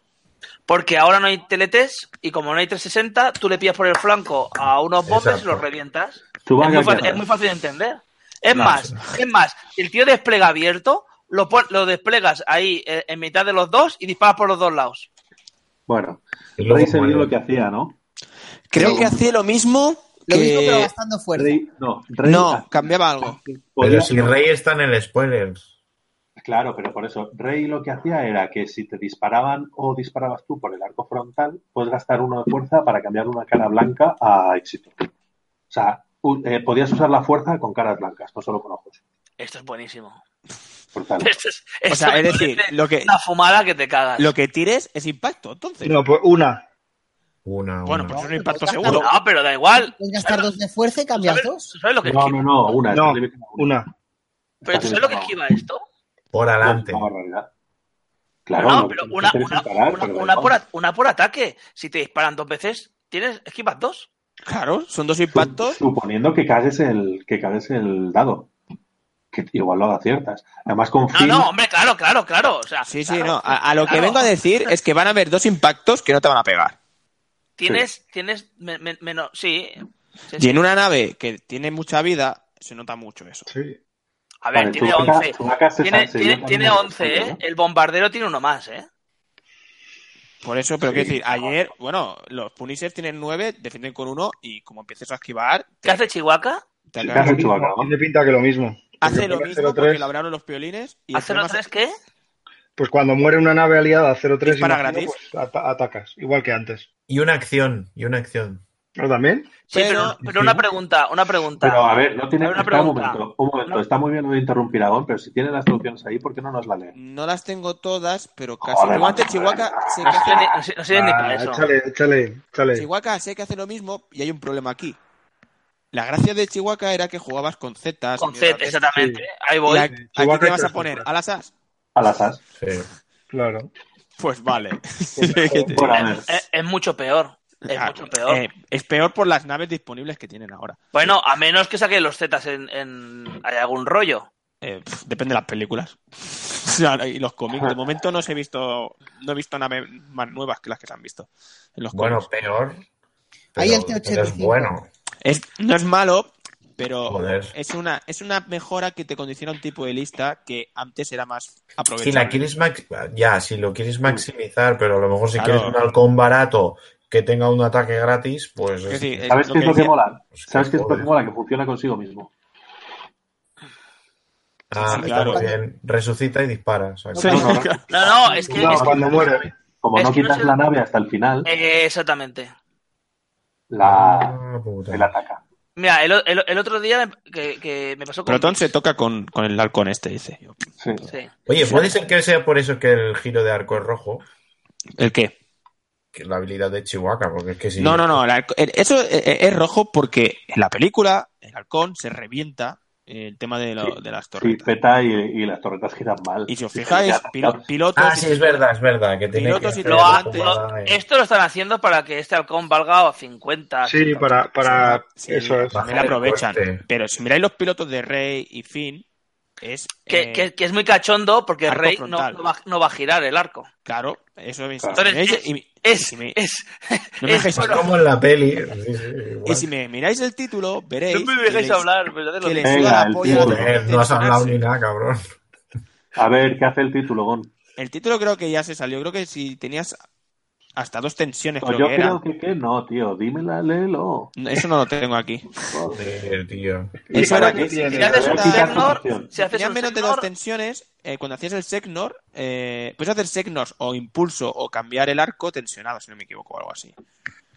Speaker 4: porque ahora no hay teletest y como no hay 360, tú le pillas por el flanco a unos bombes
Speaker 6: Exacto.
Speaker 4: y los revientas. Es
Speaker 1: Chewbacca,
Speaker 4: muy, fa-
Speaker 1: ¿qué
Speaker 4: es
Speaker 1: haces?
Speaker 4: muy fácil de entender. Es
Speaker 6: No,
Speaker 4: más, es más, el tío despliega abierto, lo, pon- lo desplegas ahí eh, en mitad de los dos y disparas por los dos lados.
Speaker 1: Bueno,
Speaker 6: Ah. Y luego
Speaker 1: Rey se vio
Speaker 6: muere.
Speaker 1: lo que hacía, ¿no?
Speaker 2: Creo
Speaker 5: Sí.
Speaker 2: que hacía lo mismo.
Speaker 5: Lo
Speaker 2: que-
Speaker 5: mismo, pero gastando fuerza.
Speaker 1: Rey, no, Rey
Speaker 2: no,
Speaker 1: hacía-
Speaker 2: cambiaba (laughs) algo.
Speaker 1: podía-
Speaker 6: Pero si Rey está en el spoiler.
Speaker 1: Claro, pero por eso, Rey lo que hacía era que si te disparaban o disparabas tú por el arco frontal, puedes gastar uno de fuerza para cambiar una cara blanca a éxito. O sea, un- eh, podías usar la fuerza con caras blancas, no solo con ojos.
Speaker 4: Esto es buenísimo. (laughs)
Speaker 1: Brutal.
Speaker 4: Esto es,
Speaker 2: O
Speaker 4: esto
Speaker 2: sea, es
Speaker 4: me
Speaker 2: decir,
Speaker 4: parece
Speaker 2: lo que,
Speaker 4: una fumada que te cagas.
Speaker 2: lo que tires es impacto, entonces.
Speaker 3: No, pues una.
Speaker 6: Una,
Speaker 2: Bueno,
Speaker 6: una.
Speaker 2: pues es un
Speaker 5: No,
Speaker 2: impacto
Speaker 5: pues ya está.
Speaker 2: seguro.
Speaker 4: No, pero da igual.
Speaker 5: Puedes gastar dos de fuerza y cambias
Speaker 4: ¿Sabes,
Speaker 5: dos.
Speaker 4: sabes lo que
Speaker 1: No,
Speaker 4: esquiva?
Speaker 1: no, no, una.
Speaker 3: No,
Speaker 1: está limitado a una.
Speaker 3: Una.
Speaker 4: ¿Pero tú sabes lo que esquiva esto?
Speaker 6: Por
Speaker 1: Pues
Speaker 6: adelante.
Speaker 1: Una barbaridad. Claro,
Speaker 4: no,
Speaker 1: lo que
Speaker 4: pero
Speaker 1: tienes que
Speaker 4: una,
Speaker 1: hacer es
Speaker 4: una,
Speaker 1: disparar,
Speaker 4: una-
Speaker 1: pero da
Speaker 4: una
Speaker 1: igual.
Speaker 4: por, a- una por ataque. Si te disparan dos veces, tienes esquivas dos.
Speaker 2: Claro, son dos
Speaker 1: Sup-
Speaker 2: impactos.
Speaker 1: Suponiendo que cagues el, que cagues el dado. Que igual lo aciertas. Además, con
Speaker 4: No,
Speaker 1: Finn-
Speaker 4: no, hombre, claro, claro, claro. O sea,
Speaker 2: Sí, sí,
Speaker 4: claro,
Speaker 2: no. A, a lo que
Speaker 4: claro.
Speaker 2: vengo a decir es que van a haber dos impactos que no te van a pegar.
Speaker 4: Tienes, tienes me- me- menos. Sí. Sí,
Speaker 2: Y
Speaker 4: sí.
Speaker 2: en una nave que tiene mucha vida, se nota mucho eso.
Speaker 3: Sí.
Speaker 4: A ver,
Speaker 1: Vale,
Speaker 4: tiene
Speaker 1: Chewbacca-
Speaker 4: 11.
Speaker 1: Chewbacca se
Speaker 4: Tiene,
Speaker 1: sal- se
Speaker 4: tiene,
Speaker 1: dio
Speaker 4: tiene
Speaker 1: también
Speaker 4: 11, ¿eh?
Speaker 1: bastante,
Speaker 4: El bombardero tiene uno más, ¿eh?
Speaker 2: Por eso, pero quiero decir, ayer, bueno, los Punishers tienen nueve, defienden con uno y como empieces a esquivar,
Speaker 4: ¿Qué hace Chihuahua?
Speaker 2: Te
Speaker 1: ¿Qué
Speaker 2: cagas.
Speaker 1: has hecho, vaca?
Speaker 3: Tiene pinta que lo mismo.
Speaker 2: Hace
Speaker 3: Porque
Speaker 2: lo
Speaker 3: pone
Speaker 2: mismo porque
Speaker 3: 03,
Speaker 2: labraron los piolines y el
Speaker 4: ¿Hace los
Speaker 2: problema es-
Speaker 4: tres qué?
Speaker 3: Pues cuando muere una nave aliada a 03
Speaker 2: Dispara
Speaker 3: imagino,
Speaker 2: gratis.
Speaker 3: pues, ata- atacas, igual que antes.
Speaker 6: Y una acción, y una acción.
Speaker 3: ¿Pero también?
Speaker 4: Sí,
Speaker 2: Pero-
Speaker 4: pero, pero una pregunta, una pregunta.
Speaker 1: Pero a ver, no tiene.
Speaker 4: Hay una
Speaker 1: espera un
Speaker 4: pregunta.
Speaker 1: momento, un momento.
Speaker 4: No.
Speaker 1: Está muy bien lo de interrumpir a Gon, pero si tiene las soluciones ahí, ¿por qué no nos la leen?
Speaker 2: No las tengo todas, pero casi.
Speaker 1: Joder,
Speaker 2: Igual que
Speaker 1: macho.
Speaker 2: Chihuahua sé que
Speaker 4: No
Speaker 2: hace-
Speaker 4: sé, ni- no sé- no sé ni para
Speaker 3: Ah,
Speaker 4: eso.
Speaker 3: échale, échale, échale.
Speaker 2: Chihuahua sé que hace lo mismo y hay un problema aquí. La gracia de Chihuahua era que jugabas con Z.
Speaker 4: Con Z, exactamente. Ahí voy.
Speaker 2: Y a-
Speaker 3: Chihuahua
Speaker 2: aquí te vas
Speaker 3: es
Speaker 2: a poner
Speaker 3: perfecta.
Speaker 2: a las as.
Speaker 1: A las as.
Speaker 6: Sí.
Speaker 3: Claro.
Speaker 2: Pues vale. (laughs)
Speaker 1: Bueno, a ver.
Speaker 4: Eh, Es, es mucho peor. Es
Speaker 2: Ah,
Speaker 4: mucho peor.
Speaker 2: eh, es peor por las naves disponibles que tienen ahora.
Speaker 4: Bueno, a menos que saque los Zetas en, en- Hay algún rollo.
Speaker 2: Eh, pf, depende de las películas. (laughs) O sea, y los cómics. De momento no os he visto, no he visto naves más nuevas que las que se han visto en los
Speaker 6: Bueno,
Speaker 2: cómics.
Speaker 6: peor.
Speaker 5: Ahí el
Speaker 6: pero-
Speaker 5: T85.
Speaker 6: pero es bueno.
Speaker 2: Es- no es malo, pero
Speaker 6: Joder.
Speaker 2: es una, es una mejora que te condiciona un tipo de lista que antes era más
Speaker 6: Si la
Speaker 2: aprovechable.
Speaker 6: quieres max- ya, si lo quieres maximizar, pero a lo mejor si
Speaker 2: Claro.
Speaker 6: quieres un halcón barato que tenga un ataque gratis, pues
Speaker 2: Que sí, eh,
Speaker 1: ¿Sabes
Speaker 2: lo
Speaker 1: qué es
Speaker 2: que
Speaker 1: lo que
Speaker 2: decía-
Speaker 1: mola?
Speaker 6: Pues
Speaker 1: ¿Sabes
Speaker 6: que
Speaker 1: qué es lo que
Speaker 6: joder.
Speaker 1: mola? Que funciona consigo mismo.
Speaker 6: ah,
Speaker 2: sí,
Speaker 6: está
Speaker 2: claro.
Speaker 6: muy bien. Resucita y dispara. o sea,
Speaker 5: No,
Speaker 2: Sí.
Speaker 1: No,
Speaker 2: (laughs)
Speaker 1: no,
Speaker 4: No, no, es que.
Speaker 3: No,
Speaker 4: es que-
Speaker 3: cuando muere.
Speaker 1: Como
Speaker 4: Es
Speaker 1: no
Speaker 4: que no
Speaker 1: quitas
Speaker 4: sé-
Speaker 1: la nave hasta el final,
Speaker 4: eh, exactamente.
Speaker 1: la,
Speaker 6: Ah, puta.
Speaker 1: el ataca.
Speaker 4: Mira, el, o- el- el otro día que, que me pasó con.
Speaker 2: Proton se toca con, con el halcón este, dice.
Speaker 1: Sí.
Speaker 4: Sí.
Speaker 6: Oye, puede ser que sea por eso que el giro de arco es rojo,
Speaker 2: ¿El qué?
Speaker 6: que es la habilidad de Chihuahua, porque es que si
Speaker 2: No, no, no. el halcón- el- eso eh, eh, es rojo porque en la película el halcón se revienta eh, el tema de, lo-
Speaker 1: Sí,
Speaker 2: de las
Speaker 1: Sí,
Speaker 2: torretas.
Speaker 1: peta y, y las torretas giran mal.
Speaker 2: Y si os fijáis, pilo- pilotos.
Speaker 6: Ah, sí, es verdad, es verdad, que tiene que
Speaker 2: Pilotos y
Speaker 6: hacer
Speaker 4: Lo
Speaker 2: Pero
Speaker 4: ha-
Speaker 2: antes-
Speaker 4: lo-
Speaker 6: jugada, eh.
Speaker 4: esto lo están haciendo para que este halcón valga 50.
Speaker 3: Sí, para, para
Speaker 2: Sí,
Speaker 3: eso es.
Speaker 2: también la
Speaker 6: Bajar el
Speaker 2: aprovechan.
Speaker 6: coste.
Speaker 2: Pero si miráis los pilotos de Rey y Finn, es.
Speaker 4: Que,
Speaker 2: eh,
Speaker 4: que- que es muy cachondo porque
Speaker 2: Arco
Speaker 4: Rey no,
Speaker 2: frontal.
Speaker 4: no va, no va a girar el arco.
Speaker 2: Claro, eso es.
Speaker 1: Claro.
Speaker 2: si me
Speaker 4: Entonces,
Speaker 2: dice- y-
Speaker 4: Es,
Speaker 2: si me-
Speaker 4: es,
Speaker 2: no me
Speaker 4: es-
Speaker 2: dejéis
Speaker 6: Es
Speaker 4: bueno,
Speaker 6: como en la peli. Sí, sí, igual.
Speaker 2: Y si me miráis el título, veréis.
Speaker 4: no me
Speaker 2: Eh, que les-
Speaker 4: dejéis hablar, pero ya te lo
Speaker 2: que les
Speaker 4: digo.
Speaker 1: Venga,
Speaker 2: suda la
Speaker 1: el
Speaker 2: polla
Speaker 1: título.
Speaker 2: de
Speaker 6: Joder, no has hablado
Speaker 2: sonarse.
Speaker 6: ni nada, cabrón.
Speaker 1: A ver, ¿qué hace el título, Gon?
Speaker 2: El título creo que ya se salió. Creo que si tenías hasta dos tensiones,
Speaker 1: Pues
Speaker 2: creo
Speaker 1: yo
Speaker 2: que era.
Speaker 1: creo que, que no, tío. Dímela, léelo.
Speaker 2: No, Eso no lo tengo aquí.
Speaker 1: Joder.
Speaker 6: Joder, tío.
Speaker 3: ¿Y
Speaker 2: Eso
Speaker 3: para
Speaker 2: era
Speaker 3: qué
Speaker 2: que-
Speaker 3: tiene?
Speaker 4: Si haces un
Speaker 1: Voy a quitar
Speaker 4: Segnor,
Speaker 1: tu opción.
Speaker 4: (laughs) si haces
Speaker 2: Tenías
Speaker 4: un
Speaker 2: menos de dos
Speaker 4: Segnor,
Speaker 2: tensiones. eh, cuando hacías el Segnor, eh, puedes hacer Segnors o impulso o cambiar el arco tensionado, si no me equivoco, o algo así.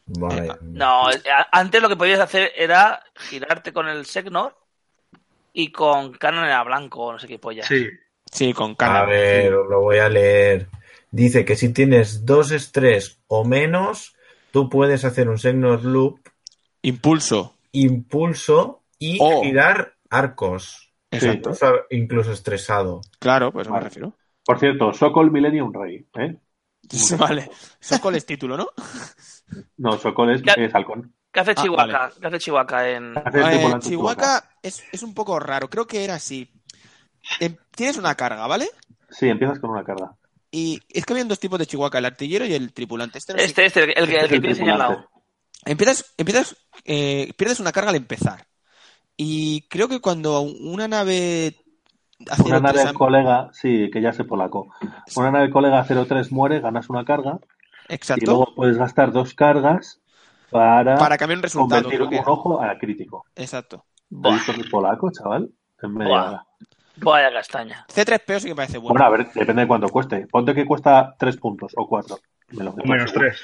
Speaker 6: Vale.
Speaker 4: No, eh, a- antes lo que podías hacer era girarte con el Segnor y con Canon era blanco o no sé qué polla.
Speaker 3: Sí.
Speaker 2: Sí, con
Speaker 6: A
Speaker 2: cara.
Speaker 6: ver, os lo voy a leer. Dice que si tienes dos estrés o menos, tú puedes hacer un Segnor Loop,
Speaker 2: Impulso.
Speaker 6: impulso y
Speaker 2: Oh.
Speaker 6: girar arcos.
Speaker 2: Exacto.
Speaker 6: Incluso, incluso estresado.
Speaker 2: Claro, pues eso me
Speaker 1: Vale.
Speaker 2: refiero. (laughs)
Speaker 1: Por cierto, Sokol Millennium Rey. ¿eh?
Speaker 2: Vale. Sokol es
Speaker 1: (laughs)
Speaker 2: título, ¿no?
Speaker 1: No, Sokol es,
Speaker 4: Ya-
Speaker 1: es halcón.
Speaker 4: ¿Qué hace
Speaker 2: Ah,
Speaker 4: Chihuahua?
Speaker 2: vale.
Speaker 4: ¿Qué hace Chihuahua en...?
Speaker 1: Hace este
Speaker 2: Eh,
Speaker 1: volante Chewbacca.
Speaker 2: Chihuahua es, es un poco raro. Creo que era así. Em, Tienes una carga, ¿vale?
Speaker 1: Sí, empiezas con una carga.
Speaker 2: Y es que habían dos tipos de Chihuahua, el artillero y el tripulante. Este no sé
Speaker 4: Este, este, el,
Speaker 1: Este es
Speaker 4: que- el que
Speaker 1: el tripulante.
Speaker 4: tiene señalado.
Speaker 2: Empiezas, empiezas, eh, pierdes una carga al empezar. Y creo que cuando una nave hace
Speaker 1: Una
Speaker 2: lo que
Speaker 1: nave
Speaker 2: se-
Speaker 1: colega, sí, que ya sé polaco. Una nave colega 03 muere, ganas una carga y
Speaker 2: exacto,
Speaker 1: luego puedes gastar dos cargas para,
Speaker 2: para cambiar un resultado,
Speaker 1: convertir
Speaker 2: creo
Speaker 1: un
Speaker 2: que-
Speaker 1: ojo a crítico.
Speaker 2: exacto.
Speaker 1: ¿Te
Speaker 4: Buah,
Speaker 1: visto que es polaco, chaval? En media
Speaker 4: Buah.
Speaker 1: hora.
Speaker 4: vaya castaña.
Speaker 2: C3PO sí que parece bueno.
Speaker 1: Bueno, a ver, depende de cuánto cueste. Ponte que cuesta tres puntos o cuatro. Me lo
Speaker 3: O menos
Speaker 1: seguro.
Speaker 3: tres.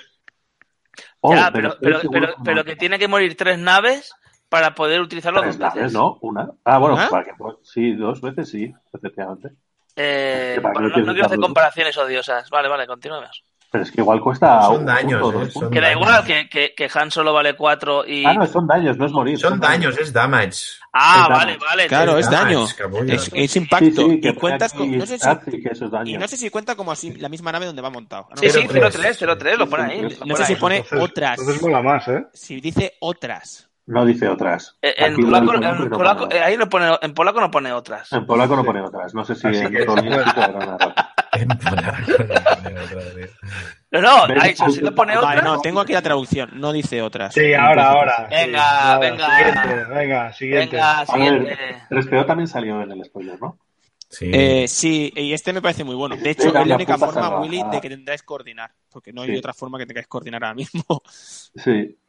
Speaker 1: Oh,
Speaker 4: ya,
Speaker 1: menos
Speaker 4: pero,
Speaker 1: tres
Speaker 4: pero,
Speaker 1: seguro
Speaker 4: pero,
Speaker 1: que no.
Speaker 4: pero que tiene que morir tres naves para poder utilizarlo
Speaker 1: Tres
Speaker 4: dos
Speaker 1: naves,
Speaker 4: veces.
Speaker 1: ¿no? Una. Ah, bueno,
Speaker 2: ¿Una?
Speaker 1: para que, sí, dos veces sí, efectivamente.
Speaker 4: Eh,
Speaker 1: Que para
Speaker 4: bueno,
Speaker 1: que
Speaker 4: no, no quiero hacer
Speaker 1: utilizarlo.
Speaker 4: comparaciones odiosas. Vale, vale, continuemos.
Speaker 1: Pero es que igual cuesta
Speaker 6: Son
Speaker 1: un
Speaker 6: daños,
Speaker 1: punto,
Speaker 6: ¿eh?
Speaker 1: dos
Speaker 6: Son
Speaker 1: puntos.
Speaker 4: Que da
Speaker 6: daños.
Speaker 4: igual que, que, que Han solo vale 4 y...
Speaker 1: Ah, no, son daños, no es morir.
Speaker 6: Son daños, es damage.
Speaker 4: Ah,
Speaker 1: es
Speaker 4: vale,
Speaker 1: damage.
Speaker 4: vale.
Speaker 2: Claro, es
Speaker 4: entonces-
Speaker 2: daño.
Speaker 6: capullo. (laughs)
Speaker 2: Es, es
Speaker 1: Sí,
Speaker 2: impacto.
Speaker 1: sí, que
Speaker 2: y cuentas
Speaker 1: pone
Speaker 2: con.
Speaker 1: aquí
Speaker 2: No sé si,
Speaker 1: ah, sí, que eso es daño.
Speaker 2: y no sé si cuenta como así la misma nave donde va montado. No,
Speaker 4: Sí, sí,
Speaker 2: no sé.
Speaker 4: 03, 03, lo pone ahí.
Speaker 1: No
Speaker 4: lo
Speaker 1: sé
Speaker 2: No
Speaker 4: pone
Speaker 2: sé si
Speaker 4: ahí.
Speaker 2: pone
Speaker 3: Entonces,
Speaker 2: otras.
Speaker 3: entonces mola más, ¿eh?
Speaker 2: Si dice otras.
Speaker 1: No dice otras.
Speaker 4: Eh, En
Speaker 1: Aquí lo
Speaker 4: polaco,
Speaker 1: del polaco
Speaker 4: en
Speaker 1: no Ah,
Speaker 4: polaco-
Speaker 1: pone
Speaker 4: eh,
Speaker 1: otras.
Speaker 4: ahí no pone, en polaco no pone otras.
Speaker 1: En polaco no pone otras. No sé si
Speaker 3: Así
Speaker 1: en
Speaker 3: que-
Speaker 1: otro idioma sí que habrá una rata.
Speaker 6: En polaco, no tiene otra vez.
Speaker 4: No, no,
Speaker 1: Venga,
Speaker 4: ahí, si no pone
Speaker 2: Vale,
Speaker 4: otras.
Speaker 2: no, tengo aquí la traducción. No dice otras.
Speaker 3: Sí, ahora, ahora. sí.
Speaker 4: Venga,
Speaker 3: Nada,
Speaker 4: venga.
Speaker 3: Siguiente, venga, siguiente.
Speaker 4: Venga,
Speaker 1: A ver,
Speaker 4: siguiente.
Speaker 1: 3PO también salió en el spoiler, ¿no?
Speaker 6: Sí.
Speaker 2: Eh, sí, y este me parece muy bueno. De hecho,
Speaker 1: Era
Speaker 2: es la
Speaker 1: la
Speaker 2: única
Speaker 1: puta
Speaker 2: forma,
Speaker 1: salvajada.
Speaker 2: Willy, de que tendráis que coordinar. Porque no hay
Speaker 1: Sí.
Speaker 2: otra forma que tengáis que coordinar ahora mismo.
Speaker 1: Sí.
Speaker 2: (laughs)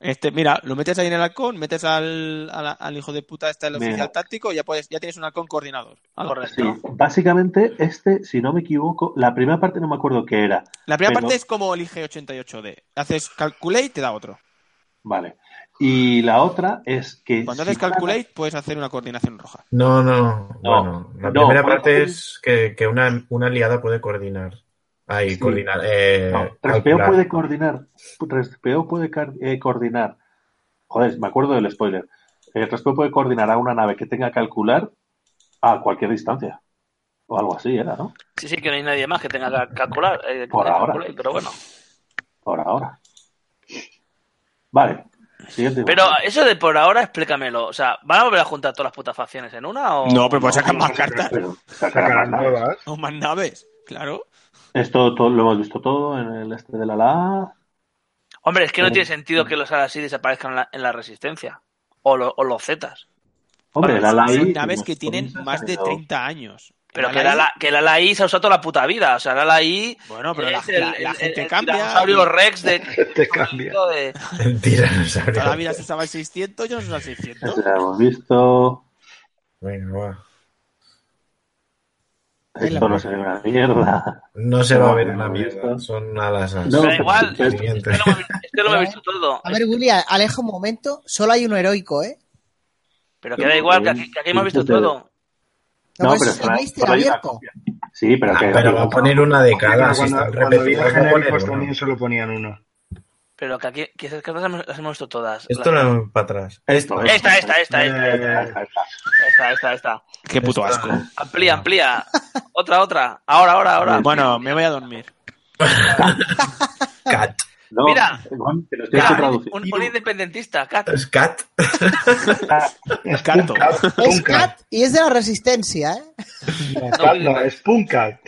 Speaker 2: Este, mira, lo metes ahí en el halcón, metes al, al, al hijo de puta este el
Speaker 1: Mira.
Speaker 2: oficial táctico y ya puedes, ya tienes un halcón coordinador. Algo real.
Speaker 1: Ah, Sí, básicamente, este, si no me equivoco, la primera parte no me acuerdo qué era.
Speaker 2: La primera
Speaker 1: Pero-
Speaker 2: parte es como el IG88D. Haces calculate y te da otro.
Speaker 1: Vale. Y la otra es que.
Speaker 2: Cuando
Speaker 1: si
Speaker 2: haces calculate puedes hacer una coordinación roja.
Speaker 6: No, no, bueno, la
Speaker 1: no,
Speaker 6: primera
Speaker 1: por
Speaker 6: parte
Speaker 1: ejemplo-
Speaker 6: es que, que una, una aliada puede coordinar. Ahí,
Speaker 1: Sí.
Speaker 6: coordinar. eh,
Speaker 1: No, 3PO
Speaker 6: calcular. (laughs)
Speaker 1: puede coordinar. 3PO puede car- eh, coordinar. Joder, me acuerdo del spoiler. Eh, 3PO puede coordinar a una nave que tenga que calcular a cualquier distancia. O algo así era, ¿no?
Speaker 4: Sí, sí, que no hay nadie más que tenga que calcular. eh, que
Speaker 1: Por
Speaker 4: tenga que
Speaker 1: ahora.
Speaker 4: calcular, Pero bueno.
Speaker 1: Por ahora. Vale. Siguiente.
Speaker 4: Pero eso de por ahora, explícamelo. O sea, ¿van a volver a juntar todas las putas facciones en una
Speaker 1: Oh,
Speaker 4: o...?
Speaker 2: No, pero puedes sacar más cartas
Speaker 1: Pero
Speaker 3: Sacarán
Speaker 1: sacarán más naves.
Speaker 3: nuevas. (laughs)
Speaker 2: o más naves. Claro.
Speaker 1: Esto todo, lo hemos visto todo en el este de la la.
Speaker 4: Hombre, es que no
Speaker 1: Sí.
Speaker 4: tiene sentido que los así desaparezcan en la, en la resistencia. O, lo- o los Zetas.
Speaker 1: Hombre, la la
Speaker 2: Son
Speaker 1: ahí-
Speaker 2: naves que tienen
Speaker 1: Nos
Speaker 2: más de
Speaker 1: salido.
Speaker 2: 30 años.
Speaker 4: Pero
Speaker 2: El
Speaker 4: que el,
Speaker 2: Ala-I-
Speaker 4: ala, que el ala I se ha usado toda la puta vida. O sea, el ala I
Speaker 2: Bueno, pero la,
Speaker 4: es el,
Speaker 2: la- la
Speaker 4: el-
Speaker 2: gente
Speaker 4: el- el
Speaker 2: cambia.
Speaker 4: dinosaurio Rex de...
Speaker 2: (laughs)
Speaker 3: Te cambia.
Speaker 4: de-
Speaker 6: El tiranosaurio.
Speaker 2: Toda la vida se usaba el 600, yo no se usaba el 600.
Speaker 1: Este ya lo hemos visto.
Speaker 6: Venga, va.
Speaker 5: Ahí lo
Speaker 1: Esto no
Speaker 5: hemos
Speaker 1: se ve una mierda.
Speaker 6: No se
Speaker 1: No,
Speaker 6: va a ver
Speaker 1: no,
Speaker 6: una
Speaker 1: no,
Speaker 6: mierda.
Speaker 1: esto-
Speaker 6: Son alas.
Speaker 1: No,
Speaker 4: Pero
Speaker 1: pero-
Speaker 4: igual,
Speaker 1: pero-
Speaker 4: este lo,
Speaker 6: (laughs)
Speaker 4: hemos- este lo hemos visto todo.
Speaker 5: A ver, Willy, aleja un momento. Solo hay uno heroico, ¿eh?
Speaker 4: Pero que da igual, que aquí, que aquí hemos visto todo.
Speaker 5: No,
Speaker 1: No,
Speaker 5: pero
Speaker 1: pero
Speaker 5: es
Speaker 1: para-
Speaker 5: el Mister
Speaker 1: para ir a
Speaker 5: abierto.
Speaker 1: copia. Sí, (laughs) pero
Speaker 6: Ah,
Speaker 1: que.
Speaker 6: pero va a poner una de cada. Si
Speaker 3: cuando,
Speaker 6: están
Speaker 3: cuando había
Speaker 6: repetidos, va a poner
Speaker 3: genéricos
Speaker 6: una.
Speaker 3: también solo ponían uno.
Speaker 4: Pero que aquí que esas cartas las hemos- las hemos visto todas.
Speaker 6: Esto
Speaker 4: La-
Speaker 6: no para atrás. Esto.
Speaker 1: No,
Speaker 6: esto.
Speaker 4: Esta, esta, esta, esta,
Speaker 3: Eh,
Speaker 4: esta, esta, esta.
Speaker 2: Qué puto
Speaker 6: Esta-
Speaker 2: asco.
Speaker 4: Amplía, amplía. Otra, otra. Ahora, ahora, ahora.
Speaker 2: Bueno, me voy a dormir.
Speaker 6: (laughs) Cat.
Speaker 1: No,
Speaker 4: Mira.
Speaker 1: Juan, que nos tienes que
Speaker 4: Cat,
Speaker 1: traducir.
Speaker 4: un, un independentista, Cat.
Speaker 6: Es cat.
Speaker 3: Es
Speaker 2: Cato.
Speaker 3: Punkat.
Speaker 5: Es
Speaker 3: Punkat.
Speaker 5: Cat y es de la resistencia, ¿eh?
Speaker 3: No, Cat no, es Punkat.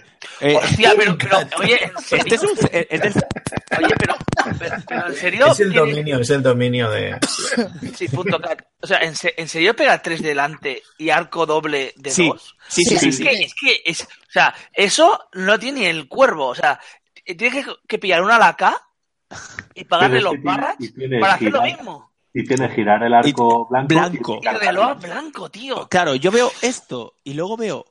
Speaker 2: Eh,
Speaker 4: Hostia, pero, pero, oye, en
Speaker 2: (laughs) este
Speaker 4: serio.
Speaker 2: es un. eh, este es-
Speaker 4: Oye, pero, pero, pero en serio.
Speaker 6: Es el
Speaker 4: ¿Tiene-
Speaker 6: dominio, es el
Speaker 2: (laughs)
Speaker 6: dominio de.
Speaker 4: Sí, punto Cat. O sea, ¿en, se- en serio pega tres delante y arco doble de
Speaker 2: Sí,
Speaker 4: dos?
Speaker 2: sí, sí,
Speaker 4: O sea,
Speaker 2: sí,
Speaker 4: es
Speaker 2: sí.
Speaker 4: Que, es que es- o sea, eso no tiene ni el cuervo. O sea, eh, tienes que, que pillar una laca y
Speaker 1: Pero
Speaker 4: pagarle
Speaker 1: es que
Speaker 4: los
Speaker 1: tiene-
Speaker 4: barras
Speaker 1: y tiene
Speaker 4: para hacer lo
Speaker 1: girar-
Speaker 4: mismo.
Speaker 1: Y tiene que girar el arco blanco.
Speaker 2: blanco.
Speaker 1: y
Speaker 4: Y reloj
Speaker 1: cargarlo.
Speaker 4: blanco, tío.
Speaker 2: Claro, yo veo esto y luego veo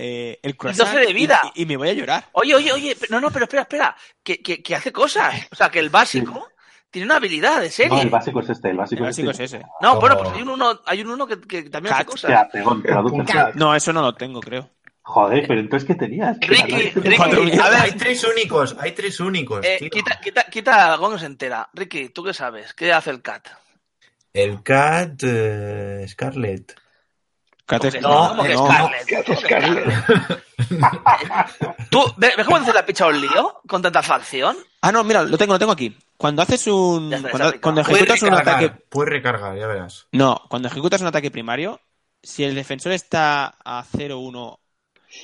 Speaker 2: eh, el croissant.
Speaker 4: 12 de vida.
Speaker 2: Y, y me voy a llorar.
Speaker 4: Oye, oye, oye, pe- no, no, pero espera, espera, que, que, que hace cosas. O sea, que el básico tiene una habilidad de
Speaker 1: No,
Speaker 4: serie.
Speaker 1: el básico es este. El básico,
Speaker 2: El básico es
Speaker 1: este.
Speaker 2: Ah, ese.
Speaker 4: No, bueno,
Speaker 6: Oh.
Speaker 4: pues hay un uno, hay un uno que, que también hace
Speaker 2: Cat.
Speaker 1: O sea,
Speaker 4: cosas.
Speaker 1: perdón, traduce.
Speaker 3: Punkat.
Speaker 2: No, eso no lo tengo, creo.
Speaker 1: Joder, pero entonces, ¿qué tenías?
Speaker 4: Ricky,
Speaker 2: Cuatro
Speaker 4: Ricky, a
Speaker 2: mierdas.
Speaker 6: Hay
Speaker 4: ver,
Speaker 6: tres únicos, hay tres únicos.
Speaker 4: eh,
Speaker 6: tío.
Speaker 4: quita, quita, quita algo que se entera. Ricky, ¿tú qué sabes? ¿Qué hace el cat?
Speaker 6: El cat. eh, Scarlet.
Speaker 2: Cat es-
Speaker 4: No, como que
Speaker 2: no.
Speaker 4: Scarlett.
Speaker 3: ¿Qué hace
Speaker 4: ¿Cómo que
Speaker 3: Scarlett?
Speaker 4: Scarlett? (laughs) ¿Tú ves ves cómo dices la picha un lío con tanta facción?
Speaker 2: Ah, no, mira, lo tengo, lo tengo aquí. Cuando haces un.
Speaker 4: Ya está, ya
Speaker 2: Cuando, cuando
Speaker 4: está, ya está.
Speaker 6: Puedes
Speaker 2: ejecutas un ataque.
Speaker 6: recargar, puedes recargar, ya verás.
Speaker 2: No, cuando ejecutas un ataque primario, si el defensor está a 0-1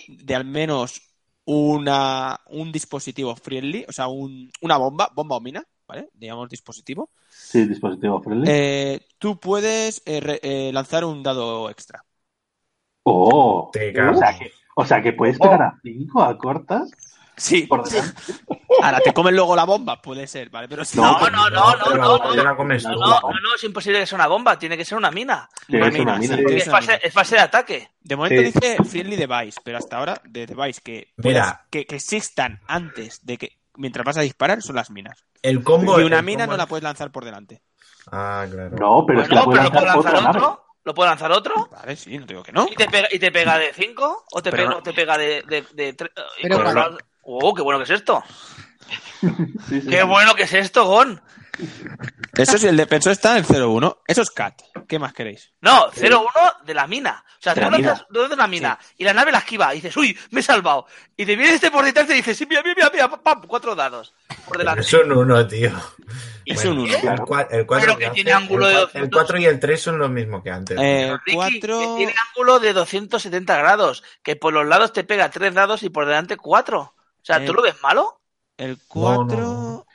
Speaker 2: de al menos una, un dispositivo friendly, o sea, un- una bomba, bomba o mina, ¿vale? Digamos dispositivo,
Speaker 1: Sí, dispositivo friendly.
Speaker 2: eh, tú puedes eh, re- eh, lanzar un dado extra.
Speaker 1: oh.
Speaker 6: Te
Speaker 1: o,
Speaker 6: cago.
Speaker 1: sea que, o sea que puedes pegar a cinco a cortas.
Speaker 2: Sí,
Speaker 1: Por delante.
Speaker 2: (laughs) ahora te comen luego la bomba, puede ser, ¿vale? Pero si
Speaker 4: No,
Speaker 1: pues,
Speaker 2: no,
Speaker 4: no, no, no,
Speaker 6: pero
Speaker 4: no,
Speaker 6: te
Speaker 4: no.
Speaker 6: la comes
Speaker 4: No,
Speaker 6: tú.
Speaker 4: no, no, no, es imposible que sea una bomba, tiene que ser una mina.
Speaker 1: Sí,
Speaker 2: una
Speaker 1: es una
Speaker 2: mina,
Speaker 1: mina.
Speaker 2: sí,
Speaker 1: Sí,
Speaker 2: es
Speaker 4: Es
Speaker 2: una
Speaker 4: fase,
Speaker 2: mina.
Speaker 4: es fase de ataque.
Speaker 2: De momento
Speaker 3: Sí.
Speaker 2: dice friendly device, pero hasta ahora de device que,
Speaker 6: Mira.
Speaker 2: que, que existan antes de que mientras vas a disparar son las minas.
Speaker 6: El combo.
Speaker 2: y una
Speaker 6: el
Speaker 2: mina
Speaker 6: combo-
Speaker 2: no la puedes lanzar por delante.
Speaker 6: Ah, claro.
Speaker 1: No, pero es que la
Speaker 4: Bueno,
Speaker 1: puede
Speaker 4: pero lo puede
Speaker 1: lanzar otra
Speaker 4: lanzar
Speaker 1: nave.
Speaker 4: otro, lo puede lanzar otro,
Speaker 2: Vale, sí, no te digo que no.
Speaker 4: y te pega, y te pega de 5, o te
Speaker 2: Pero
Speaker 4: pega,
Speaker 2: no.
Speaker 4: o te pega de, de, de tre- eh, y
Speaker 5: Pero
Speaker 4: con
Speaker 5: cuando-
Speaker 4: la- Oh, qué bueno que es esto.
Speaker 1: Sí, sí,
Speaker 4: Qué
Speaker 1: sí.
Speaker 4: bueno que es esto, Gon.
Speaker 2: Eso sí, el defensor está en el 0-1. Eso es CAT. ¿Qué más queréis?
Speaker 4: No, 0-1 de la mina. O sea,
Speaker 1: De
Speaker 4: tú
Speaker 1: la
Speaker 4: lanzas
Speaker 1: mina.
Speaker 4: tú lanzas una mina y la nave la esquiva y dices, uy, me he salvado. Y te viene este por detrás y te dices, sí, mira, mira, mira, mira, pam, pam, cuatro dados por delante.
Speaker 6: Es un uno, tío.
Speaker 2: Es
Speaker 6: Bueno,
Speaker 2: un uno.
Speaker 6: El, cua- el cuatro
Speaker 4: Pero que tiene ángulo de
Speaker 6: El
Speaker 4: 200.
Speaker 6: 4 y el 3 son los mismos que antes.
Speaker 2: Eh,
Speaker 4: Pero, Ricky, que
Speaker 2: 4.
Speaker 4: tiene ángulo de 270 grados, que por los lados te pega tres dados y por delante cuatro. O sea, ¿tú
Speaker 2: Eh.
Speaker 4: lo ves malo?
Speaker 2: El
Speaker 6: No, no,
Speaker 2: 4.
Speaker 6: no.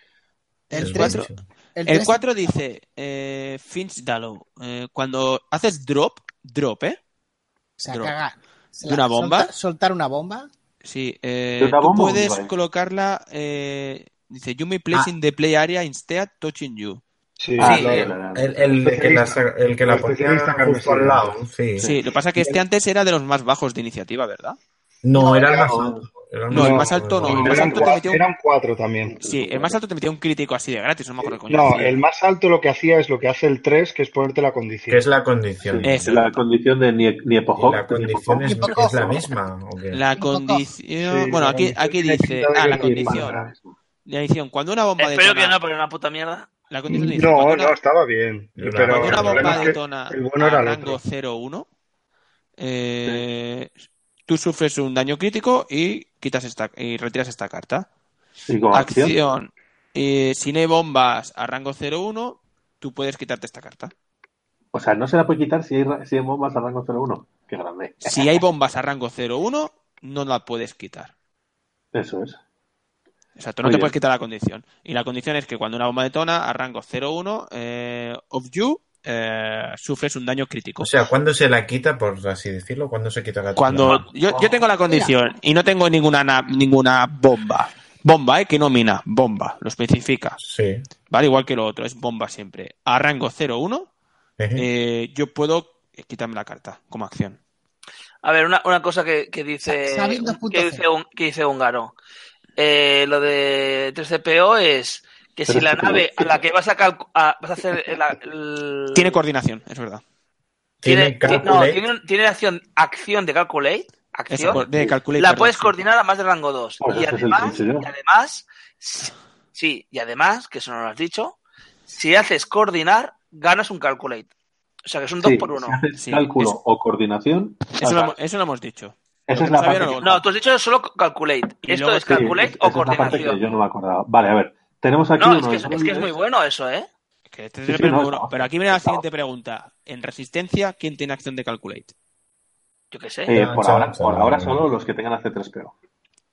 Speaker 5: El
Speaker 6: Es
Speaker 5: 3.
Speaker 2: cuatro.
Speaker 6: buenísimo.
Speaker 2: El 4 dice. Eh, Finch Dallow. eh, cuando haces drop. Drop, ¿eh?
Speaker 5: O sea,
Speaker 2: Pero-
Speaker 5: cagar. Se
Speaker 2: ¿De una bomba?
Speaker 5: Soltar, soltar una bomba.
Speaker 2: Sí. eh,
Speaker 1: ¿De una bomba
Speaker 2: tú
Speaker 1: o un
Speaker 2: puedes
Speaker 1: device?
Speaker 2: colocarla. eh, dice. You may place
Speaker 6: Ah.
Speaker 2: in the play area instead touching you.
Speaker 3: Sí,
Speaker 1: Ah,
Speaker 4: Sí,
Speaker 1: lo-
Speaker 4: eh,
Speaker 1: la- la-
Speaker 6: El, el de que la, sa- el que la
Speaker 3: El
Speaker 6: ponía
Speaker 3: especialista
Speaker 6: justo
Speaker 3: carnicero.
Speaker 6: al lado, sí.
Speaker 2: Sí, lo que pasa es que este antes era de los más bajos de iniciativa, ¿verdad?
Speaker 6: No,
Speaker 3: No,
Speaker 6: era el
Speaker 3: era-
Speaker 6: más alto. Era
Speaker 2: No, el más alto no, el más
Speaker 3: eran,
Speaker 2: alto te metió
Speaker 3: cua-
Speaker 2: un-
Speaker 3: eran cuatro también.
Speaker 2: Sí, el más alto te metía un crítico así de gratis, no me acuerdo qué coño
Speaker 3: No,
Speaker 2: hacía.
Speaker 3: el más alto lo que hacía es lo que hace el 3, que es ponerte la condición.
Speaker 6: Que es la condición.
Speaker 2: Sí.
Speaker 1: la condición de Nie-
Speaker 6: eh, Y
Speaker 1: Niepohok.
Speaker 6: la condición es,
Speaker 5: Niepohok.
Speaker 6: es la misma. ¿o qué?
Speaker 2: La
Speaker 5: Un poco.
Speaker 2: condición.
Speaker 3: Sí,
Speaker 2: bueno,
Speaker 3: la
Speaker 2: aquí,
Speaker 3: condición
Speaker 2: aquí
Speaker 3: tiene
Speaker 2: dice.
Speaker 3: pinta de
Speaker 2: Ah,
Speaker 3: que
Speaker 2: la
Speaker 3: no
Speaker 2: condición.
Speaker 3: llevará.
Speaker 2: La edición. Cuando una bomba
Speaker 4: Espero que
Speaker 2: detona.
Speaker 4: no, porque era una puta mierda.
Speaker 2: La condición dice.
Speaker 3: No,
Speaker 2: cuando una-
Speaker 3: no, estaba bien.
Speaker 6: Yo
Speaker 3: Pero
Speaker 6: la-
Speaker 2: Cuando
Speaker 3: el
Speaker 2: una
Speaker 6: Pero
Speaker 3: problema
Speaker 2: bomba
Speaker 3: es que
Speaker 2: detona
Speaker 3: el bueno era
Speaker 2: a
Speaker 3: el
Speaker 2: rango
Speaker 3: otro.
Speaker 2: 0-1, eh, tú sufres un daño crítico y quitas esta y retiras esta carta.
Speaker 1: Y con acción.
Speaker 2: Acción. Eh, si no hay bombas a rango 0-1, tú puedes quitarte esta carta.
Speaker 1: O sea, no se la puede quitar si hay, ra- si hay bombas a rango 01. Qué grande.
Speaker 2: Si hay bombas a rango 0-1, no la puedes quitar.
Speaker 1: Eso es.
Speaker 2: Exacto, no
Speaker 1: Muy
Speaker 2: te
Speaker 1: bien.
Speaker 2: puedes quitar la condición. Y la condición es que cuando una bomba detona a rango 0-1 eh, of you, eh, sufres un daño crítico.
Speaker 6: O sea, ¿cuándo se la quita, por así decirlo? ¿Cuándo se quita la
Speaker 2: Cuando
Speaker 6: la-
Speaker 2: yo, yo tengo
Speaker 4: Oh,
Speaker 2: la condición y no tengo ninguna na- ninguna bomba. Bomba, ¿eh? Que no mina. Bomba. Lo especifica.
Speaker 6: Sí. Eh,
Speaker 2: ¿Vale? Igual que lo otro. Es bomba siempre. A rango 0-1,
Speaker 6: Eje.
Speaker 2: eh, yo puedo quitarme la carta como acción.
Speaker 4: A ver, una, una cosa que, que dice
Speaker 5: Xavi 2.0.
Speaker 4: que dice, un, que dice Húngaro. Eh, lo de 3CPO es que si la
Speaker 1: 3CPO.
Speaker 4: nave a la que vas a, calcu- a- vas a hacer el- el-
Speaker 2: Tiene coordinación, es verdad.
Speaker 6: Tiene
Speaker 4: ti-
Speaker 6: calculate.
Speaker 4: no, tiene, un- tiene acción, acción de calculate,
Speaker 2: Es
Speaker 4: acción,
Speaker 2: de calculate,
Speaker 4: la
Speaker 2: perdón,
Speaker 4: puedes
Speaker 2: sí.
Speaker 4: coordinar a más de rango 2.
Speaker 1: Pues
Speaker 4: y,
Speaker 1: ese es el
Speaker 4: además,
Speaker 1: principio.
Speaker 4: y además, si- sí, y además, que eso no lo has dicho, si haces coordinar, ganas un calculate. O sea que es un 2
Speaker 1: Sí,
Speaker 4: por 1.
Speaker 1: si haces
Speaker 2: Sí,
Speaker 1: cálculo
Speaker 2: es-
Speaker 1: o coordinación.
Speaker 2: Eso lo,
Speaker 1: acá.
Speaker 2: hemos- eso lo hemos dicho.
Speaker 1: Esa
Speaker 2: lo
Speaker 1: es
Speaker 2: que
Speaker 1: la
Speaker 2: no sabía
Speaker 1: parte
Speaker 2: no
Speaker 1: que-
Speaker 2: lo-
Speaker 4: No, tú has dicho solo calculate.
Speaker 2: Y
Speaker 4: Esto
Speaker 2: luego-
Speaker 4: es
Speaker 1: sí,
Speaker 4: calculate
Speaker 1: esa
Speaker 4: o
Speaker 1: es la parte que
Speaker 4: coordinación.
Speaker 1: yo no me acordaba. Vale, a ver. Tenemos aquí
Speaker 4: No, es
Speaker 1: uno
Speaker 4: que,
Speaker 1: de
Speaker 4: es, es que es muy
Speaker 1: móviles.
Speaker 4: bueno eso, ¿eh?
Speaker 2: Que este
Speaker 1: Sí,
Speaker 2: es el
Speaker 1: sí, no,
Speaker 2: número
Speaker 1: está
Speaker 2: uno.
Speaker 1: bajo,
Speaker 2: Pero aquí viene la
Speaker 1: está
Speaker 2: siguiente pregunta. En resistencia, ¿quién tiene acción de calculate?
Speaker 4: Yo qué sé.
Speaker 1: Eh,
Speaker 6: Chan,
Speaker 1: por
Speaker 6: chan,
Speaker 1: ahora, por
Speaker 6: chan.
Speaker 1: ahora solo los que tengan AC3PO.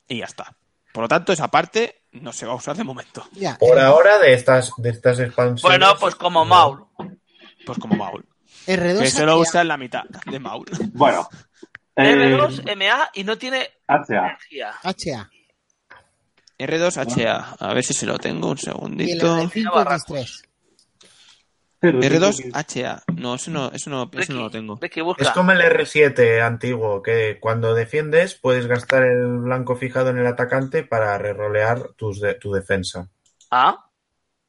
Speaker 2: Y ya está. Por lo tanto, esa parte no se va a usar de momento.
Speaker 5: Mira,
Speaker 6: Por
Speaker 5: el-
Speaker 6: ahora, de estas, de estas expansiones.
Speaker 4: Bueno, pues como
Speaker 6: no.
Speaker 4: Maul.
Speaker 2: Pues como Maul.
Speaker 5: R2
Speaker 2: Que solo
Speaker 5: saquea-
Speaker 2: usa en la mitad de Maul.
Speaker 1: Bueno. Eh,
Speaker 4: R2, MA y no tiene
Speaker 1: HA.
Speaker 4: energía.
Speaker 5: HA.
Speaker 2: R2HA. A ver si se lo tengo. Un
Speaker 5: Y el R5
Speaker 2: segundito.
Speaker 5: y el 3
Speaker 2: R2HA. No, eso no, eso no, eso no lo tengo.
Speaker 4: Ricky, busca.
Speaker 6: Es como el R7 antiguo, que cuando defiendes puedes gastar el blanco fijado en el atacante para rerolear tus de- tu defensa.
Speaker 4: Ah,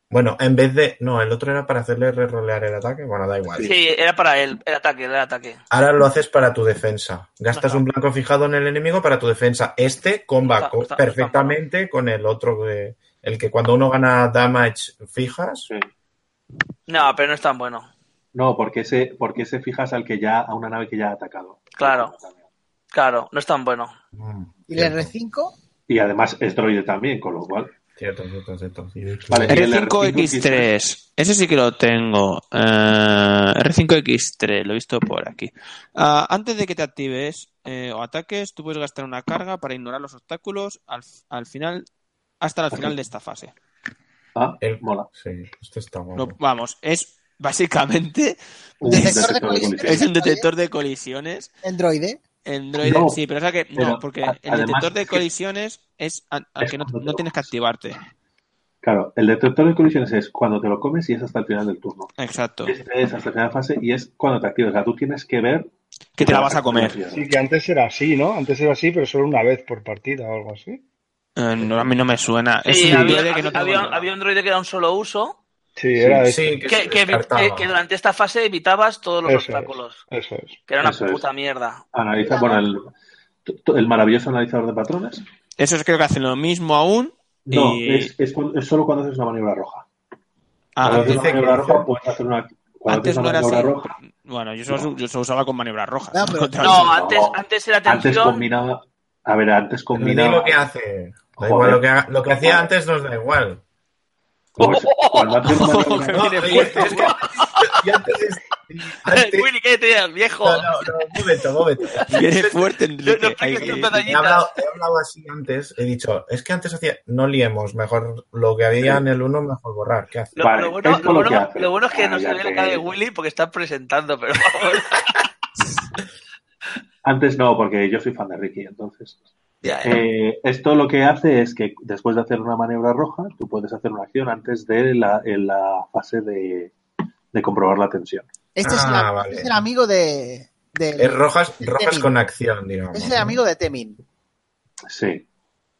Speaker 6: Bueno, en vez de. No, el otro era para hacerle rerolear el ataque. Bueno, da igual.
Speaker 4: sí, era para él, el ataque, el ataque.
Speaker 6: Ahora lo haces para tu defensa. Gastas
Speaker 4: No está.
Speaker 6: un blanco fijado en el enemigo para tu defensa. Este
Speaker 4: No
Speaker 6: comba
Speaker 4: está-
Speaker 6: co-
Speaker 4: no está- no está
Speaker 6: perfectamente con el otro. que- el que cuando uno gana damage fijas.
Speaker 1: Sí.
Speaker 4: No, pero no es tan bueno.
Speaker 1: No, porque ese, porque ese fijas al que ya, a una nave que ya ha atacado.
Speaker 4: Claro. Claro, no es tan bueno.
Speaker 6: Mm,
Speaker 5: Y el
Speaker 6: cierto,
Speaker 5: R5
Speaker 1: Y además es droide también, con lo cual.
Speaker 6: Cierto, cierto, cierto.
Speaker 1: Vale. eh, Y el
Speaker 2: R5X3. Ese sí que lo tengo. Eh, R5X3. Lo he visto por aquí. Ah, antes de que te actives eh, o ataques, tú puedes gastar una carga para ignorar los obstáculos al, al final, hasta el final de esta fase.
Speaker 1: Ah,
Speaker 6: El-
Speaker 1: mola.
Speaker 6: Sí, esto está guapo.
Speaker 2: Lo- vamos, es
Speaker 1: (laughs)
Speaker 2: básicamente
Speaker 1: Un
Speaker 2: es,
Speaker 5: Detector
Speaker 1: detector de
Speaker 5: de colisiones.
Speaker 2: es
Speaker 1: colisiones.
Speaker 2: un detector de colisiones.
Speaker 5: en droide.
Speaker 2: En droide,
Speaker 1: No,
Speaker 2: sí, pero o sea que no,
Speaker 1: pero,
Speaker 2: porque
Speaker 1: a-
Speaker 2: el
Speaker 1: además,
Speaker 2: detector de
Speaker 1: es que-
Speaker 2: colisiones es a- al
Speaker 1: es
Speaker 2: que no,
Speaker 1: cuando te
Speaker 2: no
Speaker 1: lo
Speaker 2: tienes que
Speaker 1: comes.
Speaker 2: activarte.
Speaker 1: Claro, el detector de colisiones es cuando te lo comes y es hasta el final del turno.
Speaker 2: Exacto.
Speaker 1: Este es hasta el final de fase y es cuando te activas. O sea, tú tienes que ver
Speaker 2: Que te la vas a comer.
Speaker 1: activar.
Speaker 3: Sí, que antes era así, ¿no? Antes era así, pero solo una vez por partida o algo así.
Speaker 2: Eh, no, a mí no me suena. Es
Speaker 4: Sí,
Speaker 2: un
Speaker 4: había,
Speaker 2: droide que no
Speaker 4: había- había un-
Speaker 2: tengo.
Speaker 4: había un droide que era un solo uso,
Speaker 3: Sí, era este. eso.
Speaker 6: Sí, que,
Speaker 4: que,
Speaker 6: se
Speaker 4: que evi-
Speaker 6: descartaba.
Speaker 4: que- que durante esta fase evitabas todos los
Speaker 3: Eso es.
Speaker 4: obstáculos,
Speaker 3: Eso es.
Speaker 4: que era una
Speaker 1: Eso es.
Speaker 4: puta mierda.
Speaker 1: Analiza, bueno, el, t- t- el maravilloso analizador de patrones.
Speaker 2: Eso es creo que hacen lo mismo aún.
Speaker 1: No,
Speaker 2: y-
Speaker 1: es, es, cu- es solo cuando haces una maniobra roja.
Speaker 2: Ah,
Speaker 1: cuando haces una
Speaker 2: antes,
Speaker 6: dice que
Speaker 1: maniobra
Speaker 6: dice-
Speaker 1: roja puedes hacer una. Cuando
Speaker 2: antes
Speaker 1: haces
Speaker 2: no
Speaker 1: una
Speaker 2: era así.
Speaker 1: maniobra roja,
Speaker 2: Bueno, yo solo, yo solo usaba con maniobras rojas.
Speaker 5: No,
Speaker 2: (laughs)
Speaker 5: pero-
Speaker 2: Contra-
Speaker 4: No,
Speaker 1: No.
Speaker 4: antes, antes era
Speaker 1: antes
Speaker 4: tensión. (laughs)
Speaker 1: combinaba. A ver, antes
Speaker 6: Pero di
Speaker 1: combinaba.
Speaker 6: lo que hace. Da
Speaker 1: Joder.
Speaker 6: igual lo que, ha- lo que hacía
Speaker 1: Joder.
Speaker 6: antes nos
Speaker 4: (laughs)
Speaker 6: da igual.
Speaker 1: Pues,
Speaker 6: (laughs)
Speaker 1: cuando haces una maniobra
Speaker 2: Que
Speaker 1: roja,
Speaker 2: viene
Speaker 4: pues,
Speaker 6: oye,
Speaker 2: fuerte,
Speaker 4: (laughs)
Speaker 6: es que- y antes, es- y antes-
Speaker 4: Willy, ¿qué te digas, viejo?
Speaker 6: no, no, no, un momento, un momento.
Speaker 2: Viene fuerte,
Speaker 4: No, no
Speaker 2: Enrique. Hay
Speaker 4: expliques tus
Speaker 2: que-
Speaker 6: He
Speaker 4: medallitas.
Speaker 6: hablado, he hablado así antes, he dicho, es que antes hacía, no liemos, mejor lo que había en el 1, mejor borrar. ¿Qué hace?
Speaker 4: Lo,
Speaker 1: Vale,
Speaker 4: lo bueno,
Speaker 1: esto lo
Speaker 4: lo, bueno,
Speaker 1: que hace. Ah,
Speaker 4: lo bueno es que no se ve la
Speaker 1: Cállate.
Speaker 4: cara de Willy porque está presentando, pero
Speaker 1: (laughs)
Speaker 4: vamos.
Speaker 1: Antes no, porque yo soy fan de Ricky, entonces.
Speaker 2: Ya, ya.
Speaker 1: Eh, esto lo que hace es que después de hacer una maniobra roja, tú puedes hacer una acción antes de la, en la fase de, de comprobar la tensión.
Speaker 5: Este es,
Speaker 6: Ah,
Speaker 5: la-
Speaker 6: vale.
Speaker 5: es el amigo de. del-
Speaker 6: Es rojas,
Speaker 5: de
Speaker 6: rojas
Speaker 5: Temin.
Speaker 6: con acción, digamos.
Speaker 5: Es el
Speaker 6: ¿no?
Speaker 5: amigo de Temin.
Speaker 1: Sí.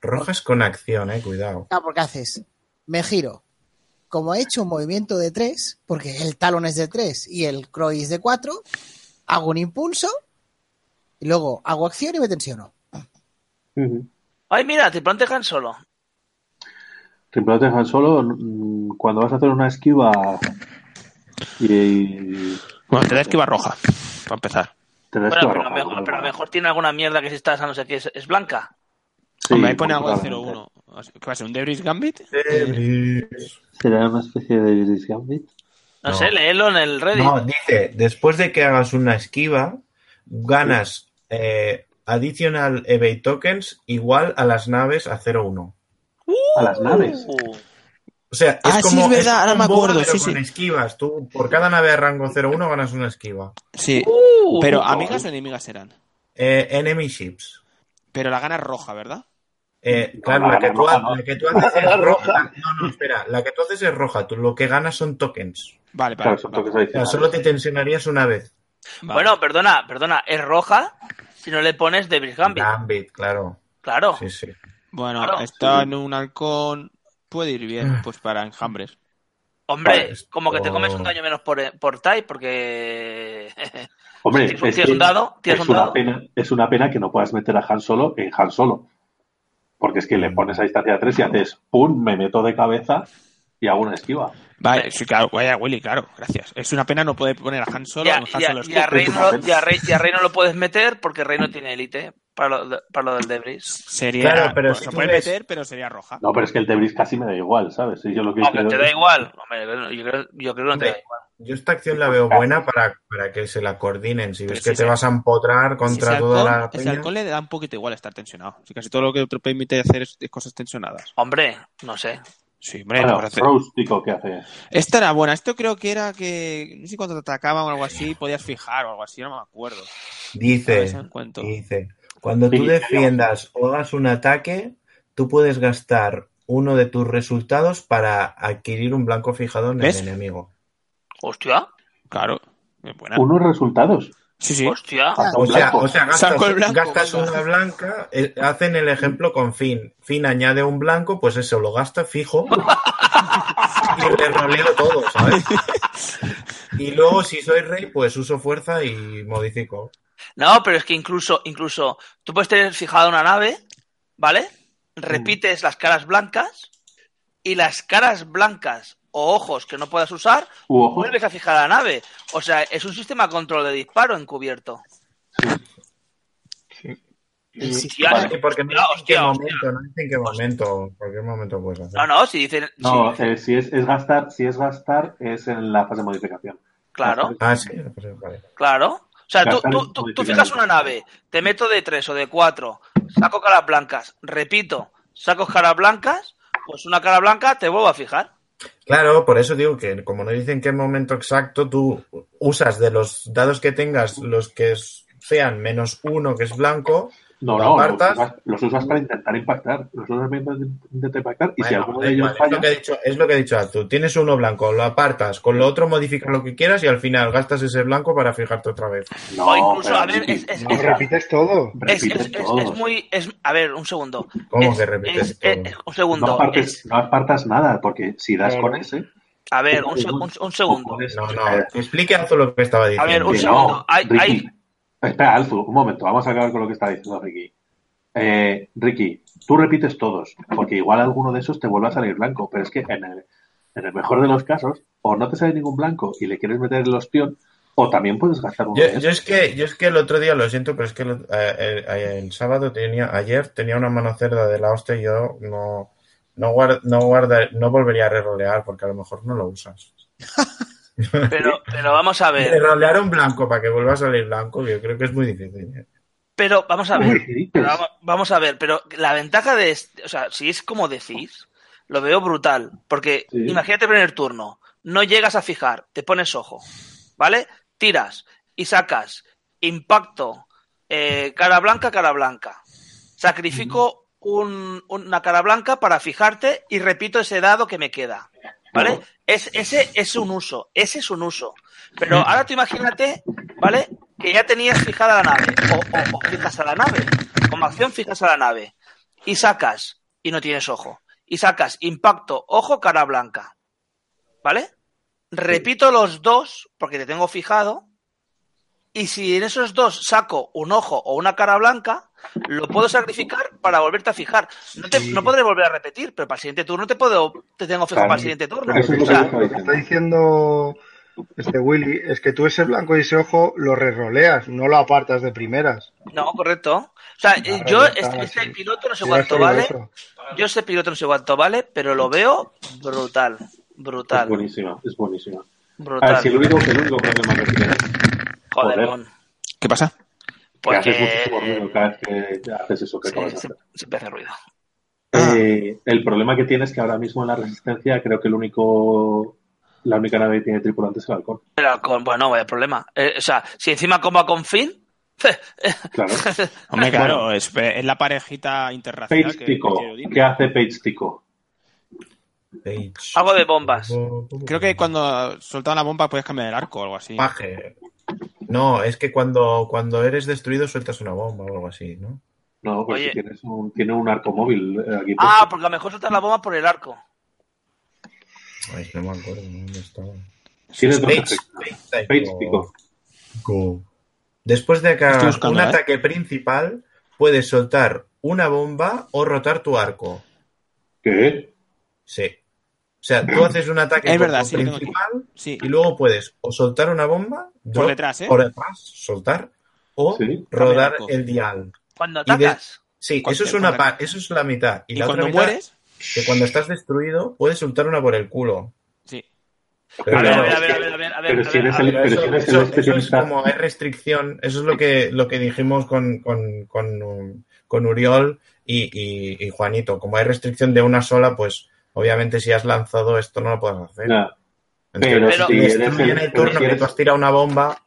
Speaker 6: Rojas con acción, eh, cuidado.
Speaker 5: Claro, Ah, porque haces. Me giro. Como he hecho un movimiento de 3, porque el talón es de 3 y el croix es de 4, hago un impulso y luego hago acción y me tensiono.
Speaker 4: Ay, mira, te plantean solo.
Speaker 1: Triple Han Solo, mm, cuando vas a hacer una esquiva y, y
Speaker 2: Bueno, te da esquiva roja, para empezar.
Speaker 1: te das
Speaker 4: Bueno,
Speaker 1: que
Speaker 4: pero,
Speaker 1: arrojar,
Speaker 4: mejor, pero a
Speaker 1: ¿no?
Speaker 4: lo mejor tiene alguna mierda que si estás a no sé qué, es, es blanca.
Speaker 1: Sí,
Speaker 2: Hombre, ahí pone algo de
Speaker 1: probablemente.
Speaker 2: 0-1. ¿Qué va a ser? ¿Un Debris Gambit?
Speaker 1: ¿Será una especie de Iris Gambit?
Speaker 4: No,
Speaker 6: No.
Speaker 4: sé, léelo en el Reddit.
Speaker 6: No, dice, después de que hagas una esquiva, ganas eh, additional eBay tokens igual a las naves a 0-1.
Speaker 1: A las naves.
Speaker 4: Uh,
Speaker 6: O sea,
Speaker 2: Ah,
Speaker 6: es
Speaker 2: sí,
Speaker 6: como
Speaker 2: es verdad, ahora
Speaker 6: como
Speaker 2: me
Speaker 6: un boga,
Speaker 2: acuerdo,
Speaker 6: pero
Speaker 2: sí,
Speaker 6: con
Speaker 2: sí.
Speaker 6: esquivas. Tú por cada nave de rango 0-1 ganas una esquiva.
Speaker 2: Sí.
Speaker 4: uh,
Speaker 2: Pero
Speaker 4: uh,
Speaker 2: amigas o enemigas serán.
Speaker 6: Eh, enemy ships.
Speaker 2: Pero la gana es roja, ¿verdad?
Speaker 6: Eh,
Speaker 1: No,
Speaker 6: claro,
Speaker 1: la
Speaker 6: la que,
Speaker 1: gana
Speaker 6: tú, ha-
Speaker 1: roja, ¿no?
Speaker 6: la que tú haces
Speaker 3: La roja.
Speaker 6: es roja. No, no, espera. La que tú haces es roja. Tú lo que ganas son tokens.
Speaker 2: Vale, vale.
Speaker 1: Claro, son
Speaker 2: vale,
Speaker 1: toques
Speaker 6: O sea,
Speaker 1: adicionales.
Speaker 6: solo te tensionarías una vez.
Speaker 2: vale.
Speaker 4: Bueno, perdona, perdona, es roja si no le pones Devil's Gambit.
Speaker 6: Gambit, claro.
Speaker 4: Claro.
Speaker 6: Sí, sí.
Speaker 2: Bueno,
Speaker 4: Claro,
Speaker 2: está
Speaker 1: sí.
Speaker 2: en un halcón. Puede ir bien, pues para enjambres.
Speaker 4: Hombre,
Speaker 1: Vale,
Speaker 6: esto-
Speaker 4: como que te comes un daño menos por, por type, porque. (laughs)
Speaker 1: Hombre,
Speaker 4: tienes un-
Speaker 1: es,
Speaker 4: tienes un
Speaker 1: que
Speaker 4: dado, tienes
Speaker 1: es
Speaker 4: un
Speaker 1: una
Speaker 4: dado.
Speaker 1: pena, es una pena que no puedas meter a Han Solo en Han Solo. Porque es que
Speaker 4: Mm.
Speaker 1: le pones a distancia 3 y haces ¡pum! Me meto de cabeza y hago una esquiva.
Speaker 2: Vale, sí, claro, vaya Willy, claro, gracias. Es una pena no poder poner a Han Solo.
Speaker 4: Y a-
Speaker 2: en Han
Speaker 4: y a-
Speaker 2: Solo
Speaker 4: y a
Speaker 2: Scoop.
Speaker 4: Rey no lo- y a Rey- y a Rey no lo puedes meter porque Rey no tiene élite para lo, para lo del Debris.
Speaker 2: Sería.
Speaker 6: Claro, pero
Speaker 2: pues,
Speaker 6: si
Speaker 2: lo
Speaker 6: tú
Speaker 2: puedes
Speaker 6: ves-
Speaker 2: meter, pero sería roja.
Speaker 1: No, pero es que el debris casi me da igual, ¿sabes? Sí, yo lo que
Speaker 4: Hombre,
Speaker 1: quiero
Speaker 4: te da
Speaker 1: es-
Speaker 4: igual. Hombre, yo, creo, yo creo que no te da
Speaker 6: Hombre,
Speaker 4: igual.
Speaker 6: Yo esta acción la veo buena para, para que se la coordinen. Si
Speaker 2: Pero
Speaker 6: ves
Speaker 2: si
Speaker 6: que te
Speaker 2: se-
Speaker 6: vas a empotrar contra
Speaker 2: ese
Speaker 6: toda
Speaker 2: halcón,
Speaker 6: la
Speaker 2: ese
Speaker 6: peña.
Speaker 2: halcón le da un poquito igual estar tensionado. Si casi todo lo que te permite hacer es, es cosas tensionadas.
Speaker 4: Hombre, no sé.
Speaker 2: Sí, hombre,
Speaker 1: Bueno,
Speaker 2: por hacer-
Speaker 1: Rose, chico, ¿qué hace?
Speaker 2: Esta era buena. Esto creo que era que. No sé cuando te atacaban o algo así, podías fijar o algo así, no me acuerdo. A ver si
Speaker 6: Dice,
Speaker 2: lo encuentro.
Speaker 6: dice, cuando
Speaker 1: Sí,
Speaker 6: tú
Speaker 1: ya
Speaker 6: defiendas o hagas un ataque, tú puedes gastar uno de tus resultados para adquirir un blanco fijado en
Speaker 2: ¿Ves?
Speaker 6: el enemigo.
Speaker 4: Hostia,
Speaker 2: Claro, es buena.
Speaker 1: Unos resultados.
Speaker 2: Sí, sí.
Speaker 4: hostia.
Speaker 5: Claro.
Speaker 1: Hasta
Speaker 6: O
Speaker 1: un
Speaker 6: sea,
Speaker 1: blanco.
Speaker 6: o sea, gastas,
Speaker 2: Saco el blanco,
Speaker 6: gastas
Speaker 4: pues,
Speaker 2: venga.
Speaker 4: ah.
Speaker 6: una blanca, eh, hacen el ejemplo con Finn. Finn añade un blanco, pues eso lo gasta fijo
Speaker 4: (laughs)
Speaker 6: y le roleo todo, ¿sabes? Y luego, si soy rey, pues uso fuerza y modifico.
Speaker 4: No, pero es que incluso, incluso tú puedes tener fijada una nave, ¿vale? Repites las caras blancas y las caras blancas o ojos que no puedas usar,
Speaker 1: U ojo.
Speaker 4: vuelves a fijar la nave. O sea, es un sistema de control de disparo encubierto.
Speaker 5: El sistema
Speaker 4: Vale.
Speaker 6: Y porque no
Speaker 4: Hostia,
Speaker 6: dicen qué
Speaker 4: hostia.
Speaker 6: momento, no dicen qué momento, cualquier momento puedes hacer.
Speaker 4: No, no, si dicen.
Speaker 1: No,
Speaker 4: si-
Speaker 1: eh, si es, es gastar, si es gastar, es en la fase de modificación.
Speaker 4: claro,
Speaker 1: Gastar-
Speaker 6: Ah, sí, pues, vale.
Speaker 4: claro. O sea, tú,
Speaker 1: Gastar
Speaker 4: tú-
Speaker 1: es
Speaker 4: tú- tú
Speaker 1: modificar
Speaker 4: fijas
Speaker 1: el
Speaker 4: una
Speaker 1: disparo.
Speaker 4: nave, te meto de tres o de cuatro, saco caras blancas, repito, saco caras blancas, pues una cara blanca te vuelvo a fijar.
Speaker 6: Claro, por eso digo que como no dicen qué momento exacto, tú usas de los dados que tengas los que es- sean menos uno que es blanco,
Speaker 1: No,
Speaker 6: lo
Speaker 1: no, los
Speaker 6: apartas.
Speaker 1: usas, los usas para intentar impactar. Los usas para intentar impactar. Y si
Speaker 6: Bueno,
Speaker 1: alguno
Speaker 6: da
Speaker 1: de ellos
Speaker 6: igual, es,
Speaker 1: falla,
Speaker 6: lo que he dicho, es lo que he dicho antes, tú tienes uno blanco, lo apartas, con lo otro modificas lo que quieras y al final gastas ese blanco para fijarte otra vez.
Speaker 1: No,
Speaker 4: O incluso,
Speaker 1: pero
Speaker 4: a ver,
Speaker 1: Miki,
Speaker 4: es- es-
Speaker 1: no,
Speaker 4: es-
Speaker 1: o sea,
Speaker 3: repites todo.
Speaker 4: Es,
Speaker 1: repites
Speaker 4: es- es-
Speaker 1: todos.
Speaker 4: es muy. Es, a ver, un segundo.
Speaker 6: ¿Cómo
Speaker 4: Es-
Speaker 6: que repites
Speaker 4: es-
Speaker 6: todo?
Speaker 4: es- un
Speaker 1: no,
Speaker 4: segundo.
Speaker 1: apartes,
Speaker 4: es-
Speaker 1: no apartas nada, porque si das
Speaker 3: Claro.
Speaker 1: con ese,
Speaker 4: a ver,
Speaker 1: tú
Speaker 4: un, se- un-
Speaker 1: puedes-
Speaker 4: un
Speaker 1: tú (laughs)
Speaker 4: segundo.
Speaker 1: puedes-
Speaker 6: No, no, explica todo lo que estaba
Speaker 4: A
Speaker 6: diciendo.
Speaker 4: ver, un
Speaker 1: Que
Speaker 4: segundo.
Speaker 1: no,
Speaker 4: Hay-
Speaker 1: Ricky.
Speaker 4: hay-
Speaker 1: Espera, Alfu, un momento, vamos a acabar con lo que está diciendo Ricky. Eh, Ricky, tú repites todos, porque igual alguno de esos te vuelve a salir blanco, pero es que en el, en el mejor de los casos, o no te sale ningún blanco y le quieres meter el ostión, o también puedes gastar uno de
Speaker 6: Yo,
Speaker 1: esos.
Speaker 6: yo es que, yo es que el otro día, lo siento, pero es que el, eh, el- el sábado tenía, ayer tenía una mano cerda de la hostia y yo no, no, guar- no, guarda- no volvería a rerolear porque a lo mejor no lo usas.
Speaker 4: Pero, pero vamos a ver.
Speaker 6: Rerolear un blanco para que vuelva a salir blanco, yo creo que es muy difícil. ¿eh?
Speaker 4: Pero vamos a
Speaker 1: (laughs) Uy,
Speaker 4: ver.
Speaker 1: ¿qué dices?
Speaker 4: pero vamos, vamos a ver. Pero la ventaja de. este- O sea, si es como decís, lo veo brutal. Porque
Speaker 1: Sí.
Speaker 4: imagínate el primer turno. No llegas a fijar, te pones ojo. ¿Vale? Tiras y sacas. Impacto. eh, cara blanca, cara blanca. sacrifico un- una cara blanca para fijarte y repito ese dado que me queda. ¿Vale?
Speaker 1: Claro.
Speaker 4: Es, ese es un uso, ese es un uso. Pero ahora tú imagínate, ¿vale? Que ya tenías fijada la nave, o, o- o fijas a la nave, como acción fijas a la nave, y sacas, y no tienes ojo, y sacas impacto, ojo, cara blanca, ¿vale? Repito los dos, porque te tengo fijado, y si en esos dos saco un ojo o una cara blanca, lo puedo sacrificar para volverte a fijar. No, te, no podré volver a repetir, pero para el siguiente turno te puedo, te tengo fijo
Speaker 1: Claro.
Speaker 4: para el siguiente turno.
Speaker 1: Pero eso es lo
Speaker 4: O sea,
Speaker 1: que yo-
Speaker 3: Lo que está diciendo este Willy es que tú ese blanco y ese ojo lo reroleas, no lo apartas de primeras.
Speaker 4: no, correcto. O sea, eh,
Speaker 3: Claro,
Speaker 4: yo,
Speaker 3: está,
Speaker 4: este, este
Speaker 3: sí.
Speaker 4: piloto no sé
Speaker 3: Yo
Speaker 4: cuánto
Speaker 3: solo
Speaker 4: vale,
Speaker 3: eso.
Speaker 4: yo este piloto no sé cuánto vale, pero lo veo brutal,
Speaker 1: Es
Speaker 4: brutal,
Speaker 1: buenísima, es buenísima. A ver,
Speaker 4: brutal.
Speaker 1: si el único, el único problema que tiene es que
Speaker 4: Joder,
Speaker 1: joder.
Speaker 4: Mon. Pues
Speaker 2: ¿Qué pasa?
Speaker 1: haces muchísimo
Speaker 4: porque
Speaker 1: ruido cada vez que haces eso que acabas de
Speaker 4: sí,
Speaker 1: hacer.
Speaker 4: se- siempre hace ruido.
Speaker 2: Ah.
Speaker 1: Eh, el problema que tiene es que ahora mismo en la resistencia creo que el único la única nave que tiene tripulante es el halcón.
Speaker 4: Pero con, bueno, vaya problema. Eh, o sea, si encima comba con fin, (laughs)
Speaker 1: Claro. Bueno.
Speaker 2: Hombre, claro, es, es la parejita interracial
Speaker 1: Page
Speaker 2: que, que
Speaker 1: Tico.
Speaker 2: quiero decir.
Speaker 1: ¿Qué hace Page Tico?
Speaker 6: Page.
Speaker 4: algo de bombas.
Speaker 2: Creo que cuando soltaban la bomba podías cambiar el arco o algo así.
Speaker 6: Paje. No, es que cuando, cuando eres destruido sueltas una bomba o algo así, ¿no?
Speaker 1: No, porque
Speaker 4: Oye.
Speaker 1: tienes un, tiene un arco móvil eh, aquí.
Speaker 4: Ah,
Speaker 1: puesto.
Speaker 4: porque a lo mejor soltar la bomba por el arco.
Speaker 6: Ay, no me acuerdo dónde estaba.
Speaker 4: pues,
Speaker 1: Tienes dos
Speaker 6: Page,
Speaker 1: efectos.
Speaker 6: Page,
Speaker 1: Page
Speaker 6: Tycho.
Speaker 1: Tico.
Speaker 6: Go. Después de acá
Speaker 2: Estoy buscando,
Speaker 6: un
Speaker 2: ¿eh?
Speaker 6: ataque principal, puedes soltar una bomba o rotar tu arco.
Speaker 1: ¿Qué?
Speaker 6: Sí. O sea, tú haces un ataque
Speaker 2: Es
Speaker 6: con-
Speaker 2: verdad,
Speaker 6: con
Speaker 2: sí, lo tengo aquí.
Speaker 6: principal
Speaker 2: Sí,
Speaker 6: y luego puedes o soltar una bomba drop,
Speaker 2: detrás, ¿eh?
Speaker 6: por detrás, soltar o
Speaker 1: Sí.
Speaker 6: rodar
Speaker 2: Cambia de arco.
Speaker 6: el dial.
Speaker 4: Cuando
Speaker 6: Y de-
Speaker 4: atacas.
Speaker 6: Sí,
Speaker 2: Cuando-
Speaker 6: eso es una
Speaker 2: cuando-
Speaker 6: pa- eso es la mitad y,
Speaker 2: y,
Speaker 6: la otra
Speaker 2: cuando
Speaker 6: mitad
Speaker 2: mueres,
Speaker 6: que cuando estás destruido puedes soltar una por el culo.
Speaker 2: sí.
Speaker 4: A ver, a ver,
Speaker 1: Pero-
Speaker 4: a ver, a ver, a ver, a ver,
Speaker 1: pero
Speaker 4: a
Speaker 1: si
Speaker 4: ver,
Speaker 1: eres
Speaker 4: a
Speaker 1: el-
Speaker 4: ver.
Speaker 6: Pero
Speaker 1: pero
Speaker 6: eso,
Speaker 1: si eres
Speaker 6: eso- eso es
Speaker 1: especialista-
Speaker 6: como es restricción, eso es lo que, lo que dijimos con, con, con, um, con Uriol y, y- y Juanito. Como hay restricción de una sola, pues obviamente si has lanzado esto no lo puedes hacer.
Speaker 1: Nah.
Speaker 6: Entonces,
Speaker 4: Pero-
Speaker 6: si
Speaker 4: si
Speaker 6: te
Speaker 1: eres el-
Speaker 6: destruyen el
Speaker 1: pero
Speaker 6: turno
Speaker 1: si
Speaker 6: que
Speaker 1: eres-
Speaker 6: tú has tirado una bomba,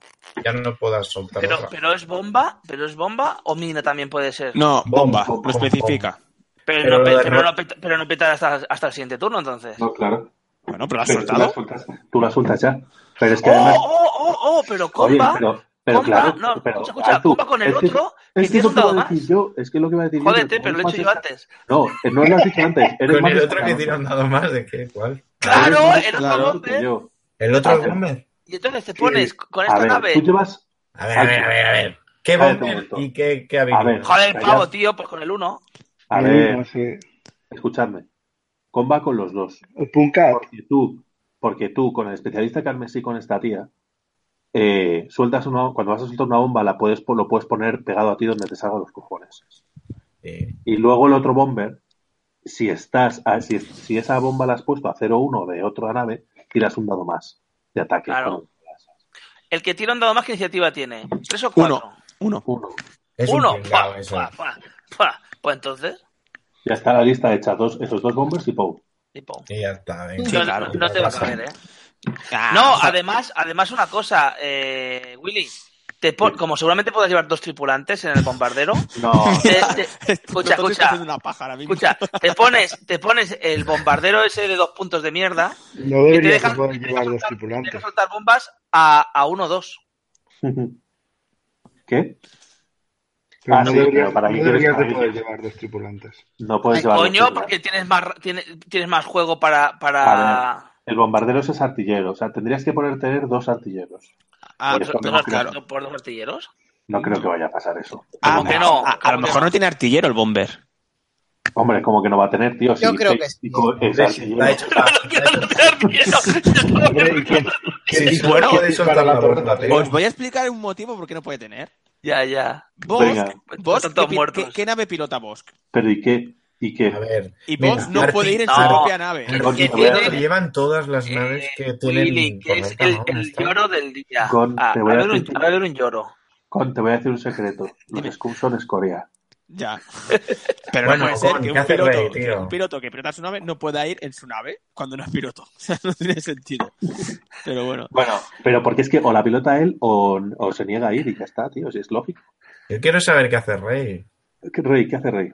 Speaker 6: ya no lo puedas soltar
Speaker 4: Pero,
Speaker 6: otra.
Speaker 4: pero es bomba, pero es bomba o mina también puede ser.
Speaker 2: No, bomba,
Speaker 6: Bomba,
Speaker 2: lo
Speaker 6: bomba,
Speaker 2: especifica.
Speaker 4: pero,
Speaker 6: pero
Speaker 4: no, pe-
Speaker 6: lo de
Speaker 4: pero,
Speaker 6: ro-
Speaker 4: no, peta- pero no petar hasta, hasta el siguiente turno entonces.
Speaker 1: No, claro.
Speaker 2: Bueno, pero lo has
Speaker 1: Pero tú la
Speaker 2: soltado.
Speaker 1: sueltas, tú la sueltas ya. Pero es que
Speaker 4: oh,
Speaker 1: además.
Speaker 4: oh, oh, oh, pero
Speaker 1: Oye,
Speaker 4: comba.
Speaker 1: pero, pero
Speaker 4: comba,
Speaker 1: claro.
Speaker 4: no,
Speaker 1: pero,
Speaker 4: escucha, escucha,
Speaker 1: Artu,
Speaker 4: comba con el
Speaker 1: es que-
Speaker 4: otro, que
Speaker 1: Es que es
Speaker 4: tienes
Speaker 1: lo
Speaker 4: un
Speaker 1: que
Speaker 4: dado
Speaker 1: iba a
Speaker 4: más.
Speaker 1: decir yo. Es que es lo que iba a decir yo,
Speaker 4: Jódete,
Speaker 1: que
Speaker 4: pero lo he
Speaker 1: más
Speaker 4: hecho yo
Speaker 1: es-
Speaker 4: antes.
Speaker 1: No, eh, no lo has dicho antes. Eres
Speaker 6: Con
Speaker 1: más
Speaker 6: el otro que
Speaker 1: descarado.
Speaker 6: tira un dado más, ¿de qué? ¿Cuál?
Speaker 4: Claro,
Speaker 1: Eres más
Speaker 4: el otro
Speaker 1: descarado
Speaker 4: bombe.
Speaker 1: que yo.
Speaker 6: ¿El otro
Speaker 1: A ver.
Speaker 6: bomber?
Speaker 4: Y entonces te pones con
Speaker 1: A
Speaker 4: esta
Speaker 1: ver,
Speaker 4: nave.
Speaker 1: tú llevas.
Speaker 6: A ver, a ver, a ver, a ver. ¿Qué
Speaker 1: Cállate un
Speaker 6: bomber
Speaker 1: momento.
Speaker 6: y qué, qué
Speaker 1: ver.
Speaker 6: habilidad?
Speaker 4: Joder,
Speaker 1: Calla.
Speaker 4: pavo, tío, pues con el uno.
Speaker 1: A
Speaker 3: El
Speaker 1: ver,
Speaker 3: uno, sí.
Speaker 1: escuchadme. Comba con los dos.
Speaker 3: El Punkat.
Speaker 1: Porque tú, porque tú, con el especialista carmesí con esta tía, eh, sueltas una, cuando vas a soltar una bomba, la puedes, po- lo puedes poner pegado a ti donde te salgan los cojones.
Speaker 6: Sí.
Speaker 1: Y luego el otro bomber, si estás, a- si, es- si esa bomba la has puesto a 0-1 de otra nave, tiras un dado más de ataque.
Speaker 4: Claro.
Speaker 1: Con-
Speaker 4: El que tira un dado más, ¿qué iniciativa tiene? ¿Tres o cuatro?
Speaker 2: Uno. Uno.
Speaker 1: uno.
Speaker 6: Es
Speaker 4: Uno.
Speaker 6: un pringao
Speaker 4: Fua,
Speaker 6: eso.
Speaker 4: fua, fua, fua. Pues entonces,
Speaker 1: Ya está la lista hecha, dos, esos dos bombers y Pou.
Speaker 4: tipo.
Speaker 6: Y ya está, venga.
Speaker 2: Sí,
Speaker 4: no,
Speaker 2: claro.
Speaker 4: no te va a caber, ¿eh?
Speaker 2: Ah,
Speaker 4: No,
Speaker 2: o sea,
Speaker 4: además, además una cosa, eh, Willy, te pon- como seguramente podrás llevar dos tripulantes en el bombardero,
Speaker 1: No,
Speaker 4: te-
Speaker 2: (laughs) nosotros
Speaker 4: te- escucha,
Speaker 2: estamos
Speaker 4: escucha,
Speaker 2: haciendo una paja ahora mismo.
Speaker 4: escucha, te pones, te pones el bombardero ese de dos puntos de mierda
Speaker 3: No
Speaker 4: y te
Speaker 3: deberías de
Speaker 4: dejan,
Speaker 3: poder
Speaker 4: te
Speaker 3: llevar
Speaker 4: dejan
Speaker 3: dos
Speaker 4: soltar, te dejan
Speaker 3: tripulantes.
Speaker 4: soltar bombas a, a uno o dos.
Speaker 1: ¿Qué?
Speaker 3: Pero
Speaker 1: Ah,
Speaker 3: no
Speaker 1: sí,
Speaker 3: deberías,
Speaker 1: pero para
Speaker 3: no
Speaker 1: qué quieres
Speaker 3: deberías de
Speaker 1: que-
Speaker 3: poder llevar dos tripulantes.
Speaker 1: No puedes
Speaker 4: Ay,
Speaker 1: llevar.
Speaker 4: coño,
Speaker 1: los
Speaker 4: porque tienes más, ra- tienes, tienes más juego para, para...
Speaker 1: A El bombardero ese es artillero, o sea, tendrías que poner tener dos artilleros.
Speaker 2: Ah,
Speaker 1: Por eso
Speaker 2: pero-
Speaker 1: no creo.
Speaker 2: claro.
Speaker 4: por dos artilleros.
Speaker 1: No creo que vaya a pasar eso.
Speaker 2: Ah,
Speaker 4: ¿Cómo que no?
Speaker 2: a- a lo
Speaker 4: ¿Cómo que
Speaker 2: mejor
Speaker 4: no?
Speaker 2: no tiene artillero el bomber.
Speaker 1: Hombre, como que no va a tener, tío.
Speaker 5: Yo
Speaker 1: Si
Speaker 5: creo que
Speaker 1: Peix
Speaker 5: sí.
Speaker 1: Tico es
Speaker 6: Hombre, si
Speaker 1: artillero.
Speaker 4: (laughs)
Speaker 6: está hecho para-
Speaker 4: No quiero no tener artilleros.
Speaker 3: Hombre,
Speaker 1: pues
Speaker 3: ¿y quién- quién
Speaker 6: Sí,
Speaker 3: dice
Speaker 2: bueno,
Speaker 3: que
Speaker 6: puede
Speaker 4: pues
Speaker 3: dispara
Speaker 6: soltar
Speaker 3: la
Speaker 6: la
Speaker 3: torreta,
Speaker 6: bomba,
Speaker 3: tío?
Speaker 6: tío.
Speaker 2: Os voy a explicar un motivo por qué no puede tener.
Speaker 4: (laughs) Ya, ya.
Speaker 2: Bosk,
Speaker 1: Venga.
Speaker 2: Bosk,
Speaker 4: Están todos
Speaker 2: ¿qué pi-
Speaker 4: muertos.
Speaker 2: qué- ¿qué nave pilota Bosk?
Speaker 1: Pero ¿y qué? ¿Y qué?
Speaker 6: A ver.
Speaker 2: Y
Speaker 6: mira,
Speaker 2: Bosk no
Speaker 6: Arti-
Speaker 2: puede ir en su
Speaker 4: No.
Speaker 2: propia nave.
Speaker 6: Arti-
Speaker 1: Gon-
Speaker 4: que
Speaker 6: Bueno,
Speaker 4: tiene-
Speaker 6: lo llevan todas las
Speaker 4: Eh,
Speaker 6: naves que
Speaker 4: Willy,
Speaker 6: tienen
Speaker 4: que es
Speaker 6: torreta,
Speaker 4: el,
Speaker 6: ¿no?
Speaker 4: el
Speaker 6: Está.
Speaker 4: lloro del día.
Speaker 1: Gon,
Speaker 4: Ah,
Speaker 1: te
Speaker 4: va
Speaker 1: voy
Speaker 4: a
Speaker 1: a
Speaker 4: haber un,
Speaker 1: decir-
Speaker 4: va a haber un lloro.
Speaker 1: Con- te voy a decir un secreto. Los
Speaker 2: Dime.
Speaker 1: Scum son escoria.
Speaker 4: (laughs)
Speaker 2: Ya. Pero
Speaker 6: Bueno,
Speaker 2: no puede ser
Speaker 6: Gon,
Speaker 2: que
Speaker 6: ¿qué
Speaker 2: un
Speaker 6: haces
Speaker 2: piloto,
Speaker 6: ahí,
Speaker 2: que
Speaker 6: tío?
Speaker 2: un piloto que pilota su nave no pueda ir en su nave cuando no es piloto. (laughs) O sea, no tiene sentido. Pero bueno.
Speaker 1: Bueno, pero porque es que o la pilota él o, o se niega a ir y ya está, tío. Si es lógico.
Speaker 6: Yo quiero saber qué hace Rey.
Speaker 1: ¿Qué Rey, ¿qué hace Rey?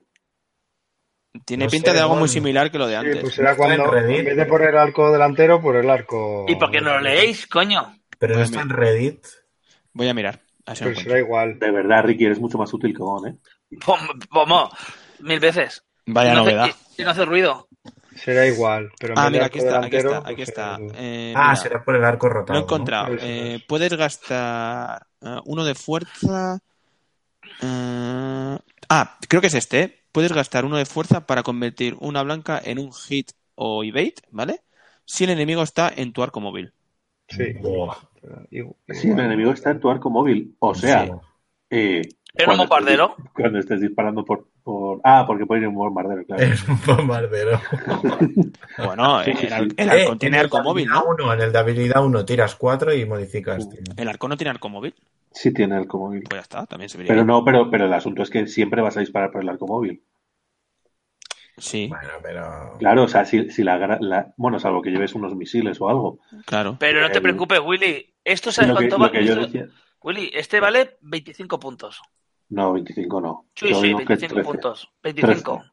Speaker 2: Tiene
Speaker 6: No
Speaker 2: pinta
Speaker 6: sé,
Speaker 2: de algo muy
Speaker 6: bueno.
Speaker 2: similar que lo de
Speaker 3: Sí,
Speaker 2: antes.
Speaker 3: pues será
Speaker 6: Está en
Speaker 3: cuando,
Speaker 6: Reddit.
Speaker 3: en vez de poner el arco delantero, por el arco.
Speaker 4: ¿Y por qué no lo leéis, coño?
Speaker 6: Pero no
Speaker 2: Madre mía.
Speaker 6: está en Reddit.
Speaker 2: Voy a mirar. a ver si lo
Speaker 3: Pero
Speaker 2: encuentro.
Speaker 3: Pues será igual.
Speaker 1: De verdad, Ricky, eres mucho más útil que Gon, ¿eh?
Speaker 4: Pom- Pomo, mil veces.
Speaker 2: Vaya
Speaker 4: no hace-
Speaker 2: novedad.
Speaker 4: y- y no hace ruido.
Speaker 3: Será igual. Pero en
Speaker 2: Ah,
Speaker 3: vez de
Speaker 2: mira,
Speaker 3: arco
Speaker 2: aquí está, aquí
Speaker 3: delantero,
Speaker 2: está, aquí
Speaker 3: pues,
Speaker 2: está.
Speaker 3: el-
Speaker 2: Eh,
Speaker 6: Ah,
Speaker 2: mira,
Speaker 6: será por el arco rotado.
Speaker 2: Lo he
Speaker 6: ¿no?
Speaker 2: encontrado.
Speaker 3: Eso
Speaker 2: Eh,
Speaker 3: es.
Speaker 2: puedes gastar eh, uno de fuerza. eh, ah, creo que es este. ¿eh? Puedes gastar uno de fuerza para convertir una blanca en un hit o evade, ¿vale? Si el enemigo está en tu arco móvil.
Speaker 3: Sí.
Speaker 6: Buah,
Speaker 3: pero igu-
Speaker 1: Sí, el
Speaker 3: igual.
Speaker 1: enemigo está en tu arco móvil. O sea,
Speaker 6: sí.
Speaker 1: eh,
Speaker 4: Era un
Speaker 1: cuando estés
Speaker 4: bombardero.
Speaker 1: dis- Cuando estés disparando por. por- Ah, porque puede ir un bombardero, claro.
Speaker 6: Es un bombardero.
Speaker 2: Bueno,
Speaker 1: Sí, sí,
Speaker 2: el, ar-
Speaker 1: sí.
Speaker 2: (laughs) el
Speaker 6: Eh,
Speaker 2: arcón tiene
Speaker 6: en el
Speaker 2: arco
Speaker 6: de
Speaker 2: móvil,
Speaker 6: habilidad
Speaker 2: ¿no?
Speaker 6: uno, en el de habilidad 1 tiras 4 y modificas.
Speaker 1: Sí.
Speaker 6: tío.
Speaker 2: El arco no tiene arco móvil.
Speaker 1: Sí tiene arco móvil.
Speaker 2: Pues ya está, también se vería.
Speaker 1: Pero
Speaker 2: bien.
Speaker 1: no, pero, pero el asunto es que siempre vas a disparar por el arco móvil.
Speaker 2: Sí,
Speaker 6: Bueno, pero.
Speaker 1: Claro, o sea, si, si la, gra- la- Bueno, salvo que lleves unos misiles o algo.
Speaker 2: claro.
Speaker 4: Pero no te
Speaker 1: El-
Speaker 4: preocupes, Willy. Esto sabes
Speaker 1: Lo que,
Speaker 4: cuánto
Speaker 1: lo
Speaker 4: va-
Speaker 1: que yo
Speaker 4: esto-
Speaker 1: decía.
Speaker 4: Willy, este vale 25 puntos.
Speaker 1: No, 25 no.
Speaker 4: Sí,
Speaker 1: Yo
Speaker 4: sí,
Speaker 1: digo que
Speaker 4: 25
Speaker 1: 13.
Speaker 4: puntos. 25.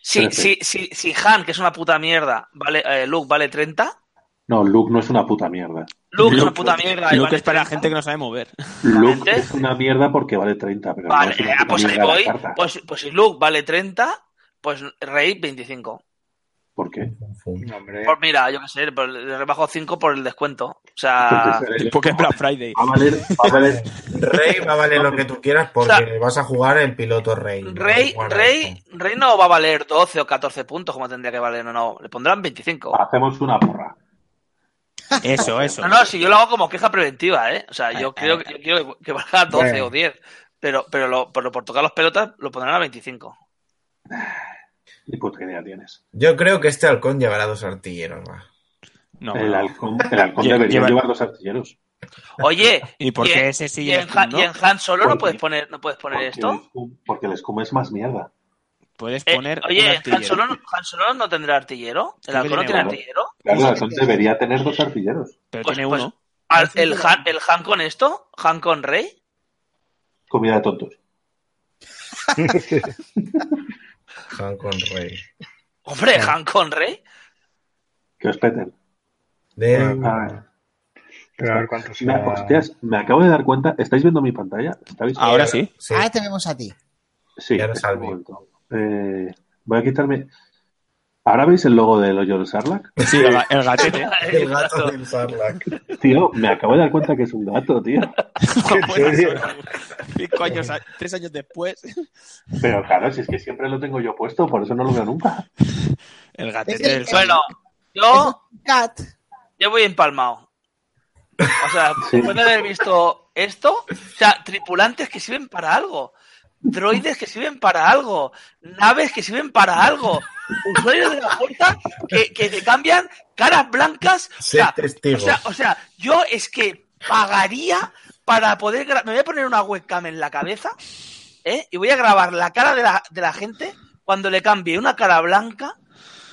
Speaker 4: Si,
Speaker 1: Trece.
Speaker 4: si, si, si Han, que es una puta mierda, vale, eh, Luke vale 30.
Speaker 1: No, Luke no es una puta mierda.
Speaker 4: Luke, es una
Speaker 2: Luke-
Speaker 4: puta mierda. y
Speaker 2: Lo que
Speaker 4: vale
Speaker 2: es para la
Speaker 4: 30.
Speaker 2: gente que no sabe mover. (laughs)
Speaker 1: Luke
Speaker 4: Vale.
Speaker 1: es una mierda porque vale 30, pero no
Speaker 4: Vale,
Speaker 1: es una
Speaker 4: eh,
Speaker 1: puta
Speaker 4: pues ahí
Speaker 1: mierda
Speaker 4: voy.
Speaker 1: la carta.
Speaker 4: Pues, pues si Luke vale 30, pues Rey 25.
Speaker 1: ¿Por qué?
Speaker 3: No,
Speaker 1: Eh.
Speaker 3: hombre.
Speaker 4: Pues mira, yo qué sé, pues le rebajo 5 por el descuento. O sea,
Speaker 1: Pues Entonces, Ah, el-
Speaker 2: Porque es Black Friday.
Speaker 1: va a valer, va a valer-
Speaker 6: Rey va a valer lo que tú quieras porque
Speaker 4: O sea,
Speaker 6: vas a jugar el piloto Rey.
Speaker 1: eh,
Speaker 6: no
Speaker 4: Rey,
Speaker 6: jugar a
Speaker 4: Rey,
Speaker 6: esto.
Speaker 4: Rey no va a valer 12 o 14 puntos como tendría que valer. No, no, le pondrán 25.
Speaker 1: hacemos una porra.
Speaker 2: Eso, eso.
Speaker 4: No, no, si yo lo hago como queja preventiva, ¿eh? O sea, yo
Speaker 2: Eh,
Speaker 4: creo
Speaker 2: eh,
Speaker 4: que, yo quiero que- que valga 12
Speaker 3: Bueno.
Speaker 4: o 10. Pero, pero, lo, pero por tocar las pelotas lo pondrán a 25.
Speaker 1: Ni puta idea tienes.
Speaker 6: Yo creo que este halcón llevará dos artilleros. va.
Speaker 2: No,
Speaker 1: el
Speaker 2: no.
Speaker 1: halcón, el halcón
Speaker 2: Lle-
Speaker 1: debería
Speaker 2: lleva-
Speaker 1: llevar dos artilleros. (laughs)
Speaker 4: Oye,
Speaker 2: ¿Y por
Speaker 4: y
Speaker 2: qué
Speaker 4: en-
Speaker 2: ese sí
Speaker 4: y,
Speaker 2: y
Speaker 4: en,
Speaker 2: el
Speaker 4: Han-
Speaker 2: no?
Speaker 4: y en Han solo no
Speaker 1: Porque-
Speaker 4: puedes poner, no puedes poner
Speaker 1: Porque
Speaker 4: esto.
Speaker 1: el Scum- porque el Scum es más mierda.
Speaker 2: Puedes
Speaker 4: Eh,
Speaker 2: poner un
Speaker 4: oye, Han
Speaker 2: artillero.
Speaker 4: Solo, no- Han Solo no tendrá artillero. El
Speaker 2: Creo que
Speaker 4: Halcón no
Speaker 2: tiene
Speaker 4: tiene
Speaker 1: uno.
Speaker 4: artillero.
Speaker 1: Claro, el halcón
Speaker 5: Exactamente.
Speaker 1: debería tener dos artilleros.
Speaker 2: Pero
Speaker 4: Pues-
Speaker 2: tiene
Speaker 4: pues-
Speaker 2: uno.
Speaker 4: Al-
Speaker 5: Parece
Speaker 4: el,
Speaker 5: que-
Speaker 4: Han, el Han con esto, Han con Rey.
Speaker 1: Comida de tontos.
Speaker 6: Han con Rey.
Speaker 4: Hombre, Han con Rey.
Speaker 1: Que os peten.
Speaker 6: De-
Speaker 1: A ver.
Speaker 3: Pero a ver cuántos
Speaker 1: Me,
Speaker 3: será.
Speaker 1: hostias, me acabo de dar cuenta. ¿Estáis viendo mi pantalla? ¿Estáis
Speaker 2: Ahora sí.
Speaker 6: sí.
Speaker 4: Ah,
Speaker 5: Ahora te vemos a ti.
Speaker 1: Sí,
Speaker 6: Y ahora
Speaker 1: es
Speaker 6: Salvi.
Speaker 1: un momento. Eh, voy a quitarme. ¿Ahora veis el logo del hoyo del Sarlacc?
Speaker 2: Sí, el, ga- el
Speaker 6: (laughs)
Speaker 2: gatete.
Speaker 6: El gato del Sarlacc.
Speaker 1: Tío, me acabo de dar cuenta que es un gato, tío.
Speaker 2: Buenas
Speaker 3: serio?
Speaker 2: horas. Cinco años, a- tres años después,
Speaker 1: Pero claro, si es que siempre lo tengo yo puesto, por eso no lo veo nunca.
Speaker 2: el
Speaker 5: Es
Speaker 2: gatete
Speaker 5: el-
Speaker 2: del sol.
Speaker 4: Bueno,
Speaker 5: Es
Speaker 4: yo,
Speaker 5: un cat.
Speaker 4: yo voy empalmado. O sea,
Speaker 1: Sí.
Speaker 4: después de haber visto esto, o sea, tripulantes que sirven para algo, droides que sirven para algo, naves que sirven para algo, usuarios de la fuerza que, que te cambian caras blancas. O
Speaker 6: Sé
Speaker 4: sea,
Speaker 6: testigo.
Speaker 4: o sea, o sea, yo es que pagaría para poder. gra- Me voy a poner una webcam en la cabeza ¿eh? y voy a grabar la cara de la, de la gente cuando le cambie una cara blanca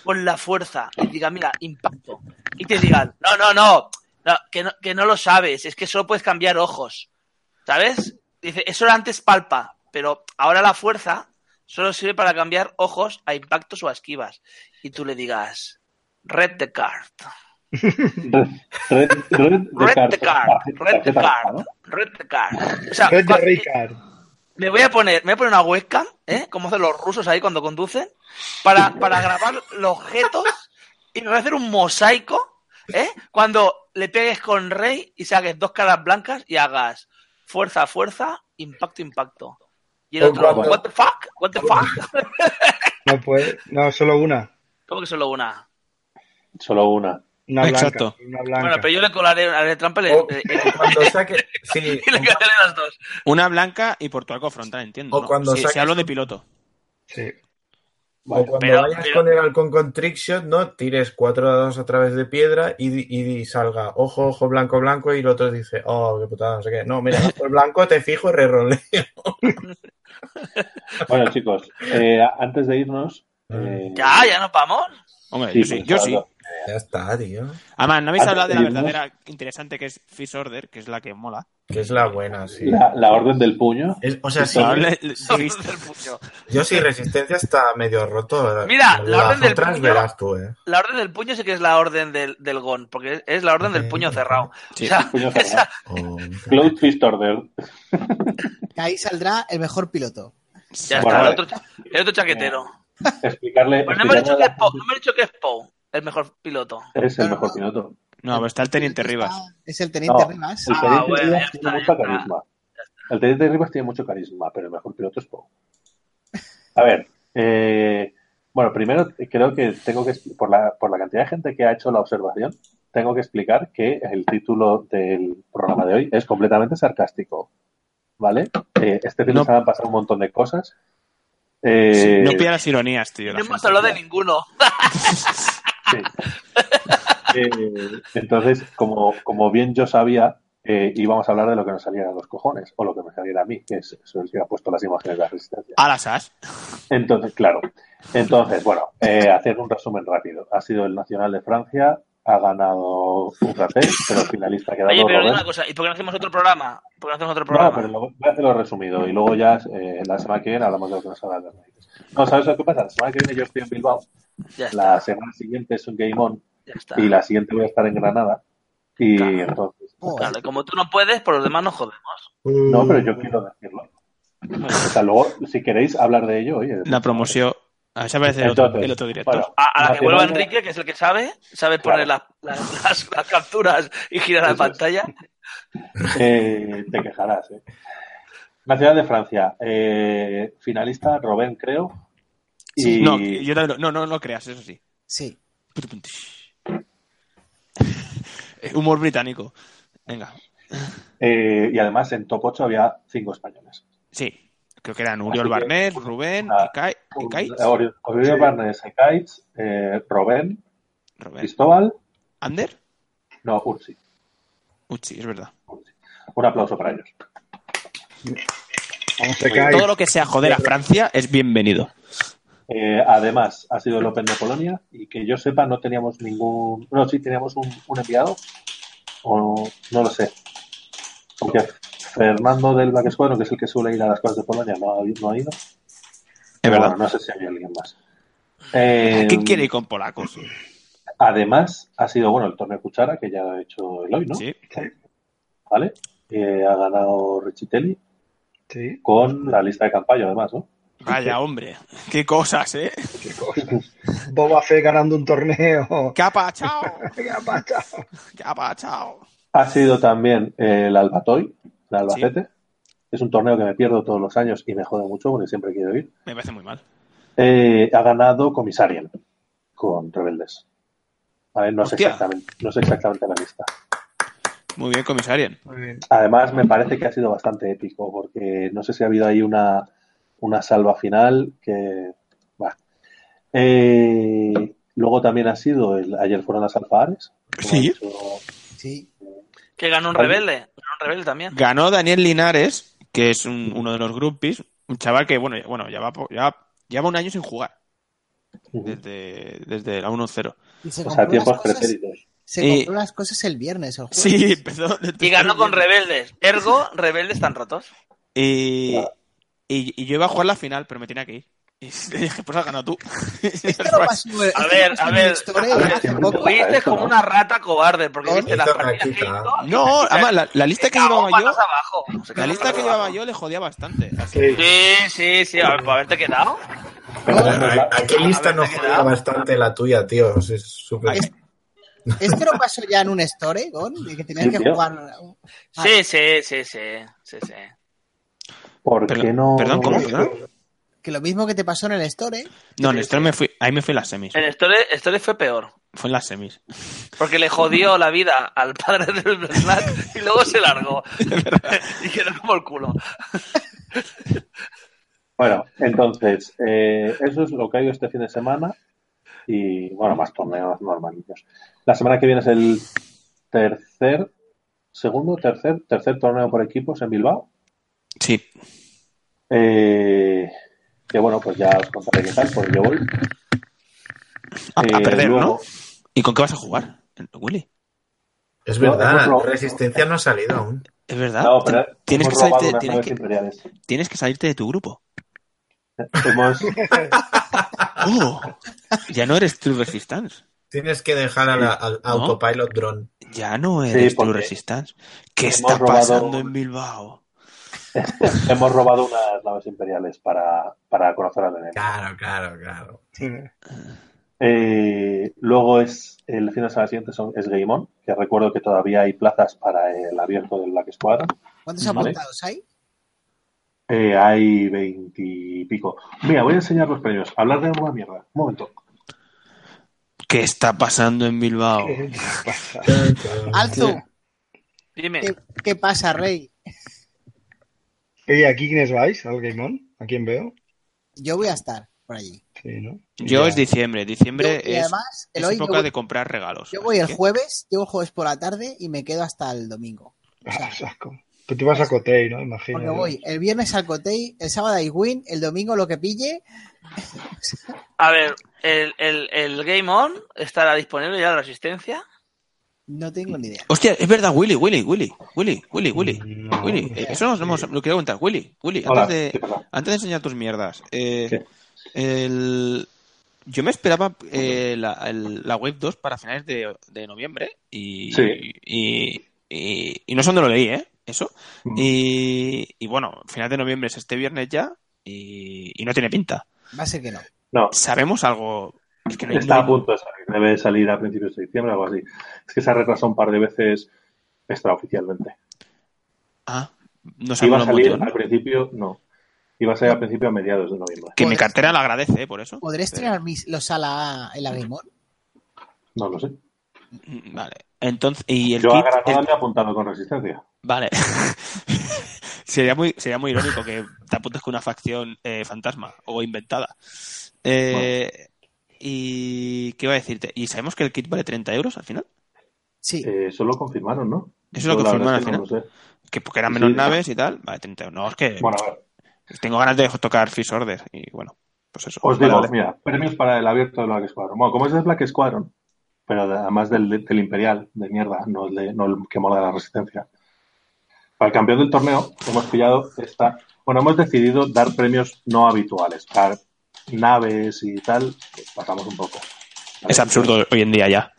Speaker 4: con la fuerza y diga, mira, impacto. Y te digan, no, no, no, no, que no, que no lo sabes, es que solo puedes cambiar ojos. ¿Sabes? Dice, eso era antes palpa, pero ahora la fuerza solo sirve para cambiar ojos a impactos o a esquivas. Y tú le digas, red the card.
Speaker 1: Red, red, red de
Speaker 4: Red
Speaker 1: carta.
Speaker 4: the card, red the
Speaker 1: Tarjeta roja,
Speaker 4: card,
Speaker 1: ¿no?
Speaker 4: red the card. O sea,
Speaker 3: Red de
Speaker 4: cua-
Speaker 3: Ricard.
Speaker 4: me voy a poner, me voy a poner una webcam, ¿eh? Como hacen los rusos ahí cuando conducen, para, para grabar los objetos y me voy a hacer un mosaico, ¿eh? Cuando le pegues con Rey y saques dos caras blancas y hagas fuerza, fuerza, impacto, impacto. Y el
Speaker 6: O
Speaker 4: otro,
Speaker 6: cuando-
Speaker 4: what the fuck, what the fuck.
Speaker 3: No puede. No, solo una.
Speaker 4: ¿Cómo que solo una?
Speaker 1: Solo una.
Speaker 3: Una blanca.
Speaker 2: Exacto.
Speaker 3: Una blanca.
Speaker 4: Bueno, pues- pero yo le colaré, haré trampa y le,
Speaker 6: O-
Speaker 4: le-
Speaker 6: cuando saque-
Speaker 4: (laughs)
Speaker 6: sí,
Speaker 4: y le colaré las dos.
Speaker 2: Una blanca y por tu arco frontal, entiendo.
Speaker 6: O
Speaker 2: ¿no?
Speaker 6: cuando
Speaker 2: si,
Speaker 6: saques-
Speaker 2: si hablo de piloto.
Speaker 3: Sí.
Speaker 6: O
Speaker 1: Vale.
Speaker 6: cuando
Speaker 4: Pero-
Speaker 6: vayas
Speaker 4: pero-
Speaker 6: con el halcón con trickshot, ¿no? Tires cuatro dados a través de piedra y, y- y salga ojo, ojo, blanco, blanco y el otro dice, oh, qué putada, no sé qué. No, mira, por blanco te fijo y reroleo.
Speaker 1: Bueno, chicos, eh, antes de irnos. eh,
Speaker 4: Ya, ya nos vamos.
Speaker 2: Hombre,
Speaker 1: Sí,
Speaker 2: yo sí,
Speaker 1: pues,
Speaker 2: yo
Speaker 1: ahora
Speaker 2: sí.
Speaker 1: no.
Speaker 6: (laughs) Ya está, tío.
Speaker 2: Además, no habéis
Speaker 1: Antes
Speaker 2: hablado de la
Speaker 1: seguimos.
Speaker 2: verdadera interesante que es Fish Order, que es la que mola.
Speaker 6: Que es la buena, sí.
Speaker 1: La, la orden del puño.
Speaker 6: Es- o sea, sí,
Speaker 2: La orden del-
Speaker 4: Del puño.
Speaker 6: yo sí, resistencia está medio roto.
Speaker 4: Mira, la orden del
Speaker 6: otras
Speaker 4: puño-
Speaker 6: verás tú, eh.
Speaker 4: La orden del puño sí que es la orden del, del gon, porque es la orden del puño cerrado.
Speaker 2: Sí.
Speaker 4: O sea,
Speaker 1: Puño cerrado.
Speaker 4: esa-
Speaker 6: O-
Speaker 1: Closed Fist Order.
Speaker 5: Que ahí saldrá el mejor piloto.
Speaker 4: ya está,
Speaker 1: Bueno,
Speaker 4: el, otro, cha- el otro chaquetero.
Speaker 1: Explicarle.
Speaker 4: Pero no hemos
Speaker 1: explicarle
Speaker 4: dicho
Speaker 1: a
Speaker 4: que
Speaker 1: la
Speaker 4: es Pou,
Speaker 1: gente
Speaker 4: no hemos dicho que es Pou, el mejor piloto.
Speaker 1: que es el
Speaker 5: No, no,
Speaker 1: mejor
Speaker 5: no.
Speaker 1: piloto.
Speaker 2: No, pero está el teniente Rivas.
Speaker 5: Está- Es el teniente
Speaker 1: No.
Speaker 5: Rivas.
Speaker 1: El
Speaker 4: Ah,
Speaker 1: teniente
Speaker 4: bueno,
Speaker 1: Rivas
Speaker 4: ya está,
Speaker 1: tiene
Speaker 4: ya
Speaker 1: mucho
Speaker 4: está.
Speaker 1: carisma. El teniente Rivas tiene mucho carisma, pero el mejor piloto es Poe. A ver, eh, bueno, primero creo que tengo que, expli- por la, por la cantidad de gente que ha hecho la observación, tengo que explicar que el título del programa de hoy es completamente sarcástico. ¿Vale? Eh, este fin
Speaker 2: No.
Speaker 1: de semana han pasado un montón de cosas. Eh,
Speaker 2: Sí, No pillas ironías, tío.
Speaker 4: No
Speaker 2: la
Speaker 4: hemos
Speaker 2: gente.
Speaker 4: hablado de ninguno.
Speaker 1: Sí. Eh, entonces, como, como bien yo sabía, eh, íbamos a hablar de lo que nos saliera a los cojones, o lo que me saliera a mí, que es soy el que ha puesto las imágenes de la resistencia.
Speaker 2: A las as.
Speaker 1: Entonces, claro. Entonces, bueno, eh, hacer un resumen rápido. Ha sido el Nacional de Francia, ha ganado un raté, pero el finalista ha quedado
Speaker 4: Oye, pero
Speaker 1: Robert.
Speaker 4: dime una cosa, ¿y por qué no hacemos otro programa? ¿Por qué no hacemos otro
Speaker 1: No,
Speaker 4: programa?
Speaker 1: pero lo, voy a hacerlo resumido y luego ya eh, la semana que viene hablamos de lo que nos salen las narices. No, ¿sabes lo que pasa? La semana que viene yo estoy en Bilbao,
Speaker 4: Ya está,
Speaker 1: la semana siguiente es un Game On
Speaker 4: ya está.
Speaker 1: y la siguiente voy a estar en Granada y
Speaker 4: Claro.
Speaker 1: entonces
Speaker 5: Joder.
Speaker 4: Claro, y como tú no puedes, por los demás nos jodemos.
Speaker 1: no pero yo quiero decirlo o sea, luego si queréis hablar de ello oye
Speaker 2: La promoción. A ver si aparece el otro,
Speaker 1: Entonces,
Speaker 2: el otro director.
Speaker 1: bueno,
Speaker 4: A, a la Ah, que
Speaker 1: Nacional
Speaker 4: vuelva
Speaker 1: de-
Speaker 4: Enrique, que es el que sabe, sabe
Speaker 1: Claro.
Speaker 4: poner las, las- las- las capturas y girar la
Speaker 1: Eso es.
Speaker 4: pantalla.
Speaker 1: eh, te quejarás eh. Nacional de Francia eh, finalista Robén creo y
Speaker 2: No, yo también lo- no, no, no lo creas, eso sí.
Speaker 5: Sí.
Speaker 2: Eh, (laughs) Humor británico. Venga.
Speaker 1: eh, y además en top 8 había cinco españoles
Speaker 2: Sí. Creo que eran
Speaker 1: Así
Speaker 2: Uriol
Speaker 1: que-
Speaker 2: Barnet, Rubén,
Speaker 1: Ah,
Speaker 2: Ikai, Ikai,
Speaker 1: Ori- Oriol Barnes Ekaitz eh, Robén
Speaker 2: Rubén,
Speaker 1: Cristóbal
Speaker 2: Ander.
Speaker 1: no Ursi
Speaker 2: Uchi, es verdad.
Speaker 1: un aplauso para ellos
Speaker 3: Vamos, se cae.
Speaker 2: Todo lo que sea joder a Francia es bienvenido.
Speaker 1: Eh, además, ha sido el Open de Polonia y que yo sepa no teníamos ningún... No, sí teníamos un, un enviado o no lo sé. Porque Fernando del Black Squadron, que es el que suele ir a las cosas de Polonia, no ha, no ha ido.
Speaker 2: Es
Speaker 1: Pero
Speaker 2: verdad.
Speaker 1: bueno, no sé si hay alguien más. Eh,
Speaker 2: ¿Quién Ah, quiere ir con polacos?
Speaker 1: Además, ha sido, bueno, el torneo Cuchara, que ya lo ha hecho Eloy, ¿no?
Speaker 2: Sí.
Speaker 1: ¿Vale? Eh, ha ganado Richitelli
Speaker 3: Sí,
Speaker 1: con la lista de campaña, además, ¿no?
Speaker 2: Vaya, hombre. Qué cosas, ¿eh?
Speaker 3: qué cosa. Boba Fett ganando un torneo. (laughs)
Speaker 2: Capa, chao.
Speaker 3: ¿Qué ha pasado?
Speaker 2: Capa, chao.
Speaker 1: Ha sido también eh, el Albatoy, el Albacete. Es un torneo que me pierdo todos los años y me jode mucho porque siempre quiero ir.
Speaker 2: Me parece muy mal.
Speaker 1: Eh, ha ganado Comisarian con Rebeldes. A ver, no, sé
Speaker 2: Hostia.
Speaker 1: exactamente, no sé exactamente la lista.
Speaker 2: Muy bien, comisarian.
Speaker 3: Muy bien.
Speaker 1: Además, me parece que ha sido bastante épico porque no sé si ha habido ahí una, una salva final que... bah. Eh, luego también ha sido, el- ayer fueron las alfares. como ha
Speaker 2: Sí.
Speaker 1: dicho-
Speaker 5: Sí.
Speaker 4: Que ganó un
Speaker 1: Oye.
Speaker 4: rebelde. Ganó un rebelde también.
Speaker 2: Ganó Daniel Linares, que es un- uno de los groupies, un chaval que, bueno, ya, bueno, ya va, po- ya, lleva un año sin jugar, desde, desde la 1-0.
Speaker 5: Y se
Speaker 4: Pues
Speaker 1: O sea,
Speaker 5: compró, las
Speaker 1: tiempos
Speaker 5: cosas,
Speaker 1: pretéritos.
Speaker 5: se
Speaker 2: Eh,
Speaker 5: compró las cosas el viernes. El jueves.
Speaker 2: Sí, empezó.
Speaker 4: Y ganó con rebeldes. Ergo, rebeldes están rotos.
Speaker 2: Y,
Speaker 1: Claro.
Speaker 2: y- y yo iba a jugar la final, pero me tenía que ir. Y (laughs) le dije, pues has ganado tú. (laughs)
Speaker 5: Esto lo pasó, esto lo
Speaker 4: ver,
Speaker 5: pasó
Speaker 4: a
Speaker 5: en
Speaker 4: ver,
Speaker 5: el Store
Speaker 4: a ver,
Speaker 5: hace
Speaker 1: siempre
Speaker 5: poco.
Speaker 1: pasa.
Speaker 4: Fuiste
Speaker 1: esto,
Speaker 4: como
Speaker 1: ¿no?
Speaker 4: una rata cobarde porque
Speaker 5: No,
Speaker 4: viste las
Speaker 6: esto no
Speaker 4: partidas que
Speaker 6: quita.
Speaker 4: hizo.
Speaker 2: No, además, la, la lista que
Speaker 4: Cagó
Speaker 2: llevaba yo,
Speaker 4: patas abajo. Se
Speaker 2: la
Speaker 4: cagó
Speaker 2: lista
Speaker 4: patas
Speaker 2: que llevaba
Speaker 4: abajo.
Speaker 2: yo le jodía bastante. Así.
Speaker 3: Sí.
Speaker 4: Sí, sí, sí, a ver, por haberte quedado.
Speaker 6: Pero
Speaker 1: Bueno,
Speaker 6: ¿a-
Speaker 1: la-
Speaker 6: ¿A qué
Speaker 4: a
Speaker 6: lista
Speaker 4: ver,
Speaker 6: nos
Speaker 4: te
Speaker 6: juega
Speaker 4: queda-
Speaker 6: bastante la tuya, tío? Es es súper...
Speaker 5: Es- Esto lo pasó ya en un Store, Gon, de que tenías
Speaker 1: Sí,
Speaker 5: que
Speaker 1: tío.
Speaker 5: jugar.
Speaker 2: Ah.
Speaker 4: Sí, sí, sí, sí, sí, sí.
Speaker 1: ¿Por
Speaker 2: Pero-
Speaker 1: qué no?
Speaker 2: Perdón, ¿cómo? Perdón.
Speaker 5: Que lo mismo que te pasó en el Store.
Speaker 2: No, en el Storm me fui, ahí me fui en las semis.
Speaker 4: En Story, Story fue peor.
Speaker 2: Fue en las semis.
Speaker 1: Eh,
Speaker 4: Porque le jodió la vida al padre del Bernat y luego
Speaker 2: (laughs)
Speaker 4: se largó. (laughs) y quedó como el culo.
Speaker 1: Bueno, entonces, eh, eso es lo que ha ido este fin de semana y, bueno, más torneos normalillos. La semana que viene es el tercer, segundo, tercer, tercer torneo por equipos en Bilbao.
Speaker 2: Sí.
Speaker 1: Eh, que, bueno, pues ya os contaré qué tal, porque yo voy.
Speaker 2: A, a
Speaker 1: Eh,
Speaker 2: perder,
Speaker 1: luego,
Speaker 2: ¿no? ¿Y con qué vas a jugar, Willy?
Speaker 6: Es
Speaker 1: No,
Speaker 6: verdad,
Speaker 1: hemos lo-
Speaker 6: Resistencia no ha salido aún.
Speaker 2: Es verdad.
Speaker 1: No, pero
Speaker 2: Ti- Ah, tienes, que
Speaker 1: hemos robado
Speaker 2: salirte,
Speaker 1: unas
Speaker 2: tienes,
Speaker 1: naves
Speaker 2: que,
Speaker 1: imperiales.
Speaker 2: tienes que salirte de
Speaker 1: (laughs)
Speaker 2: tu grupo.
Speaker 1: Hemos-
Speaker 2: Oh, ya no eres True Resistance.
Speaker 6: Tienes que dejar a la- al
Speaker 2: No.
Speaker 6: autopilot drone.
Speaker 2: Ya no eres True
Speaker 1: porque
Speaker 2: Resistance. ¿Qué
Speaker 1: hemos
Speaker 2: está
Speaker 1: robado
Speaker 2: pasando
Speaker 1: un-
Speaker 2: en Bilbao?
Speaker 1: hemos robado unas naves imperiales para, para conocer al enemigo.
Speaker 6: Claro, claro, claro.
Speaker 1: Eh, luego es el fin de semana siguiente son, es Game On, que recuerdo que todavía hay plazas para el abierto del Black Squadron.
Speaker 5: ¿Cuántos
Speaker 2: Vale.
Speaker 5: apuntados hay?
Speaker 1: Eh, hay veintipico. Mira, voy a enseñar los premios. Hablar de una mierda. Un momento.
Speaker 2: ¿Qué está pasando en
Speaker 5: (laughs)
Speaker 2: Bilbao?
Speaker 5: Alzu,
Speaker 4: Dime,
Speaker 5: ¿qué, qué pasa, Rey?
Speaker 3: ¿Y aquí quiénes vais? ¿Al Game On? ¿A quién veo?
Speaker 5: Yo voy a estar por allí.
Speaker 3: Sí, ¿no?
Speaker 2: Yo
Speaker 3: Ya.
Speaker 2: es diciembre. Diciembre
Speaker 5: Yo- y
Speaker 2: es,
Speaker 5: además, el
Speaker 2: es
Speaker 5: hoy yo
Speaker 2: época
Speaker 5: voy,
Speaker 2: de comprar regalos.
Speaker 5: yo voy
Speaker 2: así
Speaker 5: el
Speaker 2: que-
Speaker 5: jueves, llego el jueves por la tarde y me quedo hasta el domingo. O sea,
Speaker 3: Ah, saco. Tú te vas a Cotei, ¿no? Imagino.
Speaker 5: porque
Speaker 3: yo.
Speaker 5: voy el viernes al Cotei, el sábado a Iguin, el domingo lo que pille.
Speaker 4: a ver, el, el- el Game On estará disponible ya la resistencia.
Speaker 5: No tengo ni idea.
Speaker 2: Hostia, es verdad, Willy, Willy, Willy, Willy, Willy,
Speaker 5: Mm.
Speaker 2: Willy.
Speaker 3: No.
Speaker 2: Willy, eh, eso nos, hemos- lo quiero contar. Willy, Willy,
Speaker 1: Hola,
Speaker 2: antes de,
Speaker 1: ¿qué pasa?
Speaker 2: Antes de enseñar tus mierdas, eh,
Speaker 1: ¿Qué?
Speaker 2: el- yo me esperaba eh, la, el- la Wave 2 para finales de, de noviembre y,
Speaker 1: Sí.
Speaker 2: y, y- y no sé dónde lo leí, ¿eh? Eso.
Speaker 1: Mm.
Speaker 2: Y, y bueno, final de noviembre es este viernes ya y, y no tiene pinta.
Speaker 5: Va a ser que no.
Speaker 1: No,
Speaker 2: ¿Sabemos algo? Es que no hay-
Speaker 1: está
Speaker 2: no
Speaker 1: a
Speaker 2: hay-
Speaker 1: punto de salir. Debe salir a principios de diciembre o algo así. Es que se ha retrasado un par de veces extraoficialmente.
Speaker 2: Ah, no
Speaker 1: Iba
Speaker 2: sabemos
Speaker 1: a
Speaker 2: los
Speaker 1: salir
Speaker 2: motivos, ¿no?
Speaker 1: al principio, no. Iba a salir al principio a mediados de noviembre.
Speaker 2: Que mi
Speaker 5: Podré-
Speaker 2: cartera la agradece, ¿eh? por eso.
Speaker 5: ¿Podré estrenar mis, los sala A en la Game On?
Speaker 1: No lo sé.
Speaker 2: Mm, Vale. Entonces, y el
Speaker 1: Yo a
Speaker 2: kit, el
Speaker 1: Granada me he apuntado con resistencia.
Speaker 2: Vale. (laughs) sería, muy, sería muy irónico que te apuntes con una facción eh, fantasma o inventada. Eh, ¿Y qué iba a decirte? ¿Y sabemos que el kit vale 30 euros al final?
Speaker 5: Sí.
Speaker 1: Eh, eso lo confirmaron, ¿no?
Speaker 2: Eso lo
Speaker 1: Yo la verdad
Speaker 2: confirmaron
Speaker 1: es que
Speaker 2: al
Speaker 1: no lo sé.
Speaker 2: Que porque eran
Speaker 1: Sí,
Speaker 2: menos
Speaker 1: sí.
Speaker 2: naves y tal. Vale, 30 euros. No, es que
Speaker 1: Bueno, a ver.
Speaker 2: tengo ganas de tocar Fish Order. Y bueno, pues eso.
Speaker 1: Os
Speaker 2: Vale,
Speaker 1: digo,
Speaker 2: vale.
Speaker 1: mira, premios para el abierto de Black Squadron. Bueno, como es de Black Squadron, pero de- además del, del Imperial, de mierda, no el, de- no el que mola de la Resistencia. Para el campeón del torneo hemos pillado esta... Bueno, hemos decidido dar premios no habituales. Para naves y tal, pues, pasamos un poco. ¿Vale?
Speaker 2: Es absurdo hoy en día ya.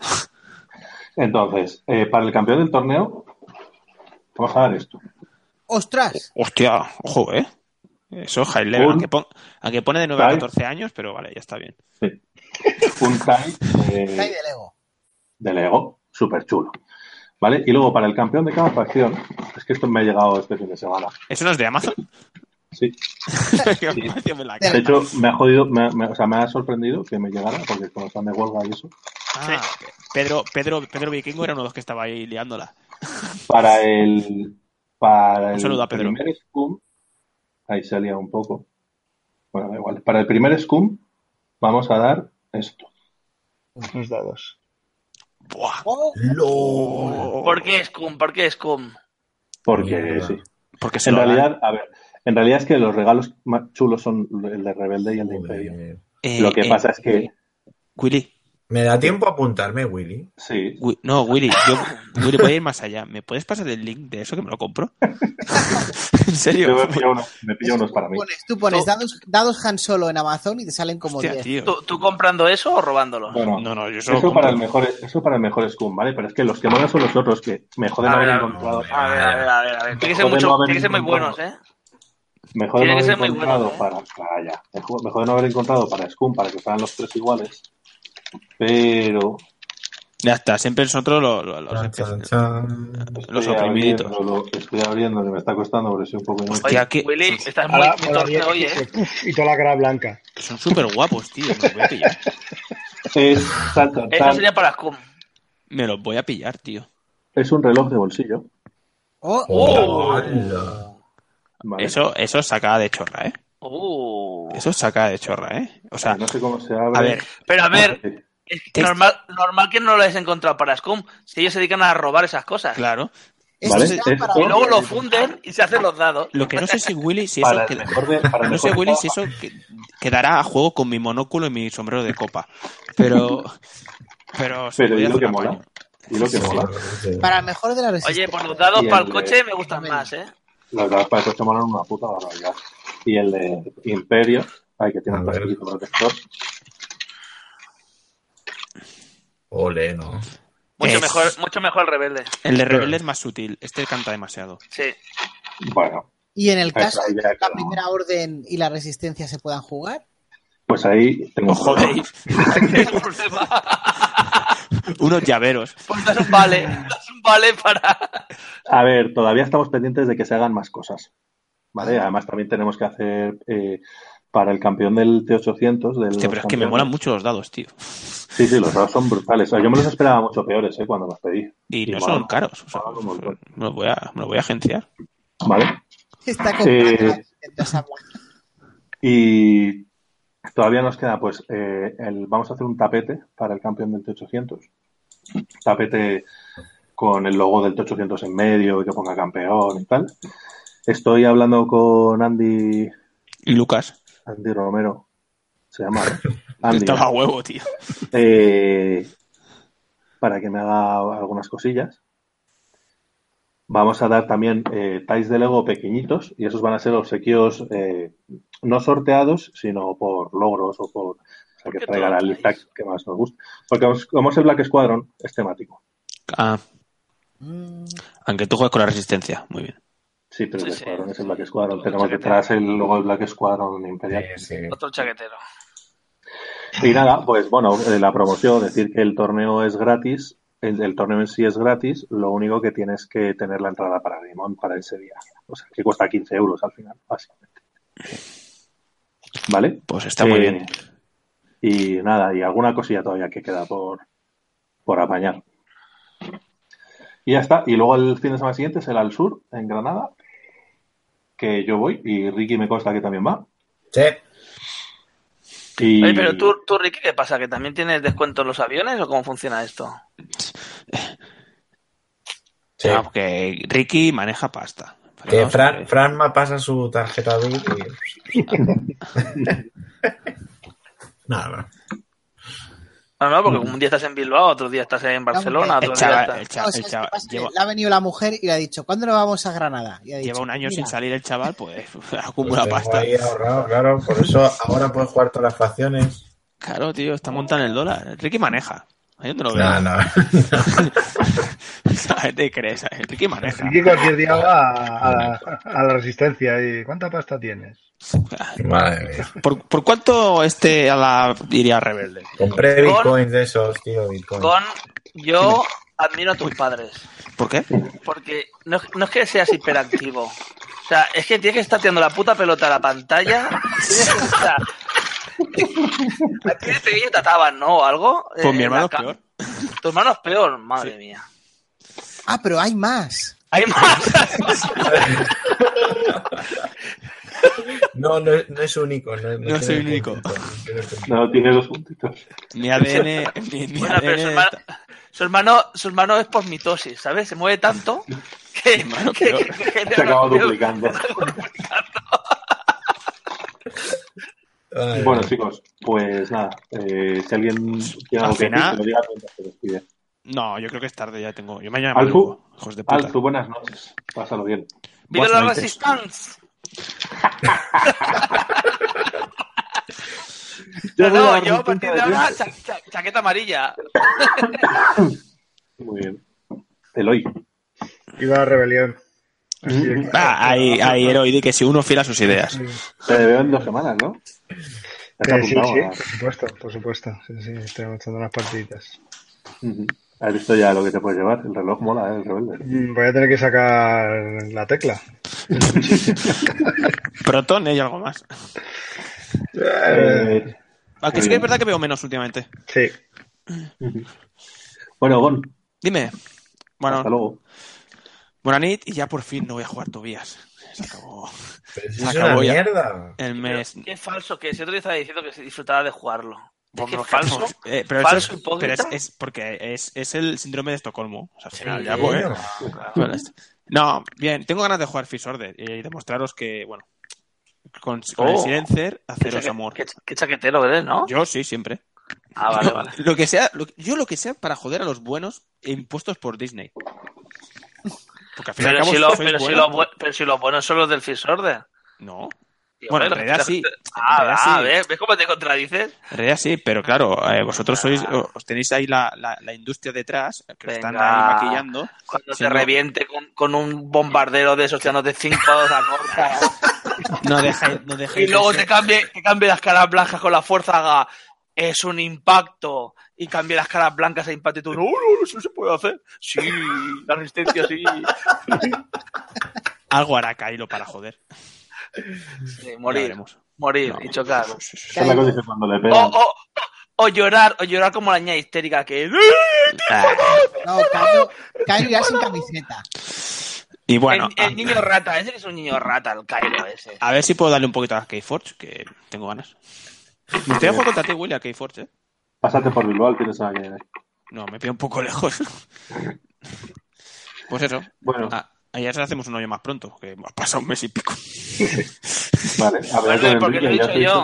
Speaker 1: Entonces, eh, para el campeón del torneo, vamos a dar esto.
Speaker 5: ¡Ostras!
Speaker 2: Hostia, ojo, ¿eh? Eso es high level.
Speaker 1: Un-
Speaker 2: Aunque, pon- aunque pone de 9 a
Speaker 1: Vale.
Speaker 2: 14 años, pero vale, ya está bien.
Speaker 1: Un tag eh,
Speaker 5: Cae de Lego.
Speaker 1: de Lego, súper chulo. ¿Vale? Y luego para el campeón de cada facción, es que esto me ha llegado este fin de semana.
Speaker 2: ¿Eso no es de Amazon? (laughs)
Speaker 1: Sí.
Speaker 2: Me la
Speaker 1: De
Speaker 2: cara.
Speaker 1: hecho, me ha jodido, me ha- me- o sea, me ha sorprendido que me llegara, porque como están de huelga y eso.
Speaker 2: Ah, Pedro, Pedro, Pedro Vikingo era uno de los que estaba ahí liándola.
Speaker 1: Para el. Para
Speaker 2: Un
Speaker 1: el
Speaker 2: saludo a Pedro.
Speaker 1: primer Scum. Ahí salía un poco. Bueno, da igual. Para el primer Scum, vamos a dar esto.
Speaker 3: Unos dados.
Speaker 2: Buah.
Speaker 5: ¡Oh!
Speaker 2: Oh.
Speaker 4: ¿Por qué Scum? ¿Por qué Scum?
Speaker 1: Porque
Speaker 6: Mierda.
Speaker 1: sí.
Speaker 2: Oh. Porque se
Speaker 1: En
Speaker 2: lo dan.
Speaker 1: realidad, a ver. En realidad es que los regalos más chulos son el de Rebelde y el de Imperio.
Speaker 6: Joder.
Speaker 2: Eh,
Speaker 1: Lo que
Speaker 2: eh,
Speaker 1: pasa es que.
Speaker 2: Willy,
Speaker 6: ¿Me da tiempo a apuntarme, Willy?
Speaker 1: Sí.
Speaker 2: Wi- no, Willy, yo Willy, voy a ir más allá. ¿Me puedes pasar el link de eso que me
Speaker 1: (laughs)
Speaker 2: lo compro? en
Speaker 1: Yo
Speaker 2: serio.
Speaker 1: me pillo unos, me pillo unos para mí.
Speaker 5: Pones- tú pones
Speaker 2: No.
Speaker 5: dados, dados Han Solo en Amazon y te salen como
Speaker 2: Hostia,
Speaker 5: 10.
Speaker 2: tío.
Speaker 4: ¿Tú, tú comprando eso o robándolo?
Speaker 1: Bueno,
Speaker 2: No, no, yo solo
Speaker 1: Eso para, el
Speaker 2: compro.
Speaker 1: mejor, eso para el mejor Scum, ¿vale? Pero es que los que molan son los otros, que me joden
Speaker 4: A ver,
Speaker 1: haber
Speaker 4: a ver,
Speaker 1: encontrado,
Speaker 4: A ver, a ver, a ver, a ver. Tiene que ser,
Speaker 1: Joder,
Speaker 4: mucho-
Speaker 1: no haber
Speaker 4: tiene que ser muy
Speaker 1: encontrado.
Speaker 4: buenos, ¿eh?
Speaker 1: me joden
Speaker 4: Tiene que
Speaker 1: haber
Speaker 4: ser muy
Speaker 1: encontrado
Speaker 4: bueno, ¿eh?
Speaker 1: para. ah, Vaya, me jo- me joden haber encontrado para Scum, para que fueran los tres iguales. Pero
Speaker 2: Ya está, siempre nosotros lo- lo- los,
Speaker 6: Chan,
Speaker 2: espe-
Speaker 6: chan, chan.
Speaker 2: los
Speaker 1: estoy
Speaker 2: oprimiditos.
Speaker 1: abriéndolo, estoy abriéndolo y me está costando porque soy un poco inútil.
Speaker 2: Hostia,
Speaker 4: Oye,
Speaker 2: que-
Speaker 4: Willy,
Speaker 2: son-
Speaker 4: estás muy,
Speaker 3: Ahora,
Speaker 4: muy
Speaker 3: ahora
Speaker 4: torpe hoy,
Speaker 3: diez,
Speaker 4: ¿eh?
Speaker 3: puf, y toda la cara blanca.
Speaker 2: Son súper guapos, tío. Me los voy
Speaker 1: (laughs)
Speaker 2: a pillar.
Speaker 1: Es, tan, tan,
Speaker 4: Eso
Speaker 1: tan.
Speaker 4: sería para Scum.
Speaker 2: Me los voy a pillar, tío.
Speaker 1: es un reloj de bolsillo.
Speaker 5: ¡Oh!
Speaker 6: ¡Hola!
Speaker 1: ¿vale?
Speaker 2: Eso, eso es sacada de chorra, ¿eh?
Speaker 4: Uh.
Speaker 2: Eso es sacada de chorra, ¿eh? O sea,
Speaker 1: no sé cómo se abre. Eh,
Speaker 2: a ver,
Speaker 4: Pero a ver, es
Speaker 2: Text-
Speaker 4: normal, normal que no lo hayas encontrado para Scum. Si ellos se dedican a robar esas cosas.
Speaker 2: claro.
Speaker 5: Esto
Speaker 1: ¿Vale?
Speaker 5: será
Speaker 1: Esto-
Speaker 5: para...
Speaker 4: Y luego lo funden y se hacen los dados.
Speaker 2: Lo que no sé si
Speaker 1: (laughs)
Speaker 2: Willy, si eso
Speaker 1: Para el
Speaker 2: queda-
Speaker 1: mejor de- para el
Speaker 2: no sé
Speaker 1: mejor de
Speaker 2: Willy
Speaker 1: cada
Speaker 2: si eso que- quedará a juego con mi monóculo y mi sombrero de copa. Pero Pero se
Speaker 1: Pero
Speaker 2: podía
Speaker 1: y lo
Speaker 2: hacer
Speaker 1: que
Speaker 2: un
Speaker 1: mola.
Speaker 2: apaño.
Speaker 1: Y lo que
Speaker 6: Sí,
Speaker 1: mola.
Speaker 6: sí.
Speaker 5: Para el mejor de la resistencia.
Speaker 4: Oye, pues los dados
Speaker 1: Y
Speaker 4: para el
Speaker 1: el-
Speaker 4: coche me gustan más, ¿eh?
Speaker 1: Las gradas para el coche molan una puta barbaridad. Y el de Imperio, ay, que tiene un
Speaker 6: A ver.
Speaker 1: plastiquito protector.
Speaker 6: Ole, ¿no?
Speaker 4: Mucho
Speaker 2: Es-
Speaker 4: mejor, mucho mejor el rebelde.
Speaker 2: El de Rebelde es más sutil. Este canta demasiado.
Speaker 4: Sí. (laughs)
Speaker 1: Bueno,
Speaker 5: Y en el
Speaker 1: Esa
Speaker 5: caso de
Speaker 1: idea
Speaker 5: que
Speaker 1: que
Speaker 5: la
Speaker 1: no.
Speaker 5: primera orden y la resistencia se puedan jugar, (laughs)
Speaker 1: pues ahí tengo
Speaker 2: ¡Os
Speaker 1: un
Speaker 2: (laughs)
Speaker 1: problema.
Speaker 2: jodéis! Unos llaveros.
Speaker 4: Pues das un vale, das un vale para.
Speaker 1: A ver, todavía estamos pendientes de que se hagan más cosas. ¿Vale? Además, también tenemos que hacer eh, para el campeón del T800. Del
Speaker 2: Hostia, pero es que me molan mucho los dados, tío.
Speaker 1: Sí, sí, los dados son brutales. O sea, yo me los esperaba mucho peores eh, cuando los pedí.
Speaker 2: Y
Speaker 1: Sí,
Speaker 2: no
Speaker 1: mola.
Speaker 2: son caros. o sea,
Speaker 1: Mola un montón.
Speaker 2: me los voy a, me los voy a agenciar.
Speaker 1: ¿Vale?
Speaker 5: está comprando
Speaker 1: Eh,
Speaker 5: la Nintendo esa blanca.
Speaker 1: Y todavía nos queda, pues, eh, el, vamos a hacer un tapete para el campeón del T800. Tapete con el logo del T800 en medio y que ponga campeón y tal. Estoy hablando con Andy,
Speaker 2: Y Lucas,
Speaker 1: Andy Romero. Se llama
Speaker 4: (laughs)
Speaker 1: ¿no? Andy.
Speaker 2: estaba a huevo, tío.
Speaker 1: eh, para que me haga algunas cosillas. Vamos a dar también eh, ties de Lego pequeñitos y esos van a ser obsequios eh, no sorteados, sino por logros o por o sea,
Speaker 4: ¿Por qué
Speaker 1: que traiga
Speaker 4: todo
Speaker 1: la
Speaker 4: ties?
Speaker 1: lista que más nos guste. Porque os- como es el Black Squadron, es temático.
Speaker 2: Ah,
Speaker 5: Mm,
Speaker 2: aunque tú juegues con la resistencia. Muy bien.
Speaker 1: Sí, pero el
Speaker 4: Sí, sí.
Speaker 1: Squadron es el Black Squadron.
Speaker 4: Todo
Speaker 1: Tenemos
Speaker 4: chaquetero.
Speaker 1: detrás el logo del Black Squadron
Speaker 6: Sí,
Speaker 1: Imperial.
Speaker 6: sí.
Speaker 4: Otro chaquetero.
Speaker 1: Y nada, pues bueno, eh, la promoción, decir que el torneo es gratis, el, el torneo en sí es gratis, lo único que tienes que tener la entrada para Dimon para ese día. O sea, que cuesta 15 euros al final, básicamente. ¿Vale?
Speaker 2: Pues está muy
Speaker 1: Eh,
Speaker 2: bien.
Speaker 1: Y nada, y alguna cosilla todavía que queda por, por apañar. Y ya está. Y luego el fin de semana siguiente será el sur, en Granada, que yo voy y Ricky me consta que también va.
Speaker 6: Sí.
Speaker 1: Y...
Speaker 4: Oye, pero tú, tú, Ricky, ¿qué pasa? ¿Que también tienes descuento en los aviones o cómo funciona esto?
Speaker 6: sí.
Speaker 2: Ah, porque Ricky maneja pasta. Pero
Speaker 6: Que
Speaker 2: vamos a
Speaker 6: Fran,
Speaker 2: ver.
Speaker 6: Fran me pasa su tarjeta de
Speaker 2: (laughs)
Speaker 6: y... Nada.
Speaker 4: No, no, porque
Speaker 2: Mm.
Speaker 4: como un día estás en Bilbao, otro día estás en Barcelona,
Speaker 5: porque
Speaker 4: otro
Speaker 2: El
Speaker 4: día
Speaker 2: eh, chaval, el
Speaker 4: estás...
Speaker 2: chaval,
Speaker 5: No, ¿sabes
Speaker 2: el
Speaker 5: qué
Speaker 2: chaval
Speaker 5: pasa? Pues Que
Speaker 2: lleva,
Speaker 5: Le ha venido la mujer y le ha dicho, ¿cuándo nos vamos a Granada? Y ha
Speaker 2: lleva
Speaker 5: dicho,
Speaker 2: un año sin
Speaker 5: "Mira,
Speaker 2: salir el chaval,
Speaker 4: (laughs)
Speaker 2: pues (laughs) acumula
Speaker 6: Pues tengo
Speaker 2: pasta.
Speaker 6: ahí ahorrado, claro. Por eso ahora puedes jugar todas las facciones.
Speaker 2: Claro, tío, está montando el dólar. Ricky maneja. Ahí donde lo
Speaker 6: No,
Speaker 2: veas.
Speaker 6: no. (laughs)
Speaker 2: (laughs) ¿Sabes? ¿Te crees? ¿sabes? Ricky maneja.
Speaker 3: Ricky cualquier día va a, a- a la resistencia y ¿cuánta pasta tienes?
Speaker 6: Madre mía.
Speaker 2: ¿Por, por cuánto este a la iría rebelde?
Speaker 6: Compré
Speaker 4: Con-
Speaker 6: bitcoins de esos, tío, bitcoins.
Speaker 4: Con... Yo admiro a tus padres,
Speaker 2: ¿Por qué?
Speaker 4: Eh, porque no, es- no es que seas hiperactivo. O sea, es que tienes que estar tirando la puta pelota a la pantalla. Tienes que estar... Aquí de pequeño te ataban, ¿no? ¿O algo?
Speaker 2: Pues mi
Speaker 4: Eh,
Speaker 2: hermano
Speaker 4: la
Speaker 2: es
Speaker 4: ca-
Speaker 2: peor.
Speaker 4: Tu hermano es peor, madre mía.
Speaker 5: Ah, pero hay más.
Speaker 4: Hay más.
Speaker 6: No, no, es- no es único. No,
Speaker 2: No
Speaker 6: tiene
Speaker 2: soy
Speaker 6: ningún
Speaker 2: único.
Speaker 6: punto, no tiene ningún punto.
Speaker 1: No, tiene dos puntitos.
Speaker 2: Mi
Speaker 4: (laughs)
Speaker 2: ADN. Mi, mi
Speaker 4: Bueno,
Speaker 2: ADN
Speaker 4: pero su hermano,
Speaker 2: está-
Speaker 4: su hermano, su hermano es por mitosis, ¿sabes? Se mueve
Speaker 2: (laughs)
Speaker 4: tanto que,
Speaker 2: Hermano,
Speaker 4: que-
Speaker 2: peor.
Speaker 4: que-
Speaker 1: (laughs)
Speaker 4: que-
Speaker 1: Se acaba duplicando.
Speaker 6: Ay,
Speaker 1: Bueno, chicos, pues nada. eh, si alguien tiene
Speaker 2: Al
Speaker 1: algo que decir,
Speaker 2: final-
Speaker 1: que lo diga mientras se despide.
Speaker 2: No, yo creo que es tarde, ya tengo. Yo mañana
Speaker 1: Alfu.
Speaker 2: madrugo, hijos de puta.
Speaker 1: Alzu, buenas noches. Pásalo bien.
Speaker 4: ¡Vive
Speaker 2: Buenas
Speaker 4: la
Speaker 2: noches.
Speaker 4: resistencia!
Speaker 1: Yo
Speaker 4: No,
Speaker 1: voy
Speaker 4: no,
Speaker 1: dar
Speaker 4: yo
Speaker 1: mi
Speaker 4: a partir
Speaker 1: punto
Speaker 4: de
Speaker 1: de
Speaker 4: ahora,
Speaker 1: vista.
Speaker 4: cha- cha- chaqueta amarilla.
Speaker 1: Muy bien. Eloy.
Speaker 3: Iba a la rebelión. Así de claro.
Speaker 2: Ah, hay, hay heroide que si uno fiel a sus ideas.
Speaker 1: Te veo en dos semanas, ¿no? Te
Speaker 3: Eh,
Speaker 1: has
Speaker 3: sí,
Speaker 1: apuntado,
Speaker 3: sí, por supuesto, por supuesto. Sí, sí, estoy echando unas partiditas.
Speaker 1: ¿no? Ujú. Has visto ya lo que te puedes llevar. El reloj mola, ¿eh? El rebelde.
Speaker 3: Mm, Voy a tener que sacar la tecla.
Speaker 2: Protón ¿eh? y algo más.
Speaker 3: Eh,
Speaker 1: Eh,
Speaker 2: Aunque sí que es verdad que veo menos últimamente.
Speaker 3: sí.
Speaker 1: bueno, Gon,
Speaker 2: Dime.
Speaker 1: hasta
Speaker 2: Bueno,
Speaker 1: luego.
Speaker 2: Bonanit y ya por fin no voy a jugar Tobías. Se acabó
Speaker 6: pero si
Speaker 2: se
Speaker 6: es una
Speaker 2: acabó ya.
Speaker 6: mierda.
Speaker 2: el mes.
Speaker 4: Qué falso que es. El otro día estaba diciendo que se disfrutaba de jugarlo. Es que
Speaker 2: Por-
Speaker 4: es falso.
Speaker 2: eh, pero
Speaker 4: falso,
Speaker 2: eso es,
Speaker 4: hipócrita.
Speaker 2: pero es, es porque es, es el síndrome de Estocolmo. O sea, al final ya,
Speaker 4: Sí,
Speaker 2: pues,
Speaker 6: Coño.
Speaker 2: Vale, este. No, bien, tengo ganas de jugar Fish Order eh, y demostraros que, bueno, con, con el
Speaker 4: Oh.
Speaker 2: Silencer,
Speaker 4: Qué
Speaker 2: haceros
Speaker 4: chaque-
Speaker 2: amor.
Speaker 4: Qué, qué chaquetero eres, ¿no?
Speaker 2: Yo sí, siempre.
Speaker 4: Ah, vale, vale.
Speaker 2: Lo que sea, lo que- yo lo que sea para joder a los buenos e impuestos por Disney. Porque al fin y al
Speaker 4: Pero
Speaker 2: cabo
Speaker 4: si, lo-
Speaker 2: sois
Speaker 4: pero si
Speaker 2: buenos.
Speaker 4: los bue- pero si los buenos son los del Fisorder.
Speaker 2: No,
Speaker 4: Tío,
Speaker 2: Bueno,
Speaker 4: hombre,
Speaker 2: en realidad
Speaker 4: la- (laughs)
Speaker 2: sí.
Speaker 4: Ah,
Speaker 2: En realidad
Speaker 4: ah,
Speaker 2: sí.
Speaker 4: ¿ves? ¿Ves cómo te contradices?
Speaker 2: en realidad sí, pero claro, eh, vosotros sois, os tenéis ahí la, la- la industria detrás, que os están
Speaker 4: Venga.
Speaker 2: ahí maquillando.
Speaker 4: Cuando
Speaker 2: Sí,
Speaker 4: te
Speaker 2: no.
Speaker 4: reviente con, con un bombardero de esos tirándote cinco (laughs) dos a corta. (laughs)
Speaker 2: No dejáis, no
Speaker 4: y
Speaker 2: dejáis de
Speaker 4: luego
Speaker 2: ser-
Speaker 4: te cambie, te cambie las caras blancas con la fuerza haga, es un impacto y cambie las caras blancas a impacto y tú no, no, no, eso se puede hacer sí la resistencia sí
Speaker 2: algo hará Kylo para joder.
Speaker 4: Sí,
Speaker 2: Ya
Speaker 4: morir
Speaker 2: veremos.
Speaker 4: morir
Speaker 2: No.
Speaker 4: y chocar o,
Speaker 1: Esa es la que dice cuando le pegan.
Speaker 3: Oh,
Speaker 4: o, o llorar o llorar como la niña histérica que
Speaker 2: Ah,
Speaker 5: No, Kylo, Kylo irá sin camiseta.
Speaker 2: Y bueno,
Speaker 4: el, el niño rata ese que es un niño rata el Cairo ese
Speaker 2: a, a ver si puedo darle un poquito a Keyforge, que tengo ganas.
Speaker 3: oh,
Speaker 2: Me estoy jugando contra ti, Willy, a Keyforge, ¿eh?
Speaker 1: Pásate por Bilbao, tienes a que
Speaker 2: No, me pido un poco lejos. (laughs) Pues eso.
Speaker 1: Bueno,
Speaker 2: Ah, Ayer hacemos un hoyo más pronto, que ha pasado un mes y pico.
Speaker 1: vale. Hablar con
Speaker 4: Vale, porque lo he
Speaker 1: Enrique, ya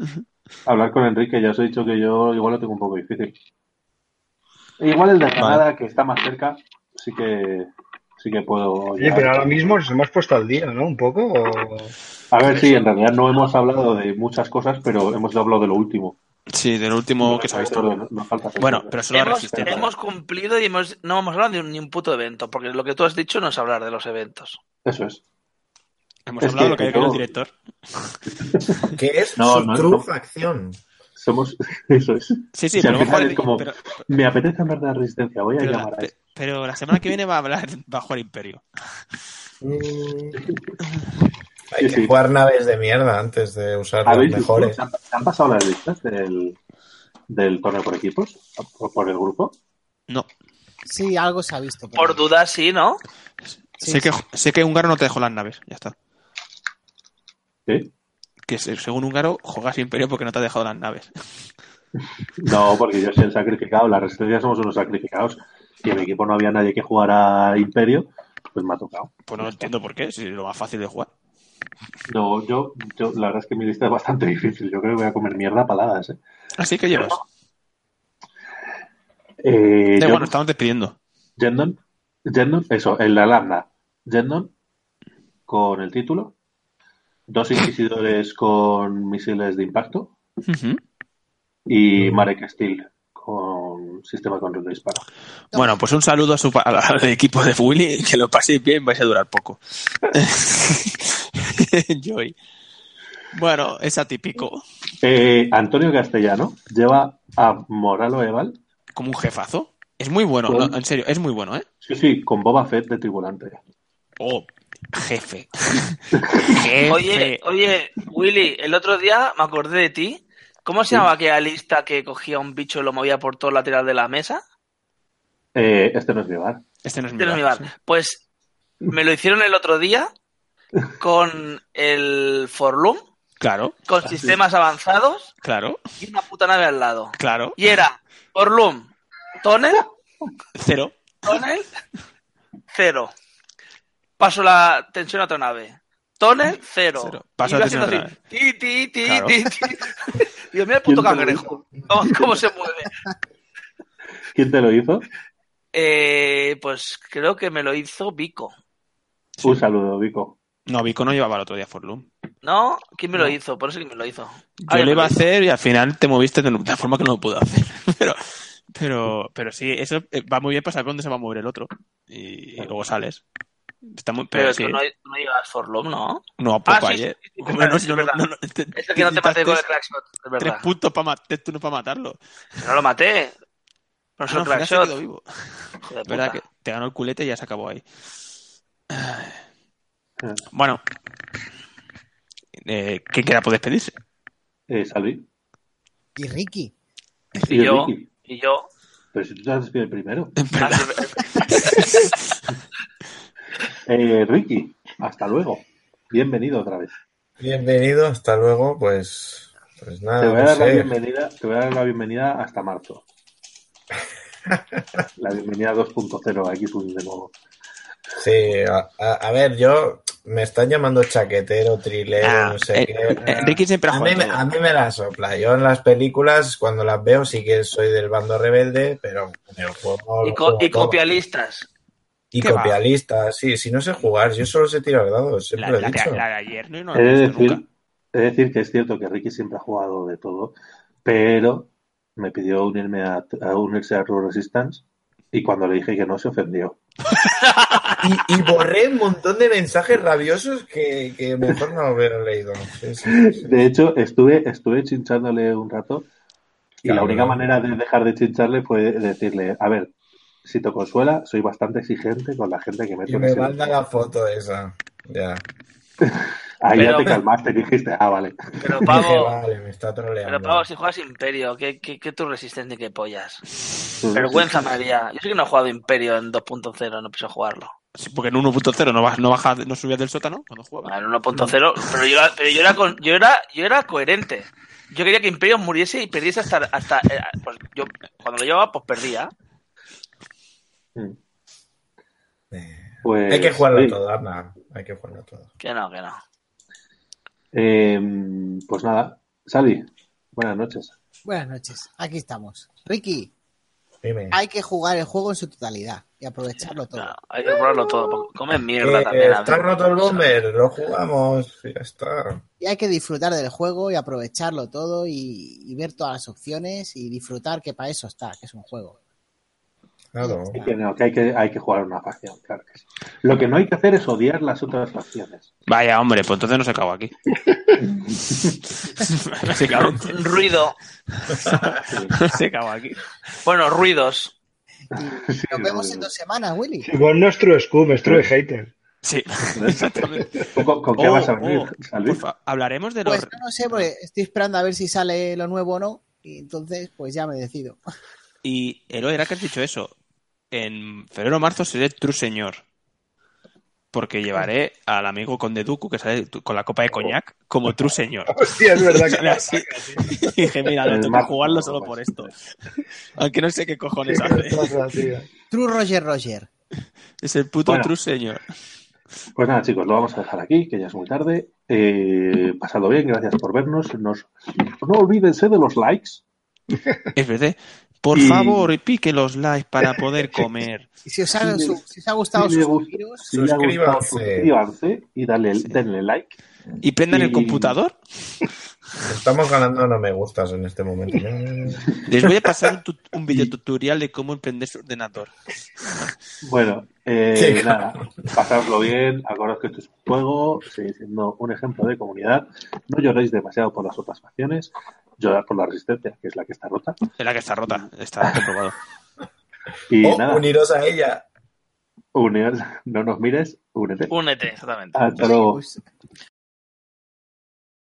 Speaker 1: os
Speaker 4: dicho
Speaker 1: he dicho-
Speaker 4: yo
Speaker 1: hablar con Enrique, ya os he dicho que yo igual lo tengo un poco difícil. Igual el de Granada, que está más cerca, sí que sí que puedo.
Speaker 3: Oye,
Speaker 1: llegar.
Speaker 3: pero ahora mismo nos hemos puesto al día, ¿no? Un poco. o-
Speaker 1: A ver, sí, en realidad no hemos hablado de muchas cosas, pero hemos hablado de lo último.
Speaker 2: Sí, del último Oh, que se ha
Speaker 1: sabéis
Speaker 2: visto.
Speaker 1: Nos falta hacer
Speaker 2: Bueno,
Speaker 1: cosas.
Speaker 2: pero solo la
Speaker 4: hemos,
Speaker 2: resistencia.
Speaker 4: hemos cumplido y hemos, no hemos hablado de un- ni un puto evento porque lo que tú has dicho no es hablar de los eventos
Speaker 1: Eso es.
Speaker 2: Hemos
Speaker 1: es
Speaker 2: hablado
Speaker 1: que
Speaker 2: lo que había querido
Speaker 1: yo-
Speaker 2: el director.
Speaker 6: Que es
Speaker 1: No,
Speaker 6: su
Speaker 1: no,
Speaker 6: true
Speaker 1: no.
Speaker 6: facción.
Speaker 1: Somos. (laughs) Eso es.
Speaker 2: Sí, sí,
Speaker 1: Si
Speaker 2: pero,
Speaker 1: al final
Speaker 2: vamos a
Speaker 1: es
Speaker 2: jugar-
Speaker 1: como-
Speaker 2: pero,
Speaker 1: Me apetece hablar de la resistencia, voy a
Speaker 2: pero la,
Speaker 1: llamar a este.
Speaker 2: pe- pero la semana que viene va a hablar bajo el imperio.
Speaker 6: Mm.
Speaker 1: Sí,
Speaker 6: Hay
Speaker 1: sí.
Speaker 6: que jugar naves de mierda antes de usar las
Speaker 1: ¿Habéis visto?
Speaker 6: mejores.
Speaker 1: ¿Se han, se han pasado las listas del, del torneo por equipos? ¿O ¿Por el grupo?
Speaker 2: No.
Speaker 5: Sí, algo se ha visto. pero-
Speaker 4: por dudas sí no
Speaker 5: Sí,
Speaker 2: sé, Que, sé que Húngaro no te dejó las naves, ya está.
Speaker 1: ¿Sí?
Speaker 2: Que se- según Húngaro juegas imperio porque no te ha dejado las naves.
Speaker 1: No, porque yo soy el sacrificado, la resistencia somos unos sacrificados. Y en mi equipo no había nadie que jugara Imperio, pues me ha tocado.
Speaker 2: Pues no entiendo por qué, si es lo más fácil de jugar.
Speaker 1: No, yo, yo, la verdad es que mi lista es bastante (laughs) difícil. Yo creo que voy a comer mierda a paladas. ¿eh?
Speaker 2: Así que llevas.
Speaker 1: Eh, yo-
Speaker 2: Da igual, nos estamos despidiendo.
Speaker 1: Jendon, Jendon, eso, en la lambda. Jendon con el título, dos inquisidores con misiles de impacto
Speaker 2: Ujú.
Speaker 1: y Marek Steel con sistema de control de disparo.
Speaker 2: Bueno, pues un saludo a su pa- al al equipo de Willy, que lo paséis bien, vais a durar poco. (laughs) Enjoy. Bueno, es atípico.
Speaker 1: Eh, Antonio Castellano lleva a Moralo Eval,
Speaker 2: Como un jefazo. Es muy bueno,
Speaker 1: Con-
Speaker 2: no, en serio, es muy bueno, ¿eh?
Speaker 1: sí, sí, con Boba Fett de tribulante.
Speaker 2: Oh, jefe. (laughs) jefe.
Speaker 4: Oye,
Speaker 2: Este
Speaker 4: oye, Willy, el otro día me acordé de ti. ¿Cómo se
Speaker 1: Sí.
Speaker 4: llamaba aquella lista que cogía un bicho y lo movía por todo el lateral de la mesa?
Speaker 1: Eh, este no es llevar.
Speaker 2: este no es mi
Speaker 4: Este no es mi
Speaker 2: bar.
Speaker 4: bar. Pues me lo hicieron el otro día con el Forlum,
Speaker 2: Claro,
Speaker 4: con sistemas avanzados
Speaker 2: claro,
Speaker 4: y una puta nave al lado.
Speaker 2: claro.
Speaker 4: Y era Forlum, Tonel,
Speaker 2: Cero.
Speaker 4: Tonel, cero. Paso la tensión a otra nave. Tonel, cero.
Speaker 2: Cero. Paso
Speaker 4: Y
Speaker 2: la
Speaker 4: yo haciendo
Speaker 2: tensión a otra
Speaker 4: así, Ti, ti, ti,
Speaker 2: Claro.
Speaker 4: ti, (laughs) ti. Digo, mira el
Speaker 1: ¿Quién te lo
Speaker 4: puto cangrejo. ¿Cómo, cómo se mueve?
Speaker 1: ¿Quién te lo hizo?
Speaker 4: Eh, pues creo que me lo hizo Vico.
Speaker 1: Un saludo, Vico.
Speaker 2: No, Vico no llevaba el otro día Forlum.
Speaker 4: ¿No? ¿Quién me lo
Speaker 2: No.
Speaker 4: hizo? Por eso que me lo hizo.
Speaker 2: Yo
Speaker 4: Ah,
Speaker 2: lo iba a
Speaker 4: hizo.
Speaker 2: hacer y al final te moviste de una forma que no lo pude hacer. (laughs) Pero, pero, pero sí, eso eh, va muy bien para saber dónde se va a mover el otro. Y, y luego sales. Está muy, pero,
Speaker 4: Pero,
Speaker 2: sí,
Speaker 4: tú no,
Speaker 2: no,
Speaker 4: tú no llevas Forlom, ¿no?
Speaker 2: a poco
Speaker 4: Ah, sí, sí,
Speaker 2: ayer.
Speaker 4: sí, sí,
Speaker 2: Hombre,
Speaker 4: verdad,
Speaker 2: no,
Speaker 4: sí,
Speaker 2: no, no,
Speaker 4: verdad.
Speaker 2: no, te-
Speaker 4: Es el que no te maté con el
Speaker 2: quitaste
Speaker 4: crackshot, es
Speaker 2: Tres
Speaker 4: verdad.
Speaker 2: puntos para matar, tú no para matarlo.
Speaker 4: Pero no lo maté. No
Speaker 2: Ah,
Speaker 4: soy
Speaker 2: no, al final se
Speaker 4: crackshot.
Speaker 2: quedó vivo.
Speaker 4: hijo de
Speaker 2: Es verdad
Speaker 4: puta.
Speaker 2: que te ganó el culete y ya se acabó ahí.
Speaker 6: Hmm.
Speaker 1: Eh,
Speaker 2: Bueno. Eh, ¿Quién queda por despedirse?
Speaker 1: eh, Salvi.
Speaker 5: Y Ricky.
Speaker 1: Y,
Speaker 4: Y yo,
Speaker 1: Ricky.
Speaker 4: y
Speaker 2: (laughs)
Speaker 4: yo.
Speaker 1: Pero si tú te has despedido el primero.
Speaker 4: Ah, sí,
Speaker 1: Eh, Ricky, hasta luego. Bienvenido otra vez.
Speaker 6: Bienvenido, hasta luego, pues. Pues
Speaker 1: Te
Speaker 6: nada,
Speaker 1: voy a
Speaker 6: no
Speaker 1: dar la
Speaker 6: sé.
Speaker 1: bienvenida, te voy a dar la bienvenida hasta
Speaker 6: (laughs)
Speaker 1: marzo. La bienvenida 2.0 aquí tú de nuevo.
Speaker 6: Sí, a, a- a ver, yo me están llamando chaquetero, trilero,
Speaker 2: Ah,
Speaker 6: no sé
Speaker 2: eh,
Speaker 6: qué.
Speaker 2: eh, Ricky siempre ha
Speaker 6: a, mí,
Speaker 2: jugado.
Speaker 6: me-
Speaker 2: todo.
Speaker 6: a mí me la sopla. Yo en las películas, cuando las veo, sí que soy del bando rebelde, pero en el juego.
Speaker 4: Y,
Speaker 6: lo
Speaker 4: co-
Speaker 6: juego
Speaker 4: y
Speaker 6: todo.
Speaker 4: copialistas.
Speaker 6: Y
Speaker 2: ¿Qué va?
Speaker 6: copialista, sí. Si no sé jugar, yo solo sé tirar dados,
Speaker 2: La,
Speaker 6: siempre lo he
Speaker 2: la de,
Speaker 6: dicho.
Speaker 2: la de ayer no, no
Speaker 1: He
Speaker 2: la he
Speaker 1: de,
Speaker 2: visto nunca.
Speaker 1: decir, he de decir que es cierto que Ricky siempre ha jugado de todo, pero me pidió unirme a, a unirse a True Resistance y cuando le dije que no se ofendió.
Speaker 6: Y, y borré un montón de mensajes rabiosos que, que mejor no hubiera leído. Sí, sí, sí.
Speaker 1: De hecho, estuve, estuve chinchándole un rato y la
Speaker 6: Cabrón.
Speaker 1: única manera de dejar de chincharle fue decirle, a ver, si te consuela, soy bastante exigente con la gente que meto
Speaker 6: Y
Speaker 1: en
Speaker 6: me
Speaker 1: ese-
Speaker 6: manda la foto esa. Ya.
Speaker 1: Ahí ya
Speaker 4: Pero-
Speaker 1: te calmaste y dijiste, ah, vale.
Speaker 4: Pero
Speaker 6: Dije,
Speaker 4: Pavo,
Speaker 6: vale, me está troleando.
Speaker 4: pero Pavo, si juegas Imperio, ¿qué, qué, qué tú resistente que pollas?
Speaker 1: True
Speaker 4: Vergüenza
Speaker 1: Resistance.
Speaker 4: María. Yo sí que no he jugado Imperio en 2.0, no pienso jugarlo.
Speaker 2: Sí, porque en 1.0 no, baj- no, baja, no subías del sótano cuando jugabas.
Speaker 4: Bueno, en 1.0, pero, yo era, pero yo, era con- yo, era, yo era coherente. Yo quería que Imperio muriese y perdiese hasta... hasta eh, pues yo, cuando lo llevaba, pues perdía.
Speaker 1: Mm.
Speaker 6: Eh,
Speaker 1: Pues,
Speaker 6: Hay que jugarlo
Speaker 1: oye,
Speaker 6: todo, Arna. Hay que jugarlo todo.
Speaker 4: Que no, que no.
Speaker 1: eh, pues nada, Xavi, buenas noches.
Speaker 5: Buenas noches, aquí estamos. Ricky,
Speaker 6: Dime.
Speaker 5: hay que jugar el juego en su totalidad y aprovecharlo todo.
Speaker 4: No, hay que probarlo todo. porque Come mierda
Speaker 6: Eh,
Speaker 4: también. a
Speaker 6: está
Speaker 4: ver.
Speaker 6: roto el bomber, lo jugamos, ya está.
Speaker 5: Y hay que disfrutar del juego y aprovecharlo todo y, y ver todas las opciones y disfrutar que para eso está, que es un juego.
Speaker 6: Claro.
Speaker 1: Y que no, que hay que, hay que jugar una facción, claro que sí. Lo que no hay que hacer es odiar las otras facciones. (laughs)
Speaker 2: Vaya, hombre, pues entonces no se acabó aquí. se acabó,
Speaker 4: (laughs) Ruido.
Speaker 1: Sí.
Speaker 2: (laughs) se acabó aquí.
Speaker 4: Bueno, ruidos.
Speaker 5: Y
Speaker 1: Sí,
Speaker 5: nos vemos
Speaker 1: no,
Speaker 5: en
Speaker 1: no.
Speaker 5: dos semanas, Willy.
Speaker 3: Si vos no es true scum, es true hater.
Speaker 2: Sí, exactamente.
Speaker 1: ¿Con, con- con qué
Speaker 2: Oh,
Speaker 1: vas a venir,
Speaker 2: oh,
Speaker 1: Xavi?
Speaker 2: porfa, hablaremos de los...
Speaker 5: Pues no, lo sé, porque estoy esperando a ver si sale lo nuevo o no. Y entonces, pues ya me decido.
Speaker 2: Y, Eloy, era que has dicho eso. En febrero o marzo seré true señor. Porque llevaré al amigo Conde Duku, que sale tu- con la
Speaker 1: Oh.
Speaker 2: copa de coñac, como
Speaker 1: (laughs)
Speaker 2: true señor.
Speaker 3: Hostia, es
Speaker 2: (laughs)
Speaker 3: verdad que
Speaker 2: Sale así. (laughs) Y dije, mira, no
Speaker 1: El
Speaker 2: tengo que
Speaker 1: marzo,
Speaker 2: jugarlo
Speaker 1: no,
Speaker 2: solo
Speaker 1: pues.
Speaker 2: por esto. (laughs) Aunque no sé qué
Speaker 1: (laughs)
Speaker 2: cojones
Speaker 3: (laughs)
Speaker 2: hace.
Speaker 3: pasa, tío.
Speaker 5: True Roger Roger.
Speaker 2: Es el puto
Speaker 1: Bueno.
Speaker 2: true señor.
Speaker 1: Pues nada, chicos, lo vamos a dejar aquí, que ya es muy tarde. Eh, pasadlo bien, gracias por vernos. Nos- no olvídense de los likes.
Speaker 2: Es verdad. Por
Speaker 1: Y-
Speaker 2: favor, pique los likes
Speaker 1: (laughs)
Speaker 2: para poder comer.
Speaker 5: Y si os ha,
Speaker 1: Sí,
Speaker 5: su- si os ha gustado
Speaker 1: sí,
Speaker 5: sus
Speaker 1: me gusta.
Speaker 5: suspiros,
Speaker 1: Si les ha gustado,
Speaker 6: Suscríbanse.
Speaker 1: suscríbanse y dale,
Speaker 2: Sí.
Speaker 1: denle like.
Speaker 2: ¿Y prendan el
Speaker 1: Y-
Speaker 2: computador?
Speaker 6: Estamos ganando no me gustas en este momento. Mira, mira, mira.
Speaker 2: Les voy a pasar un, tut-
Speaker 1: (laughs)
Speaker 2: un videotutorial de cómo emprender su ordenador.
Speaker 1: Bueno, eh,
Speaker 6: Sí, claro.
Speaker 1: nada, pasadlo bien, acordad que esto es un juego, seguid siendo un ejemplo de comunidad. No lloréis demasiado por las otras facciones, llorar por la resistencia, que es la que está rota.
Speaker 2: Es la que está rota,
Speaker 1: (laughs)
Speaker 2: está comprobado.
Speaker 1: Y
Speaker 6: O
Speaker 1: nada,
Speaker 6: Oh, uniros a ella.
Speaker 1: unir- no nos mires, únete.
Speaker 4: Únete, exactamente.
Speaker 1: Hasta luego.
Speaker 5: pues,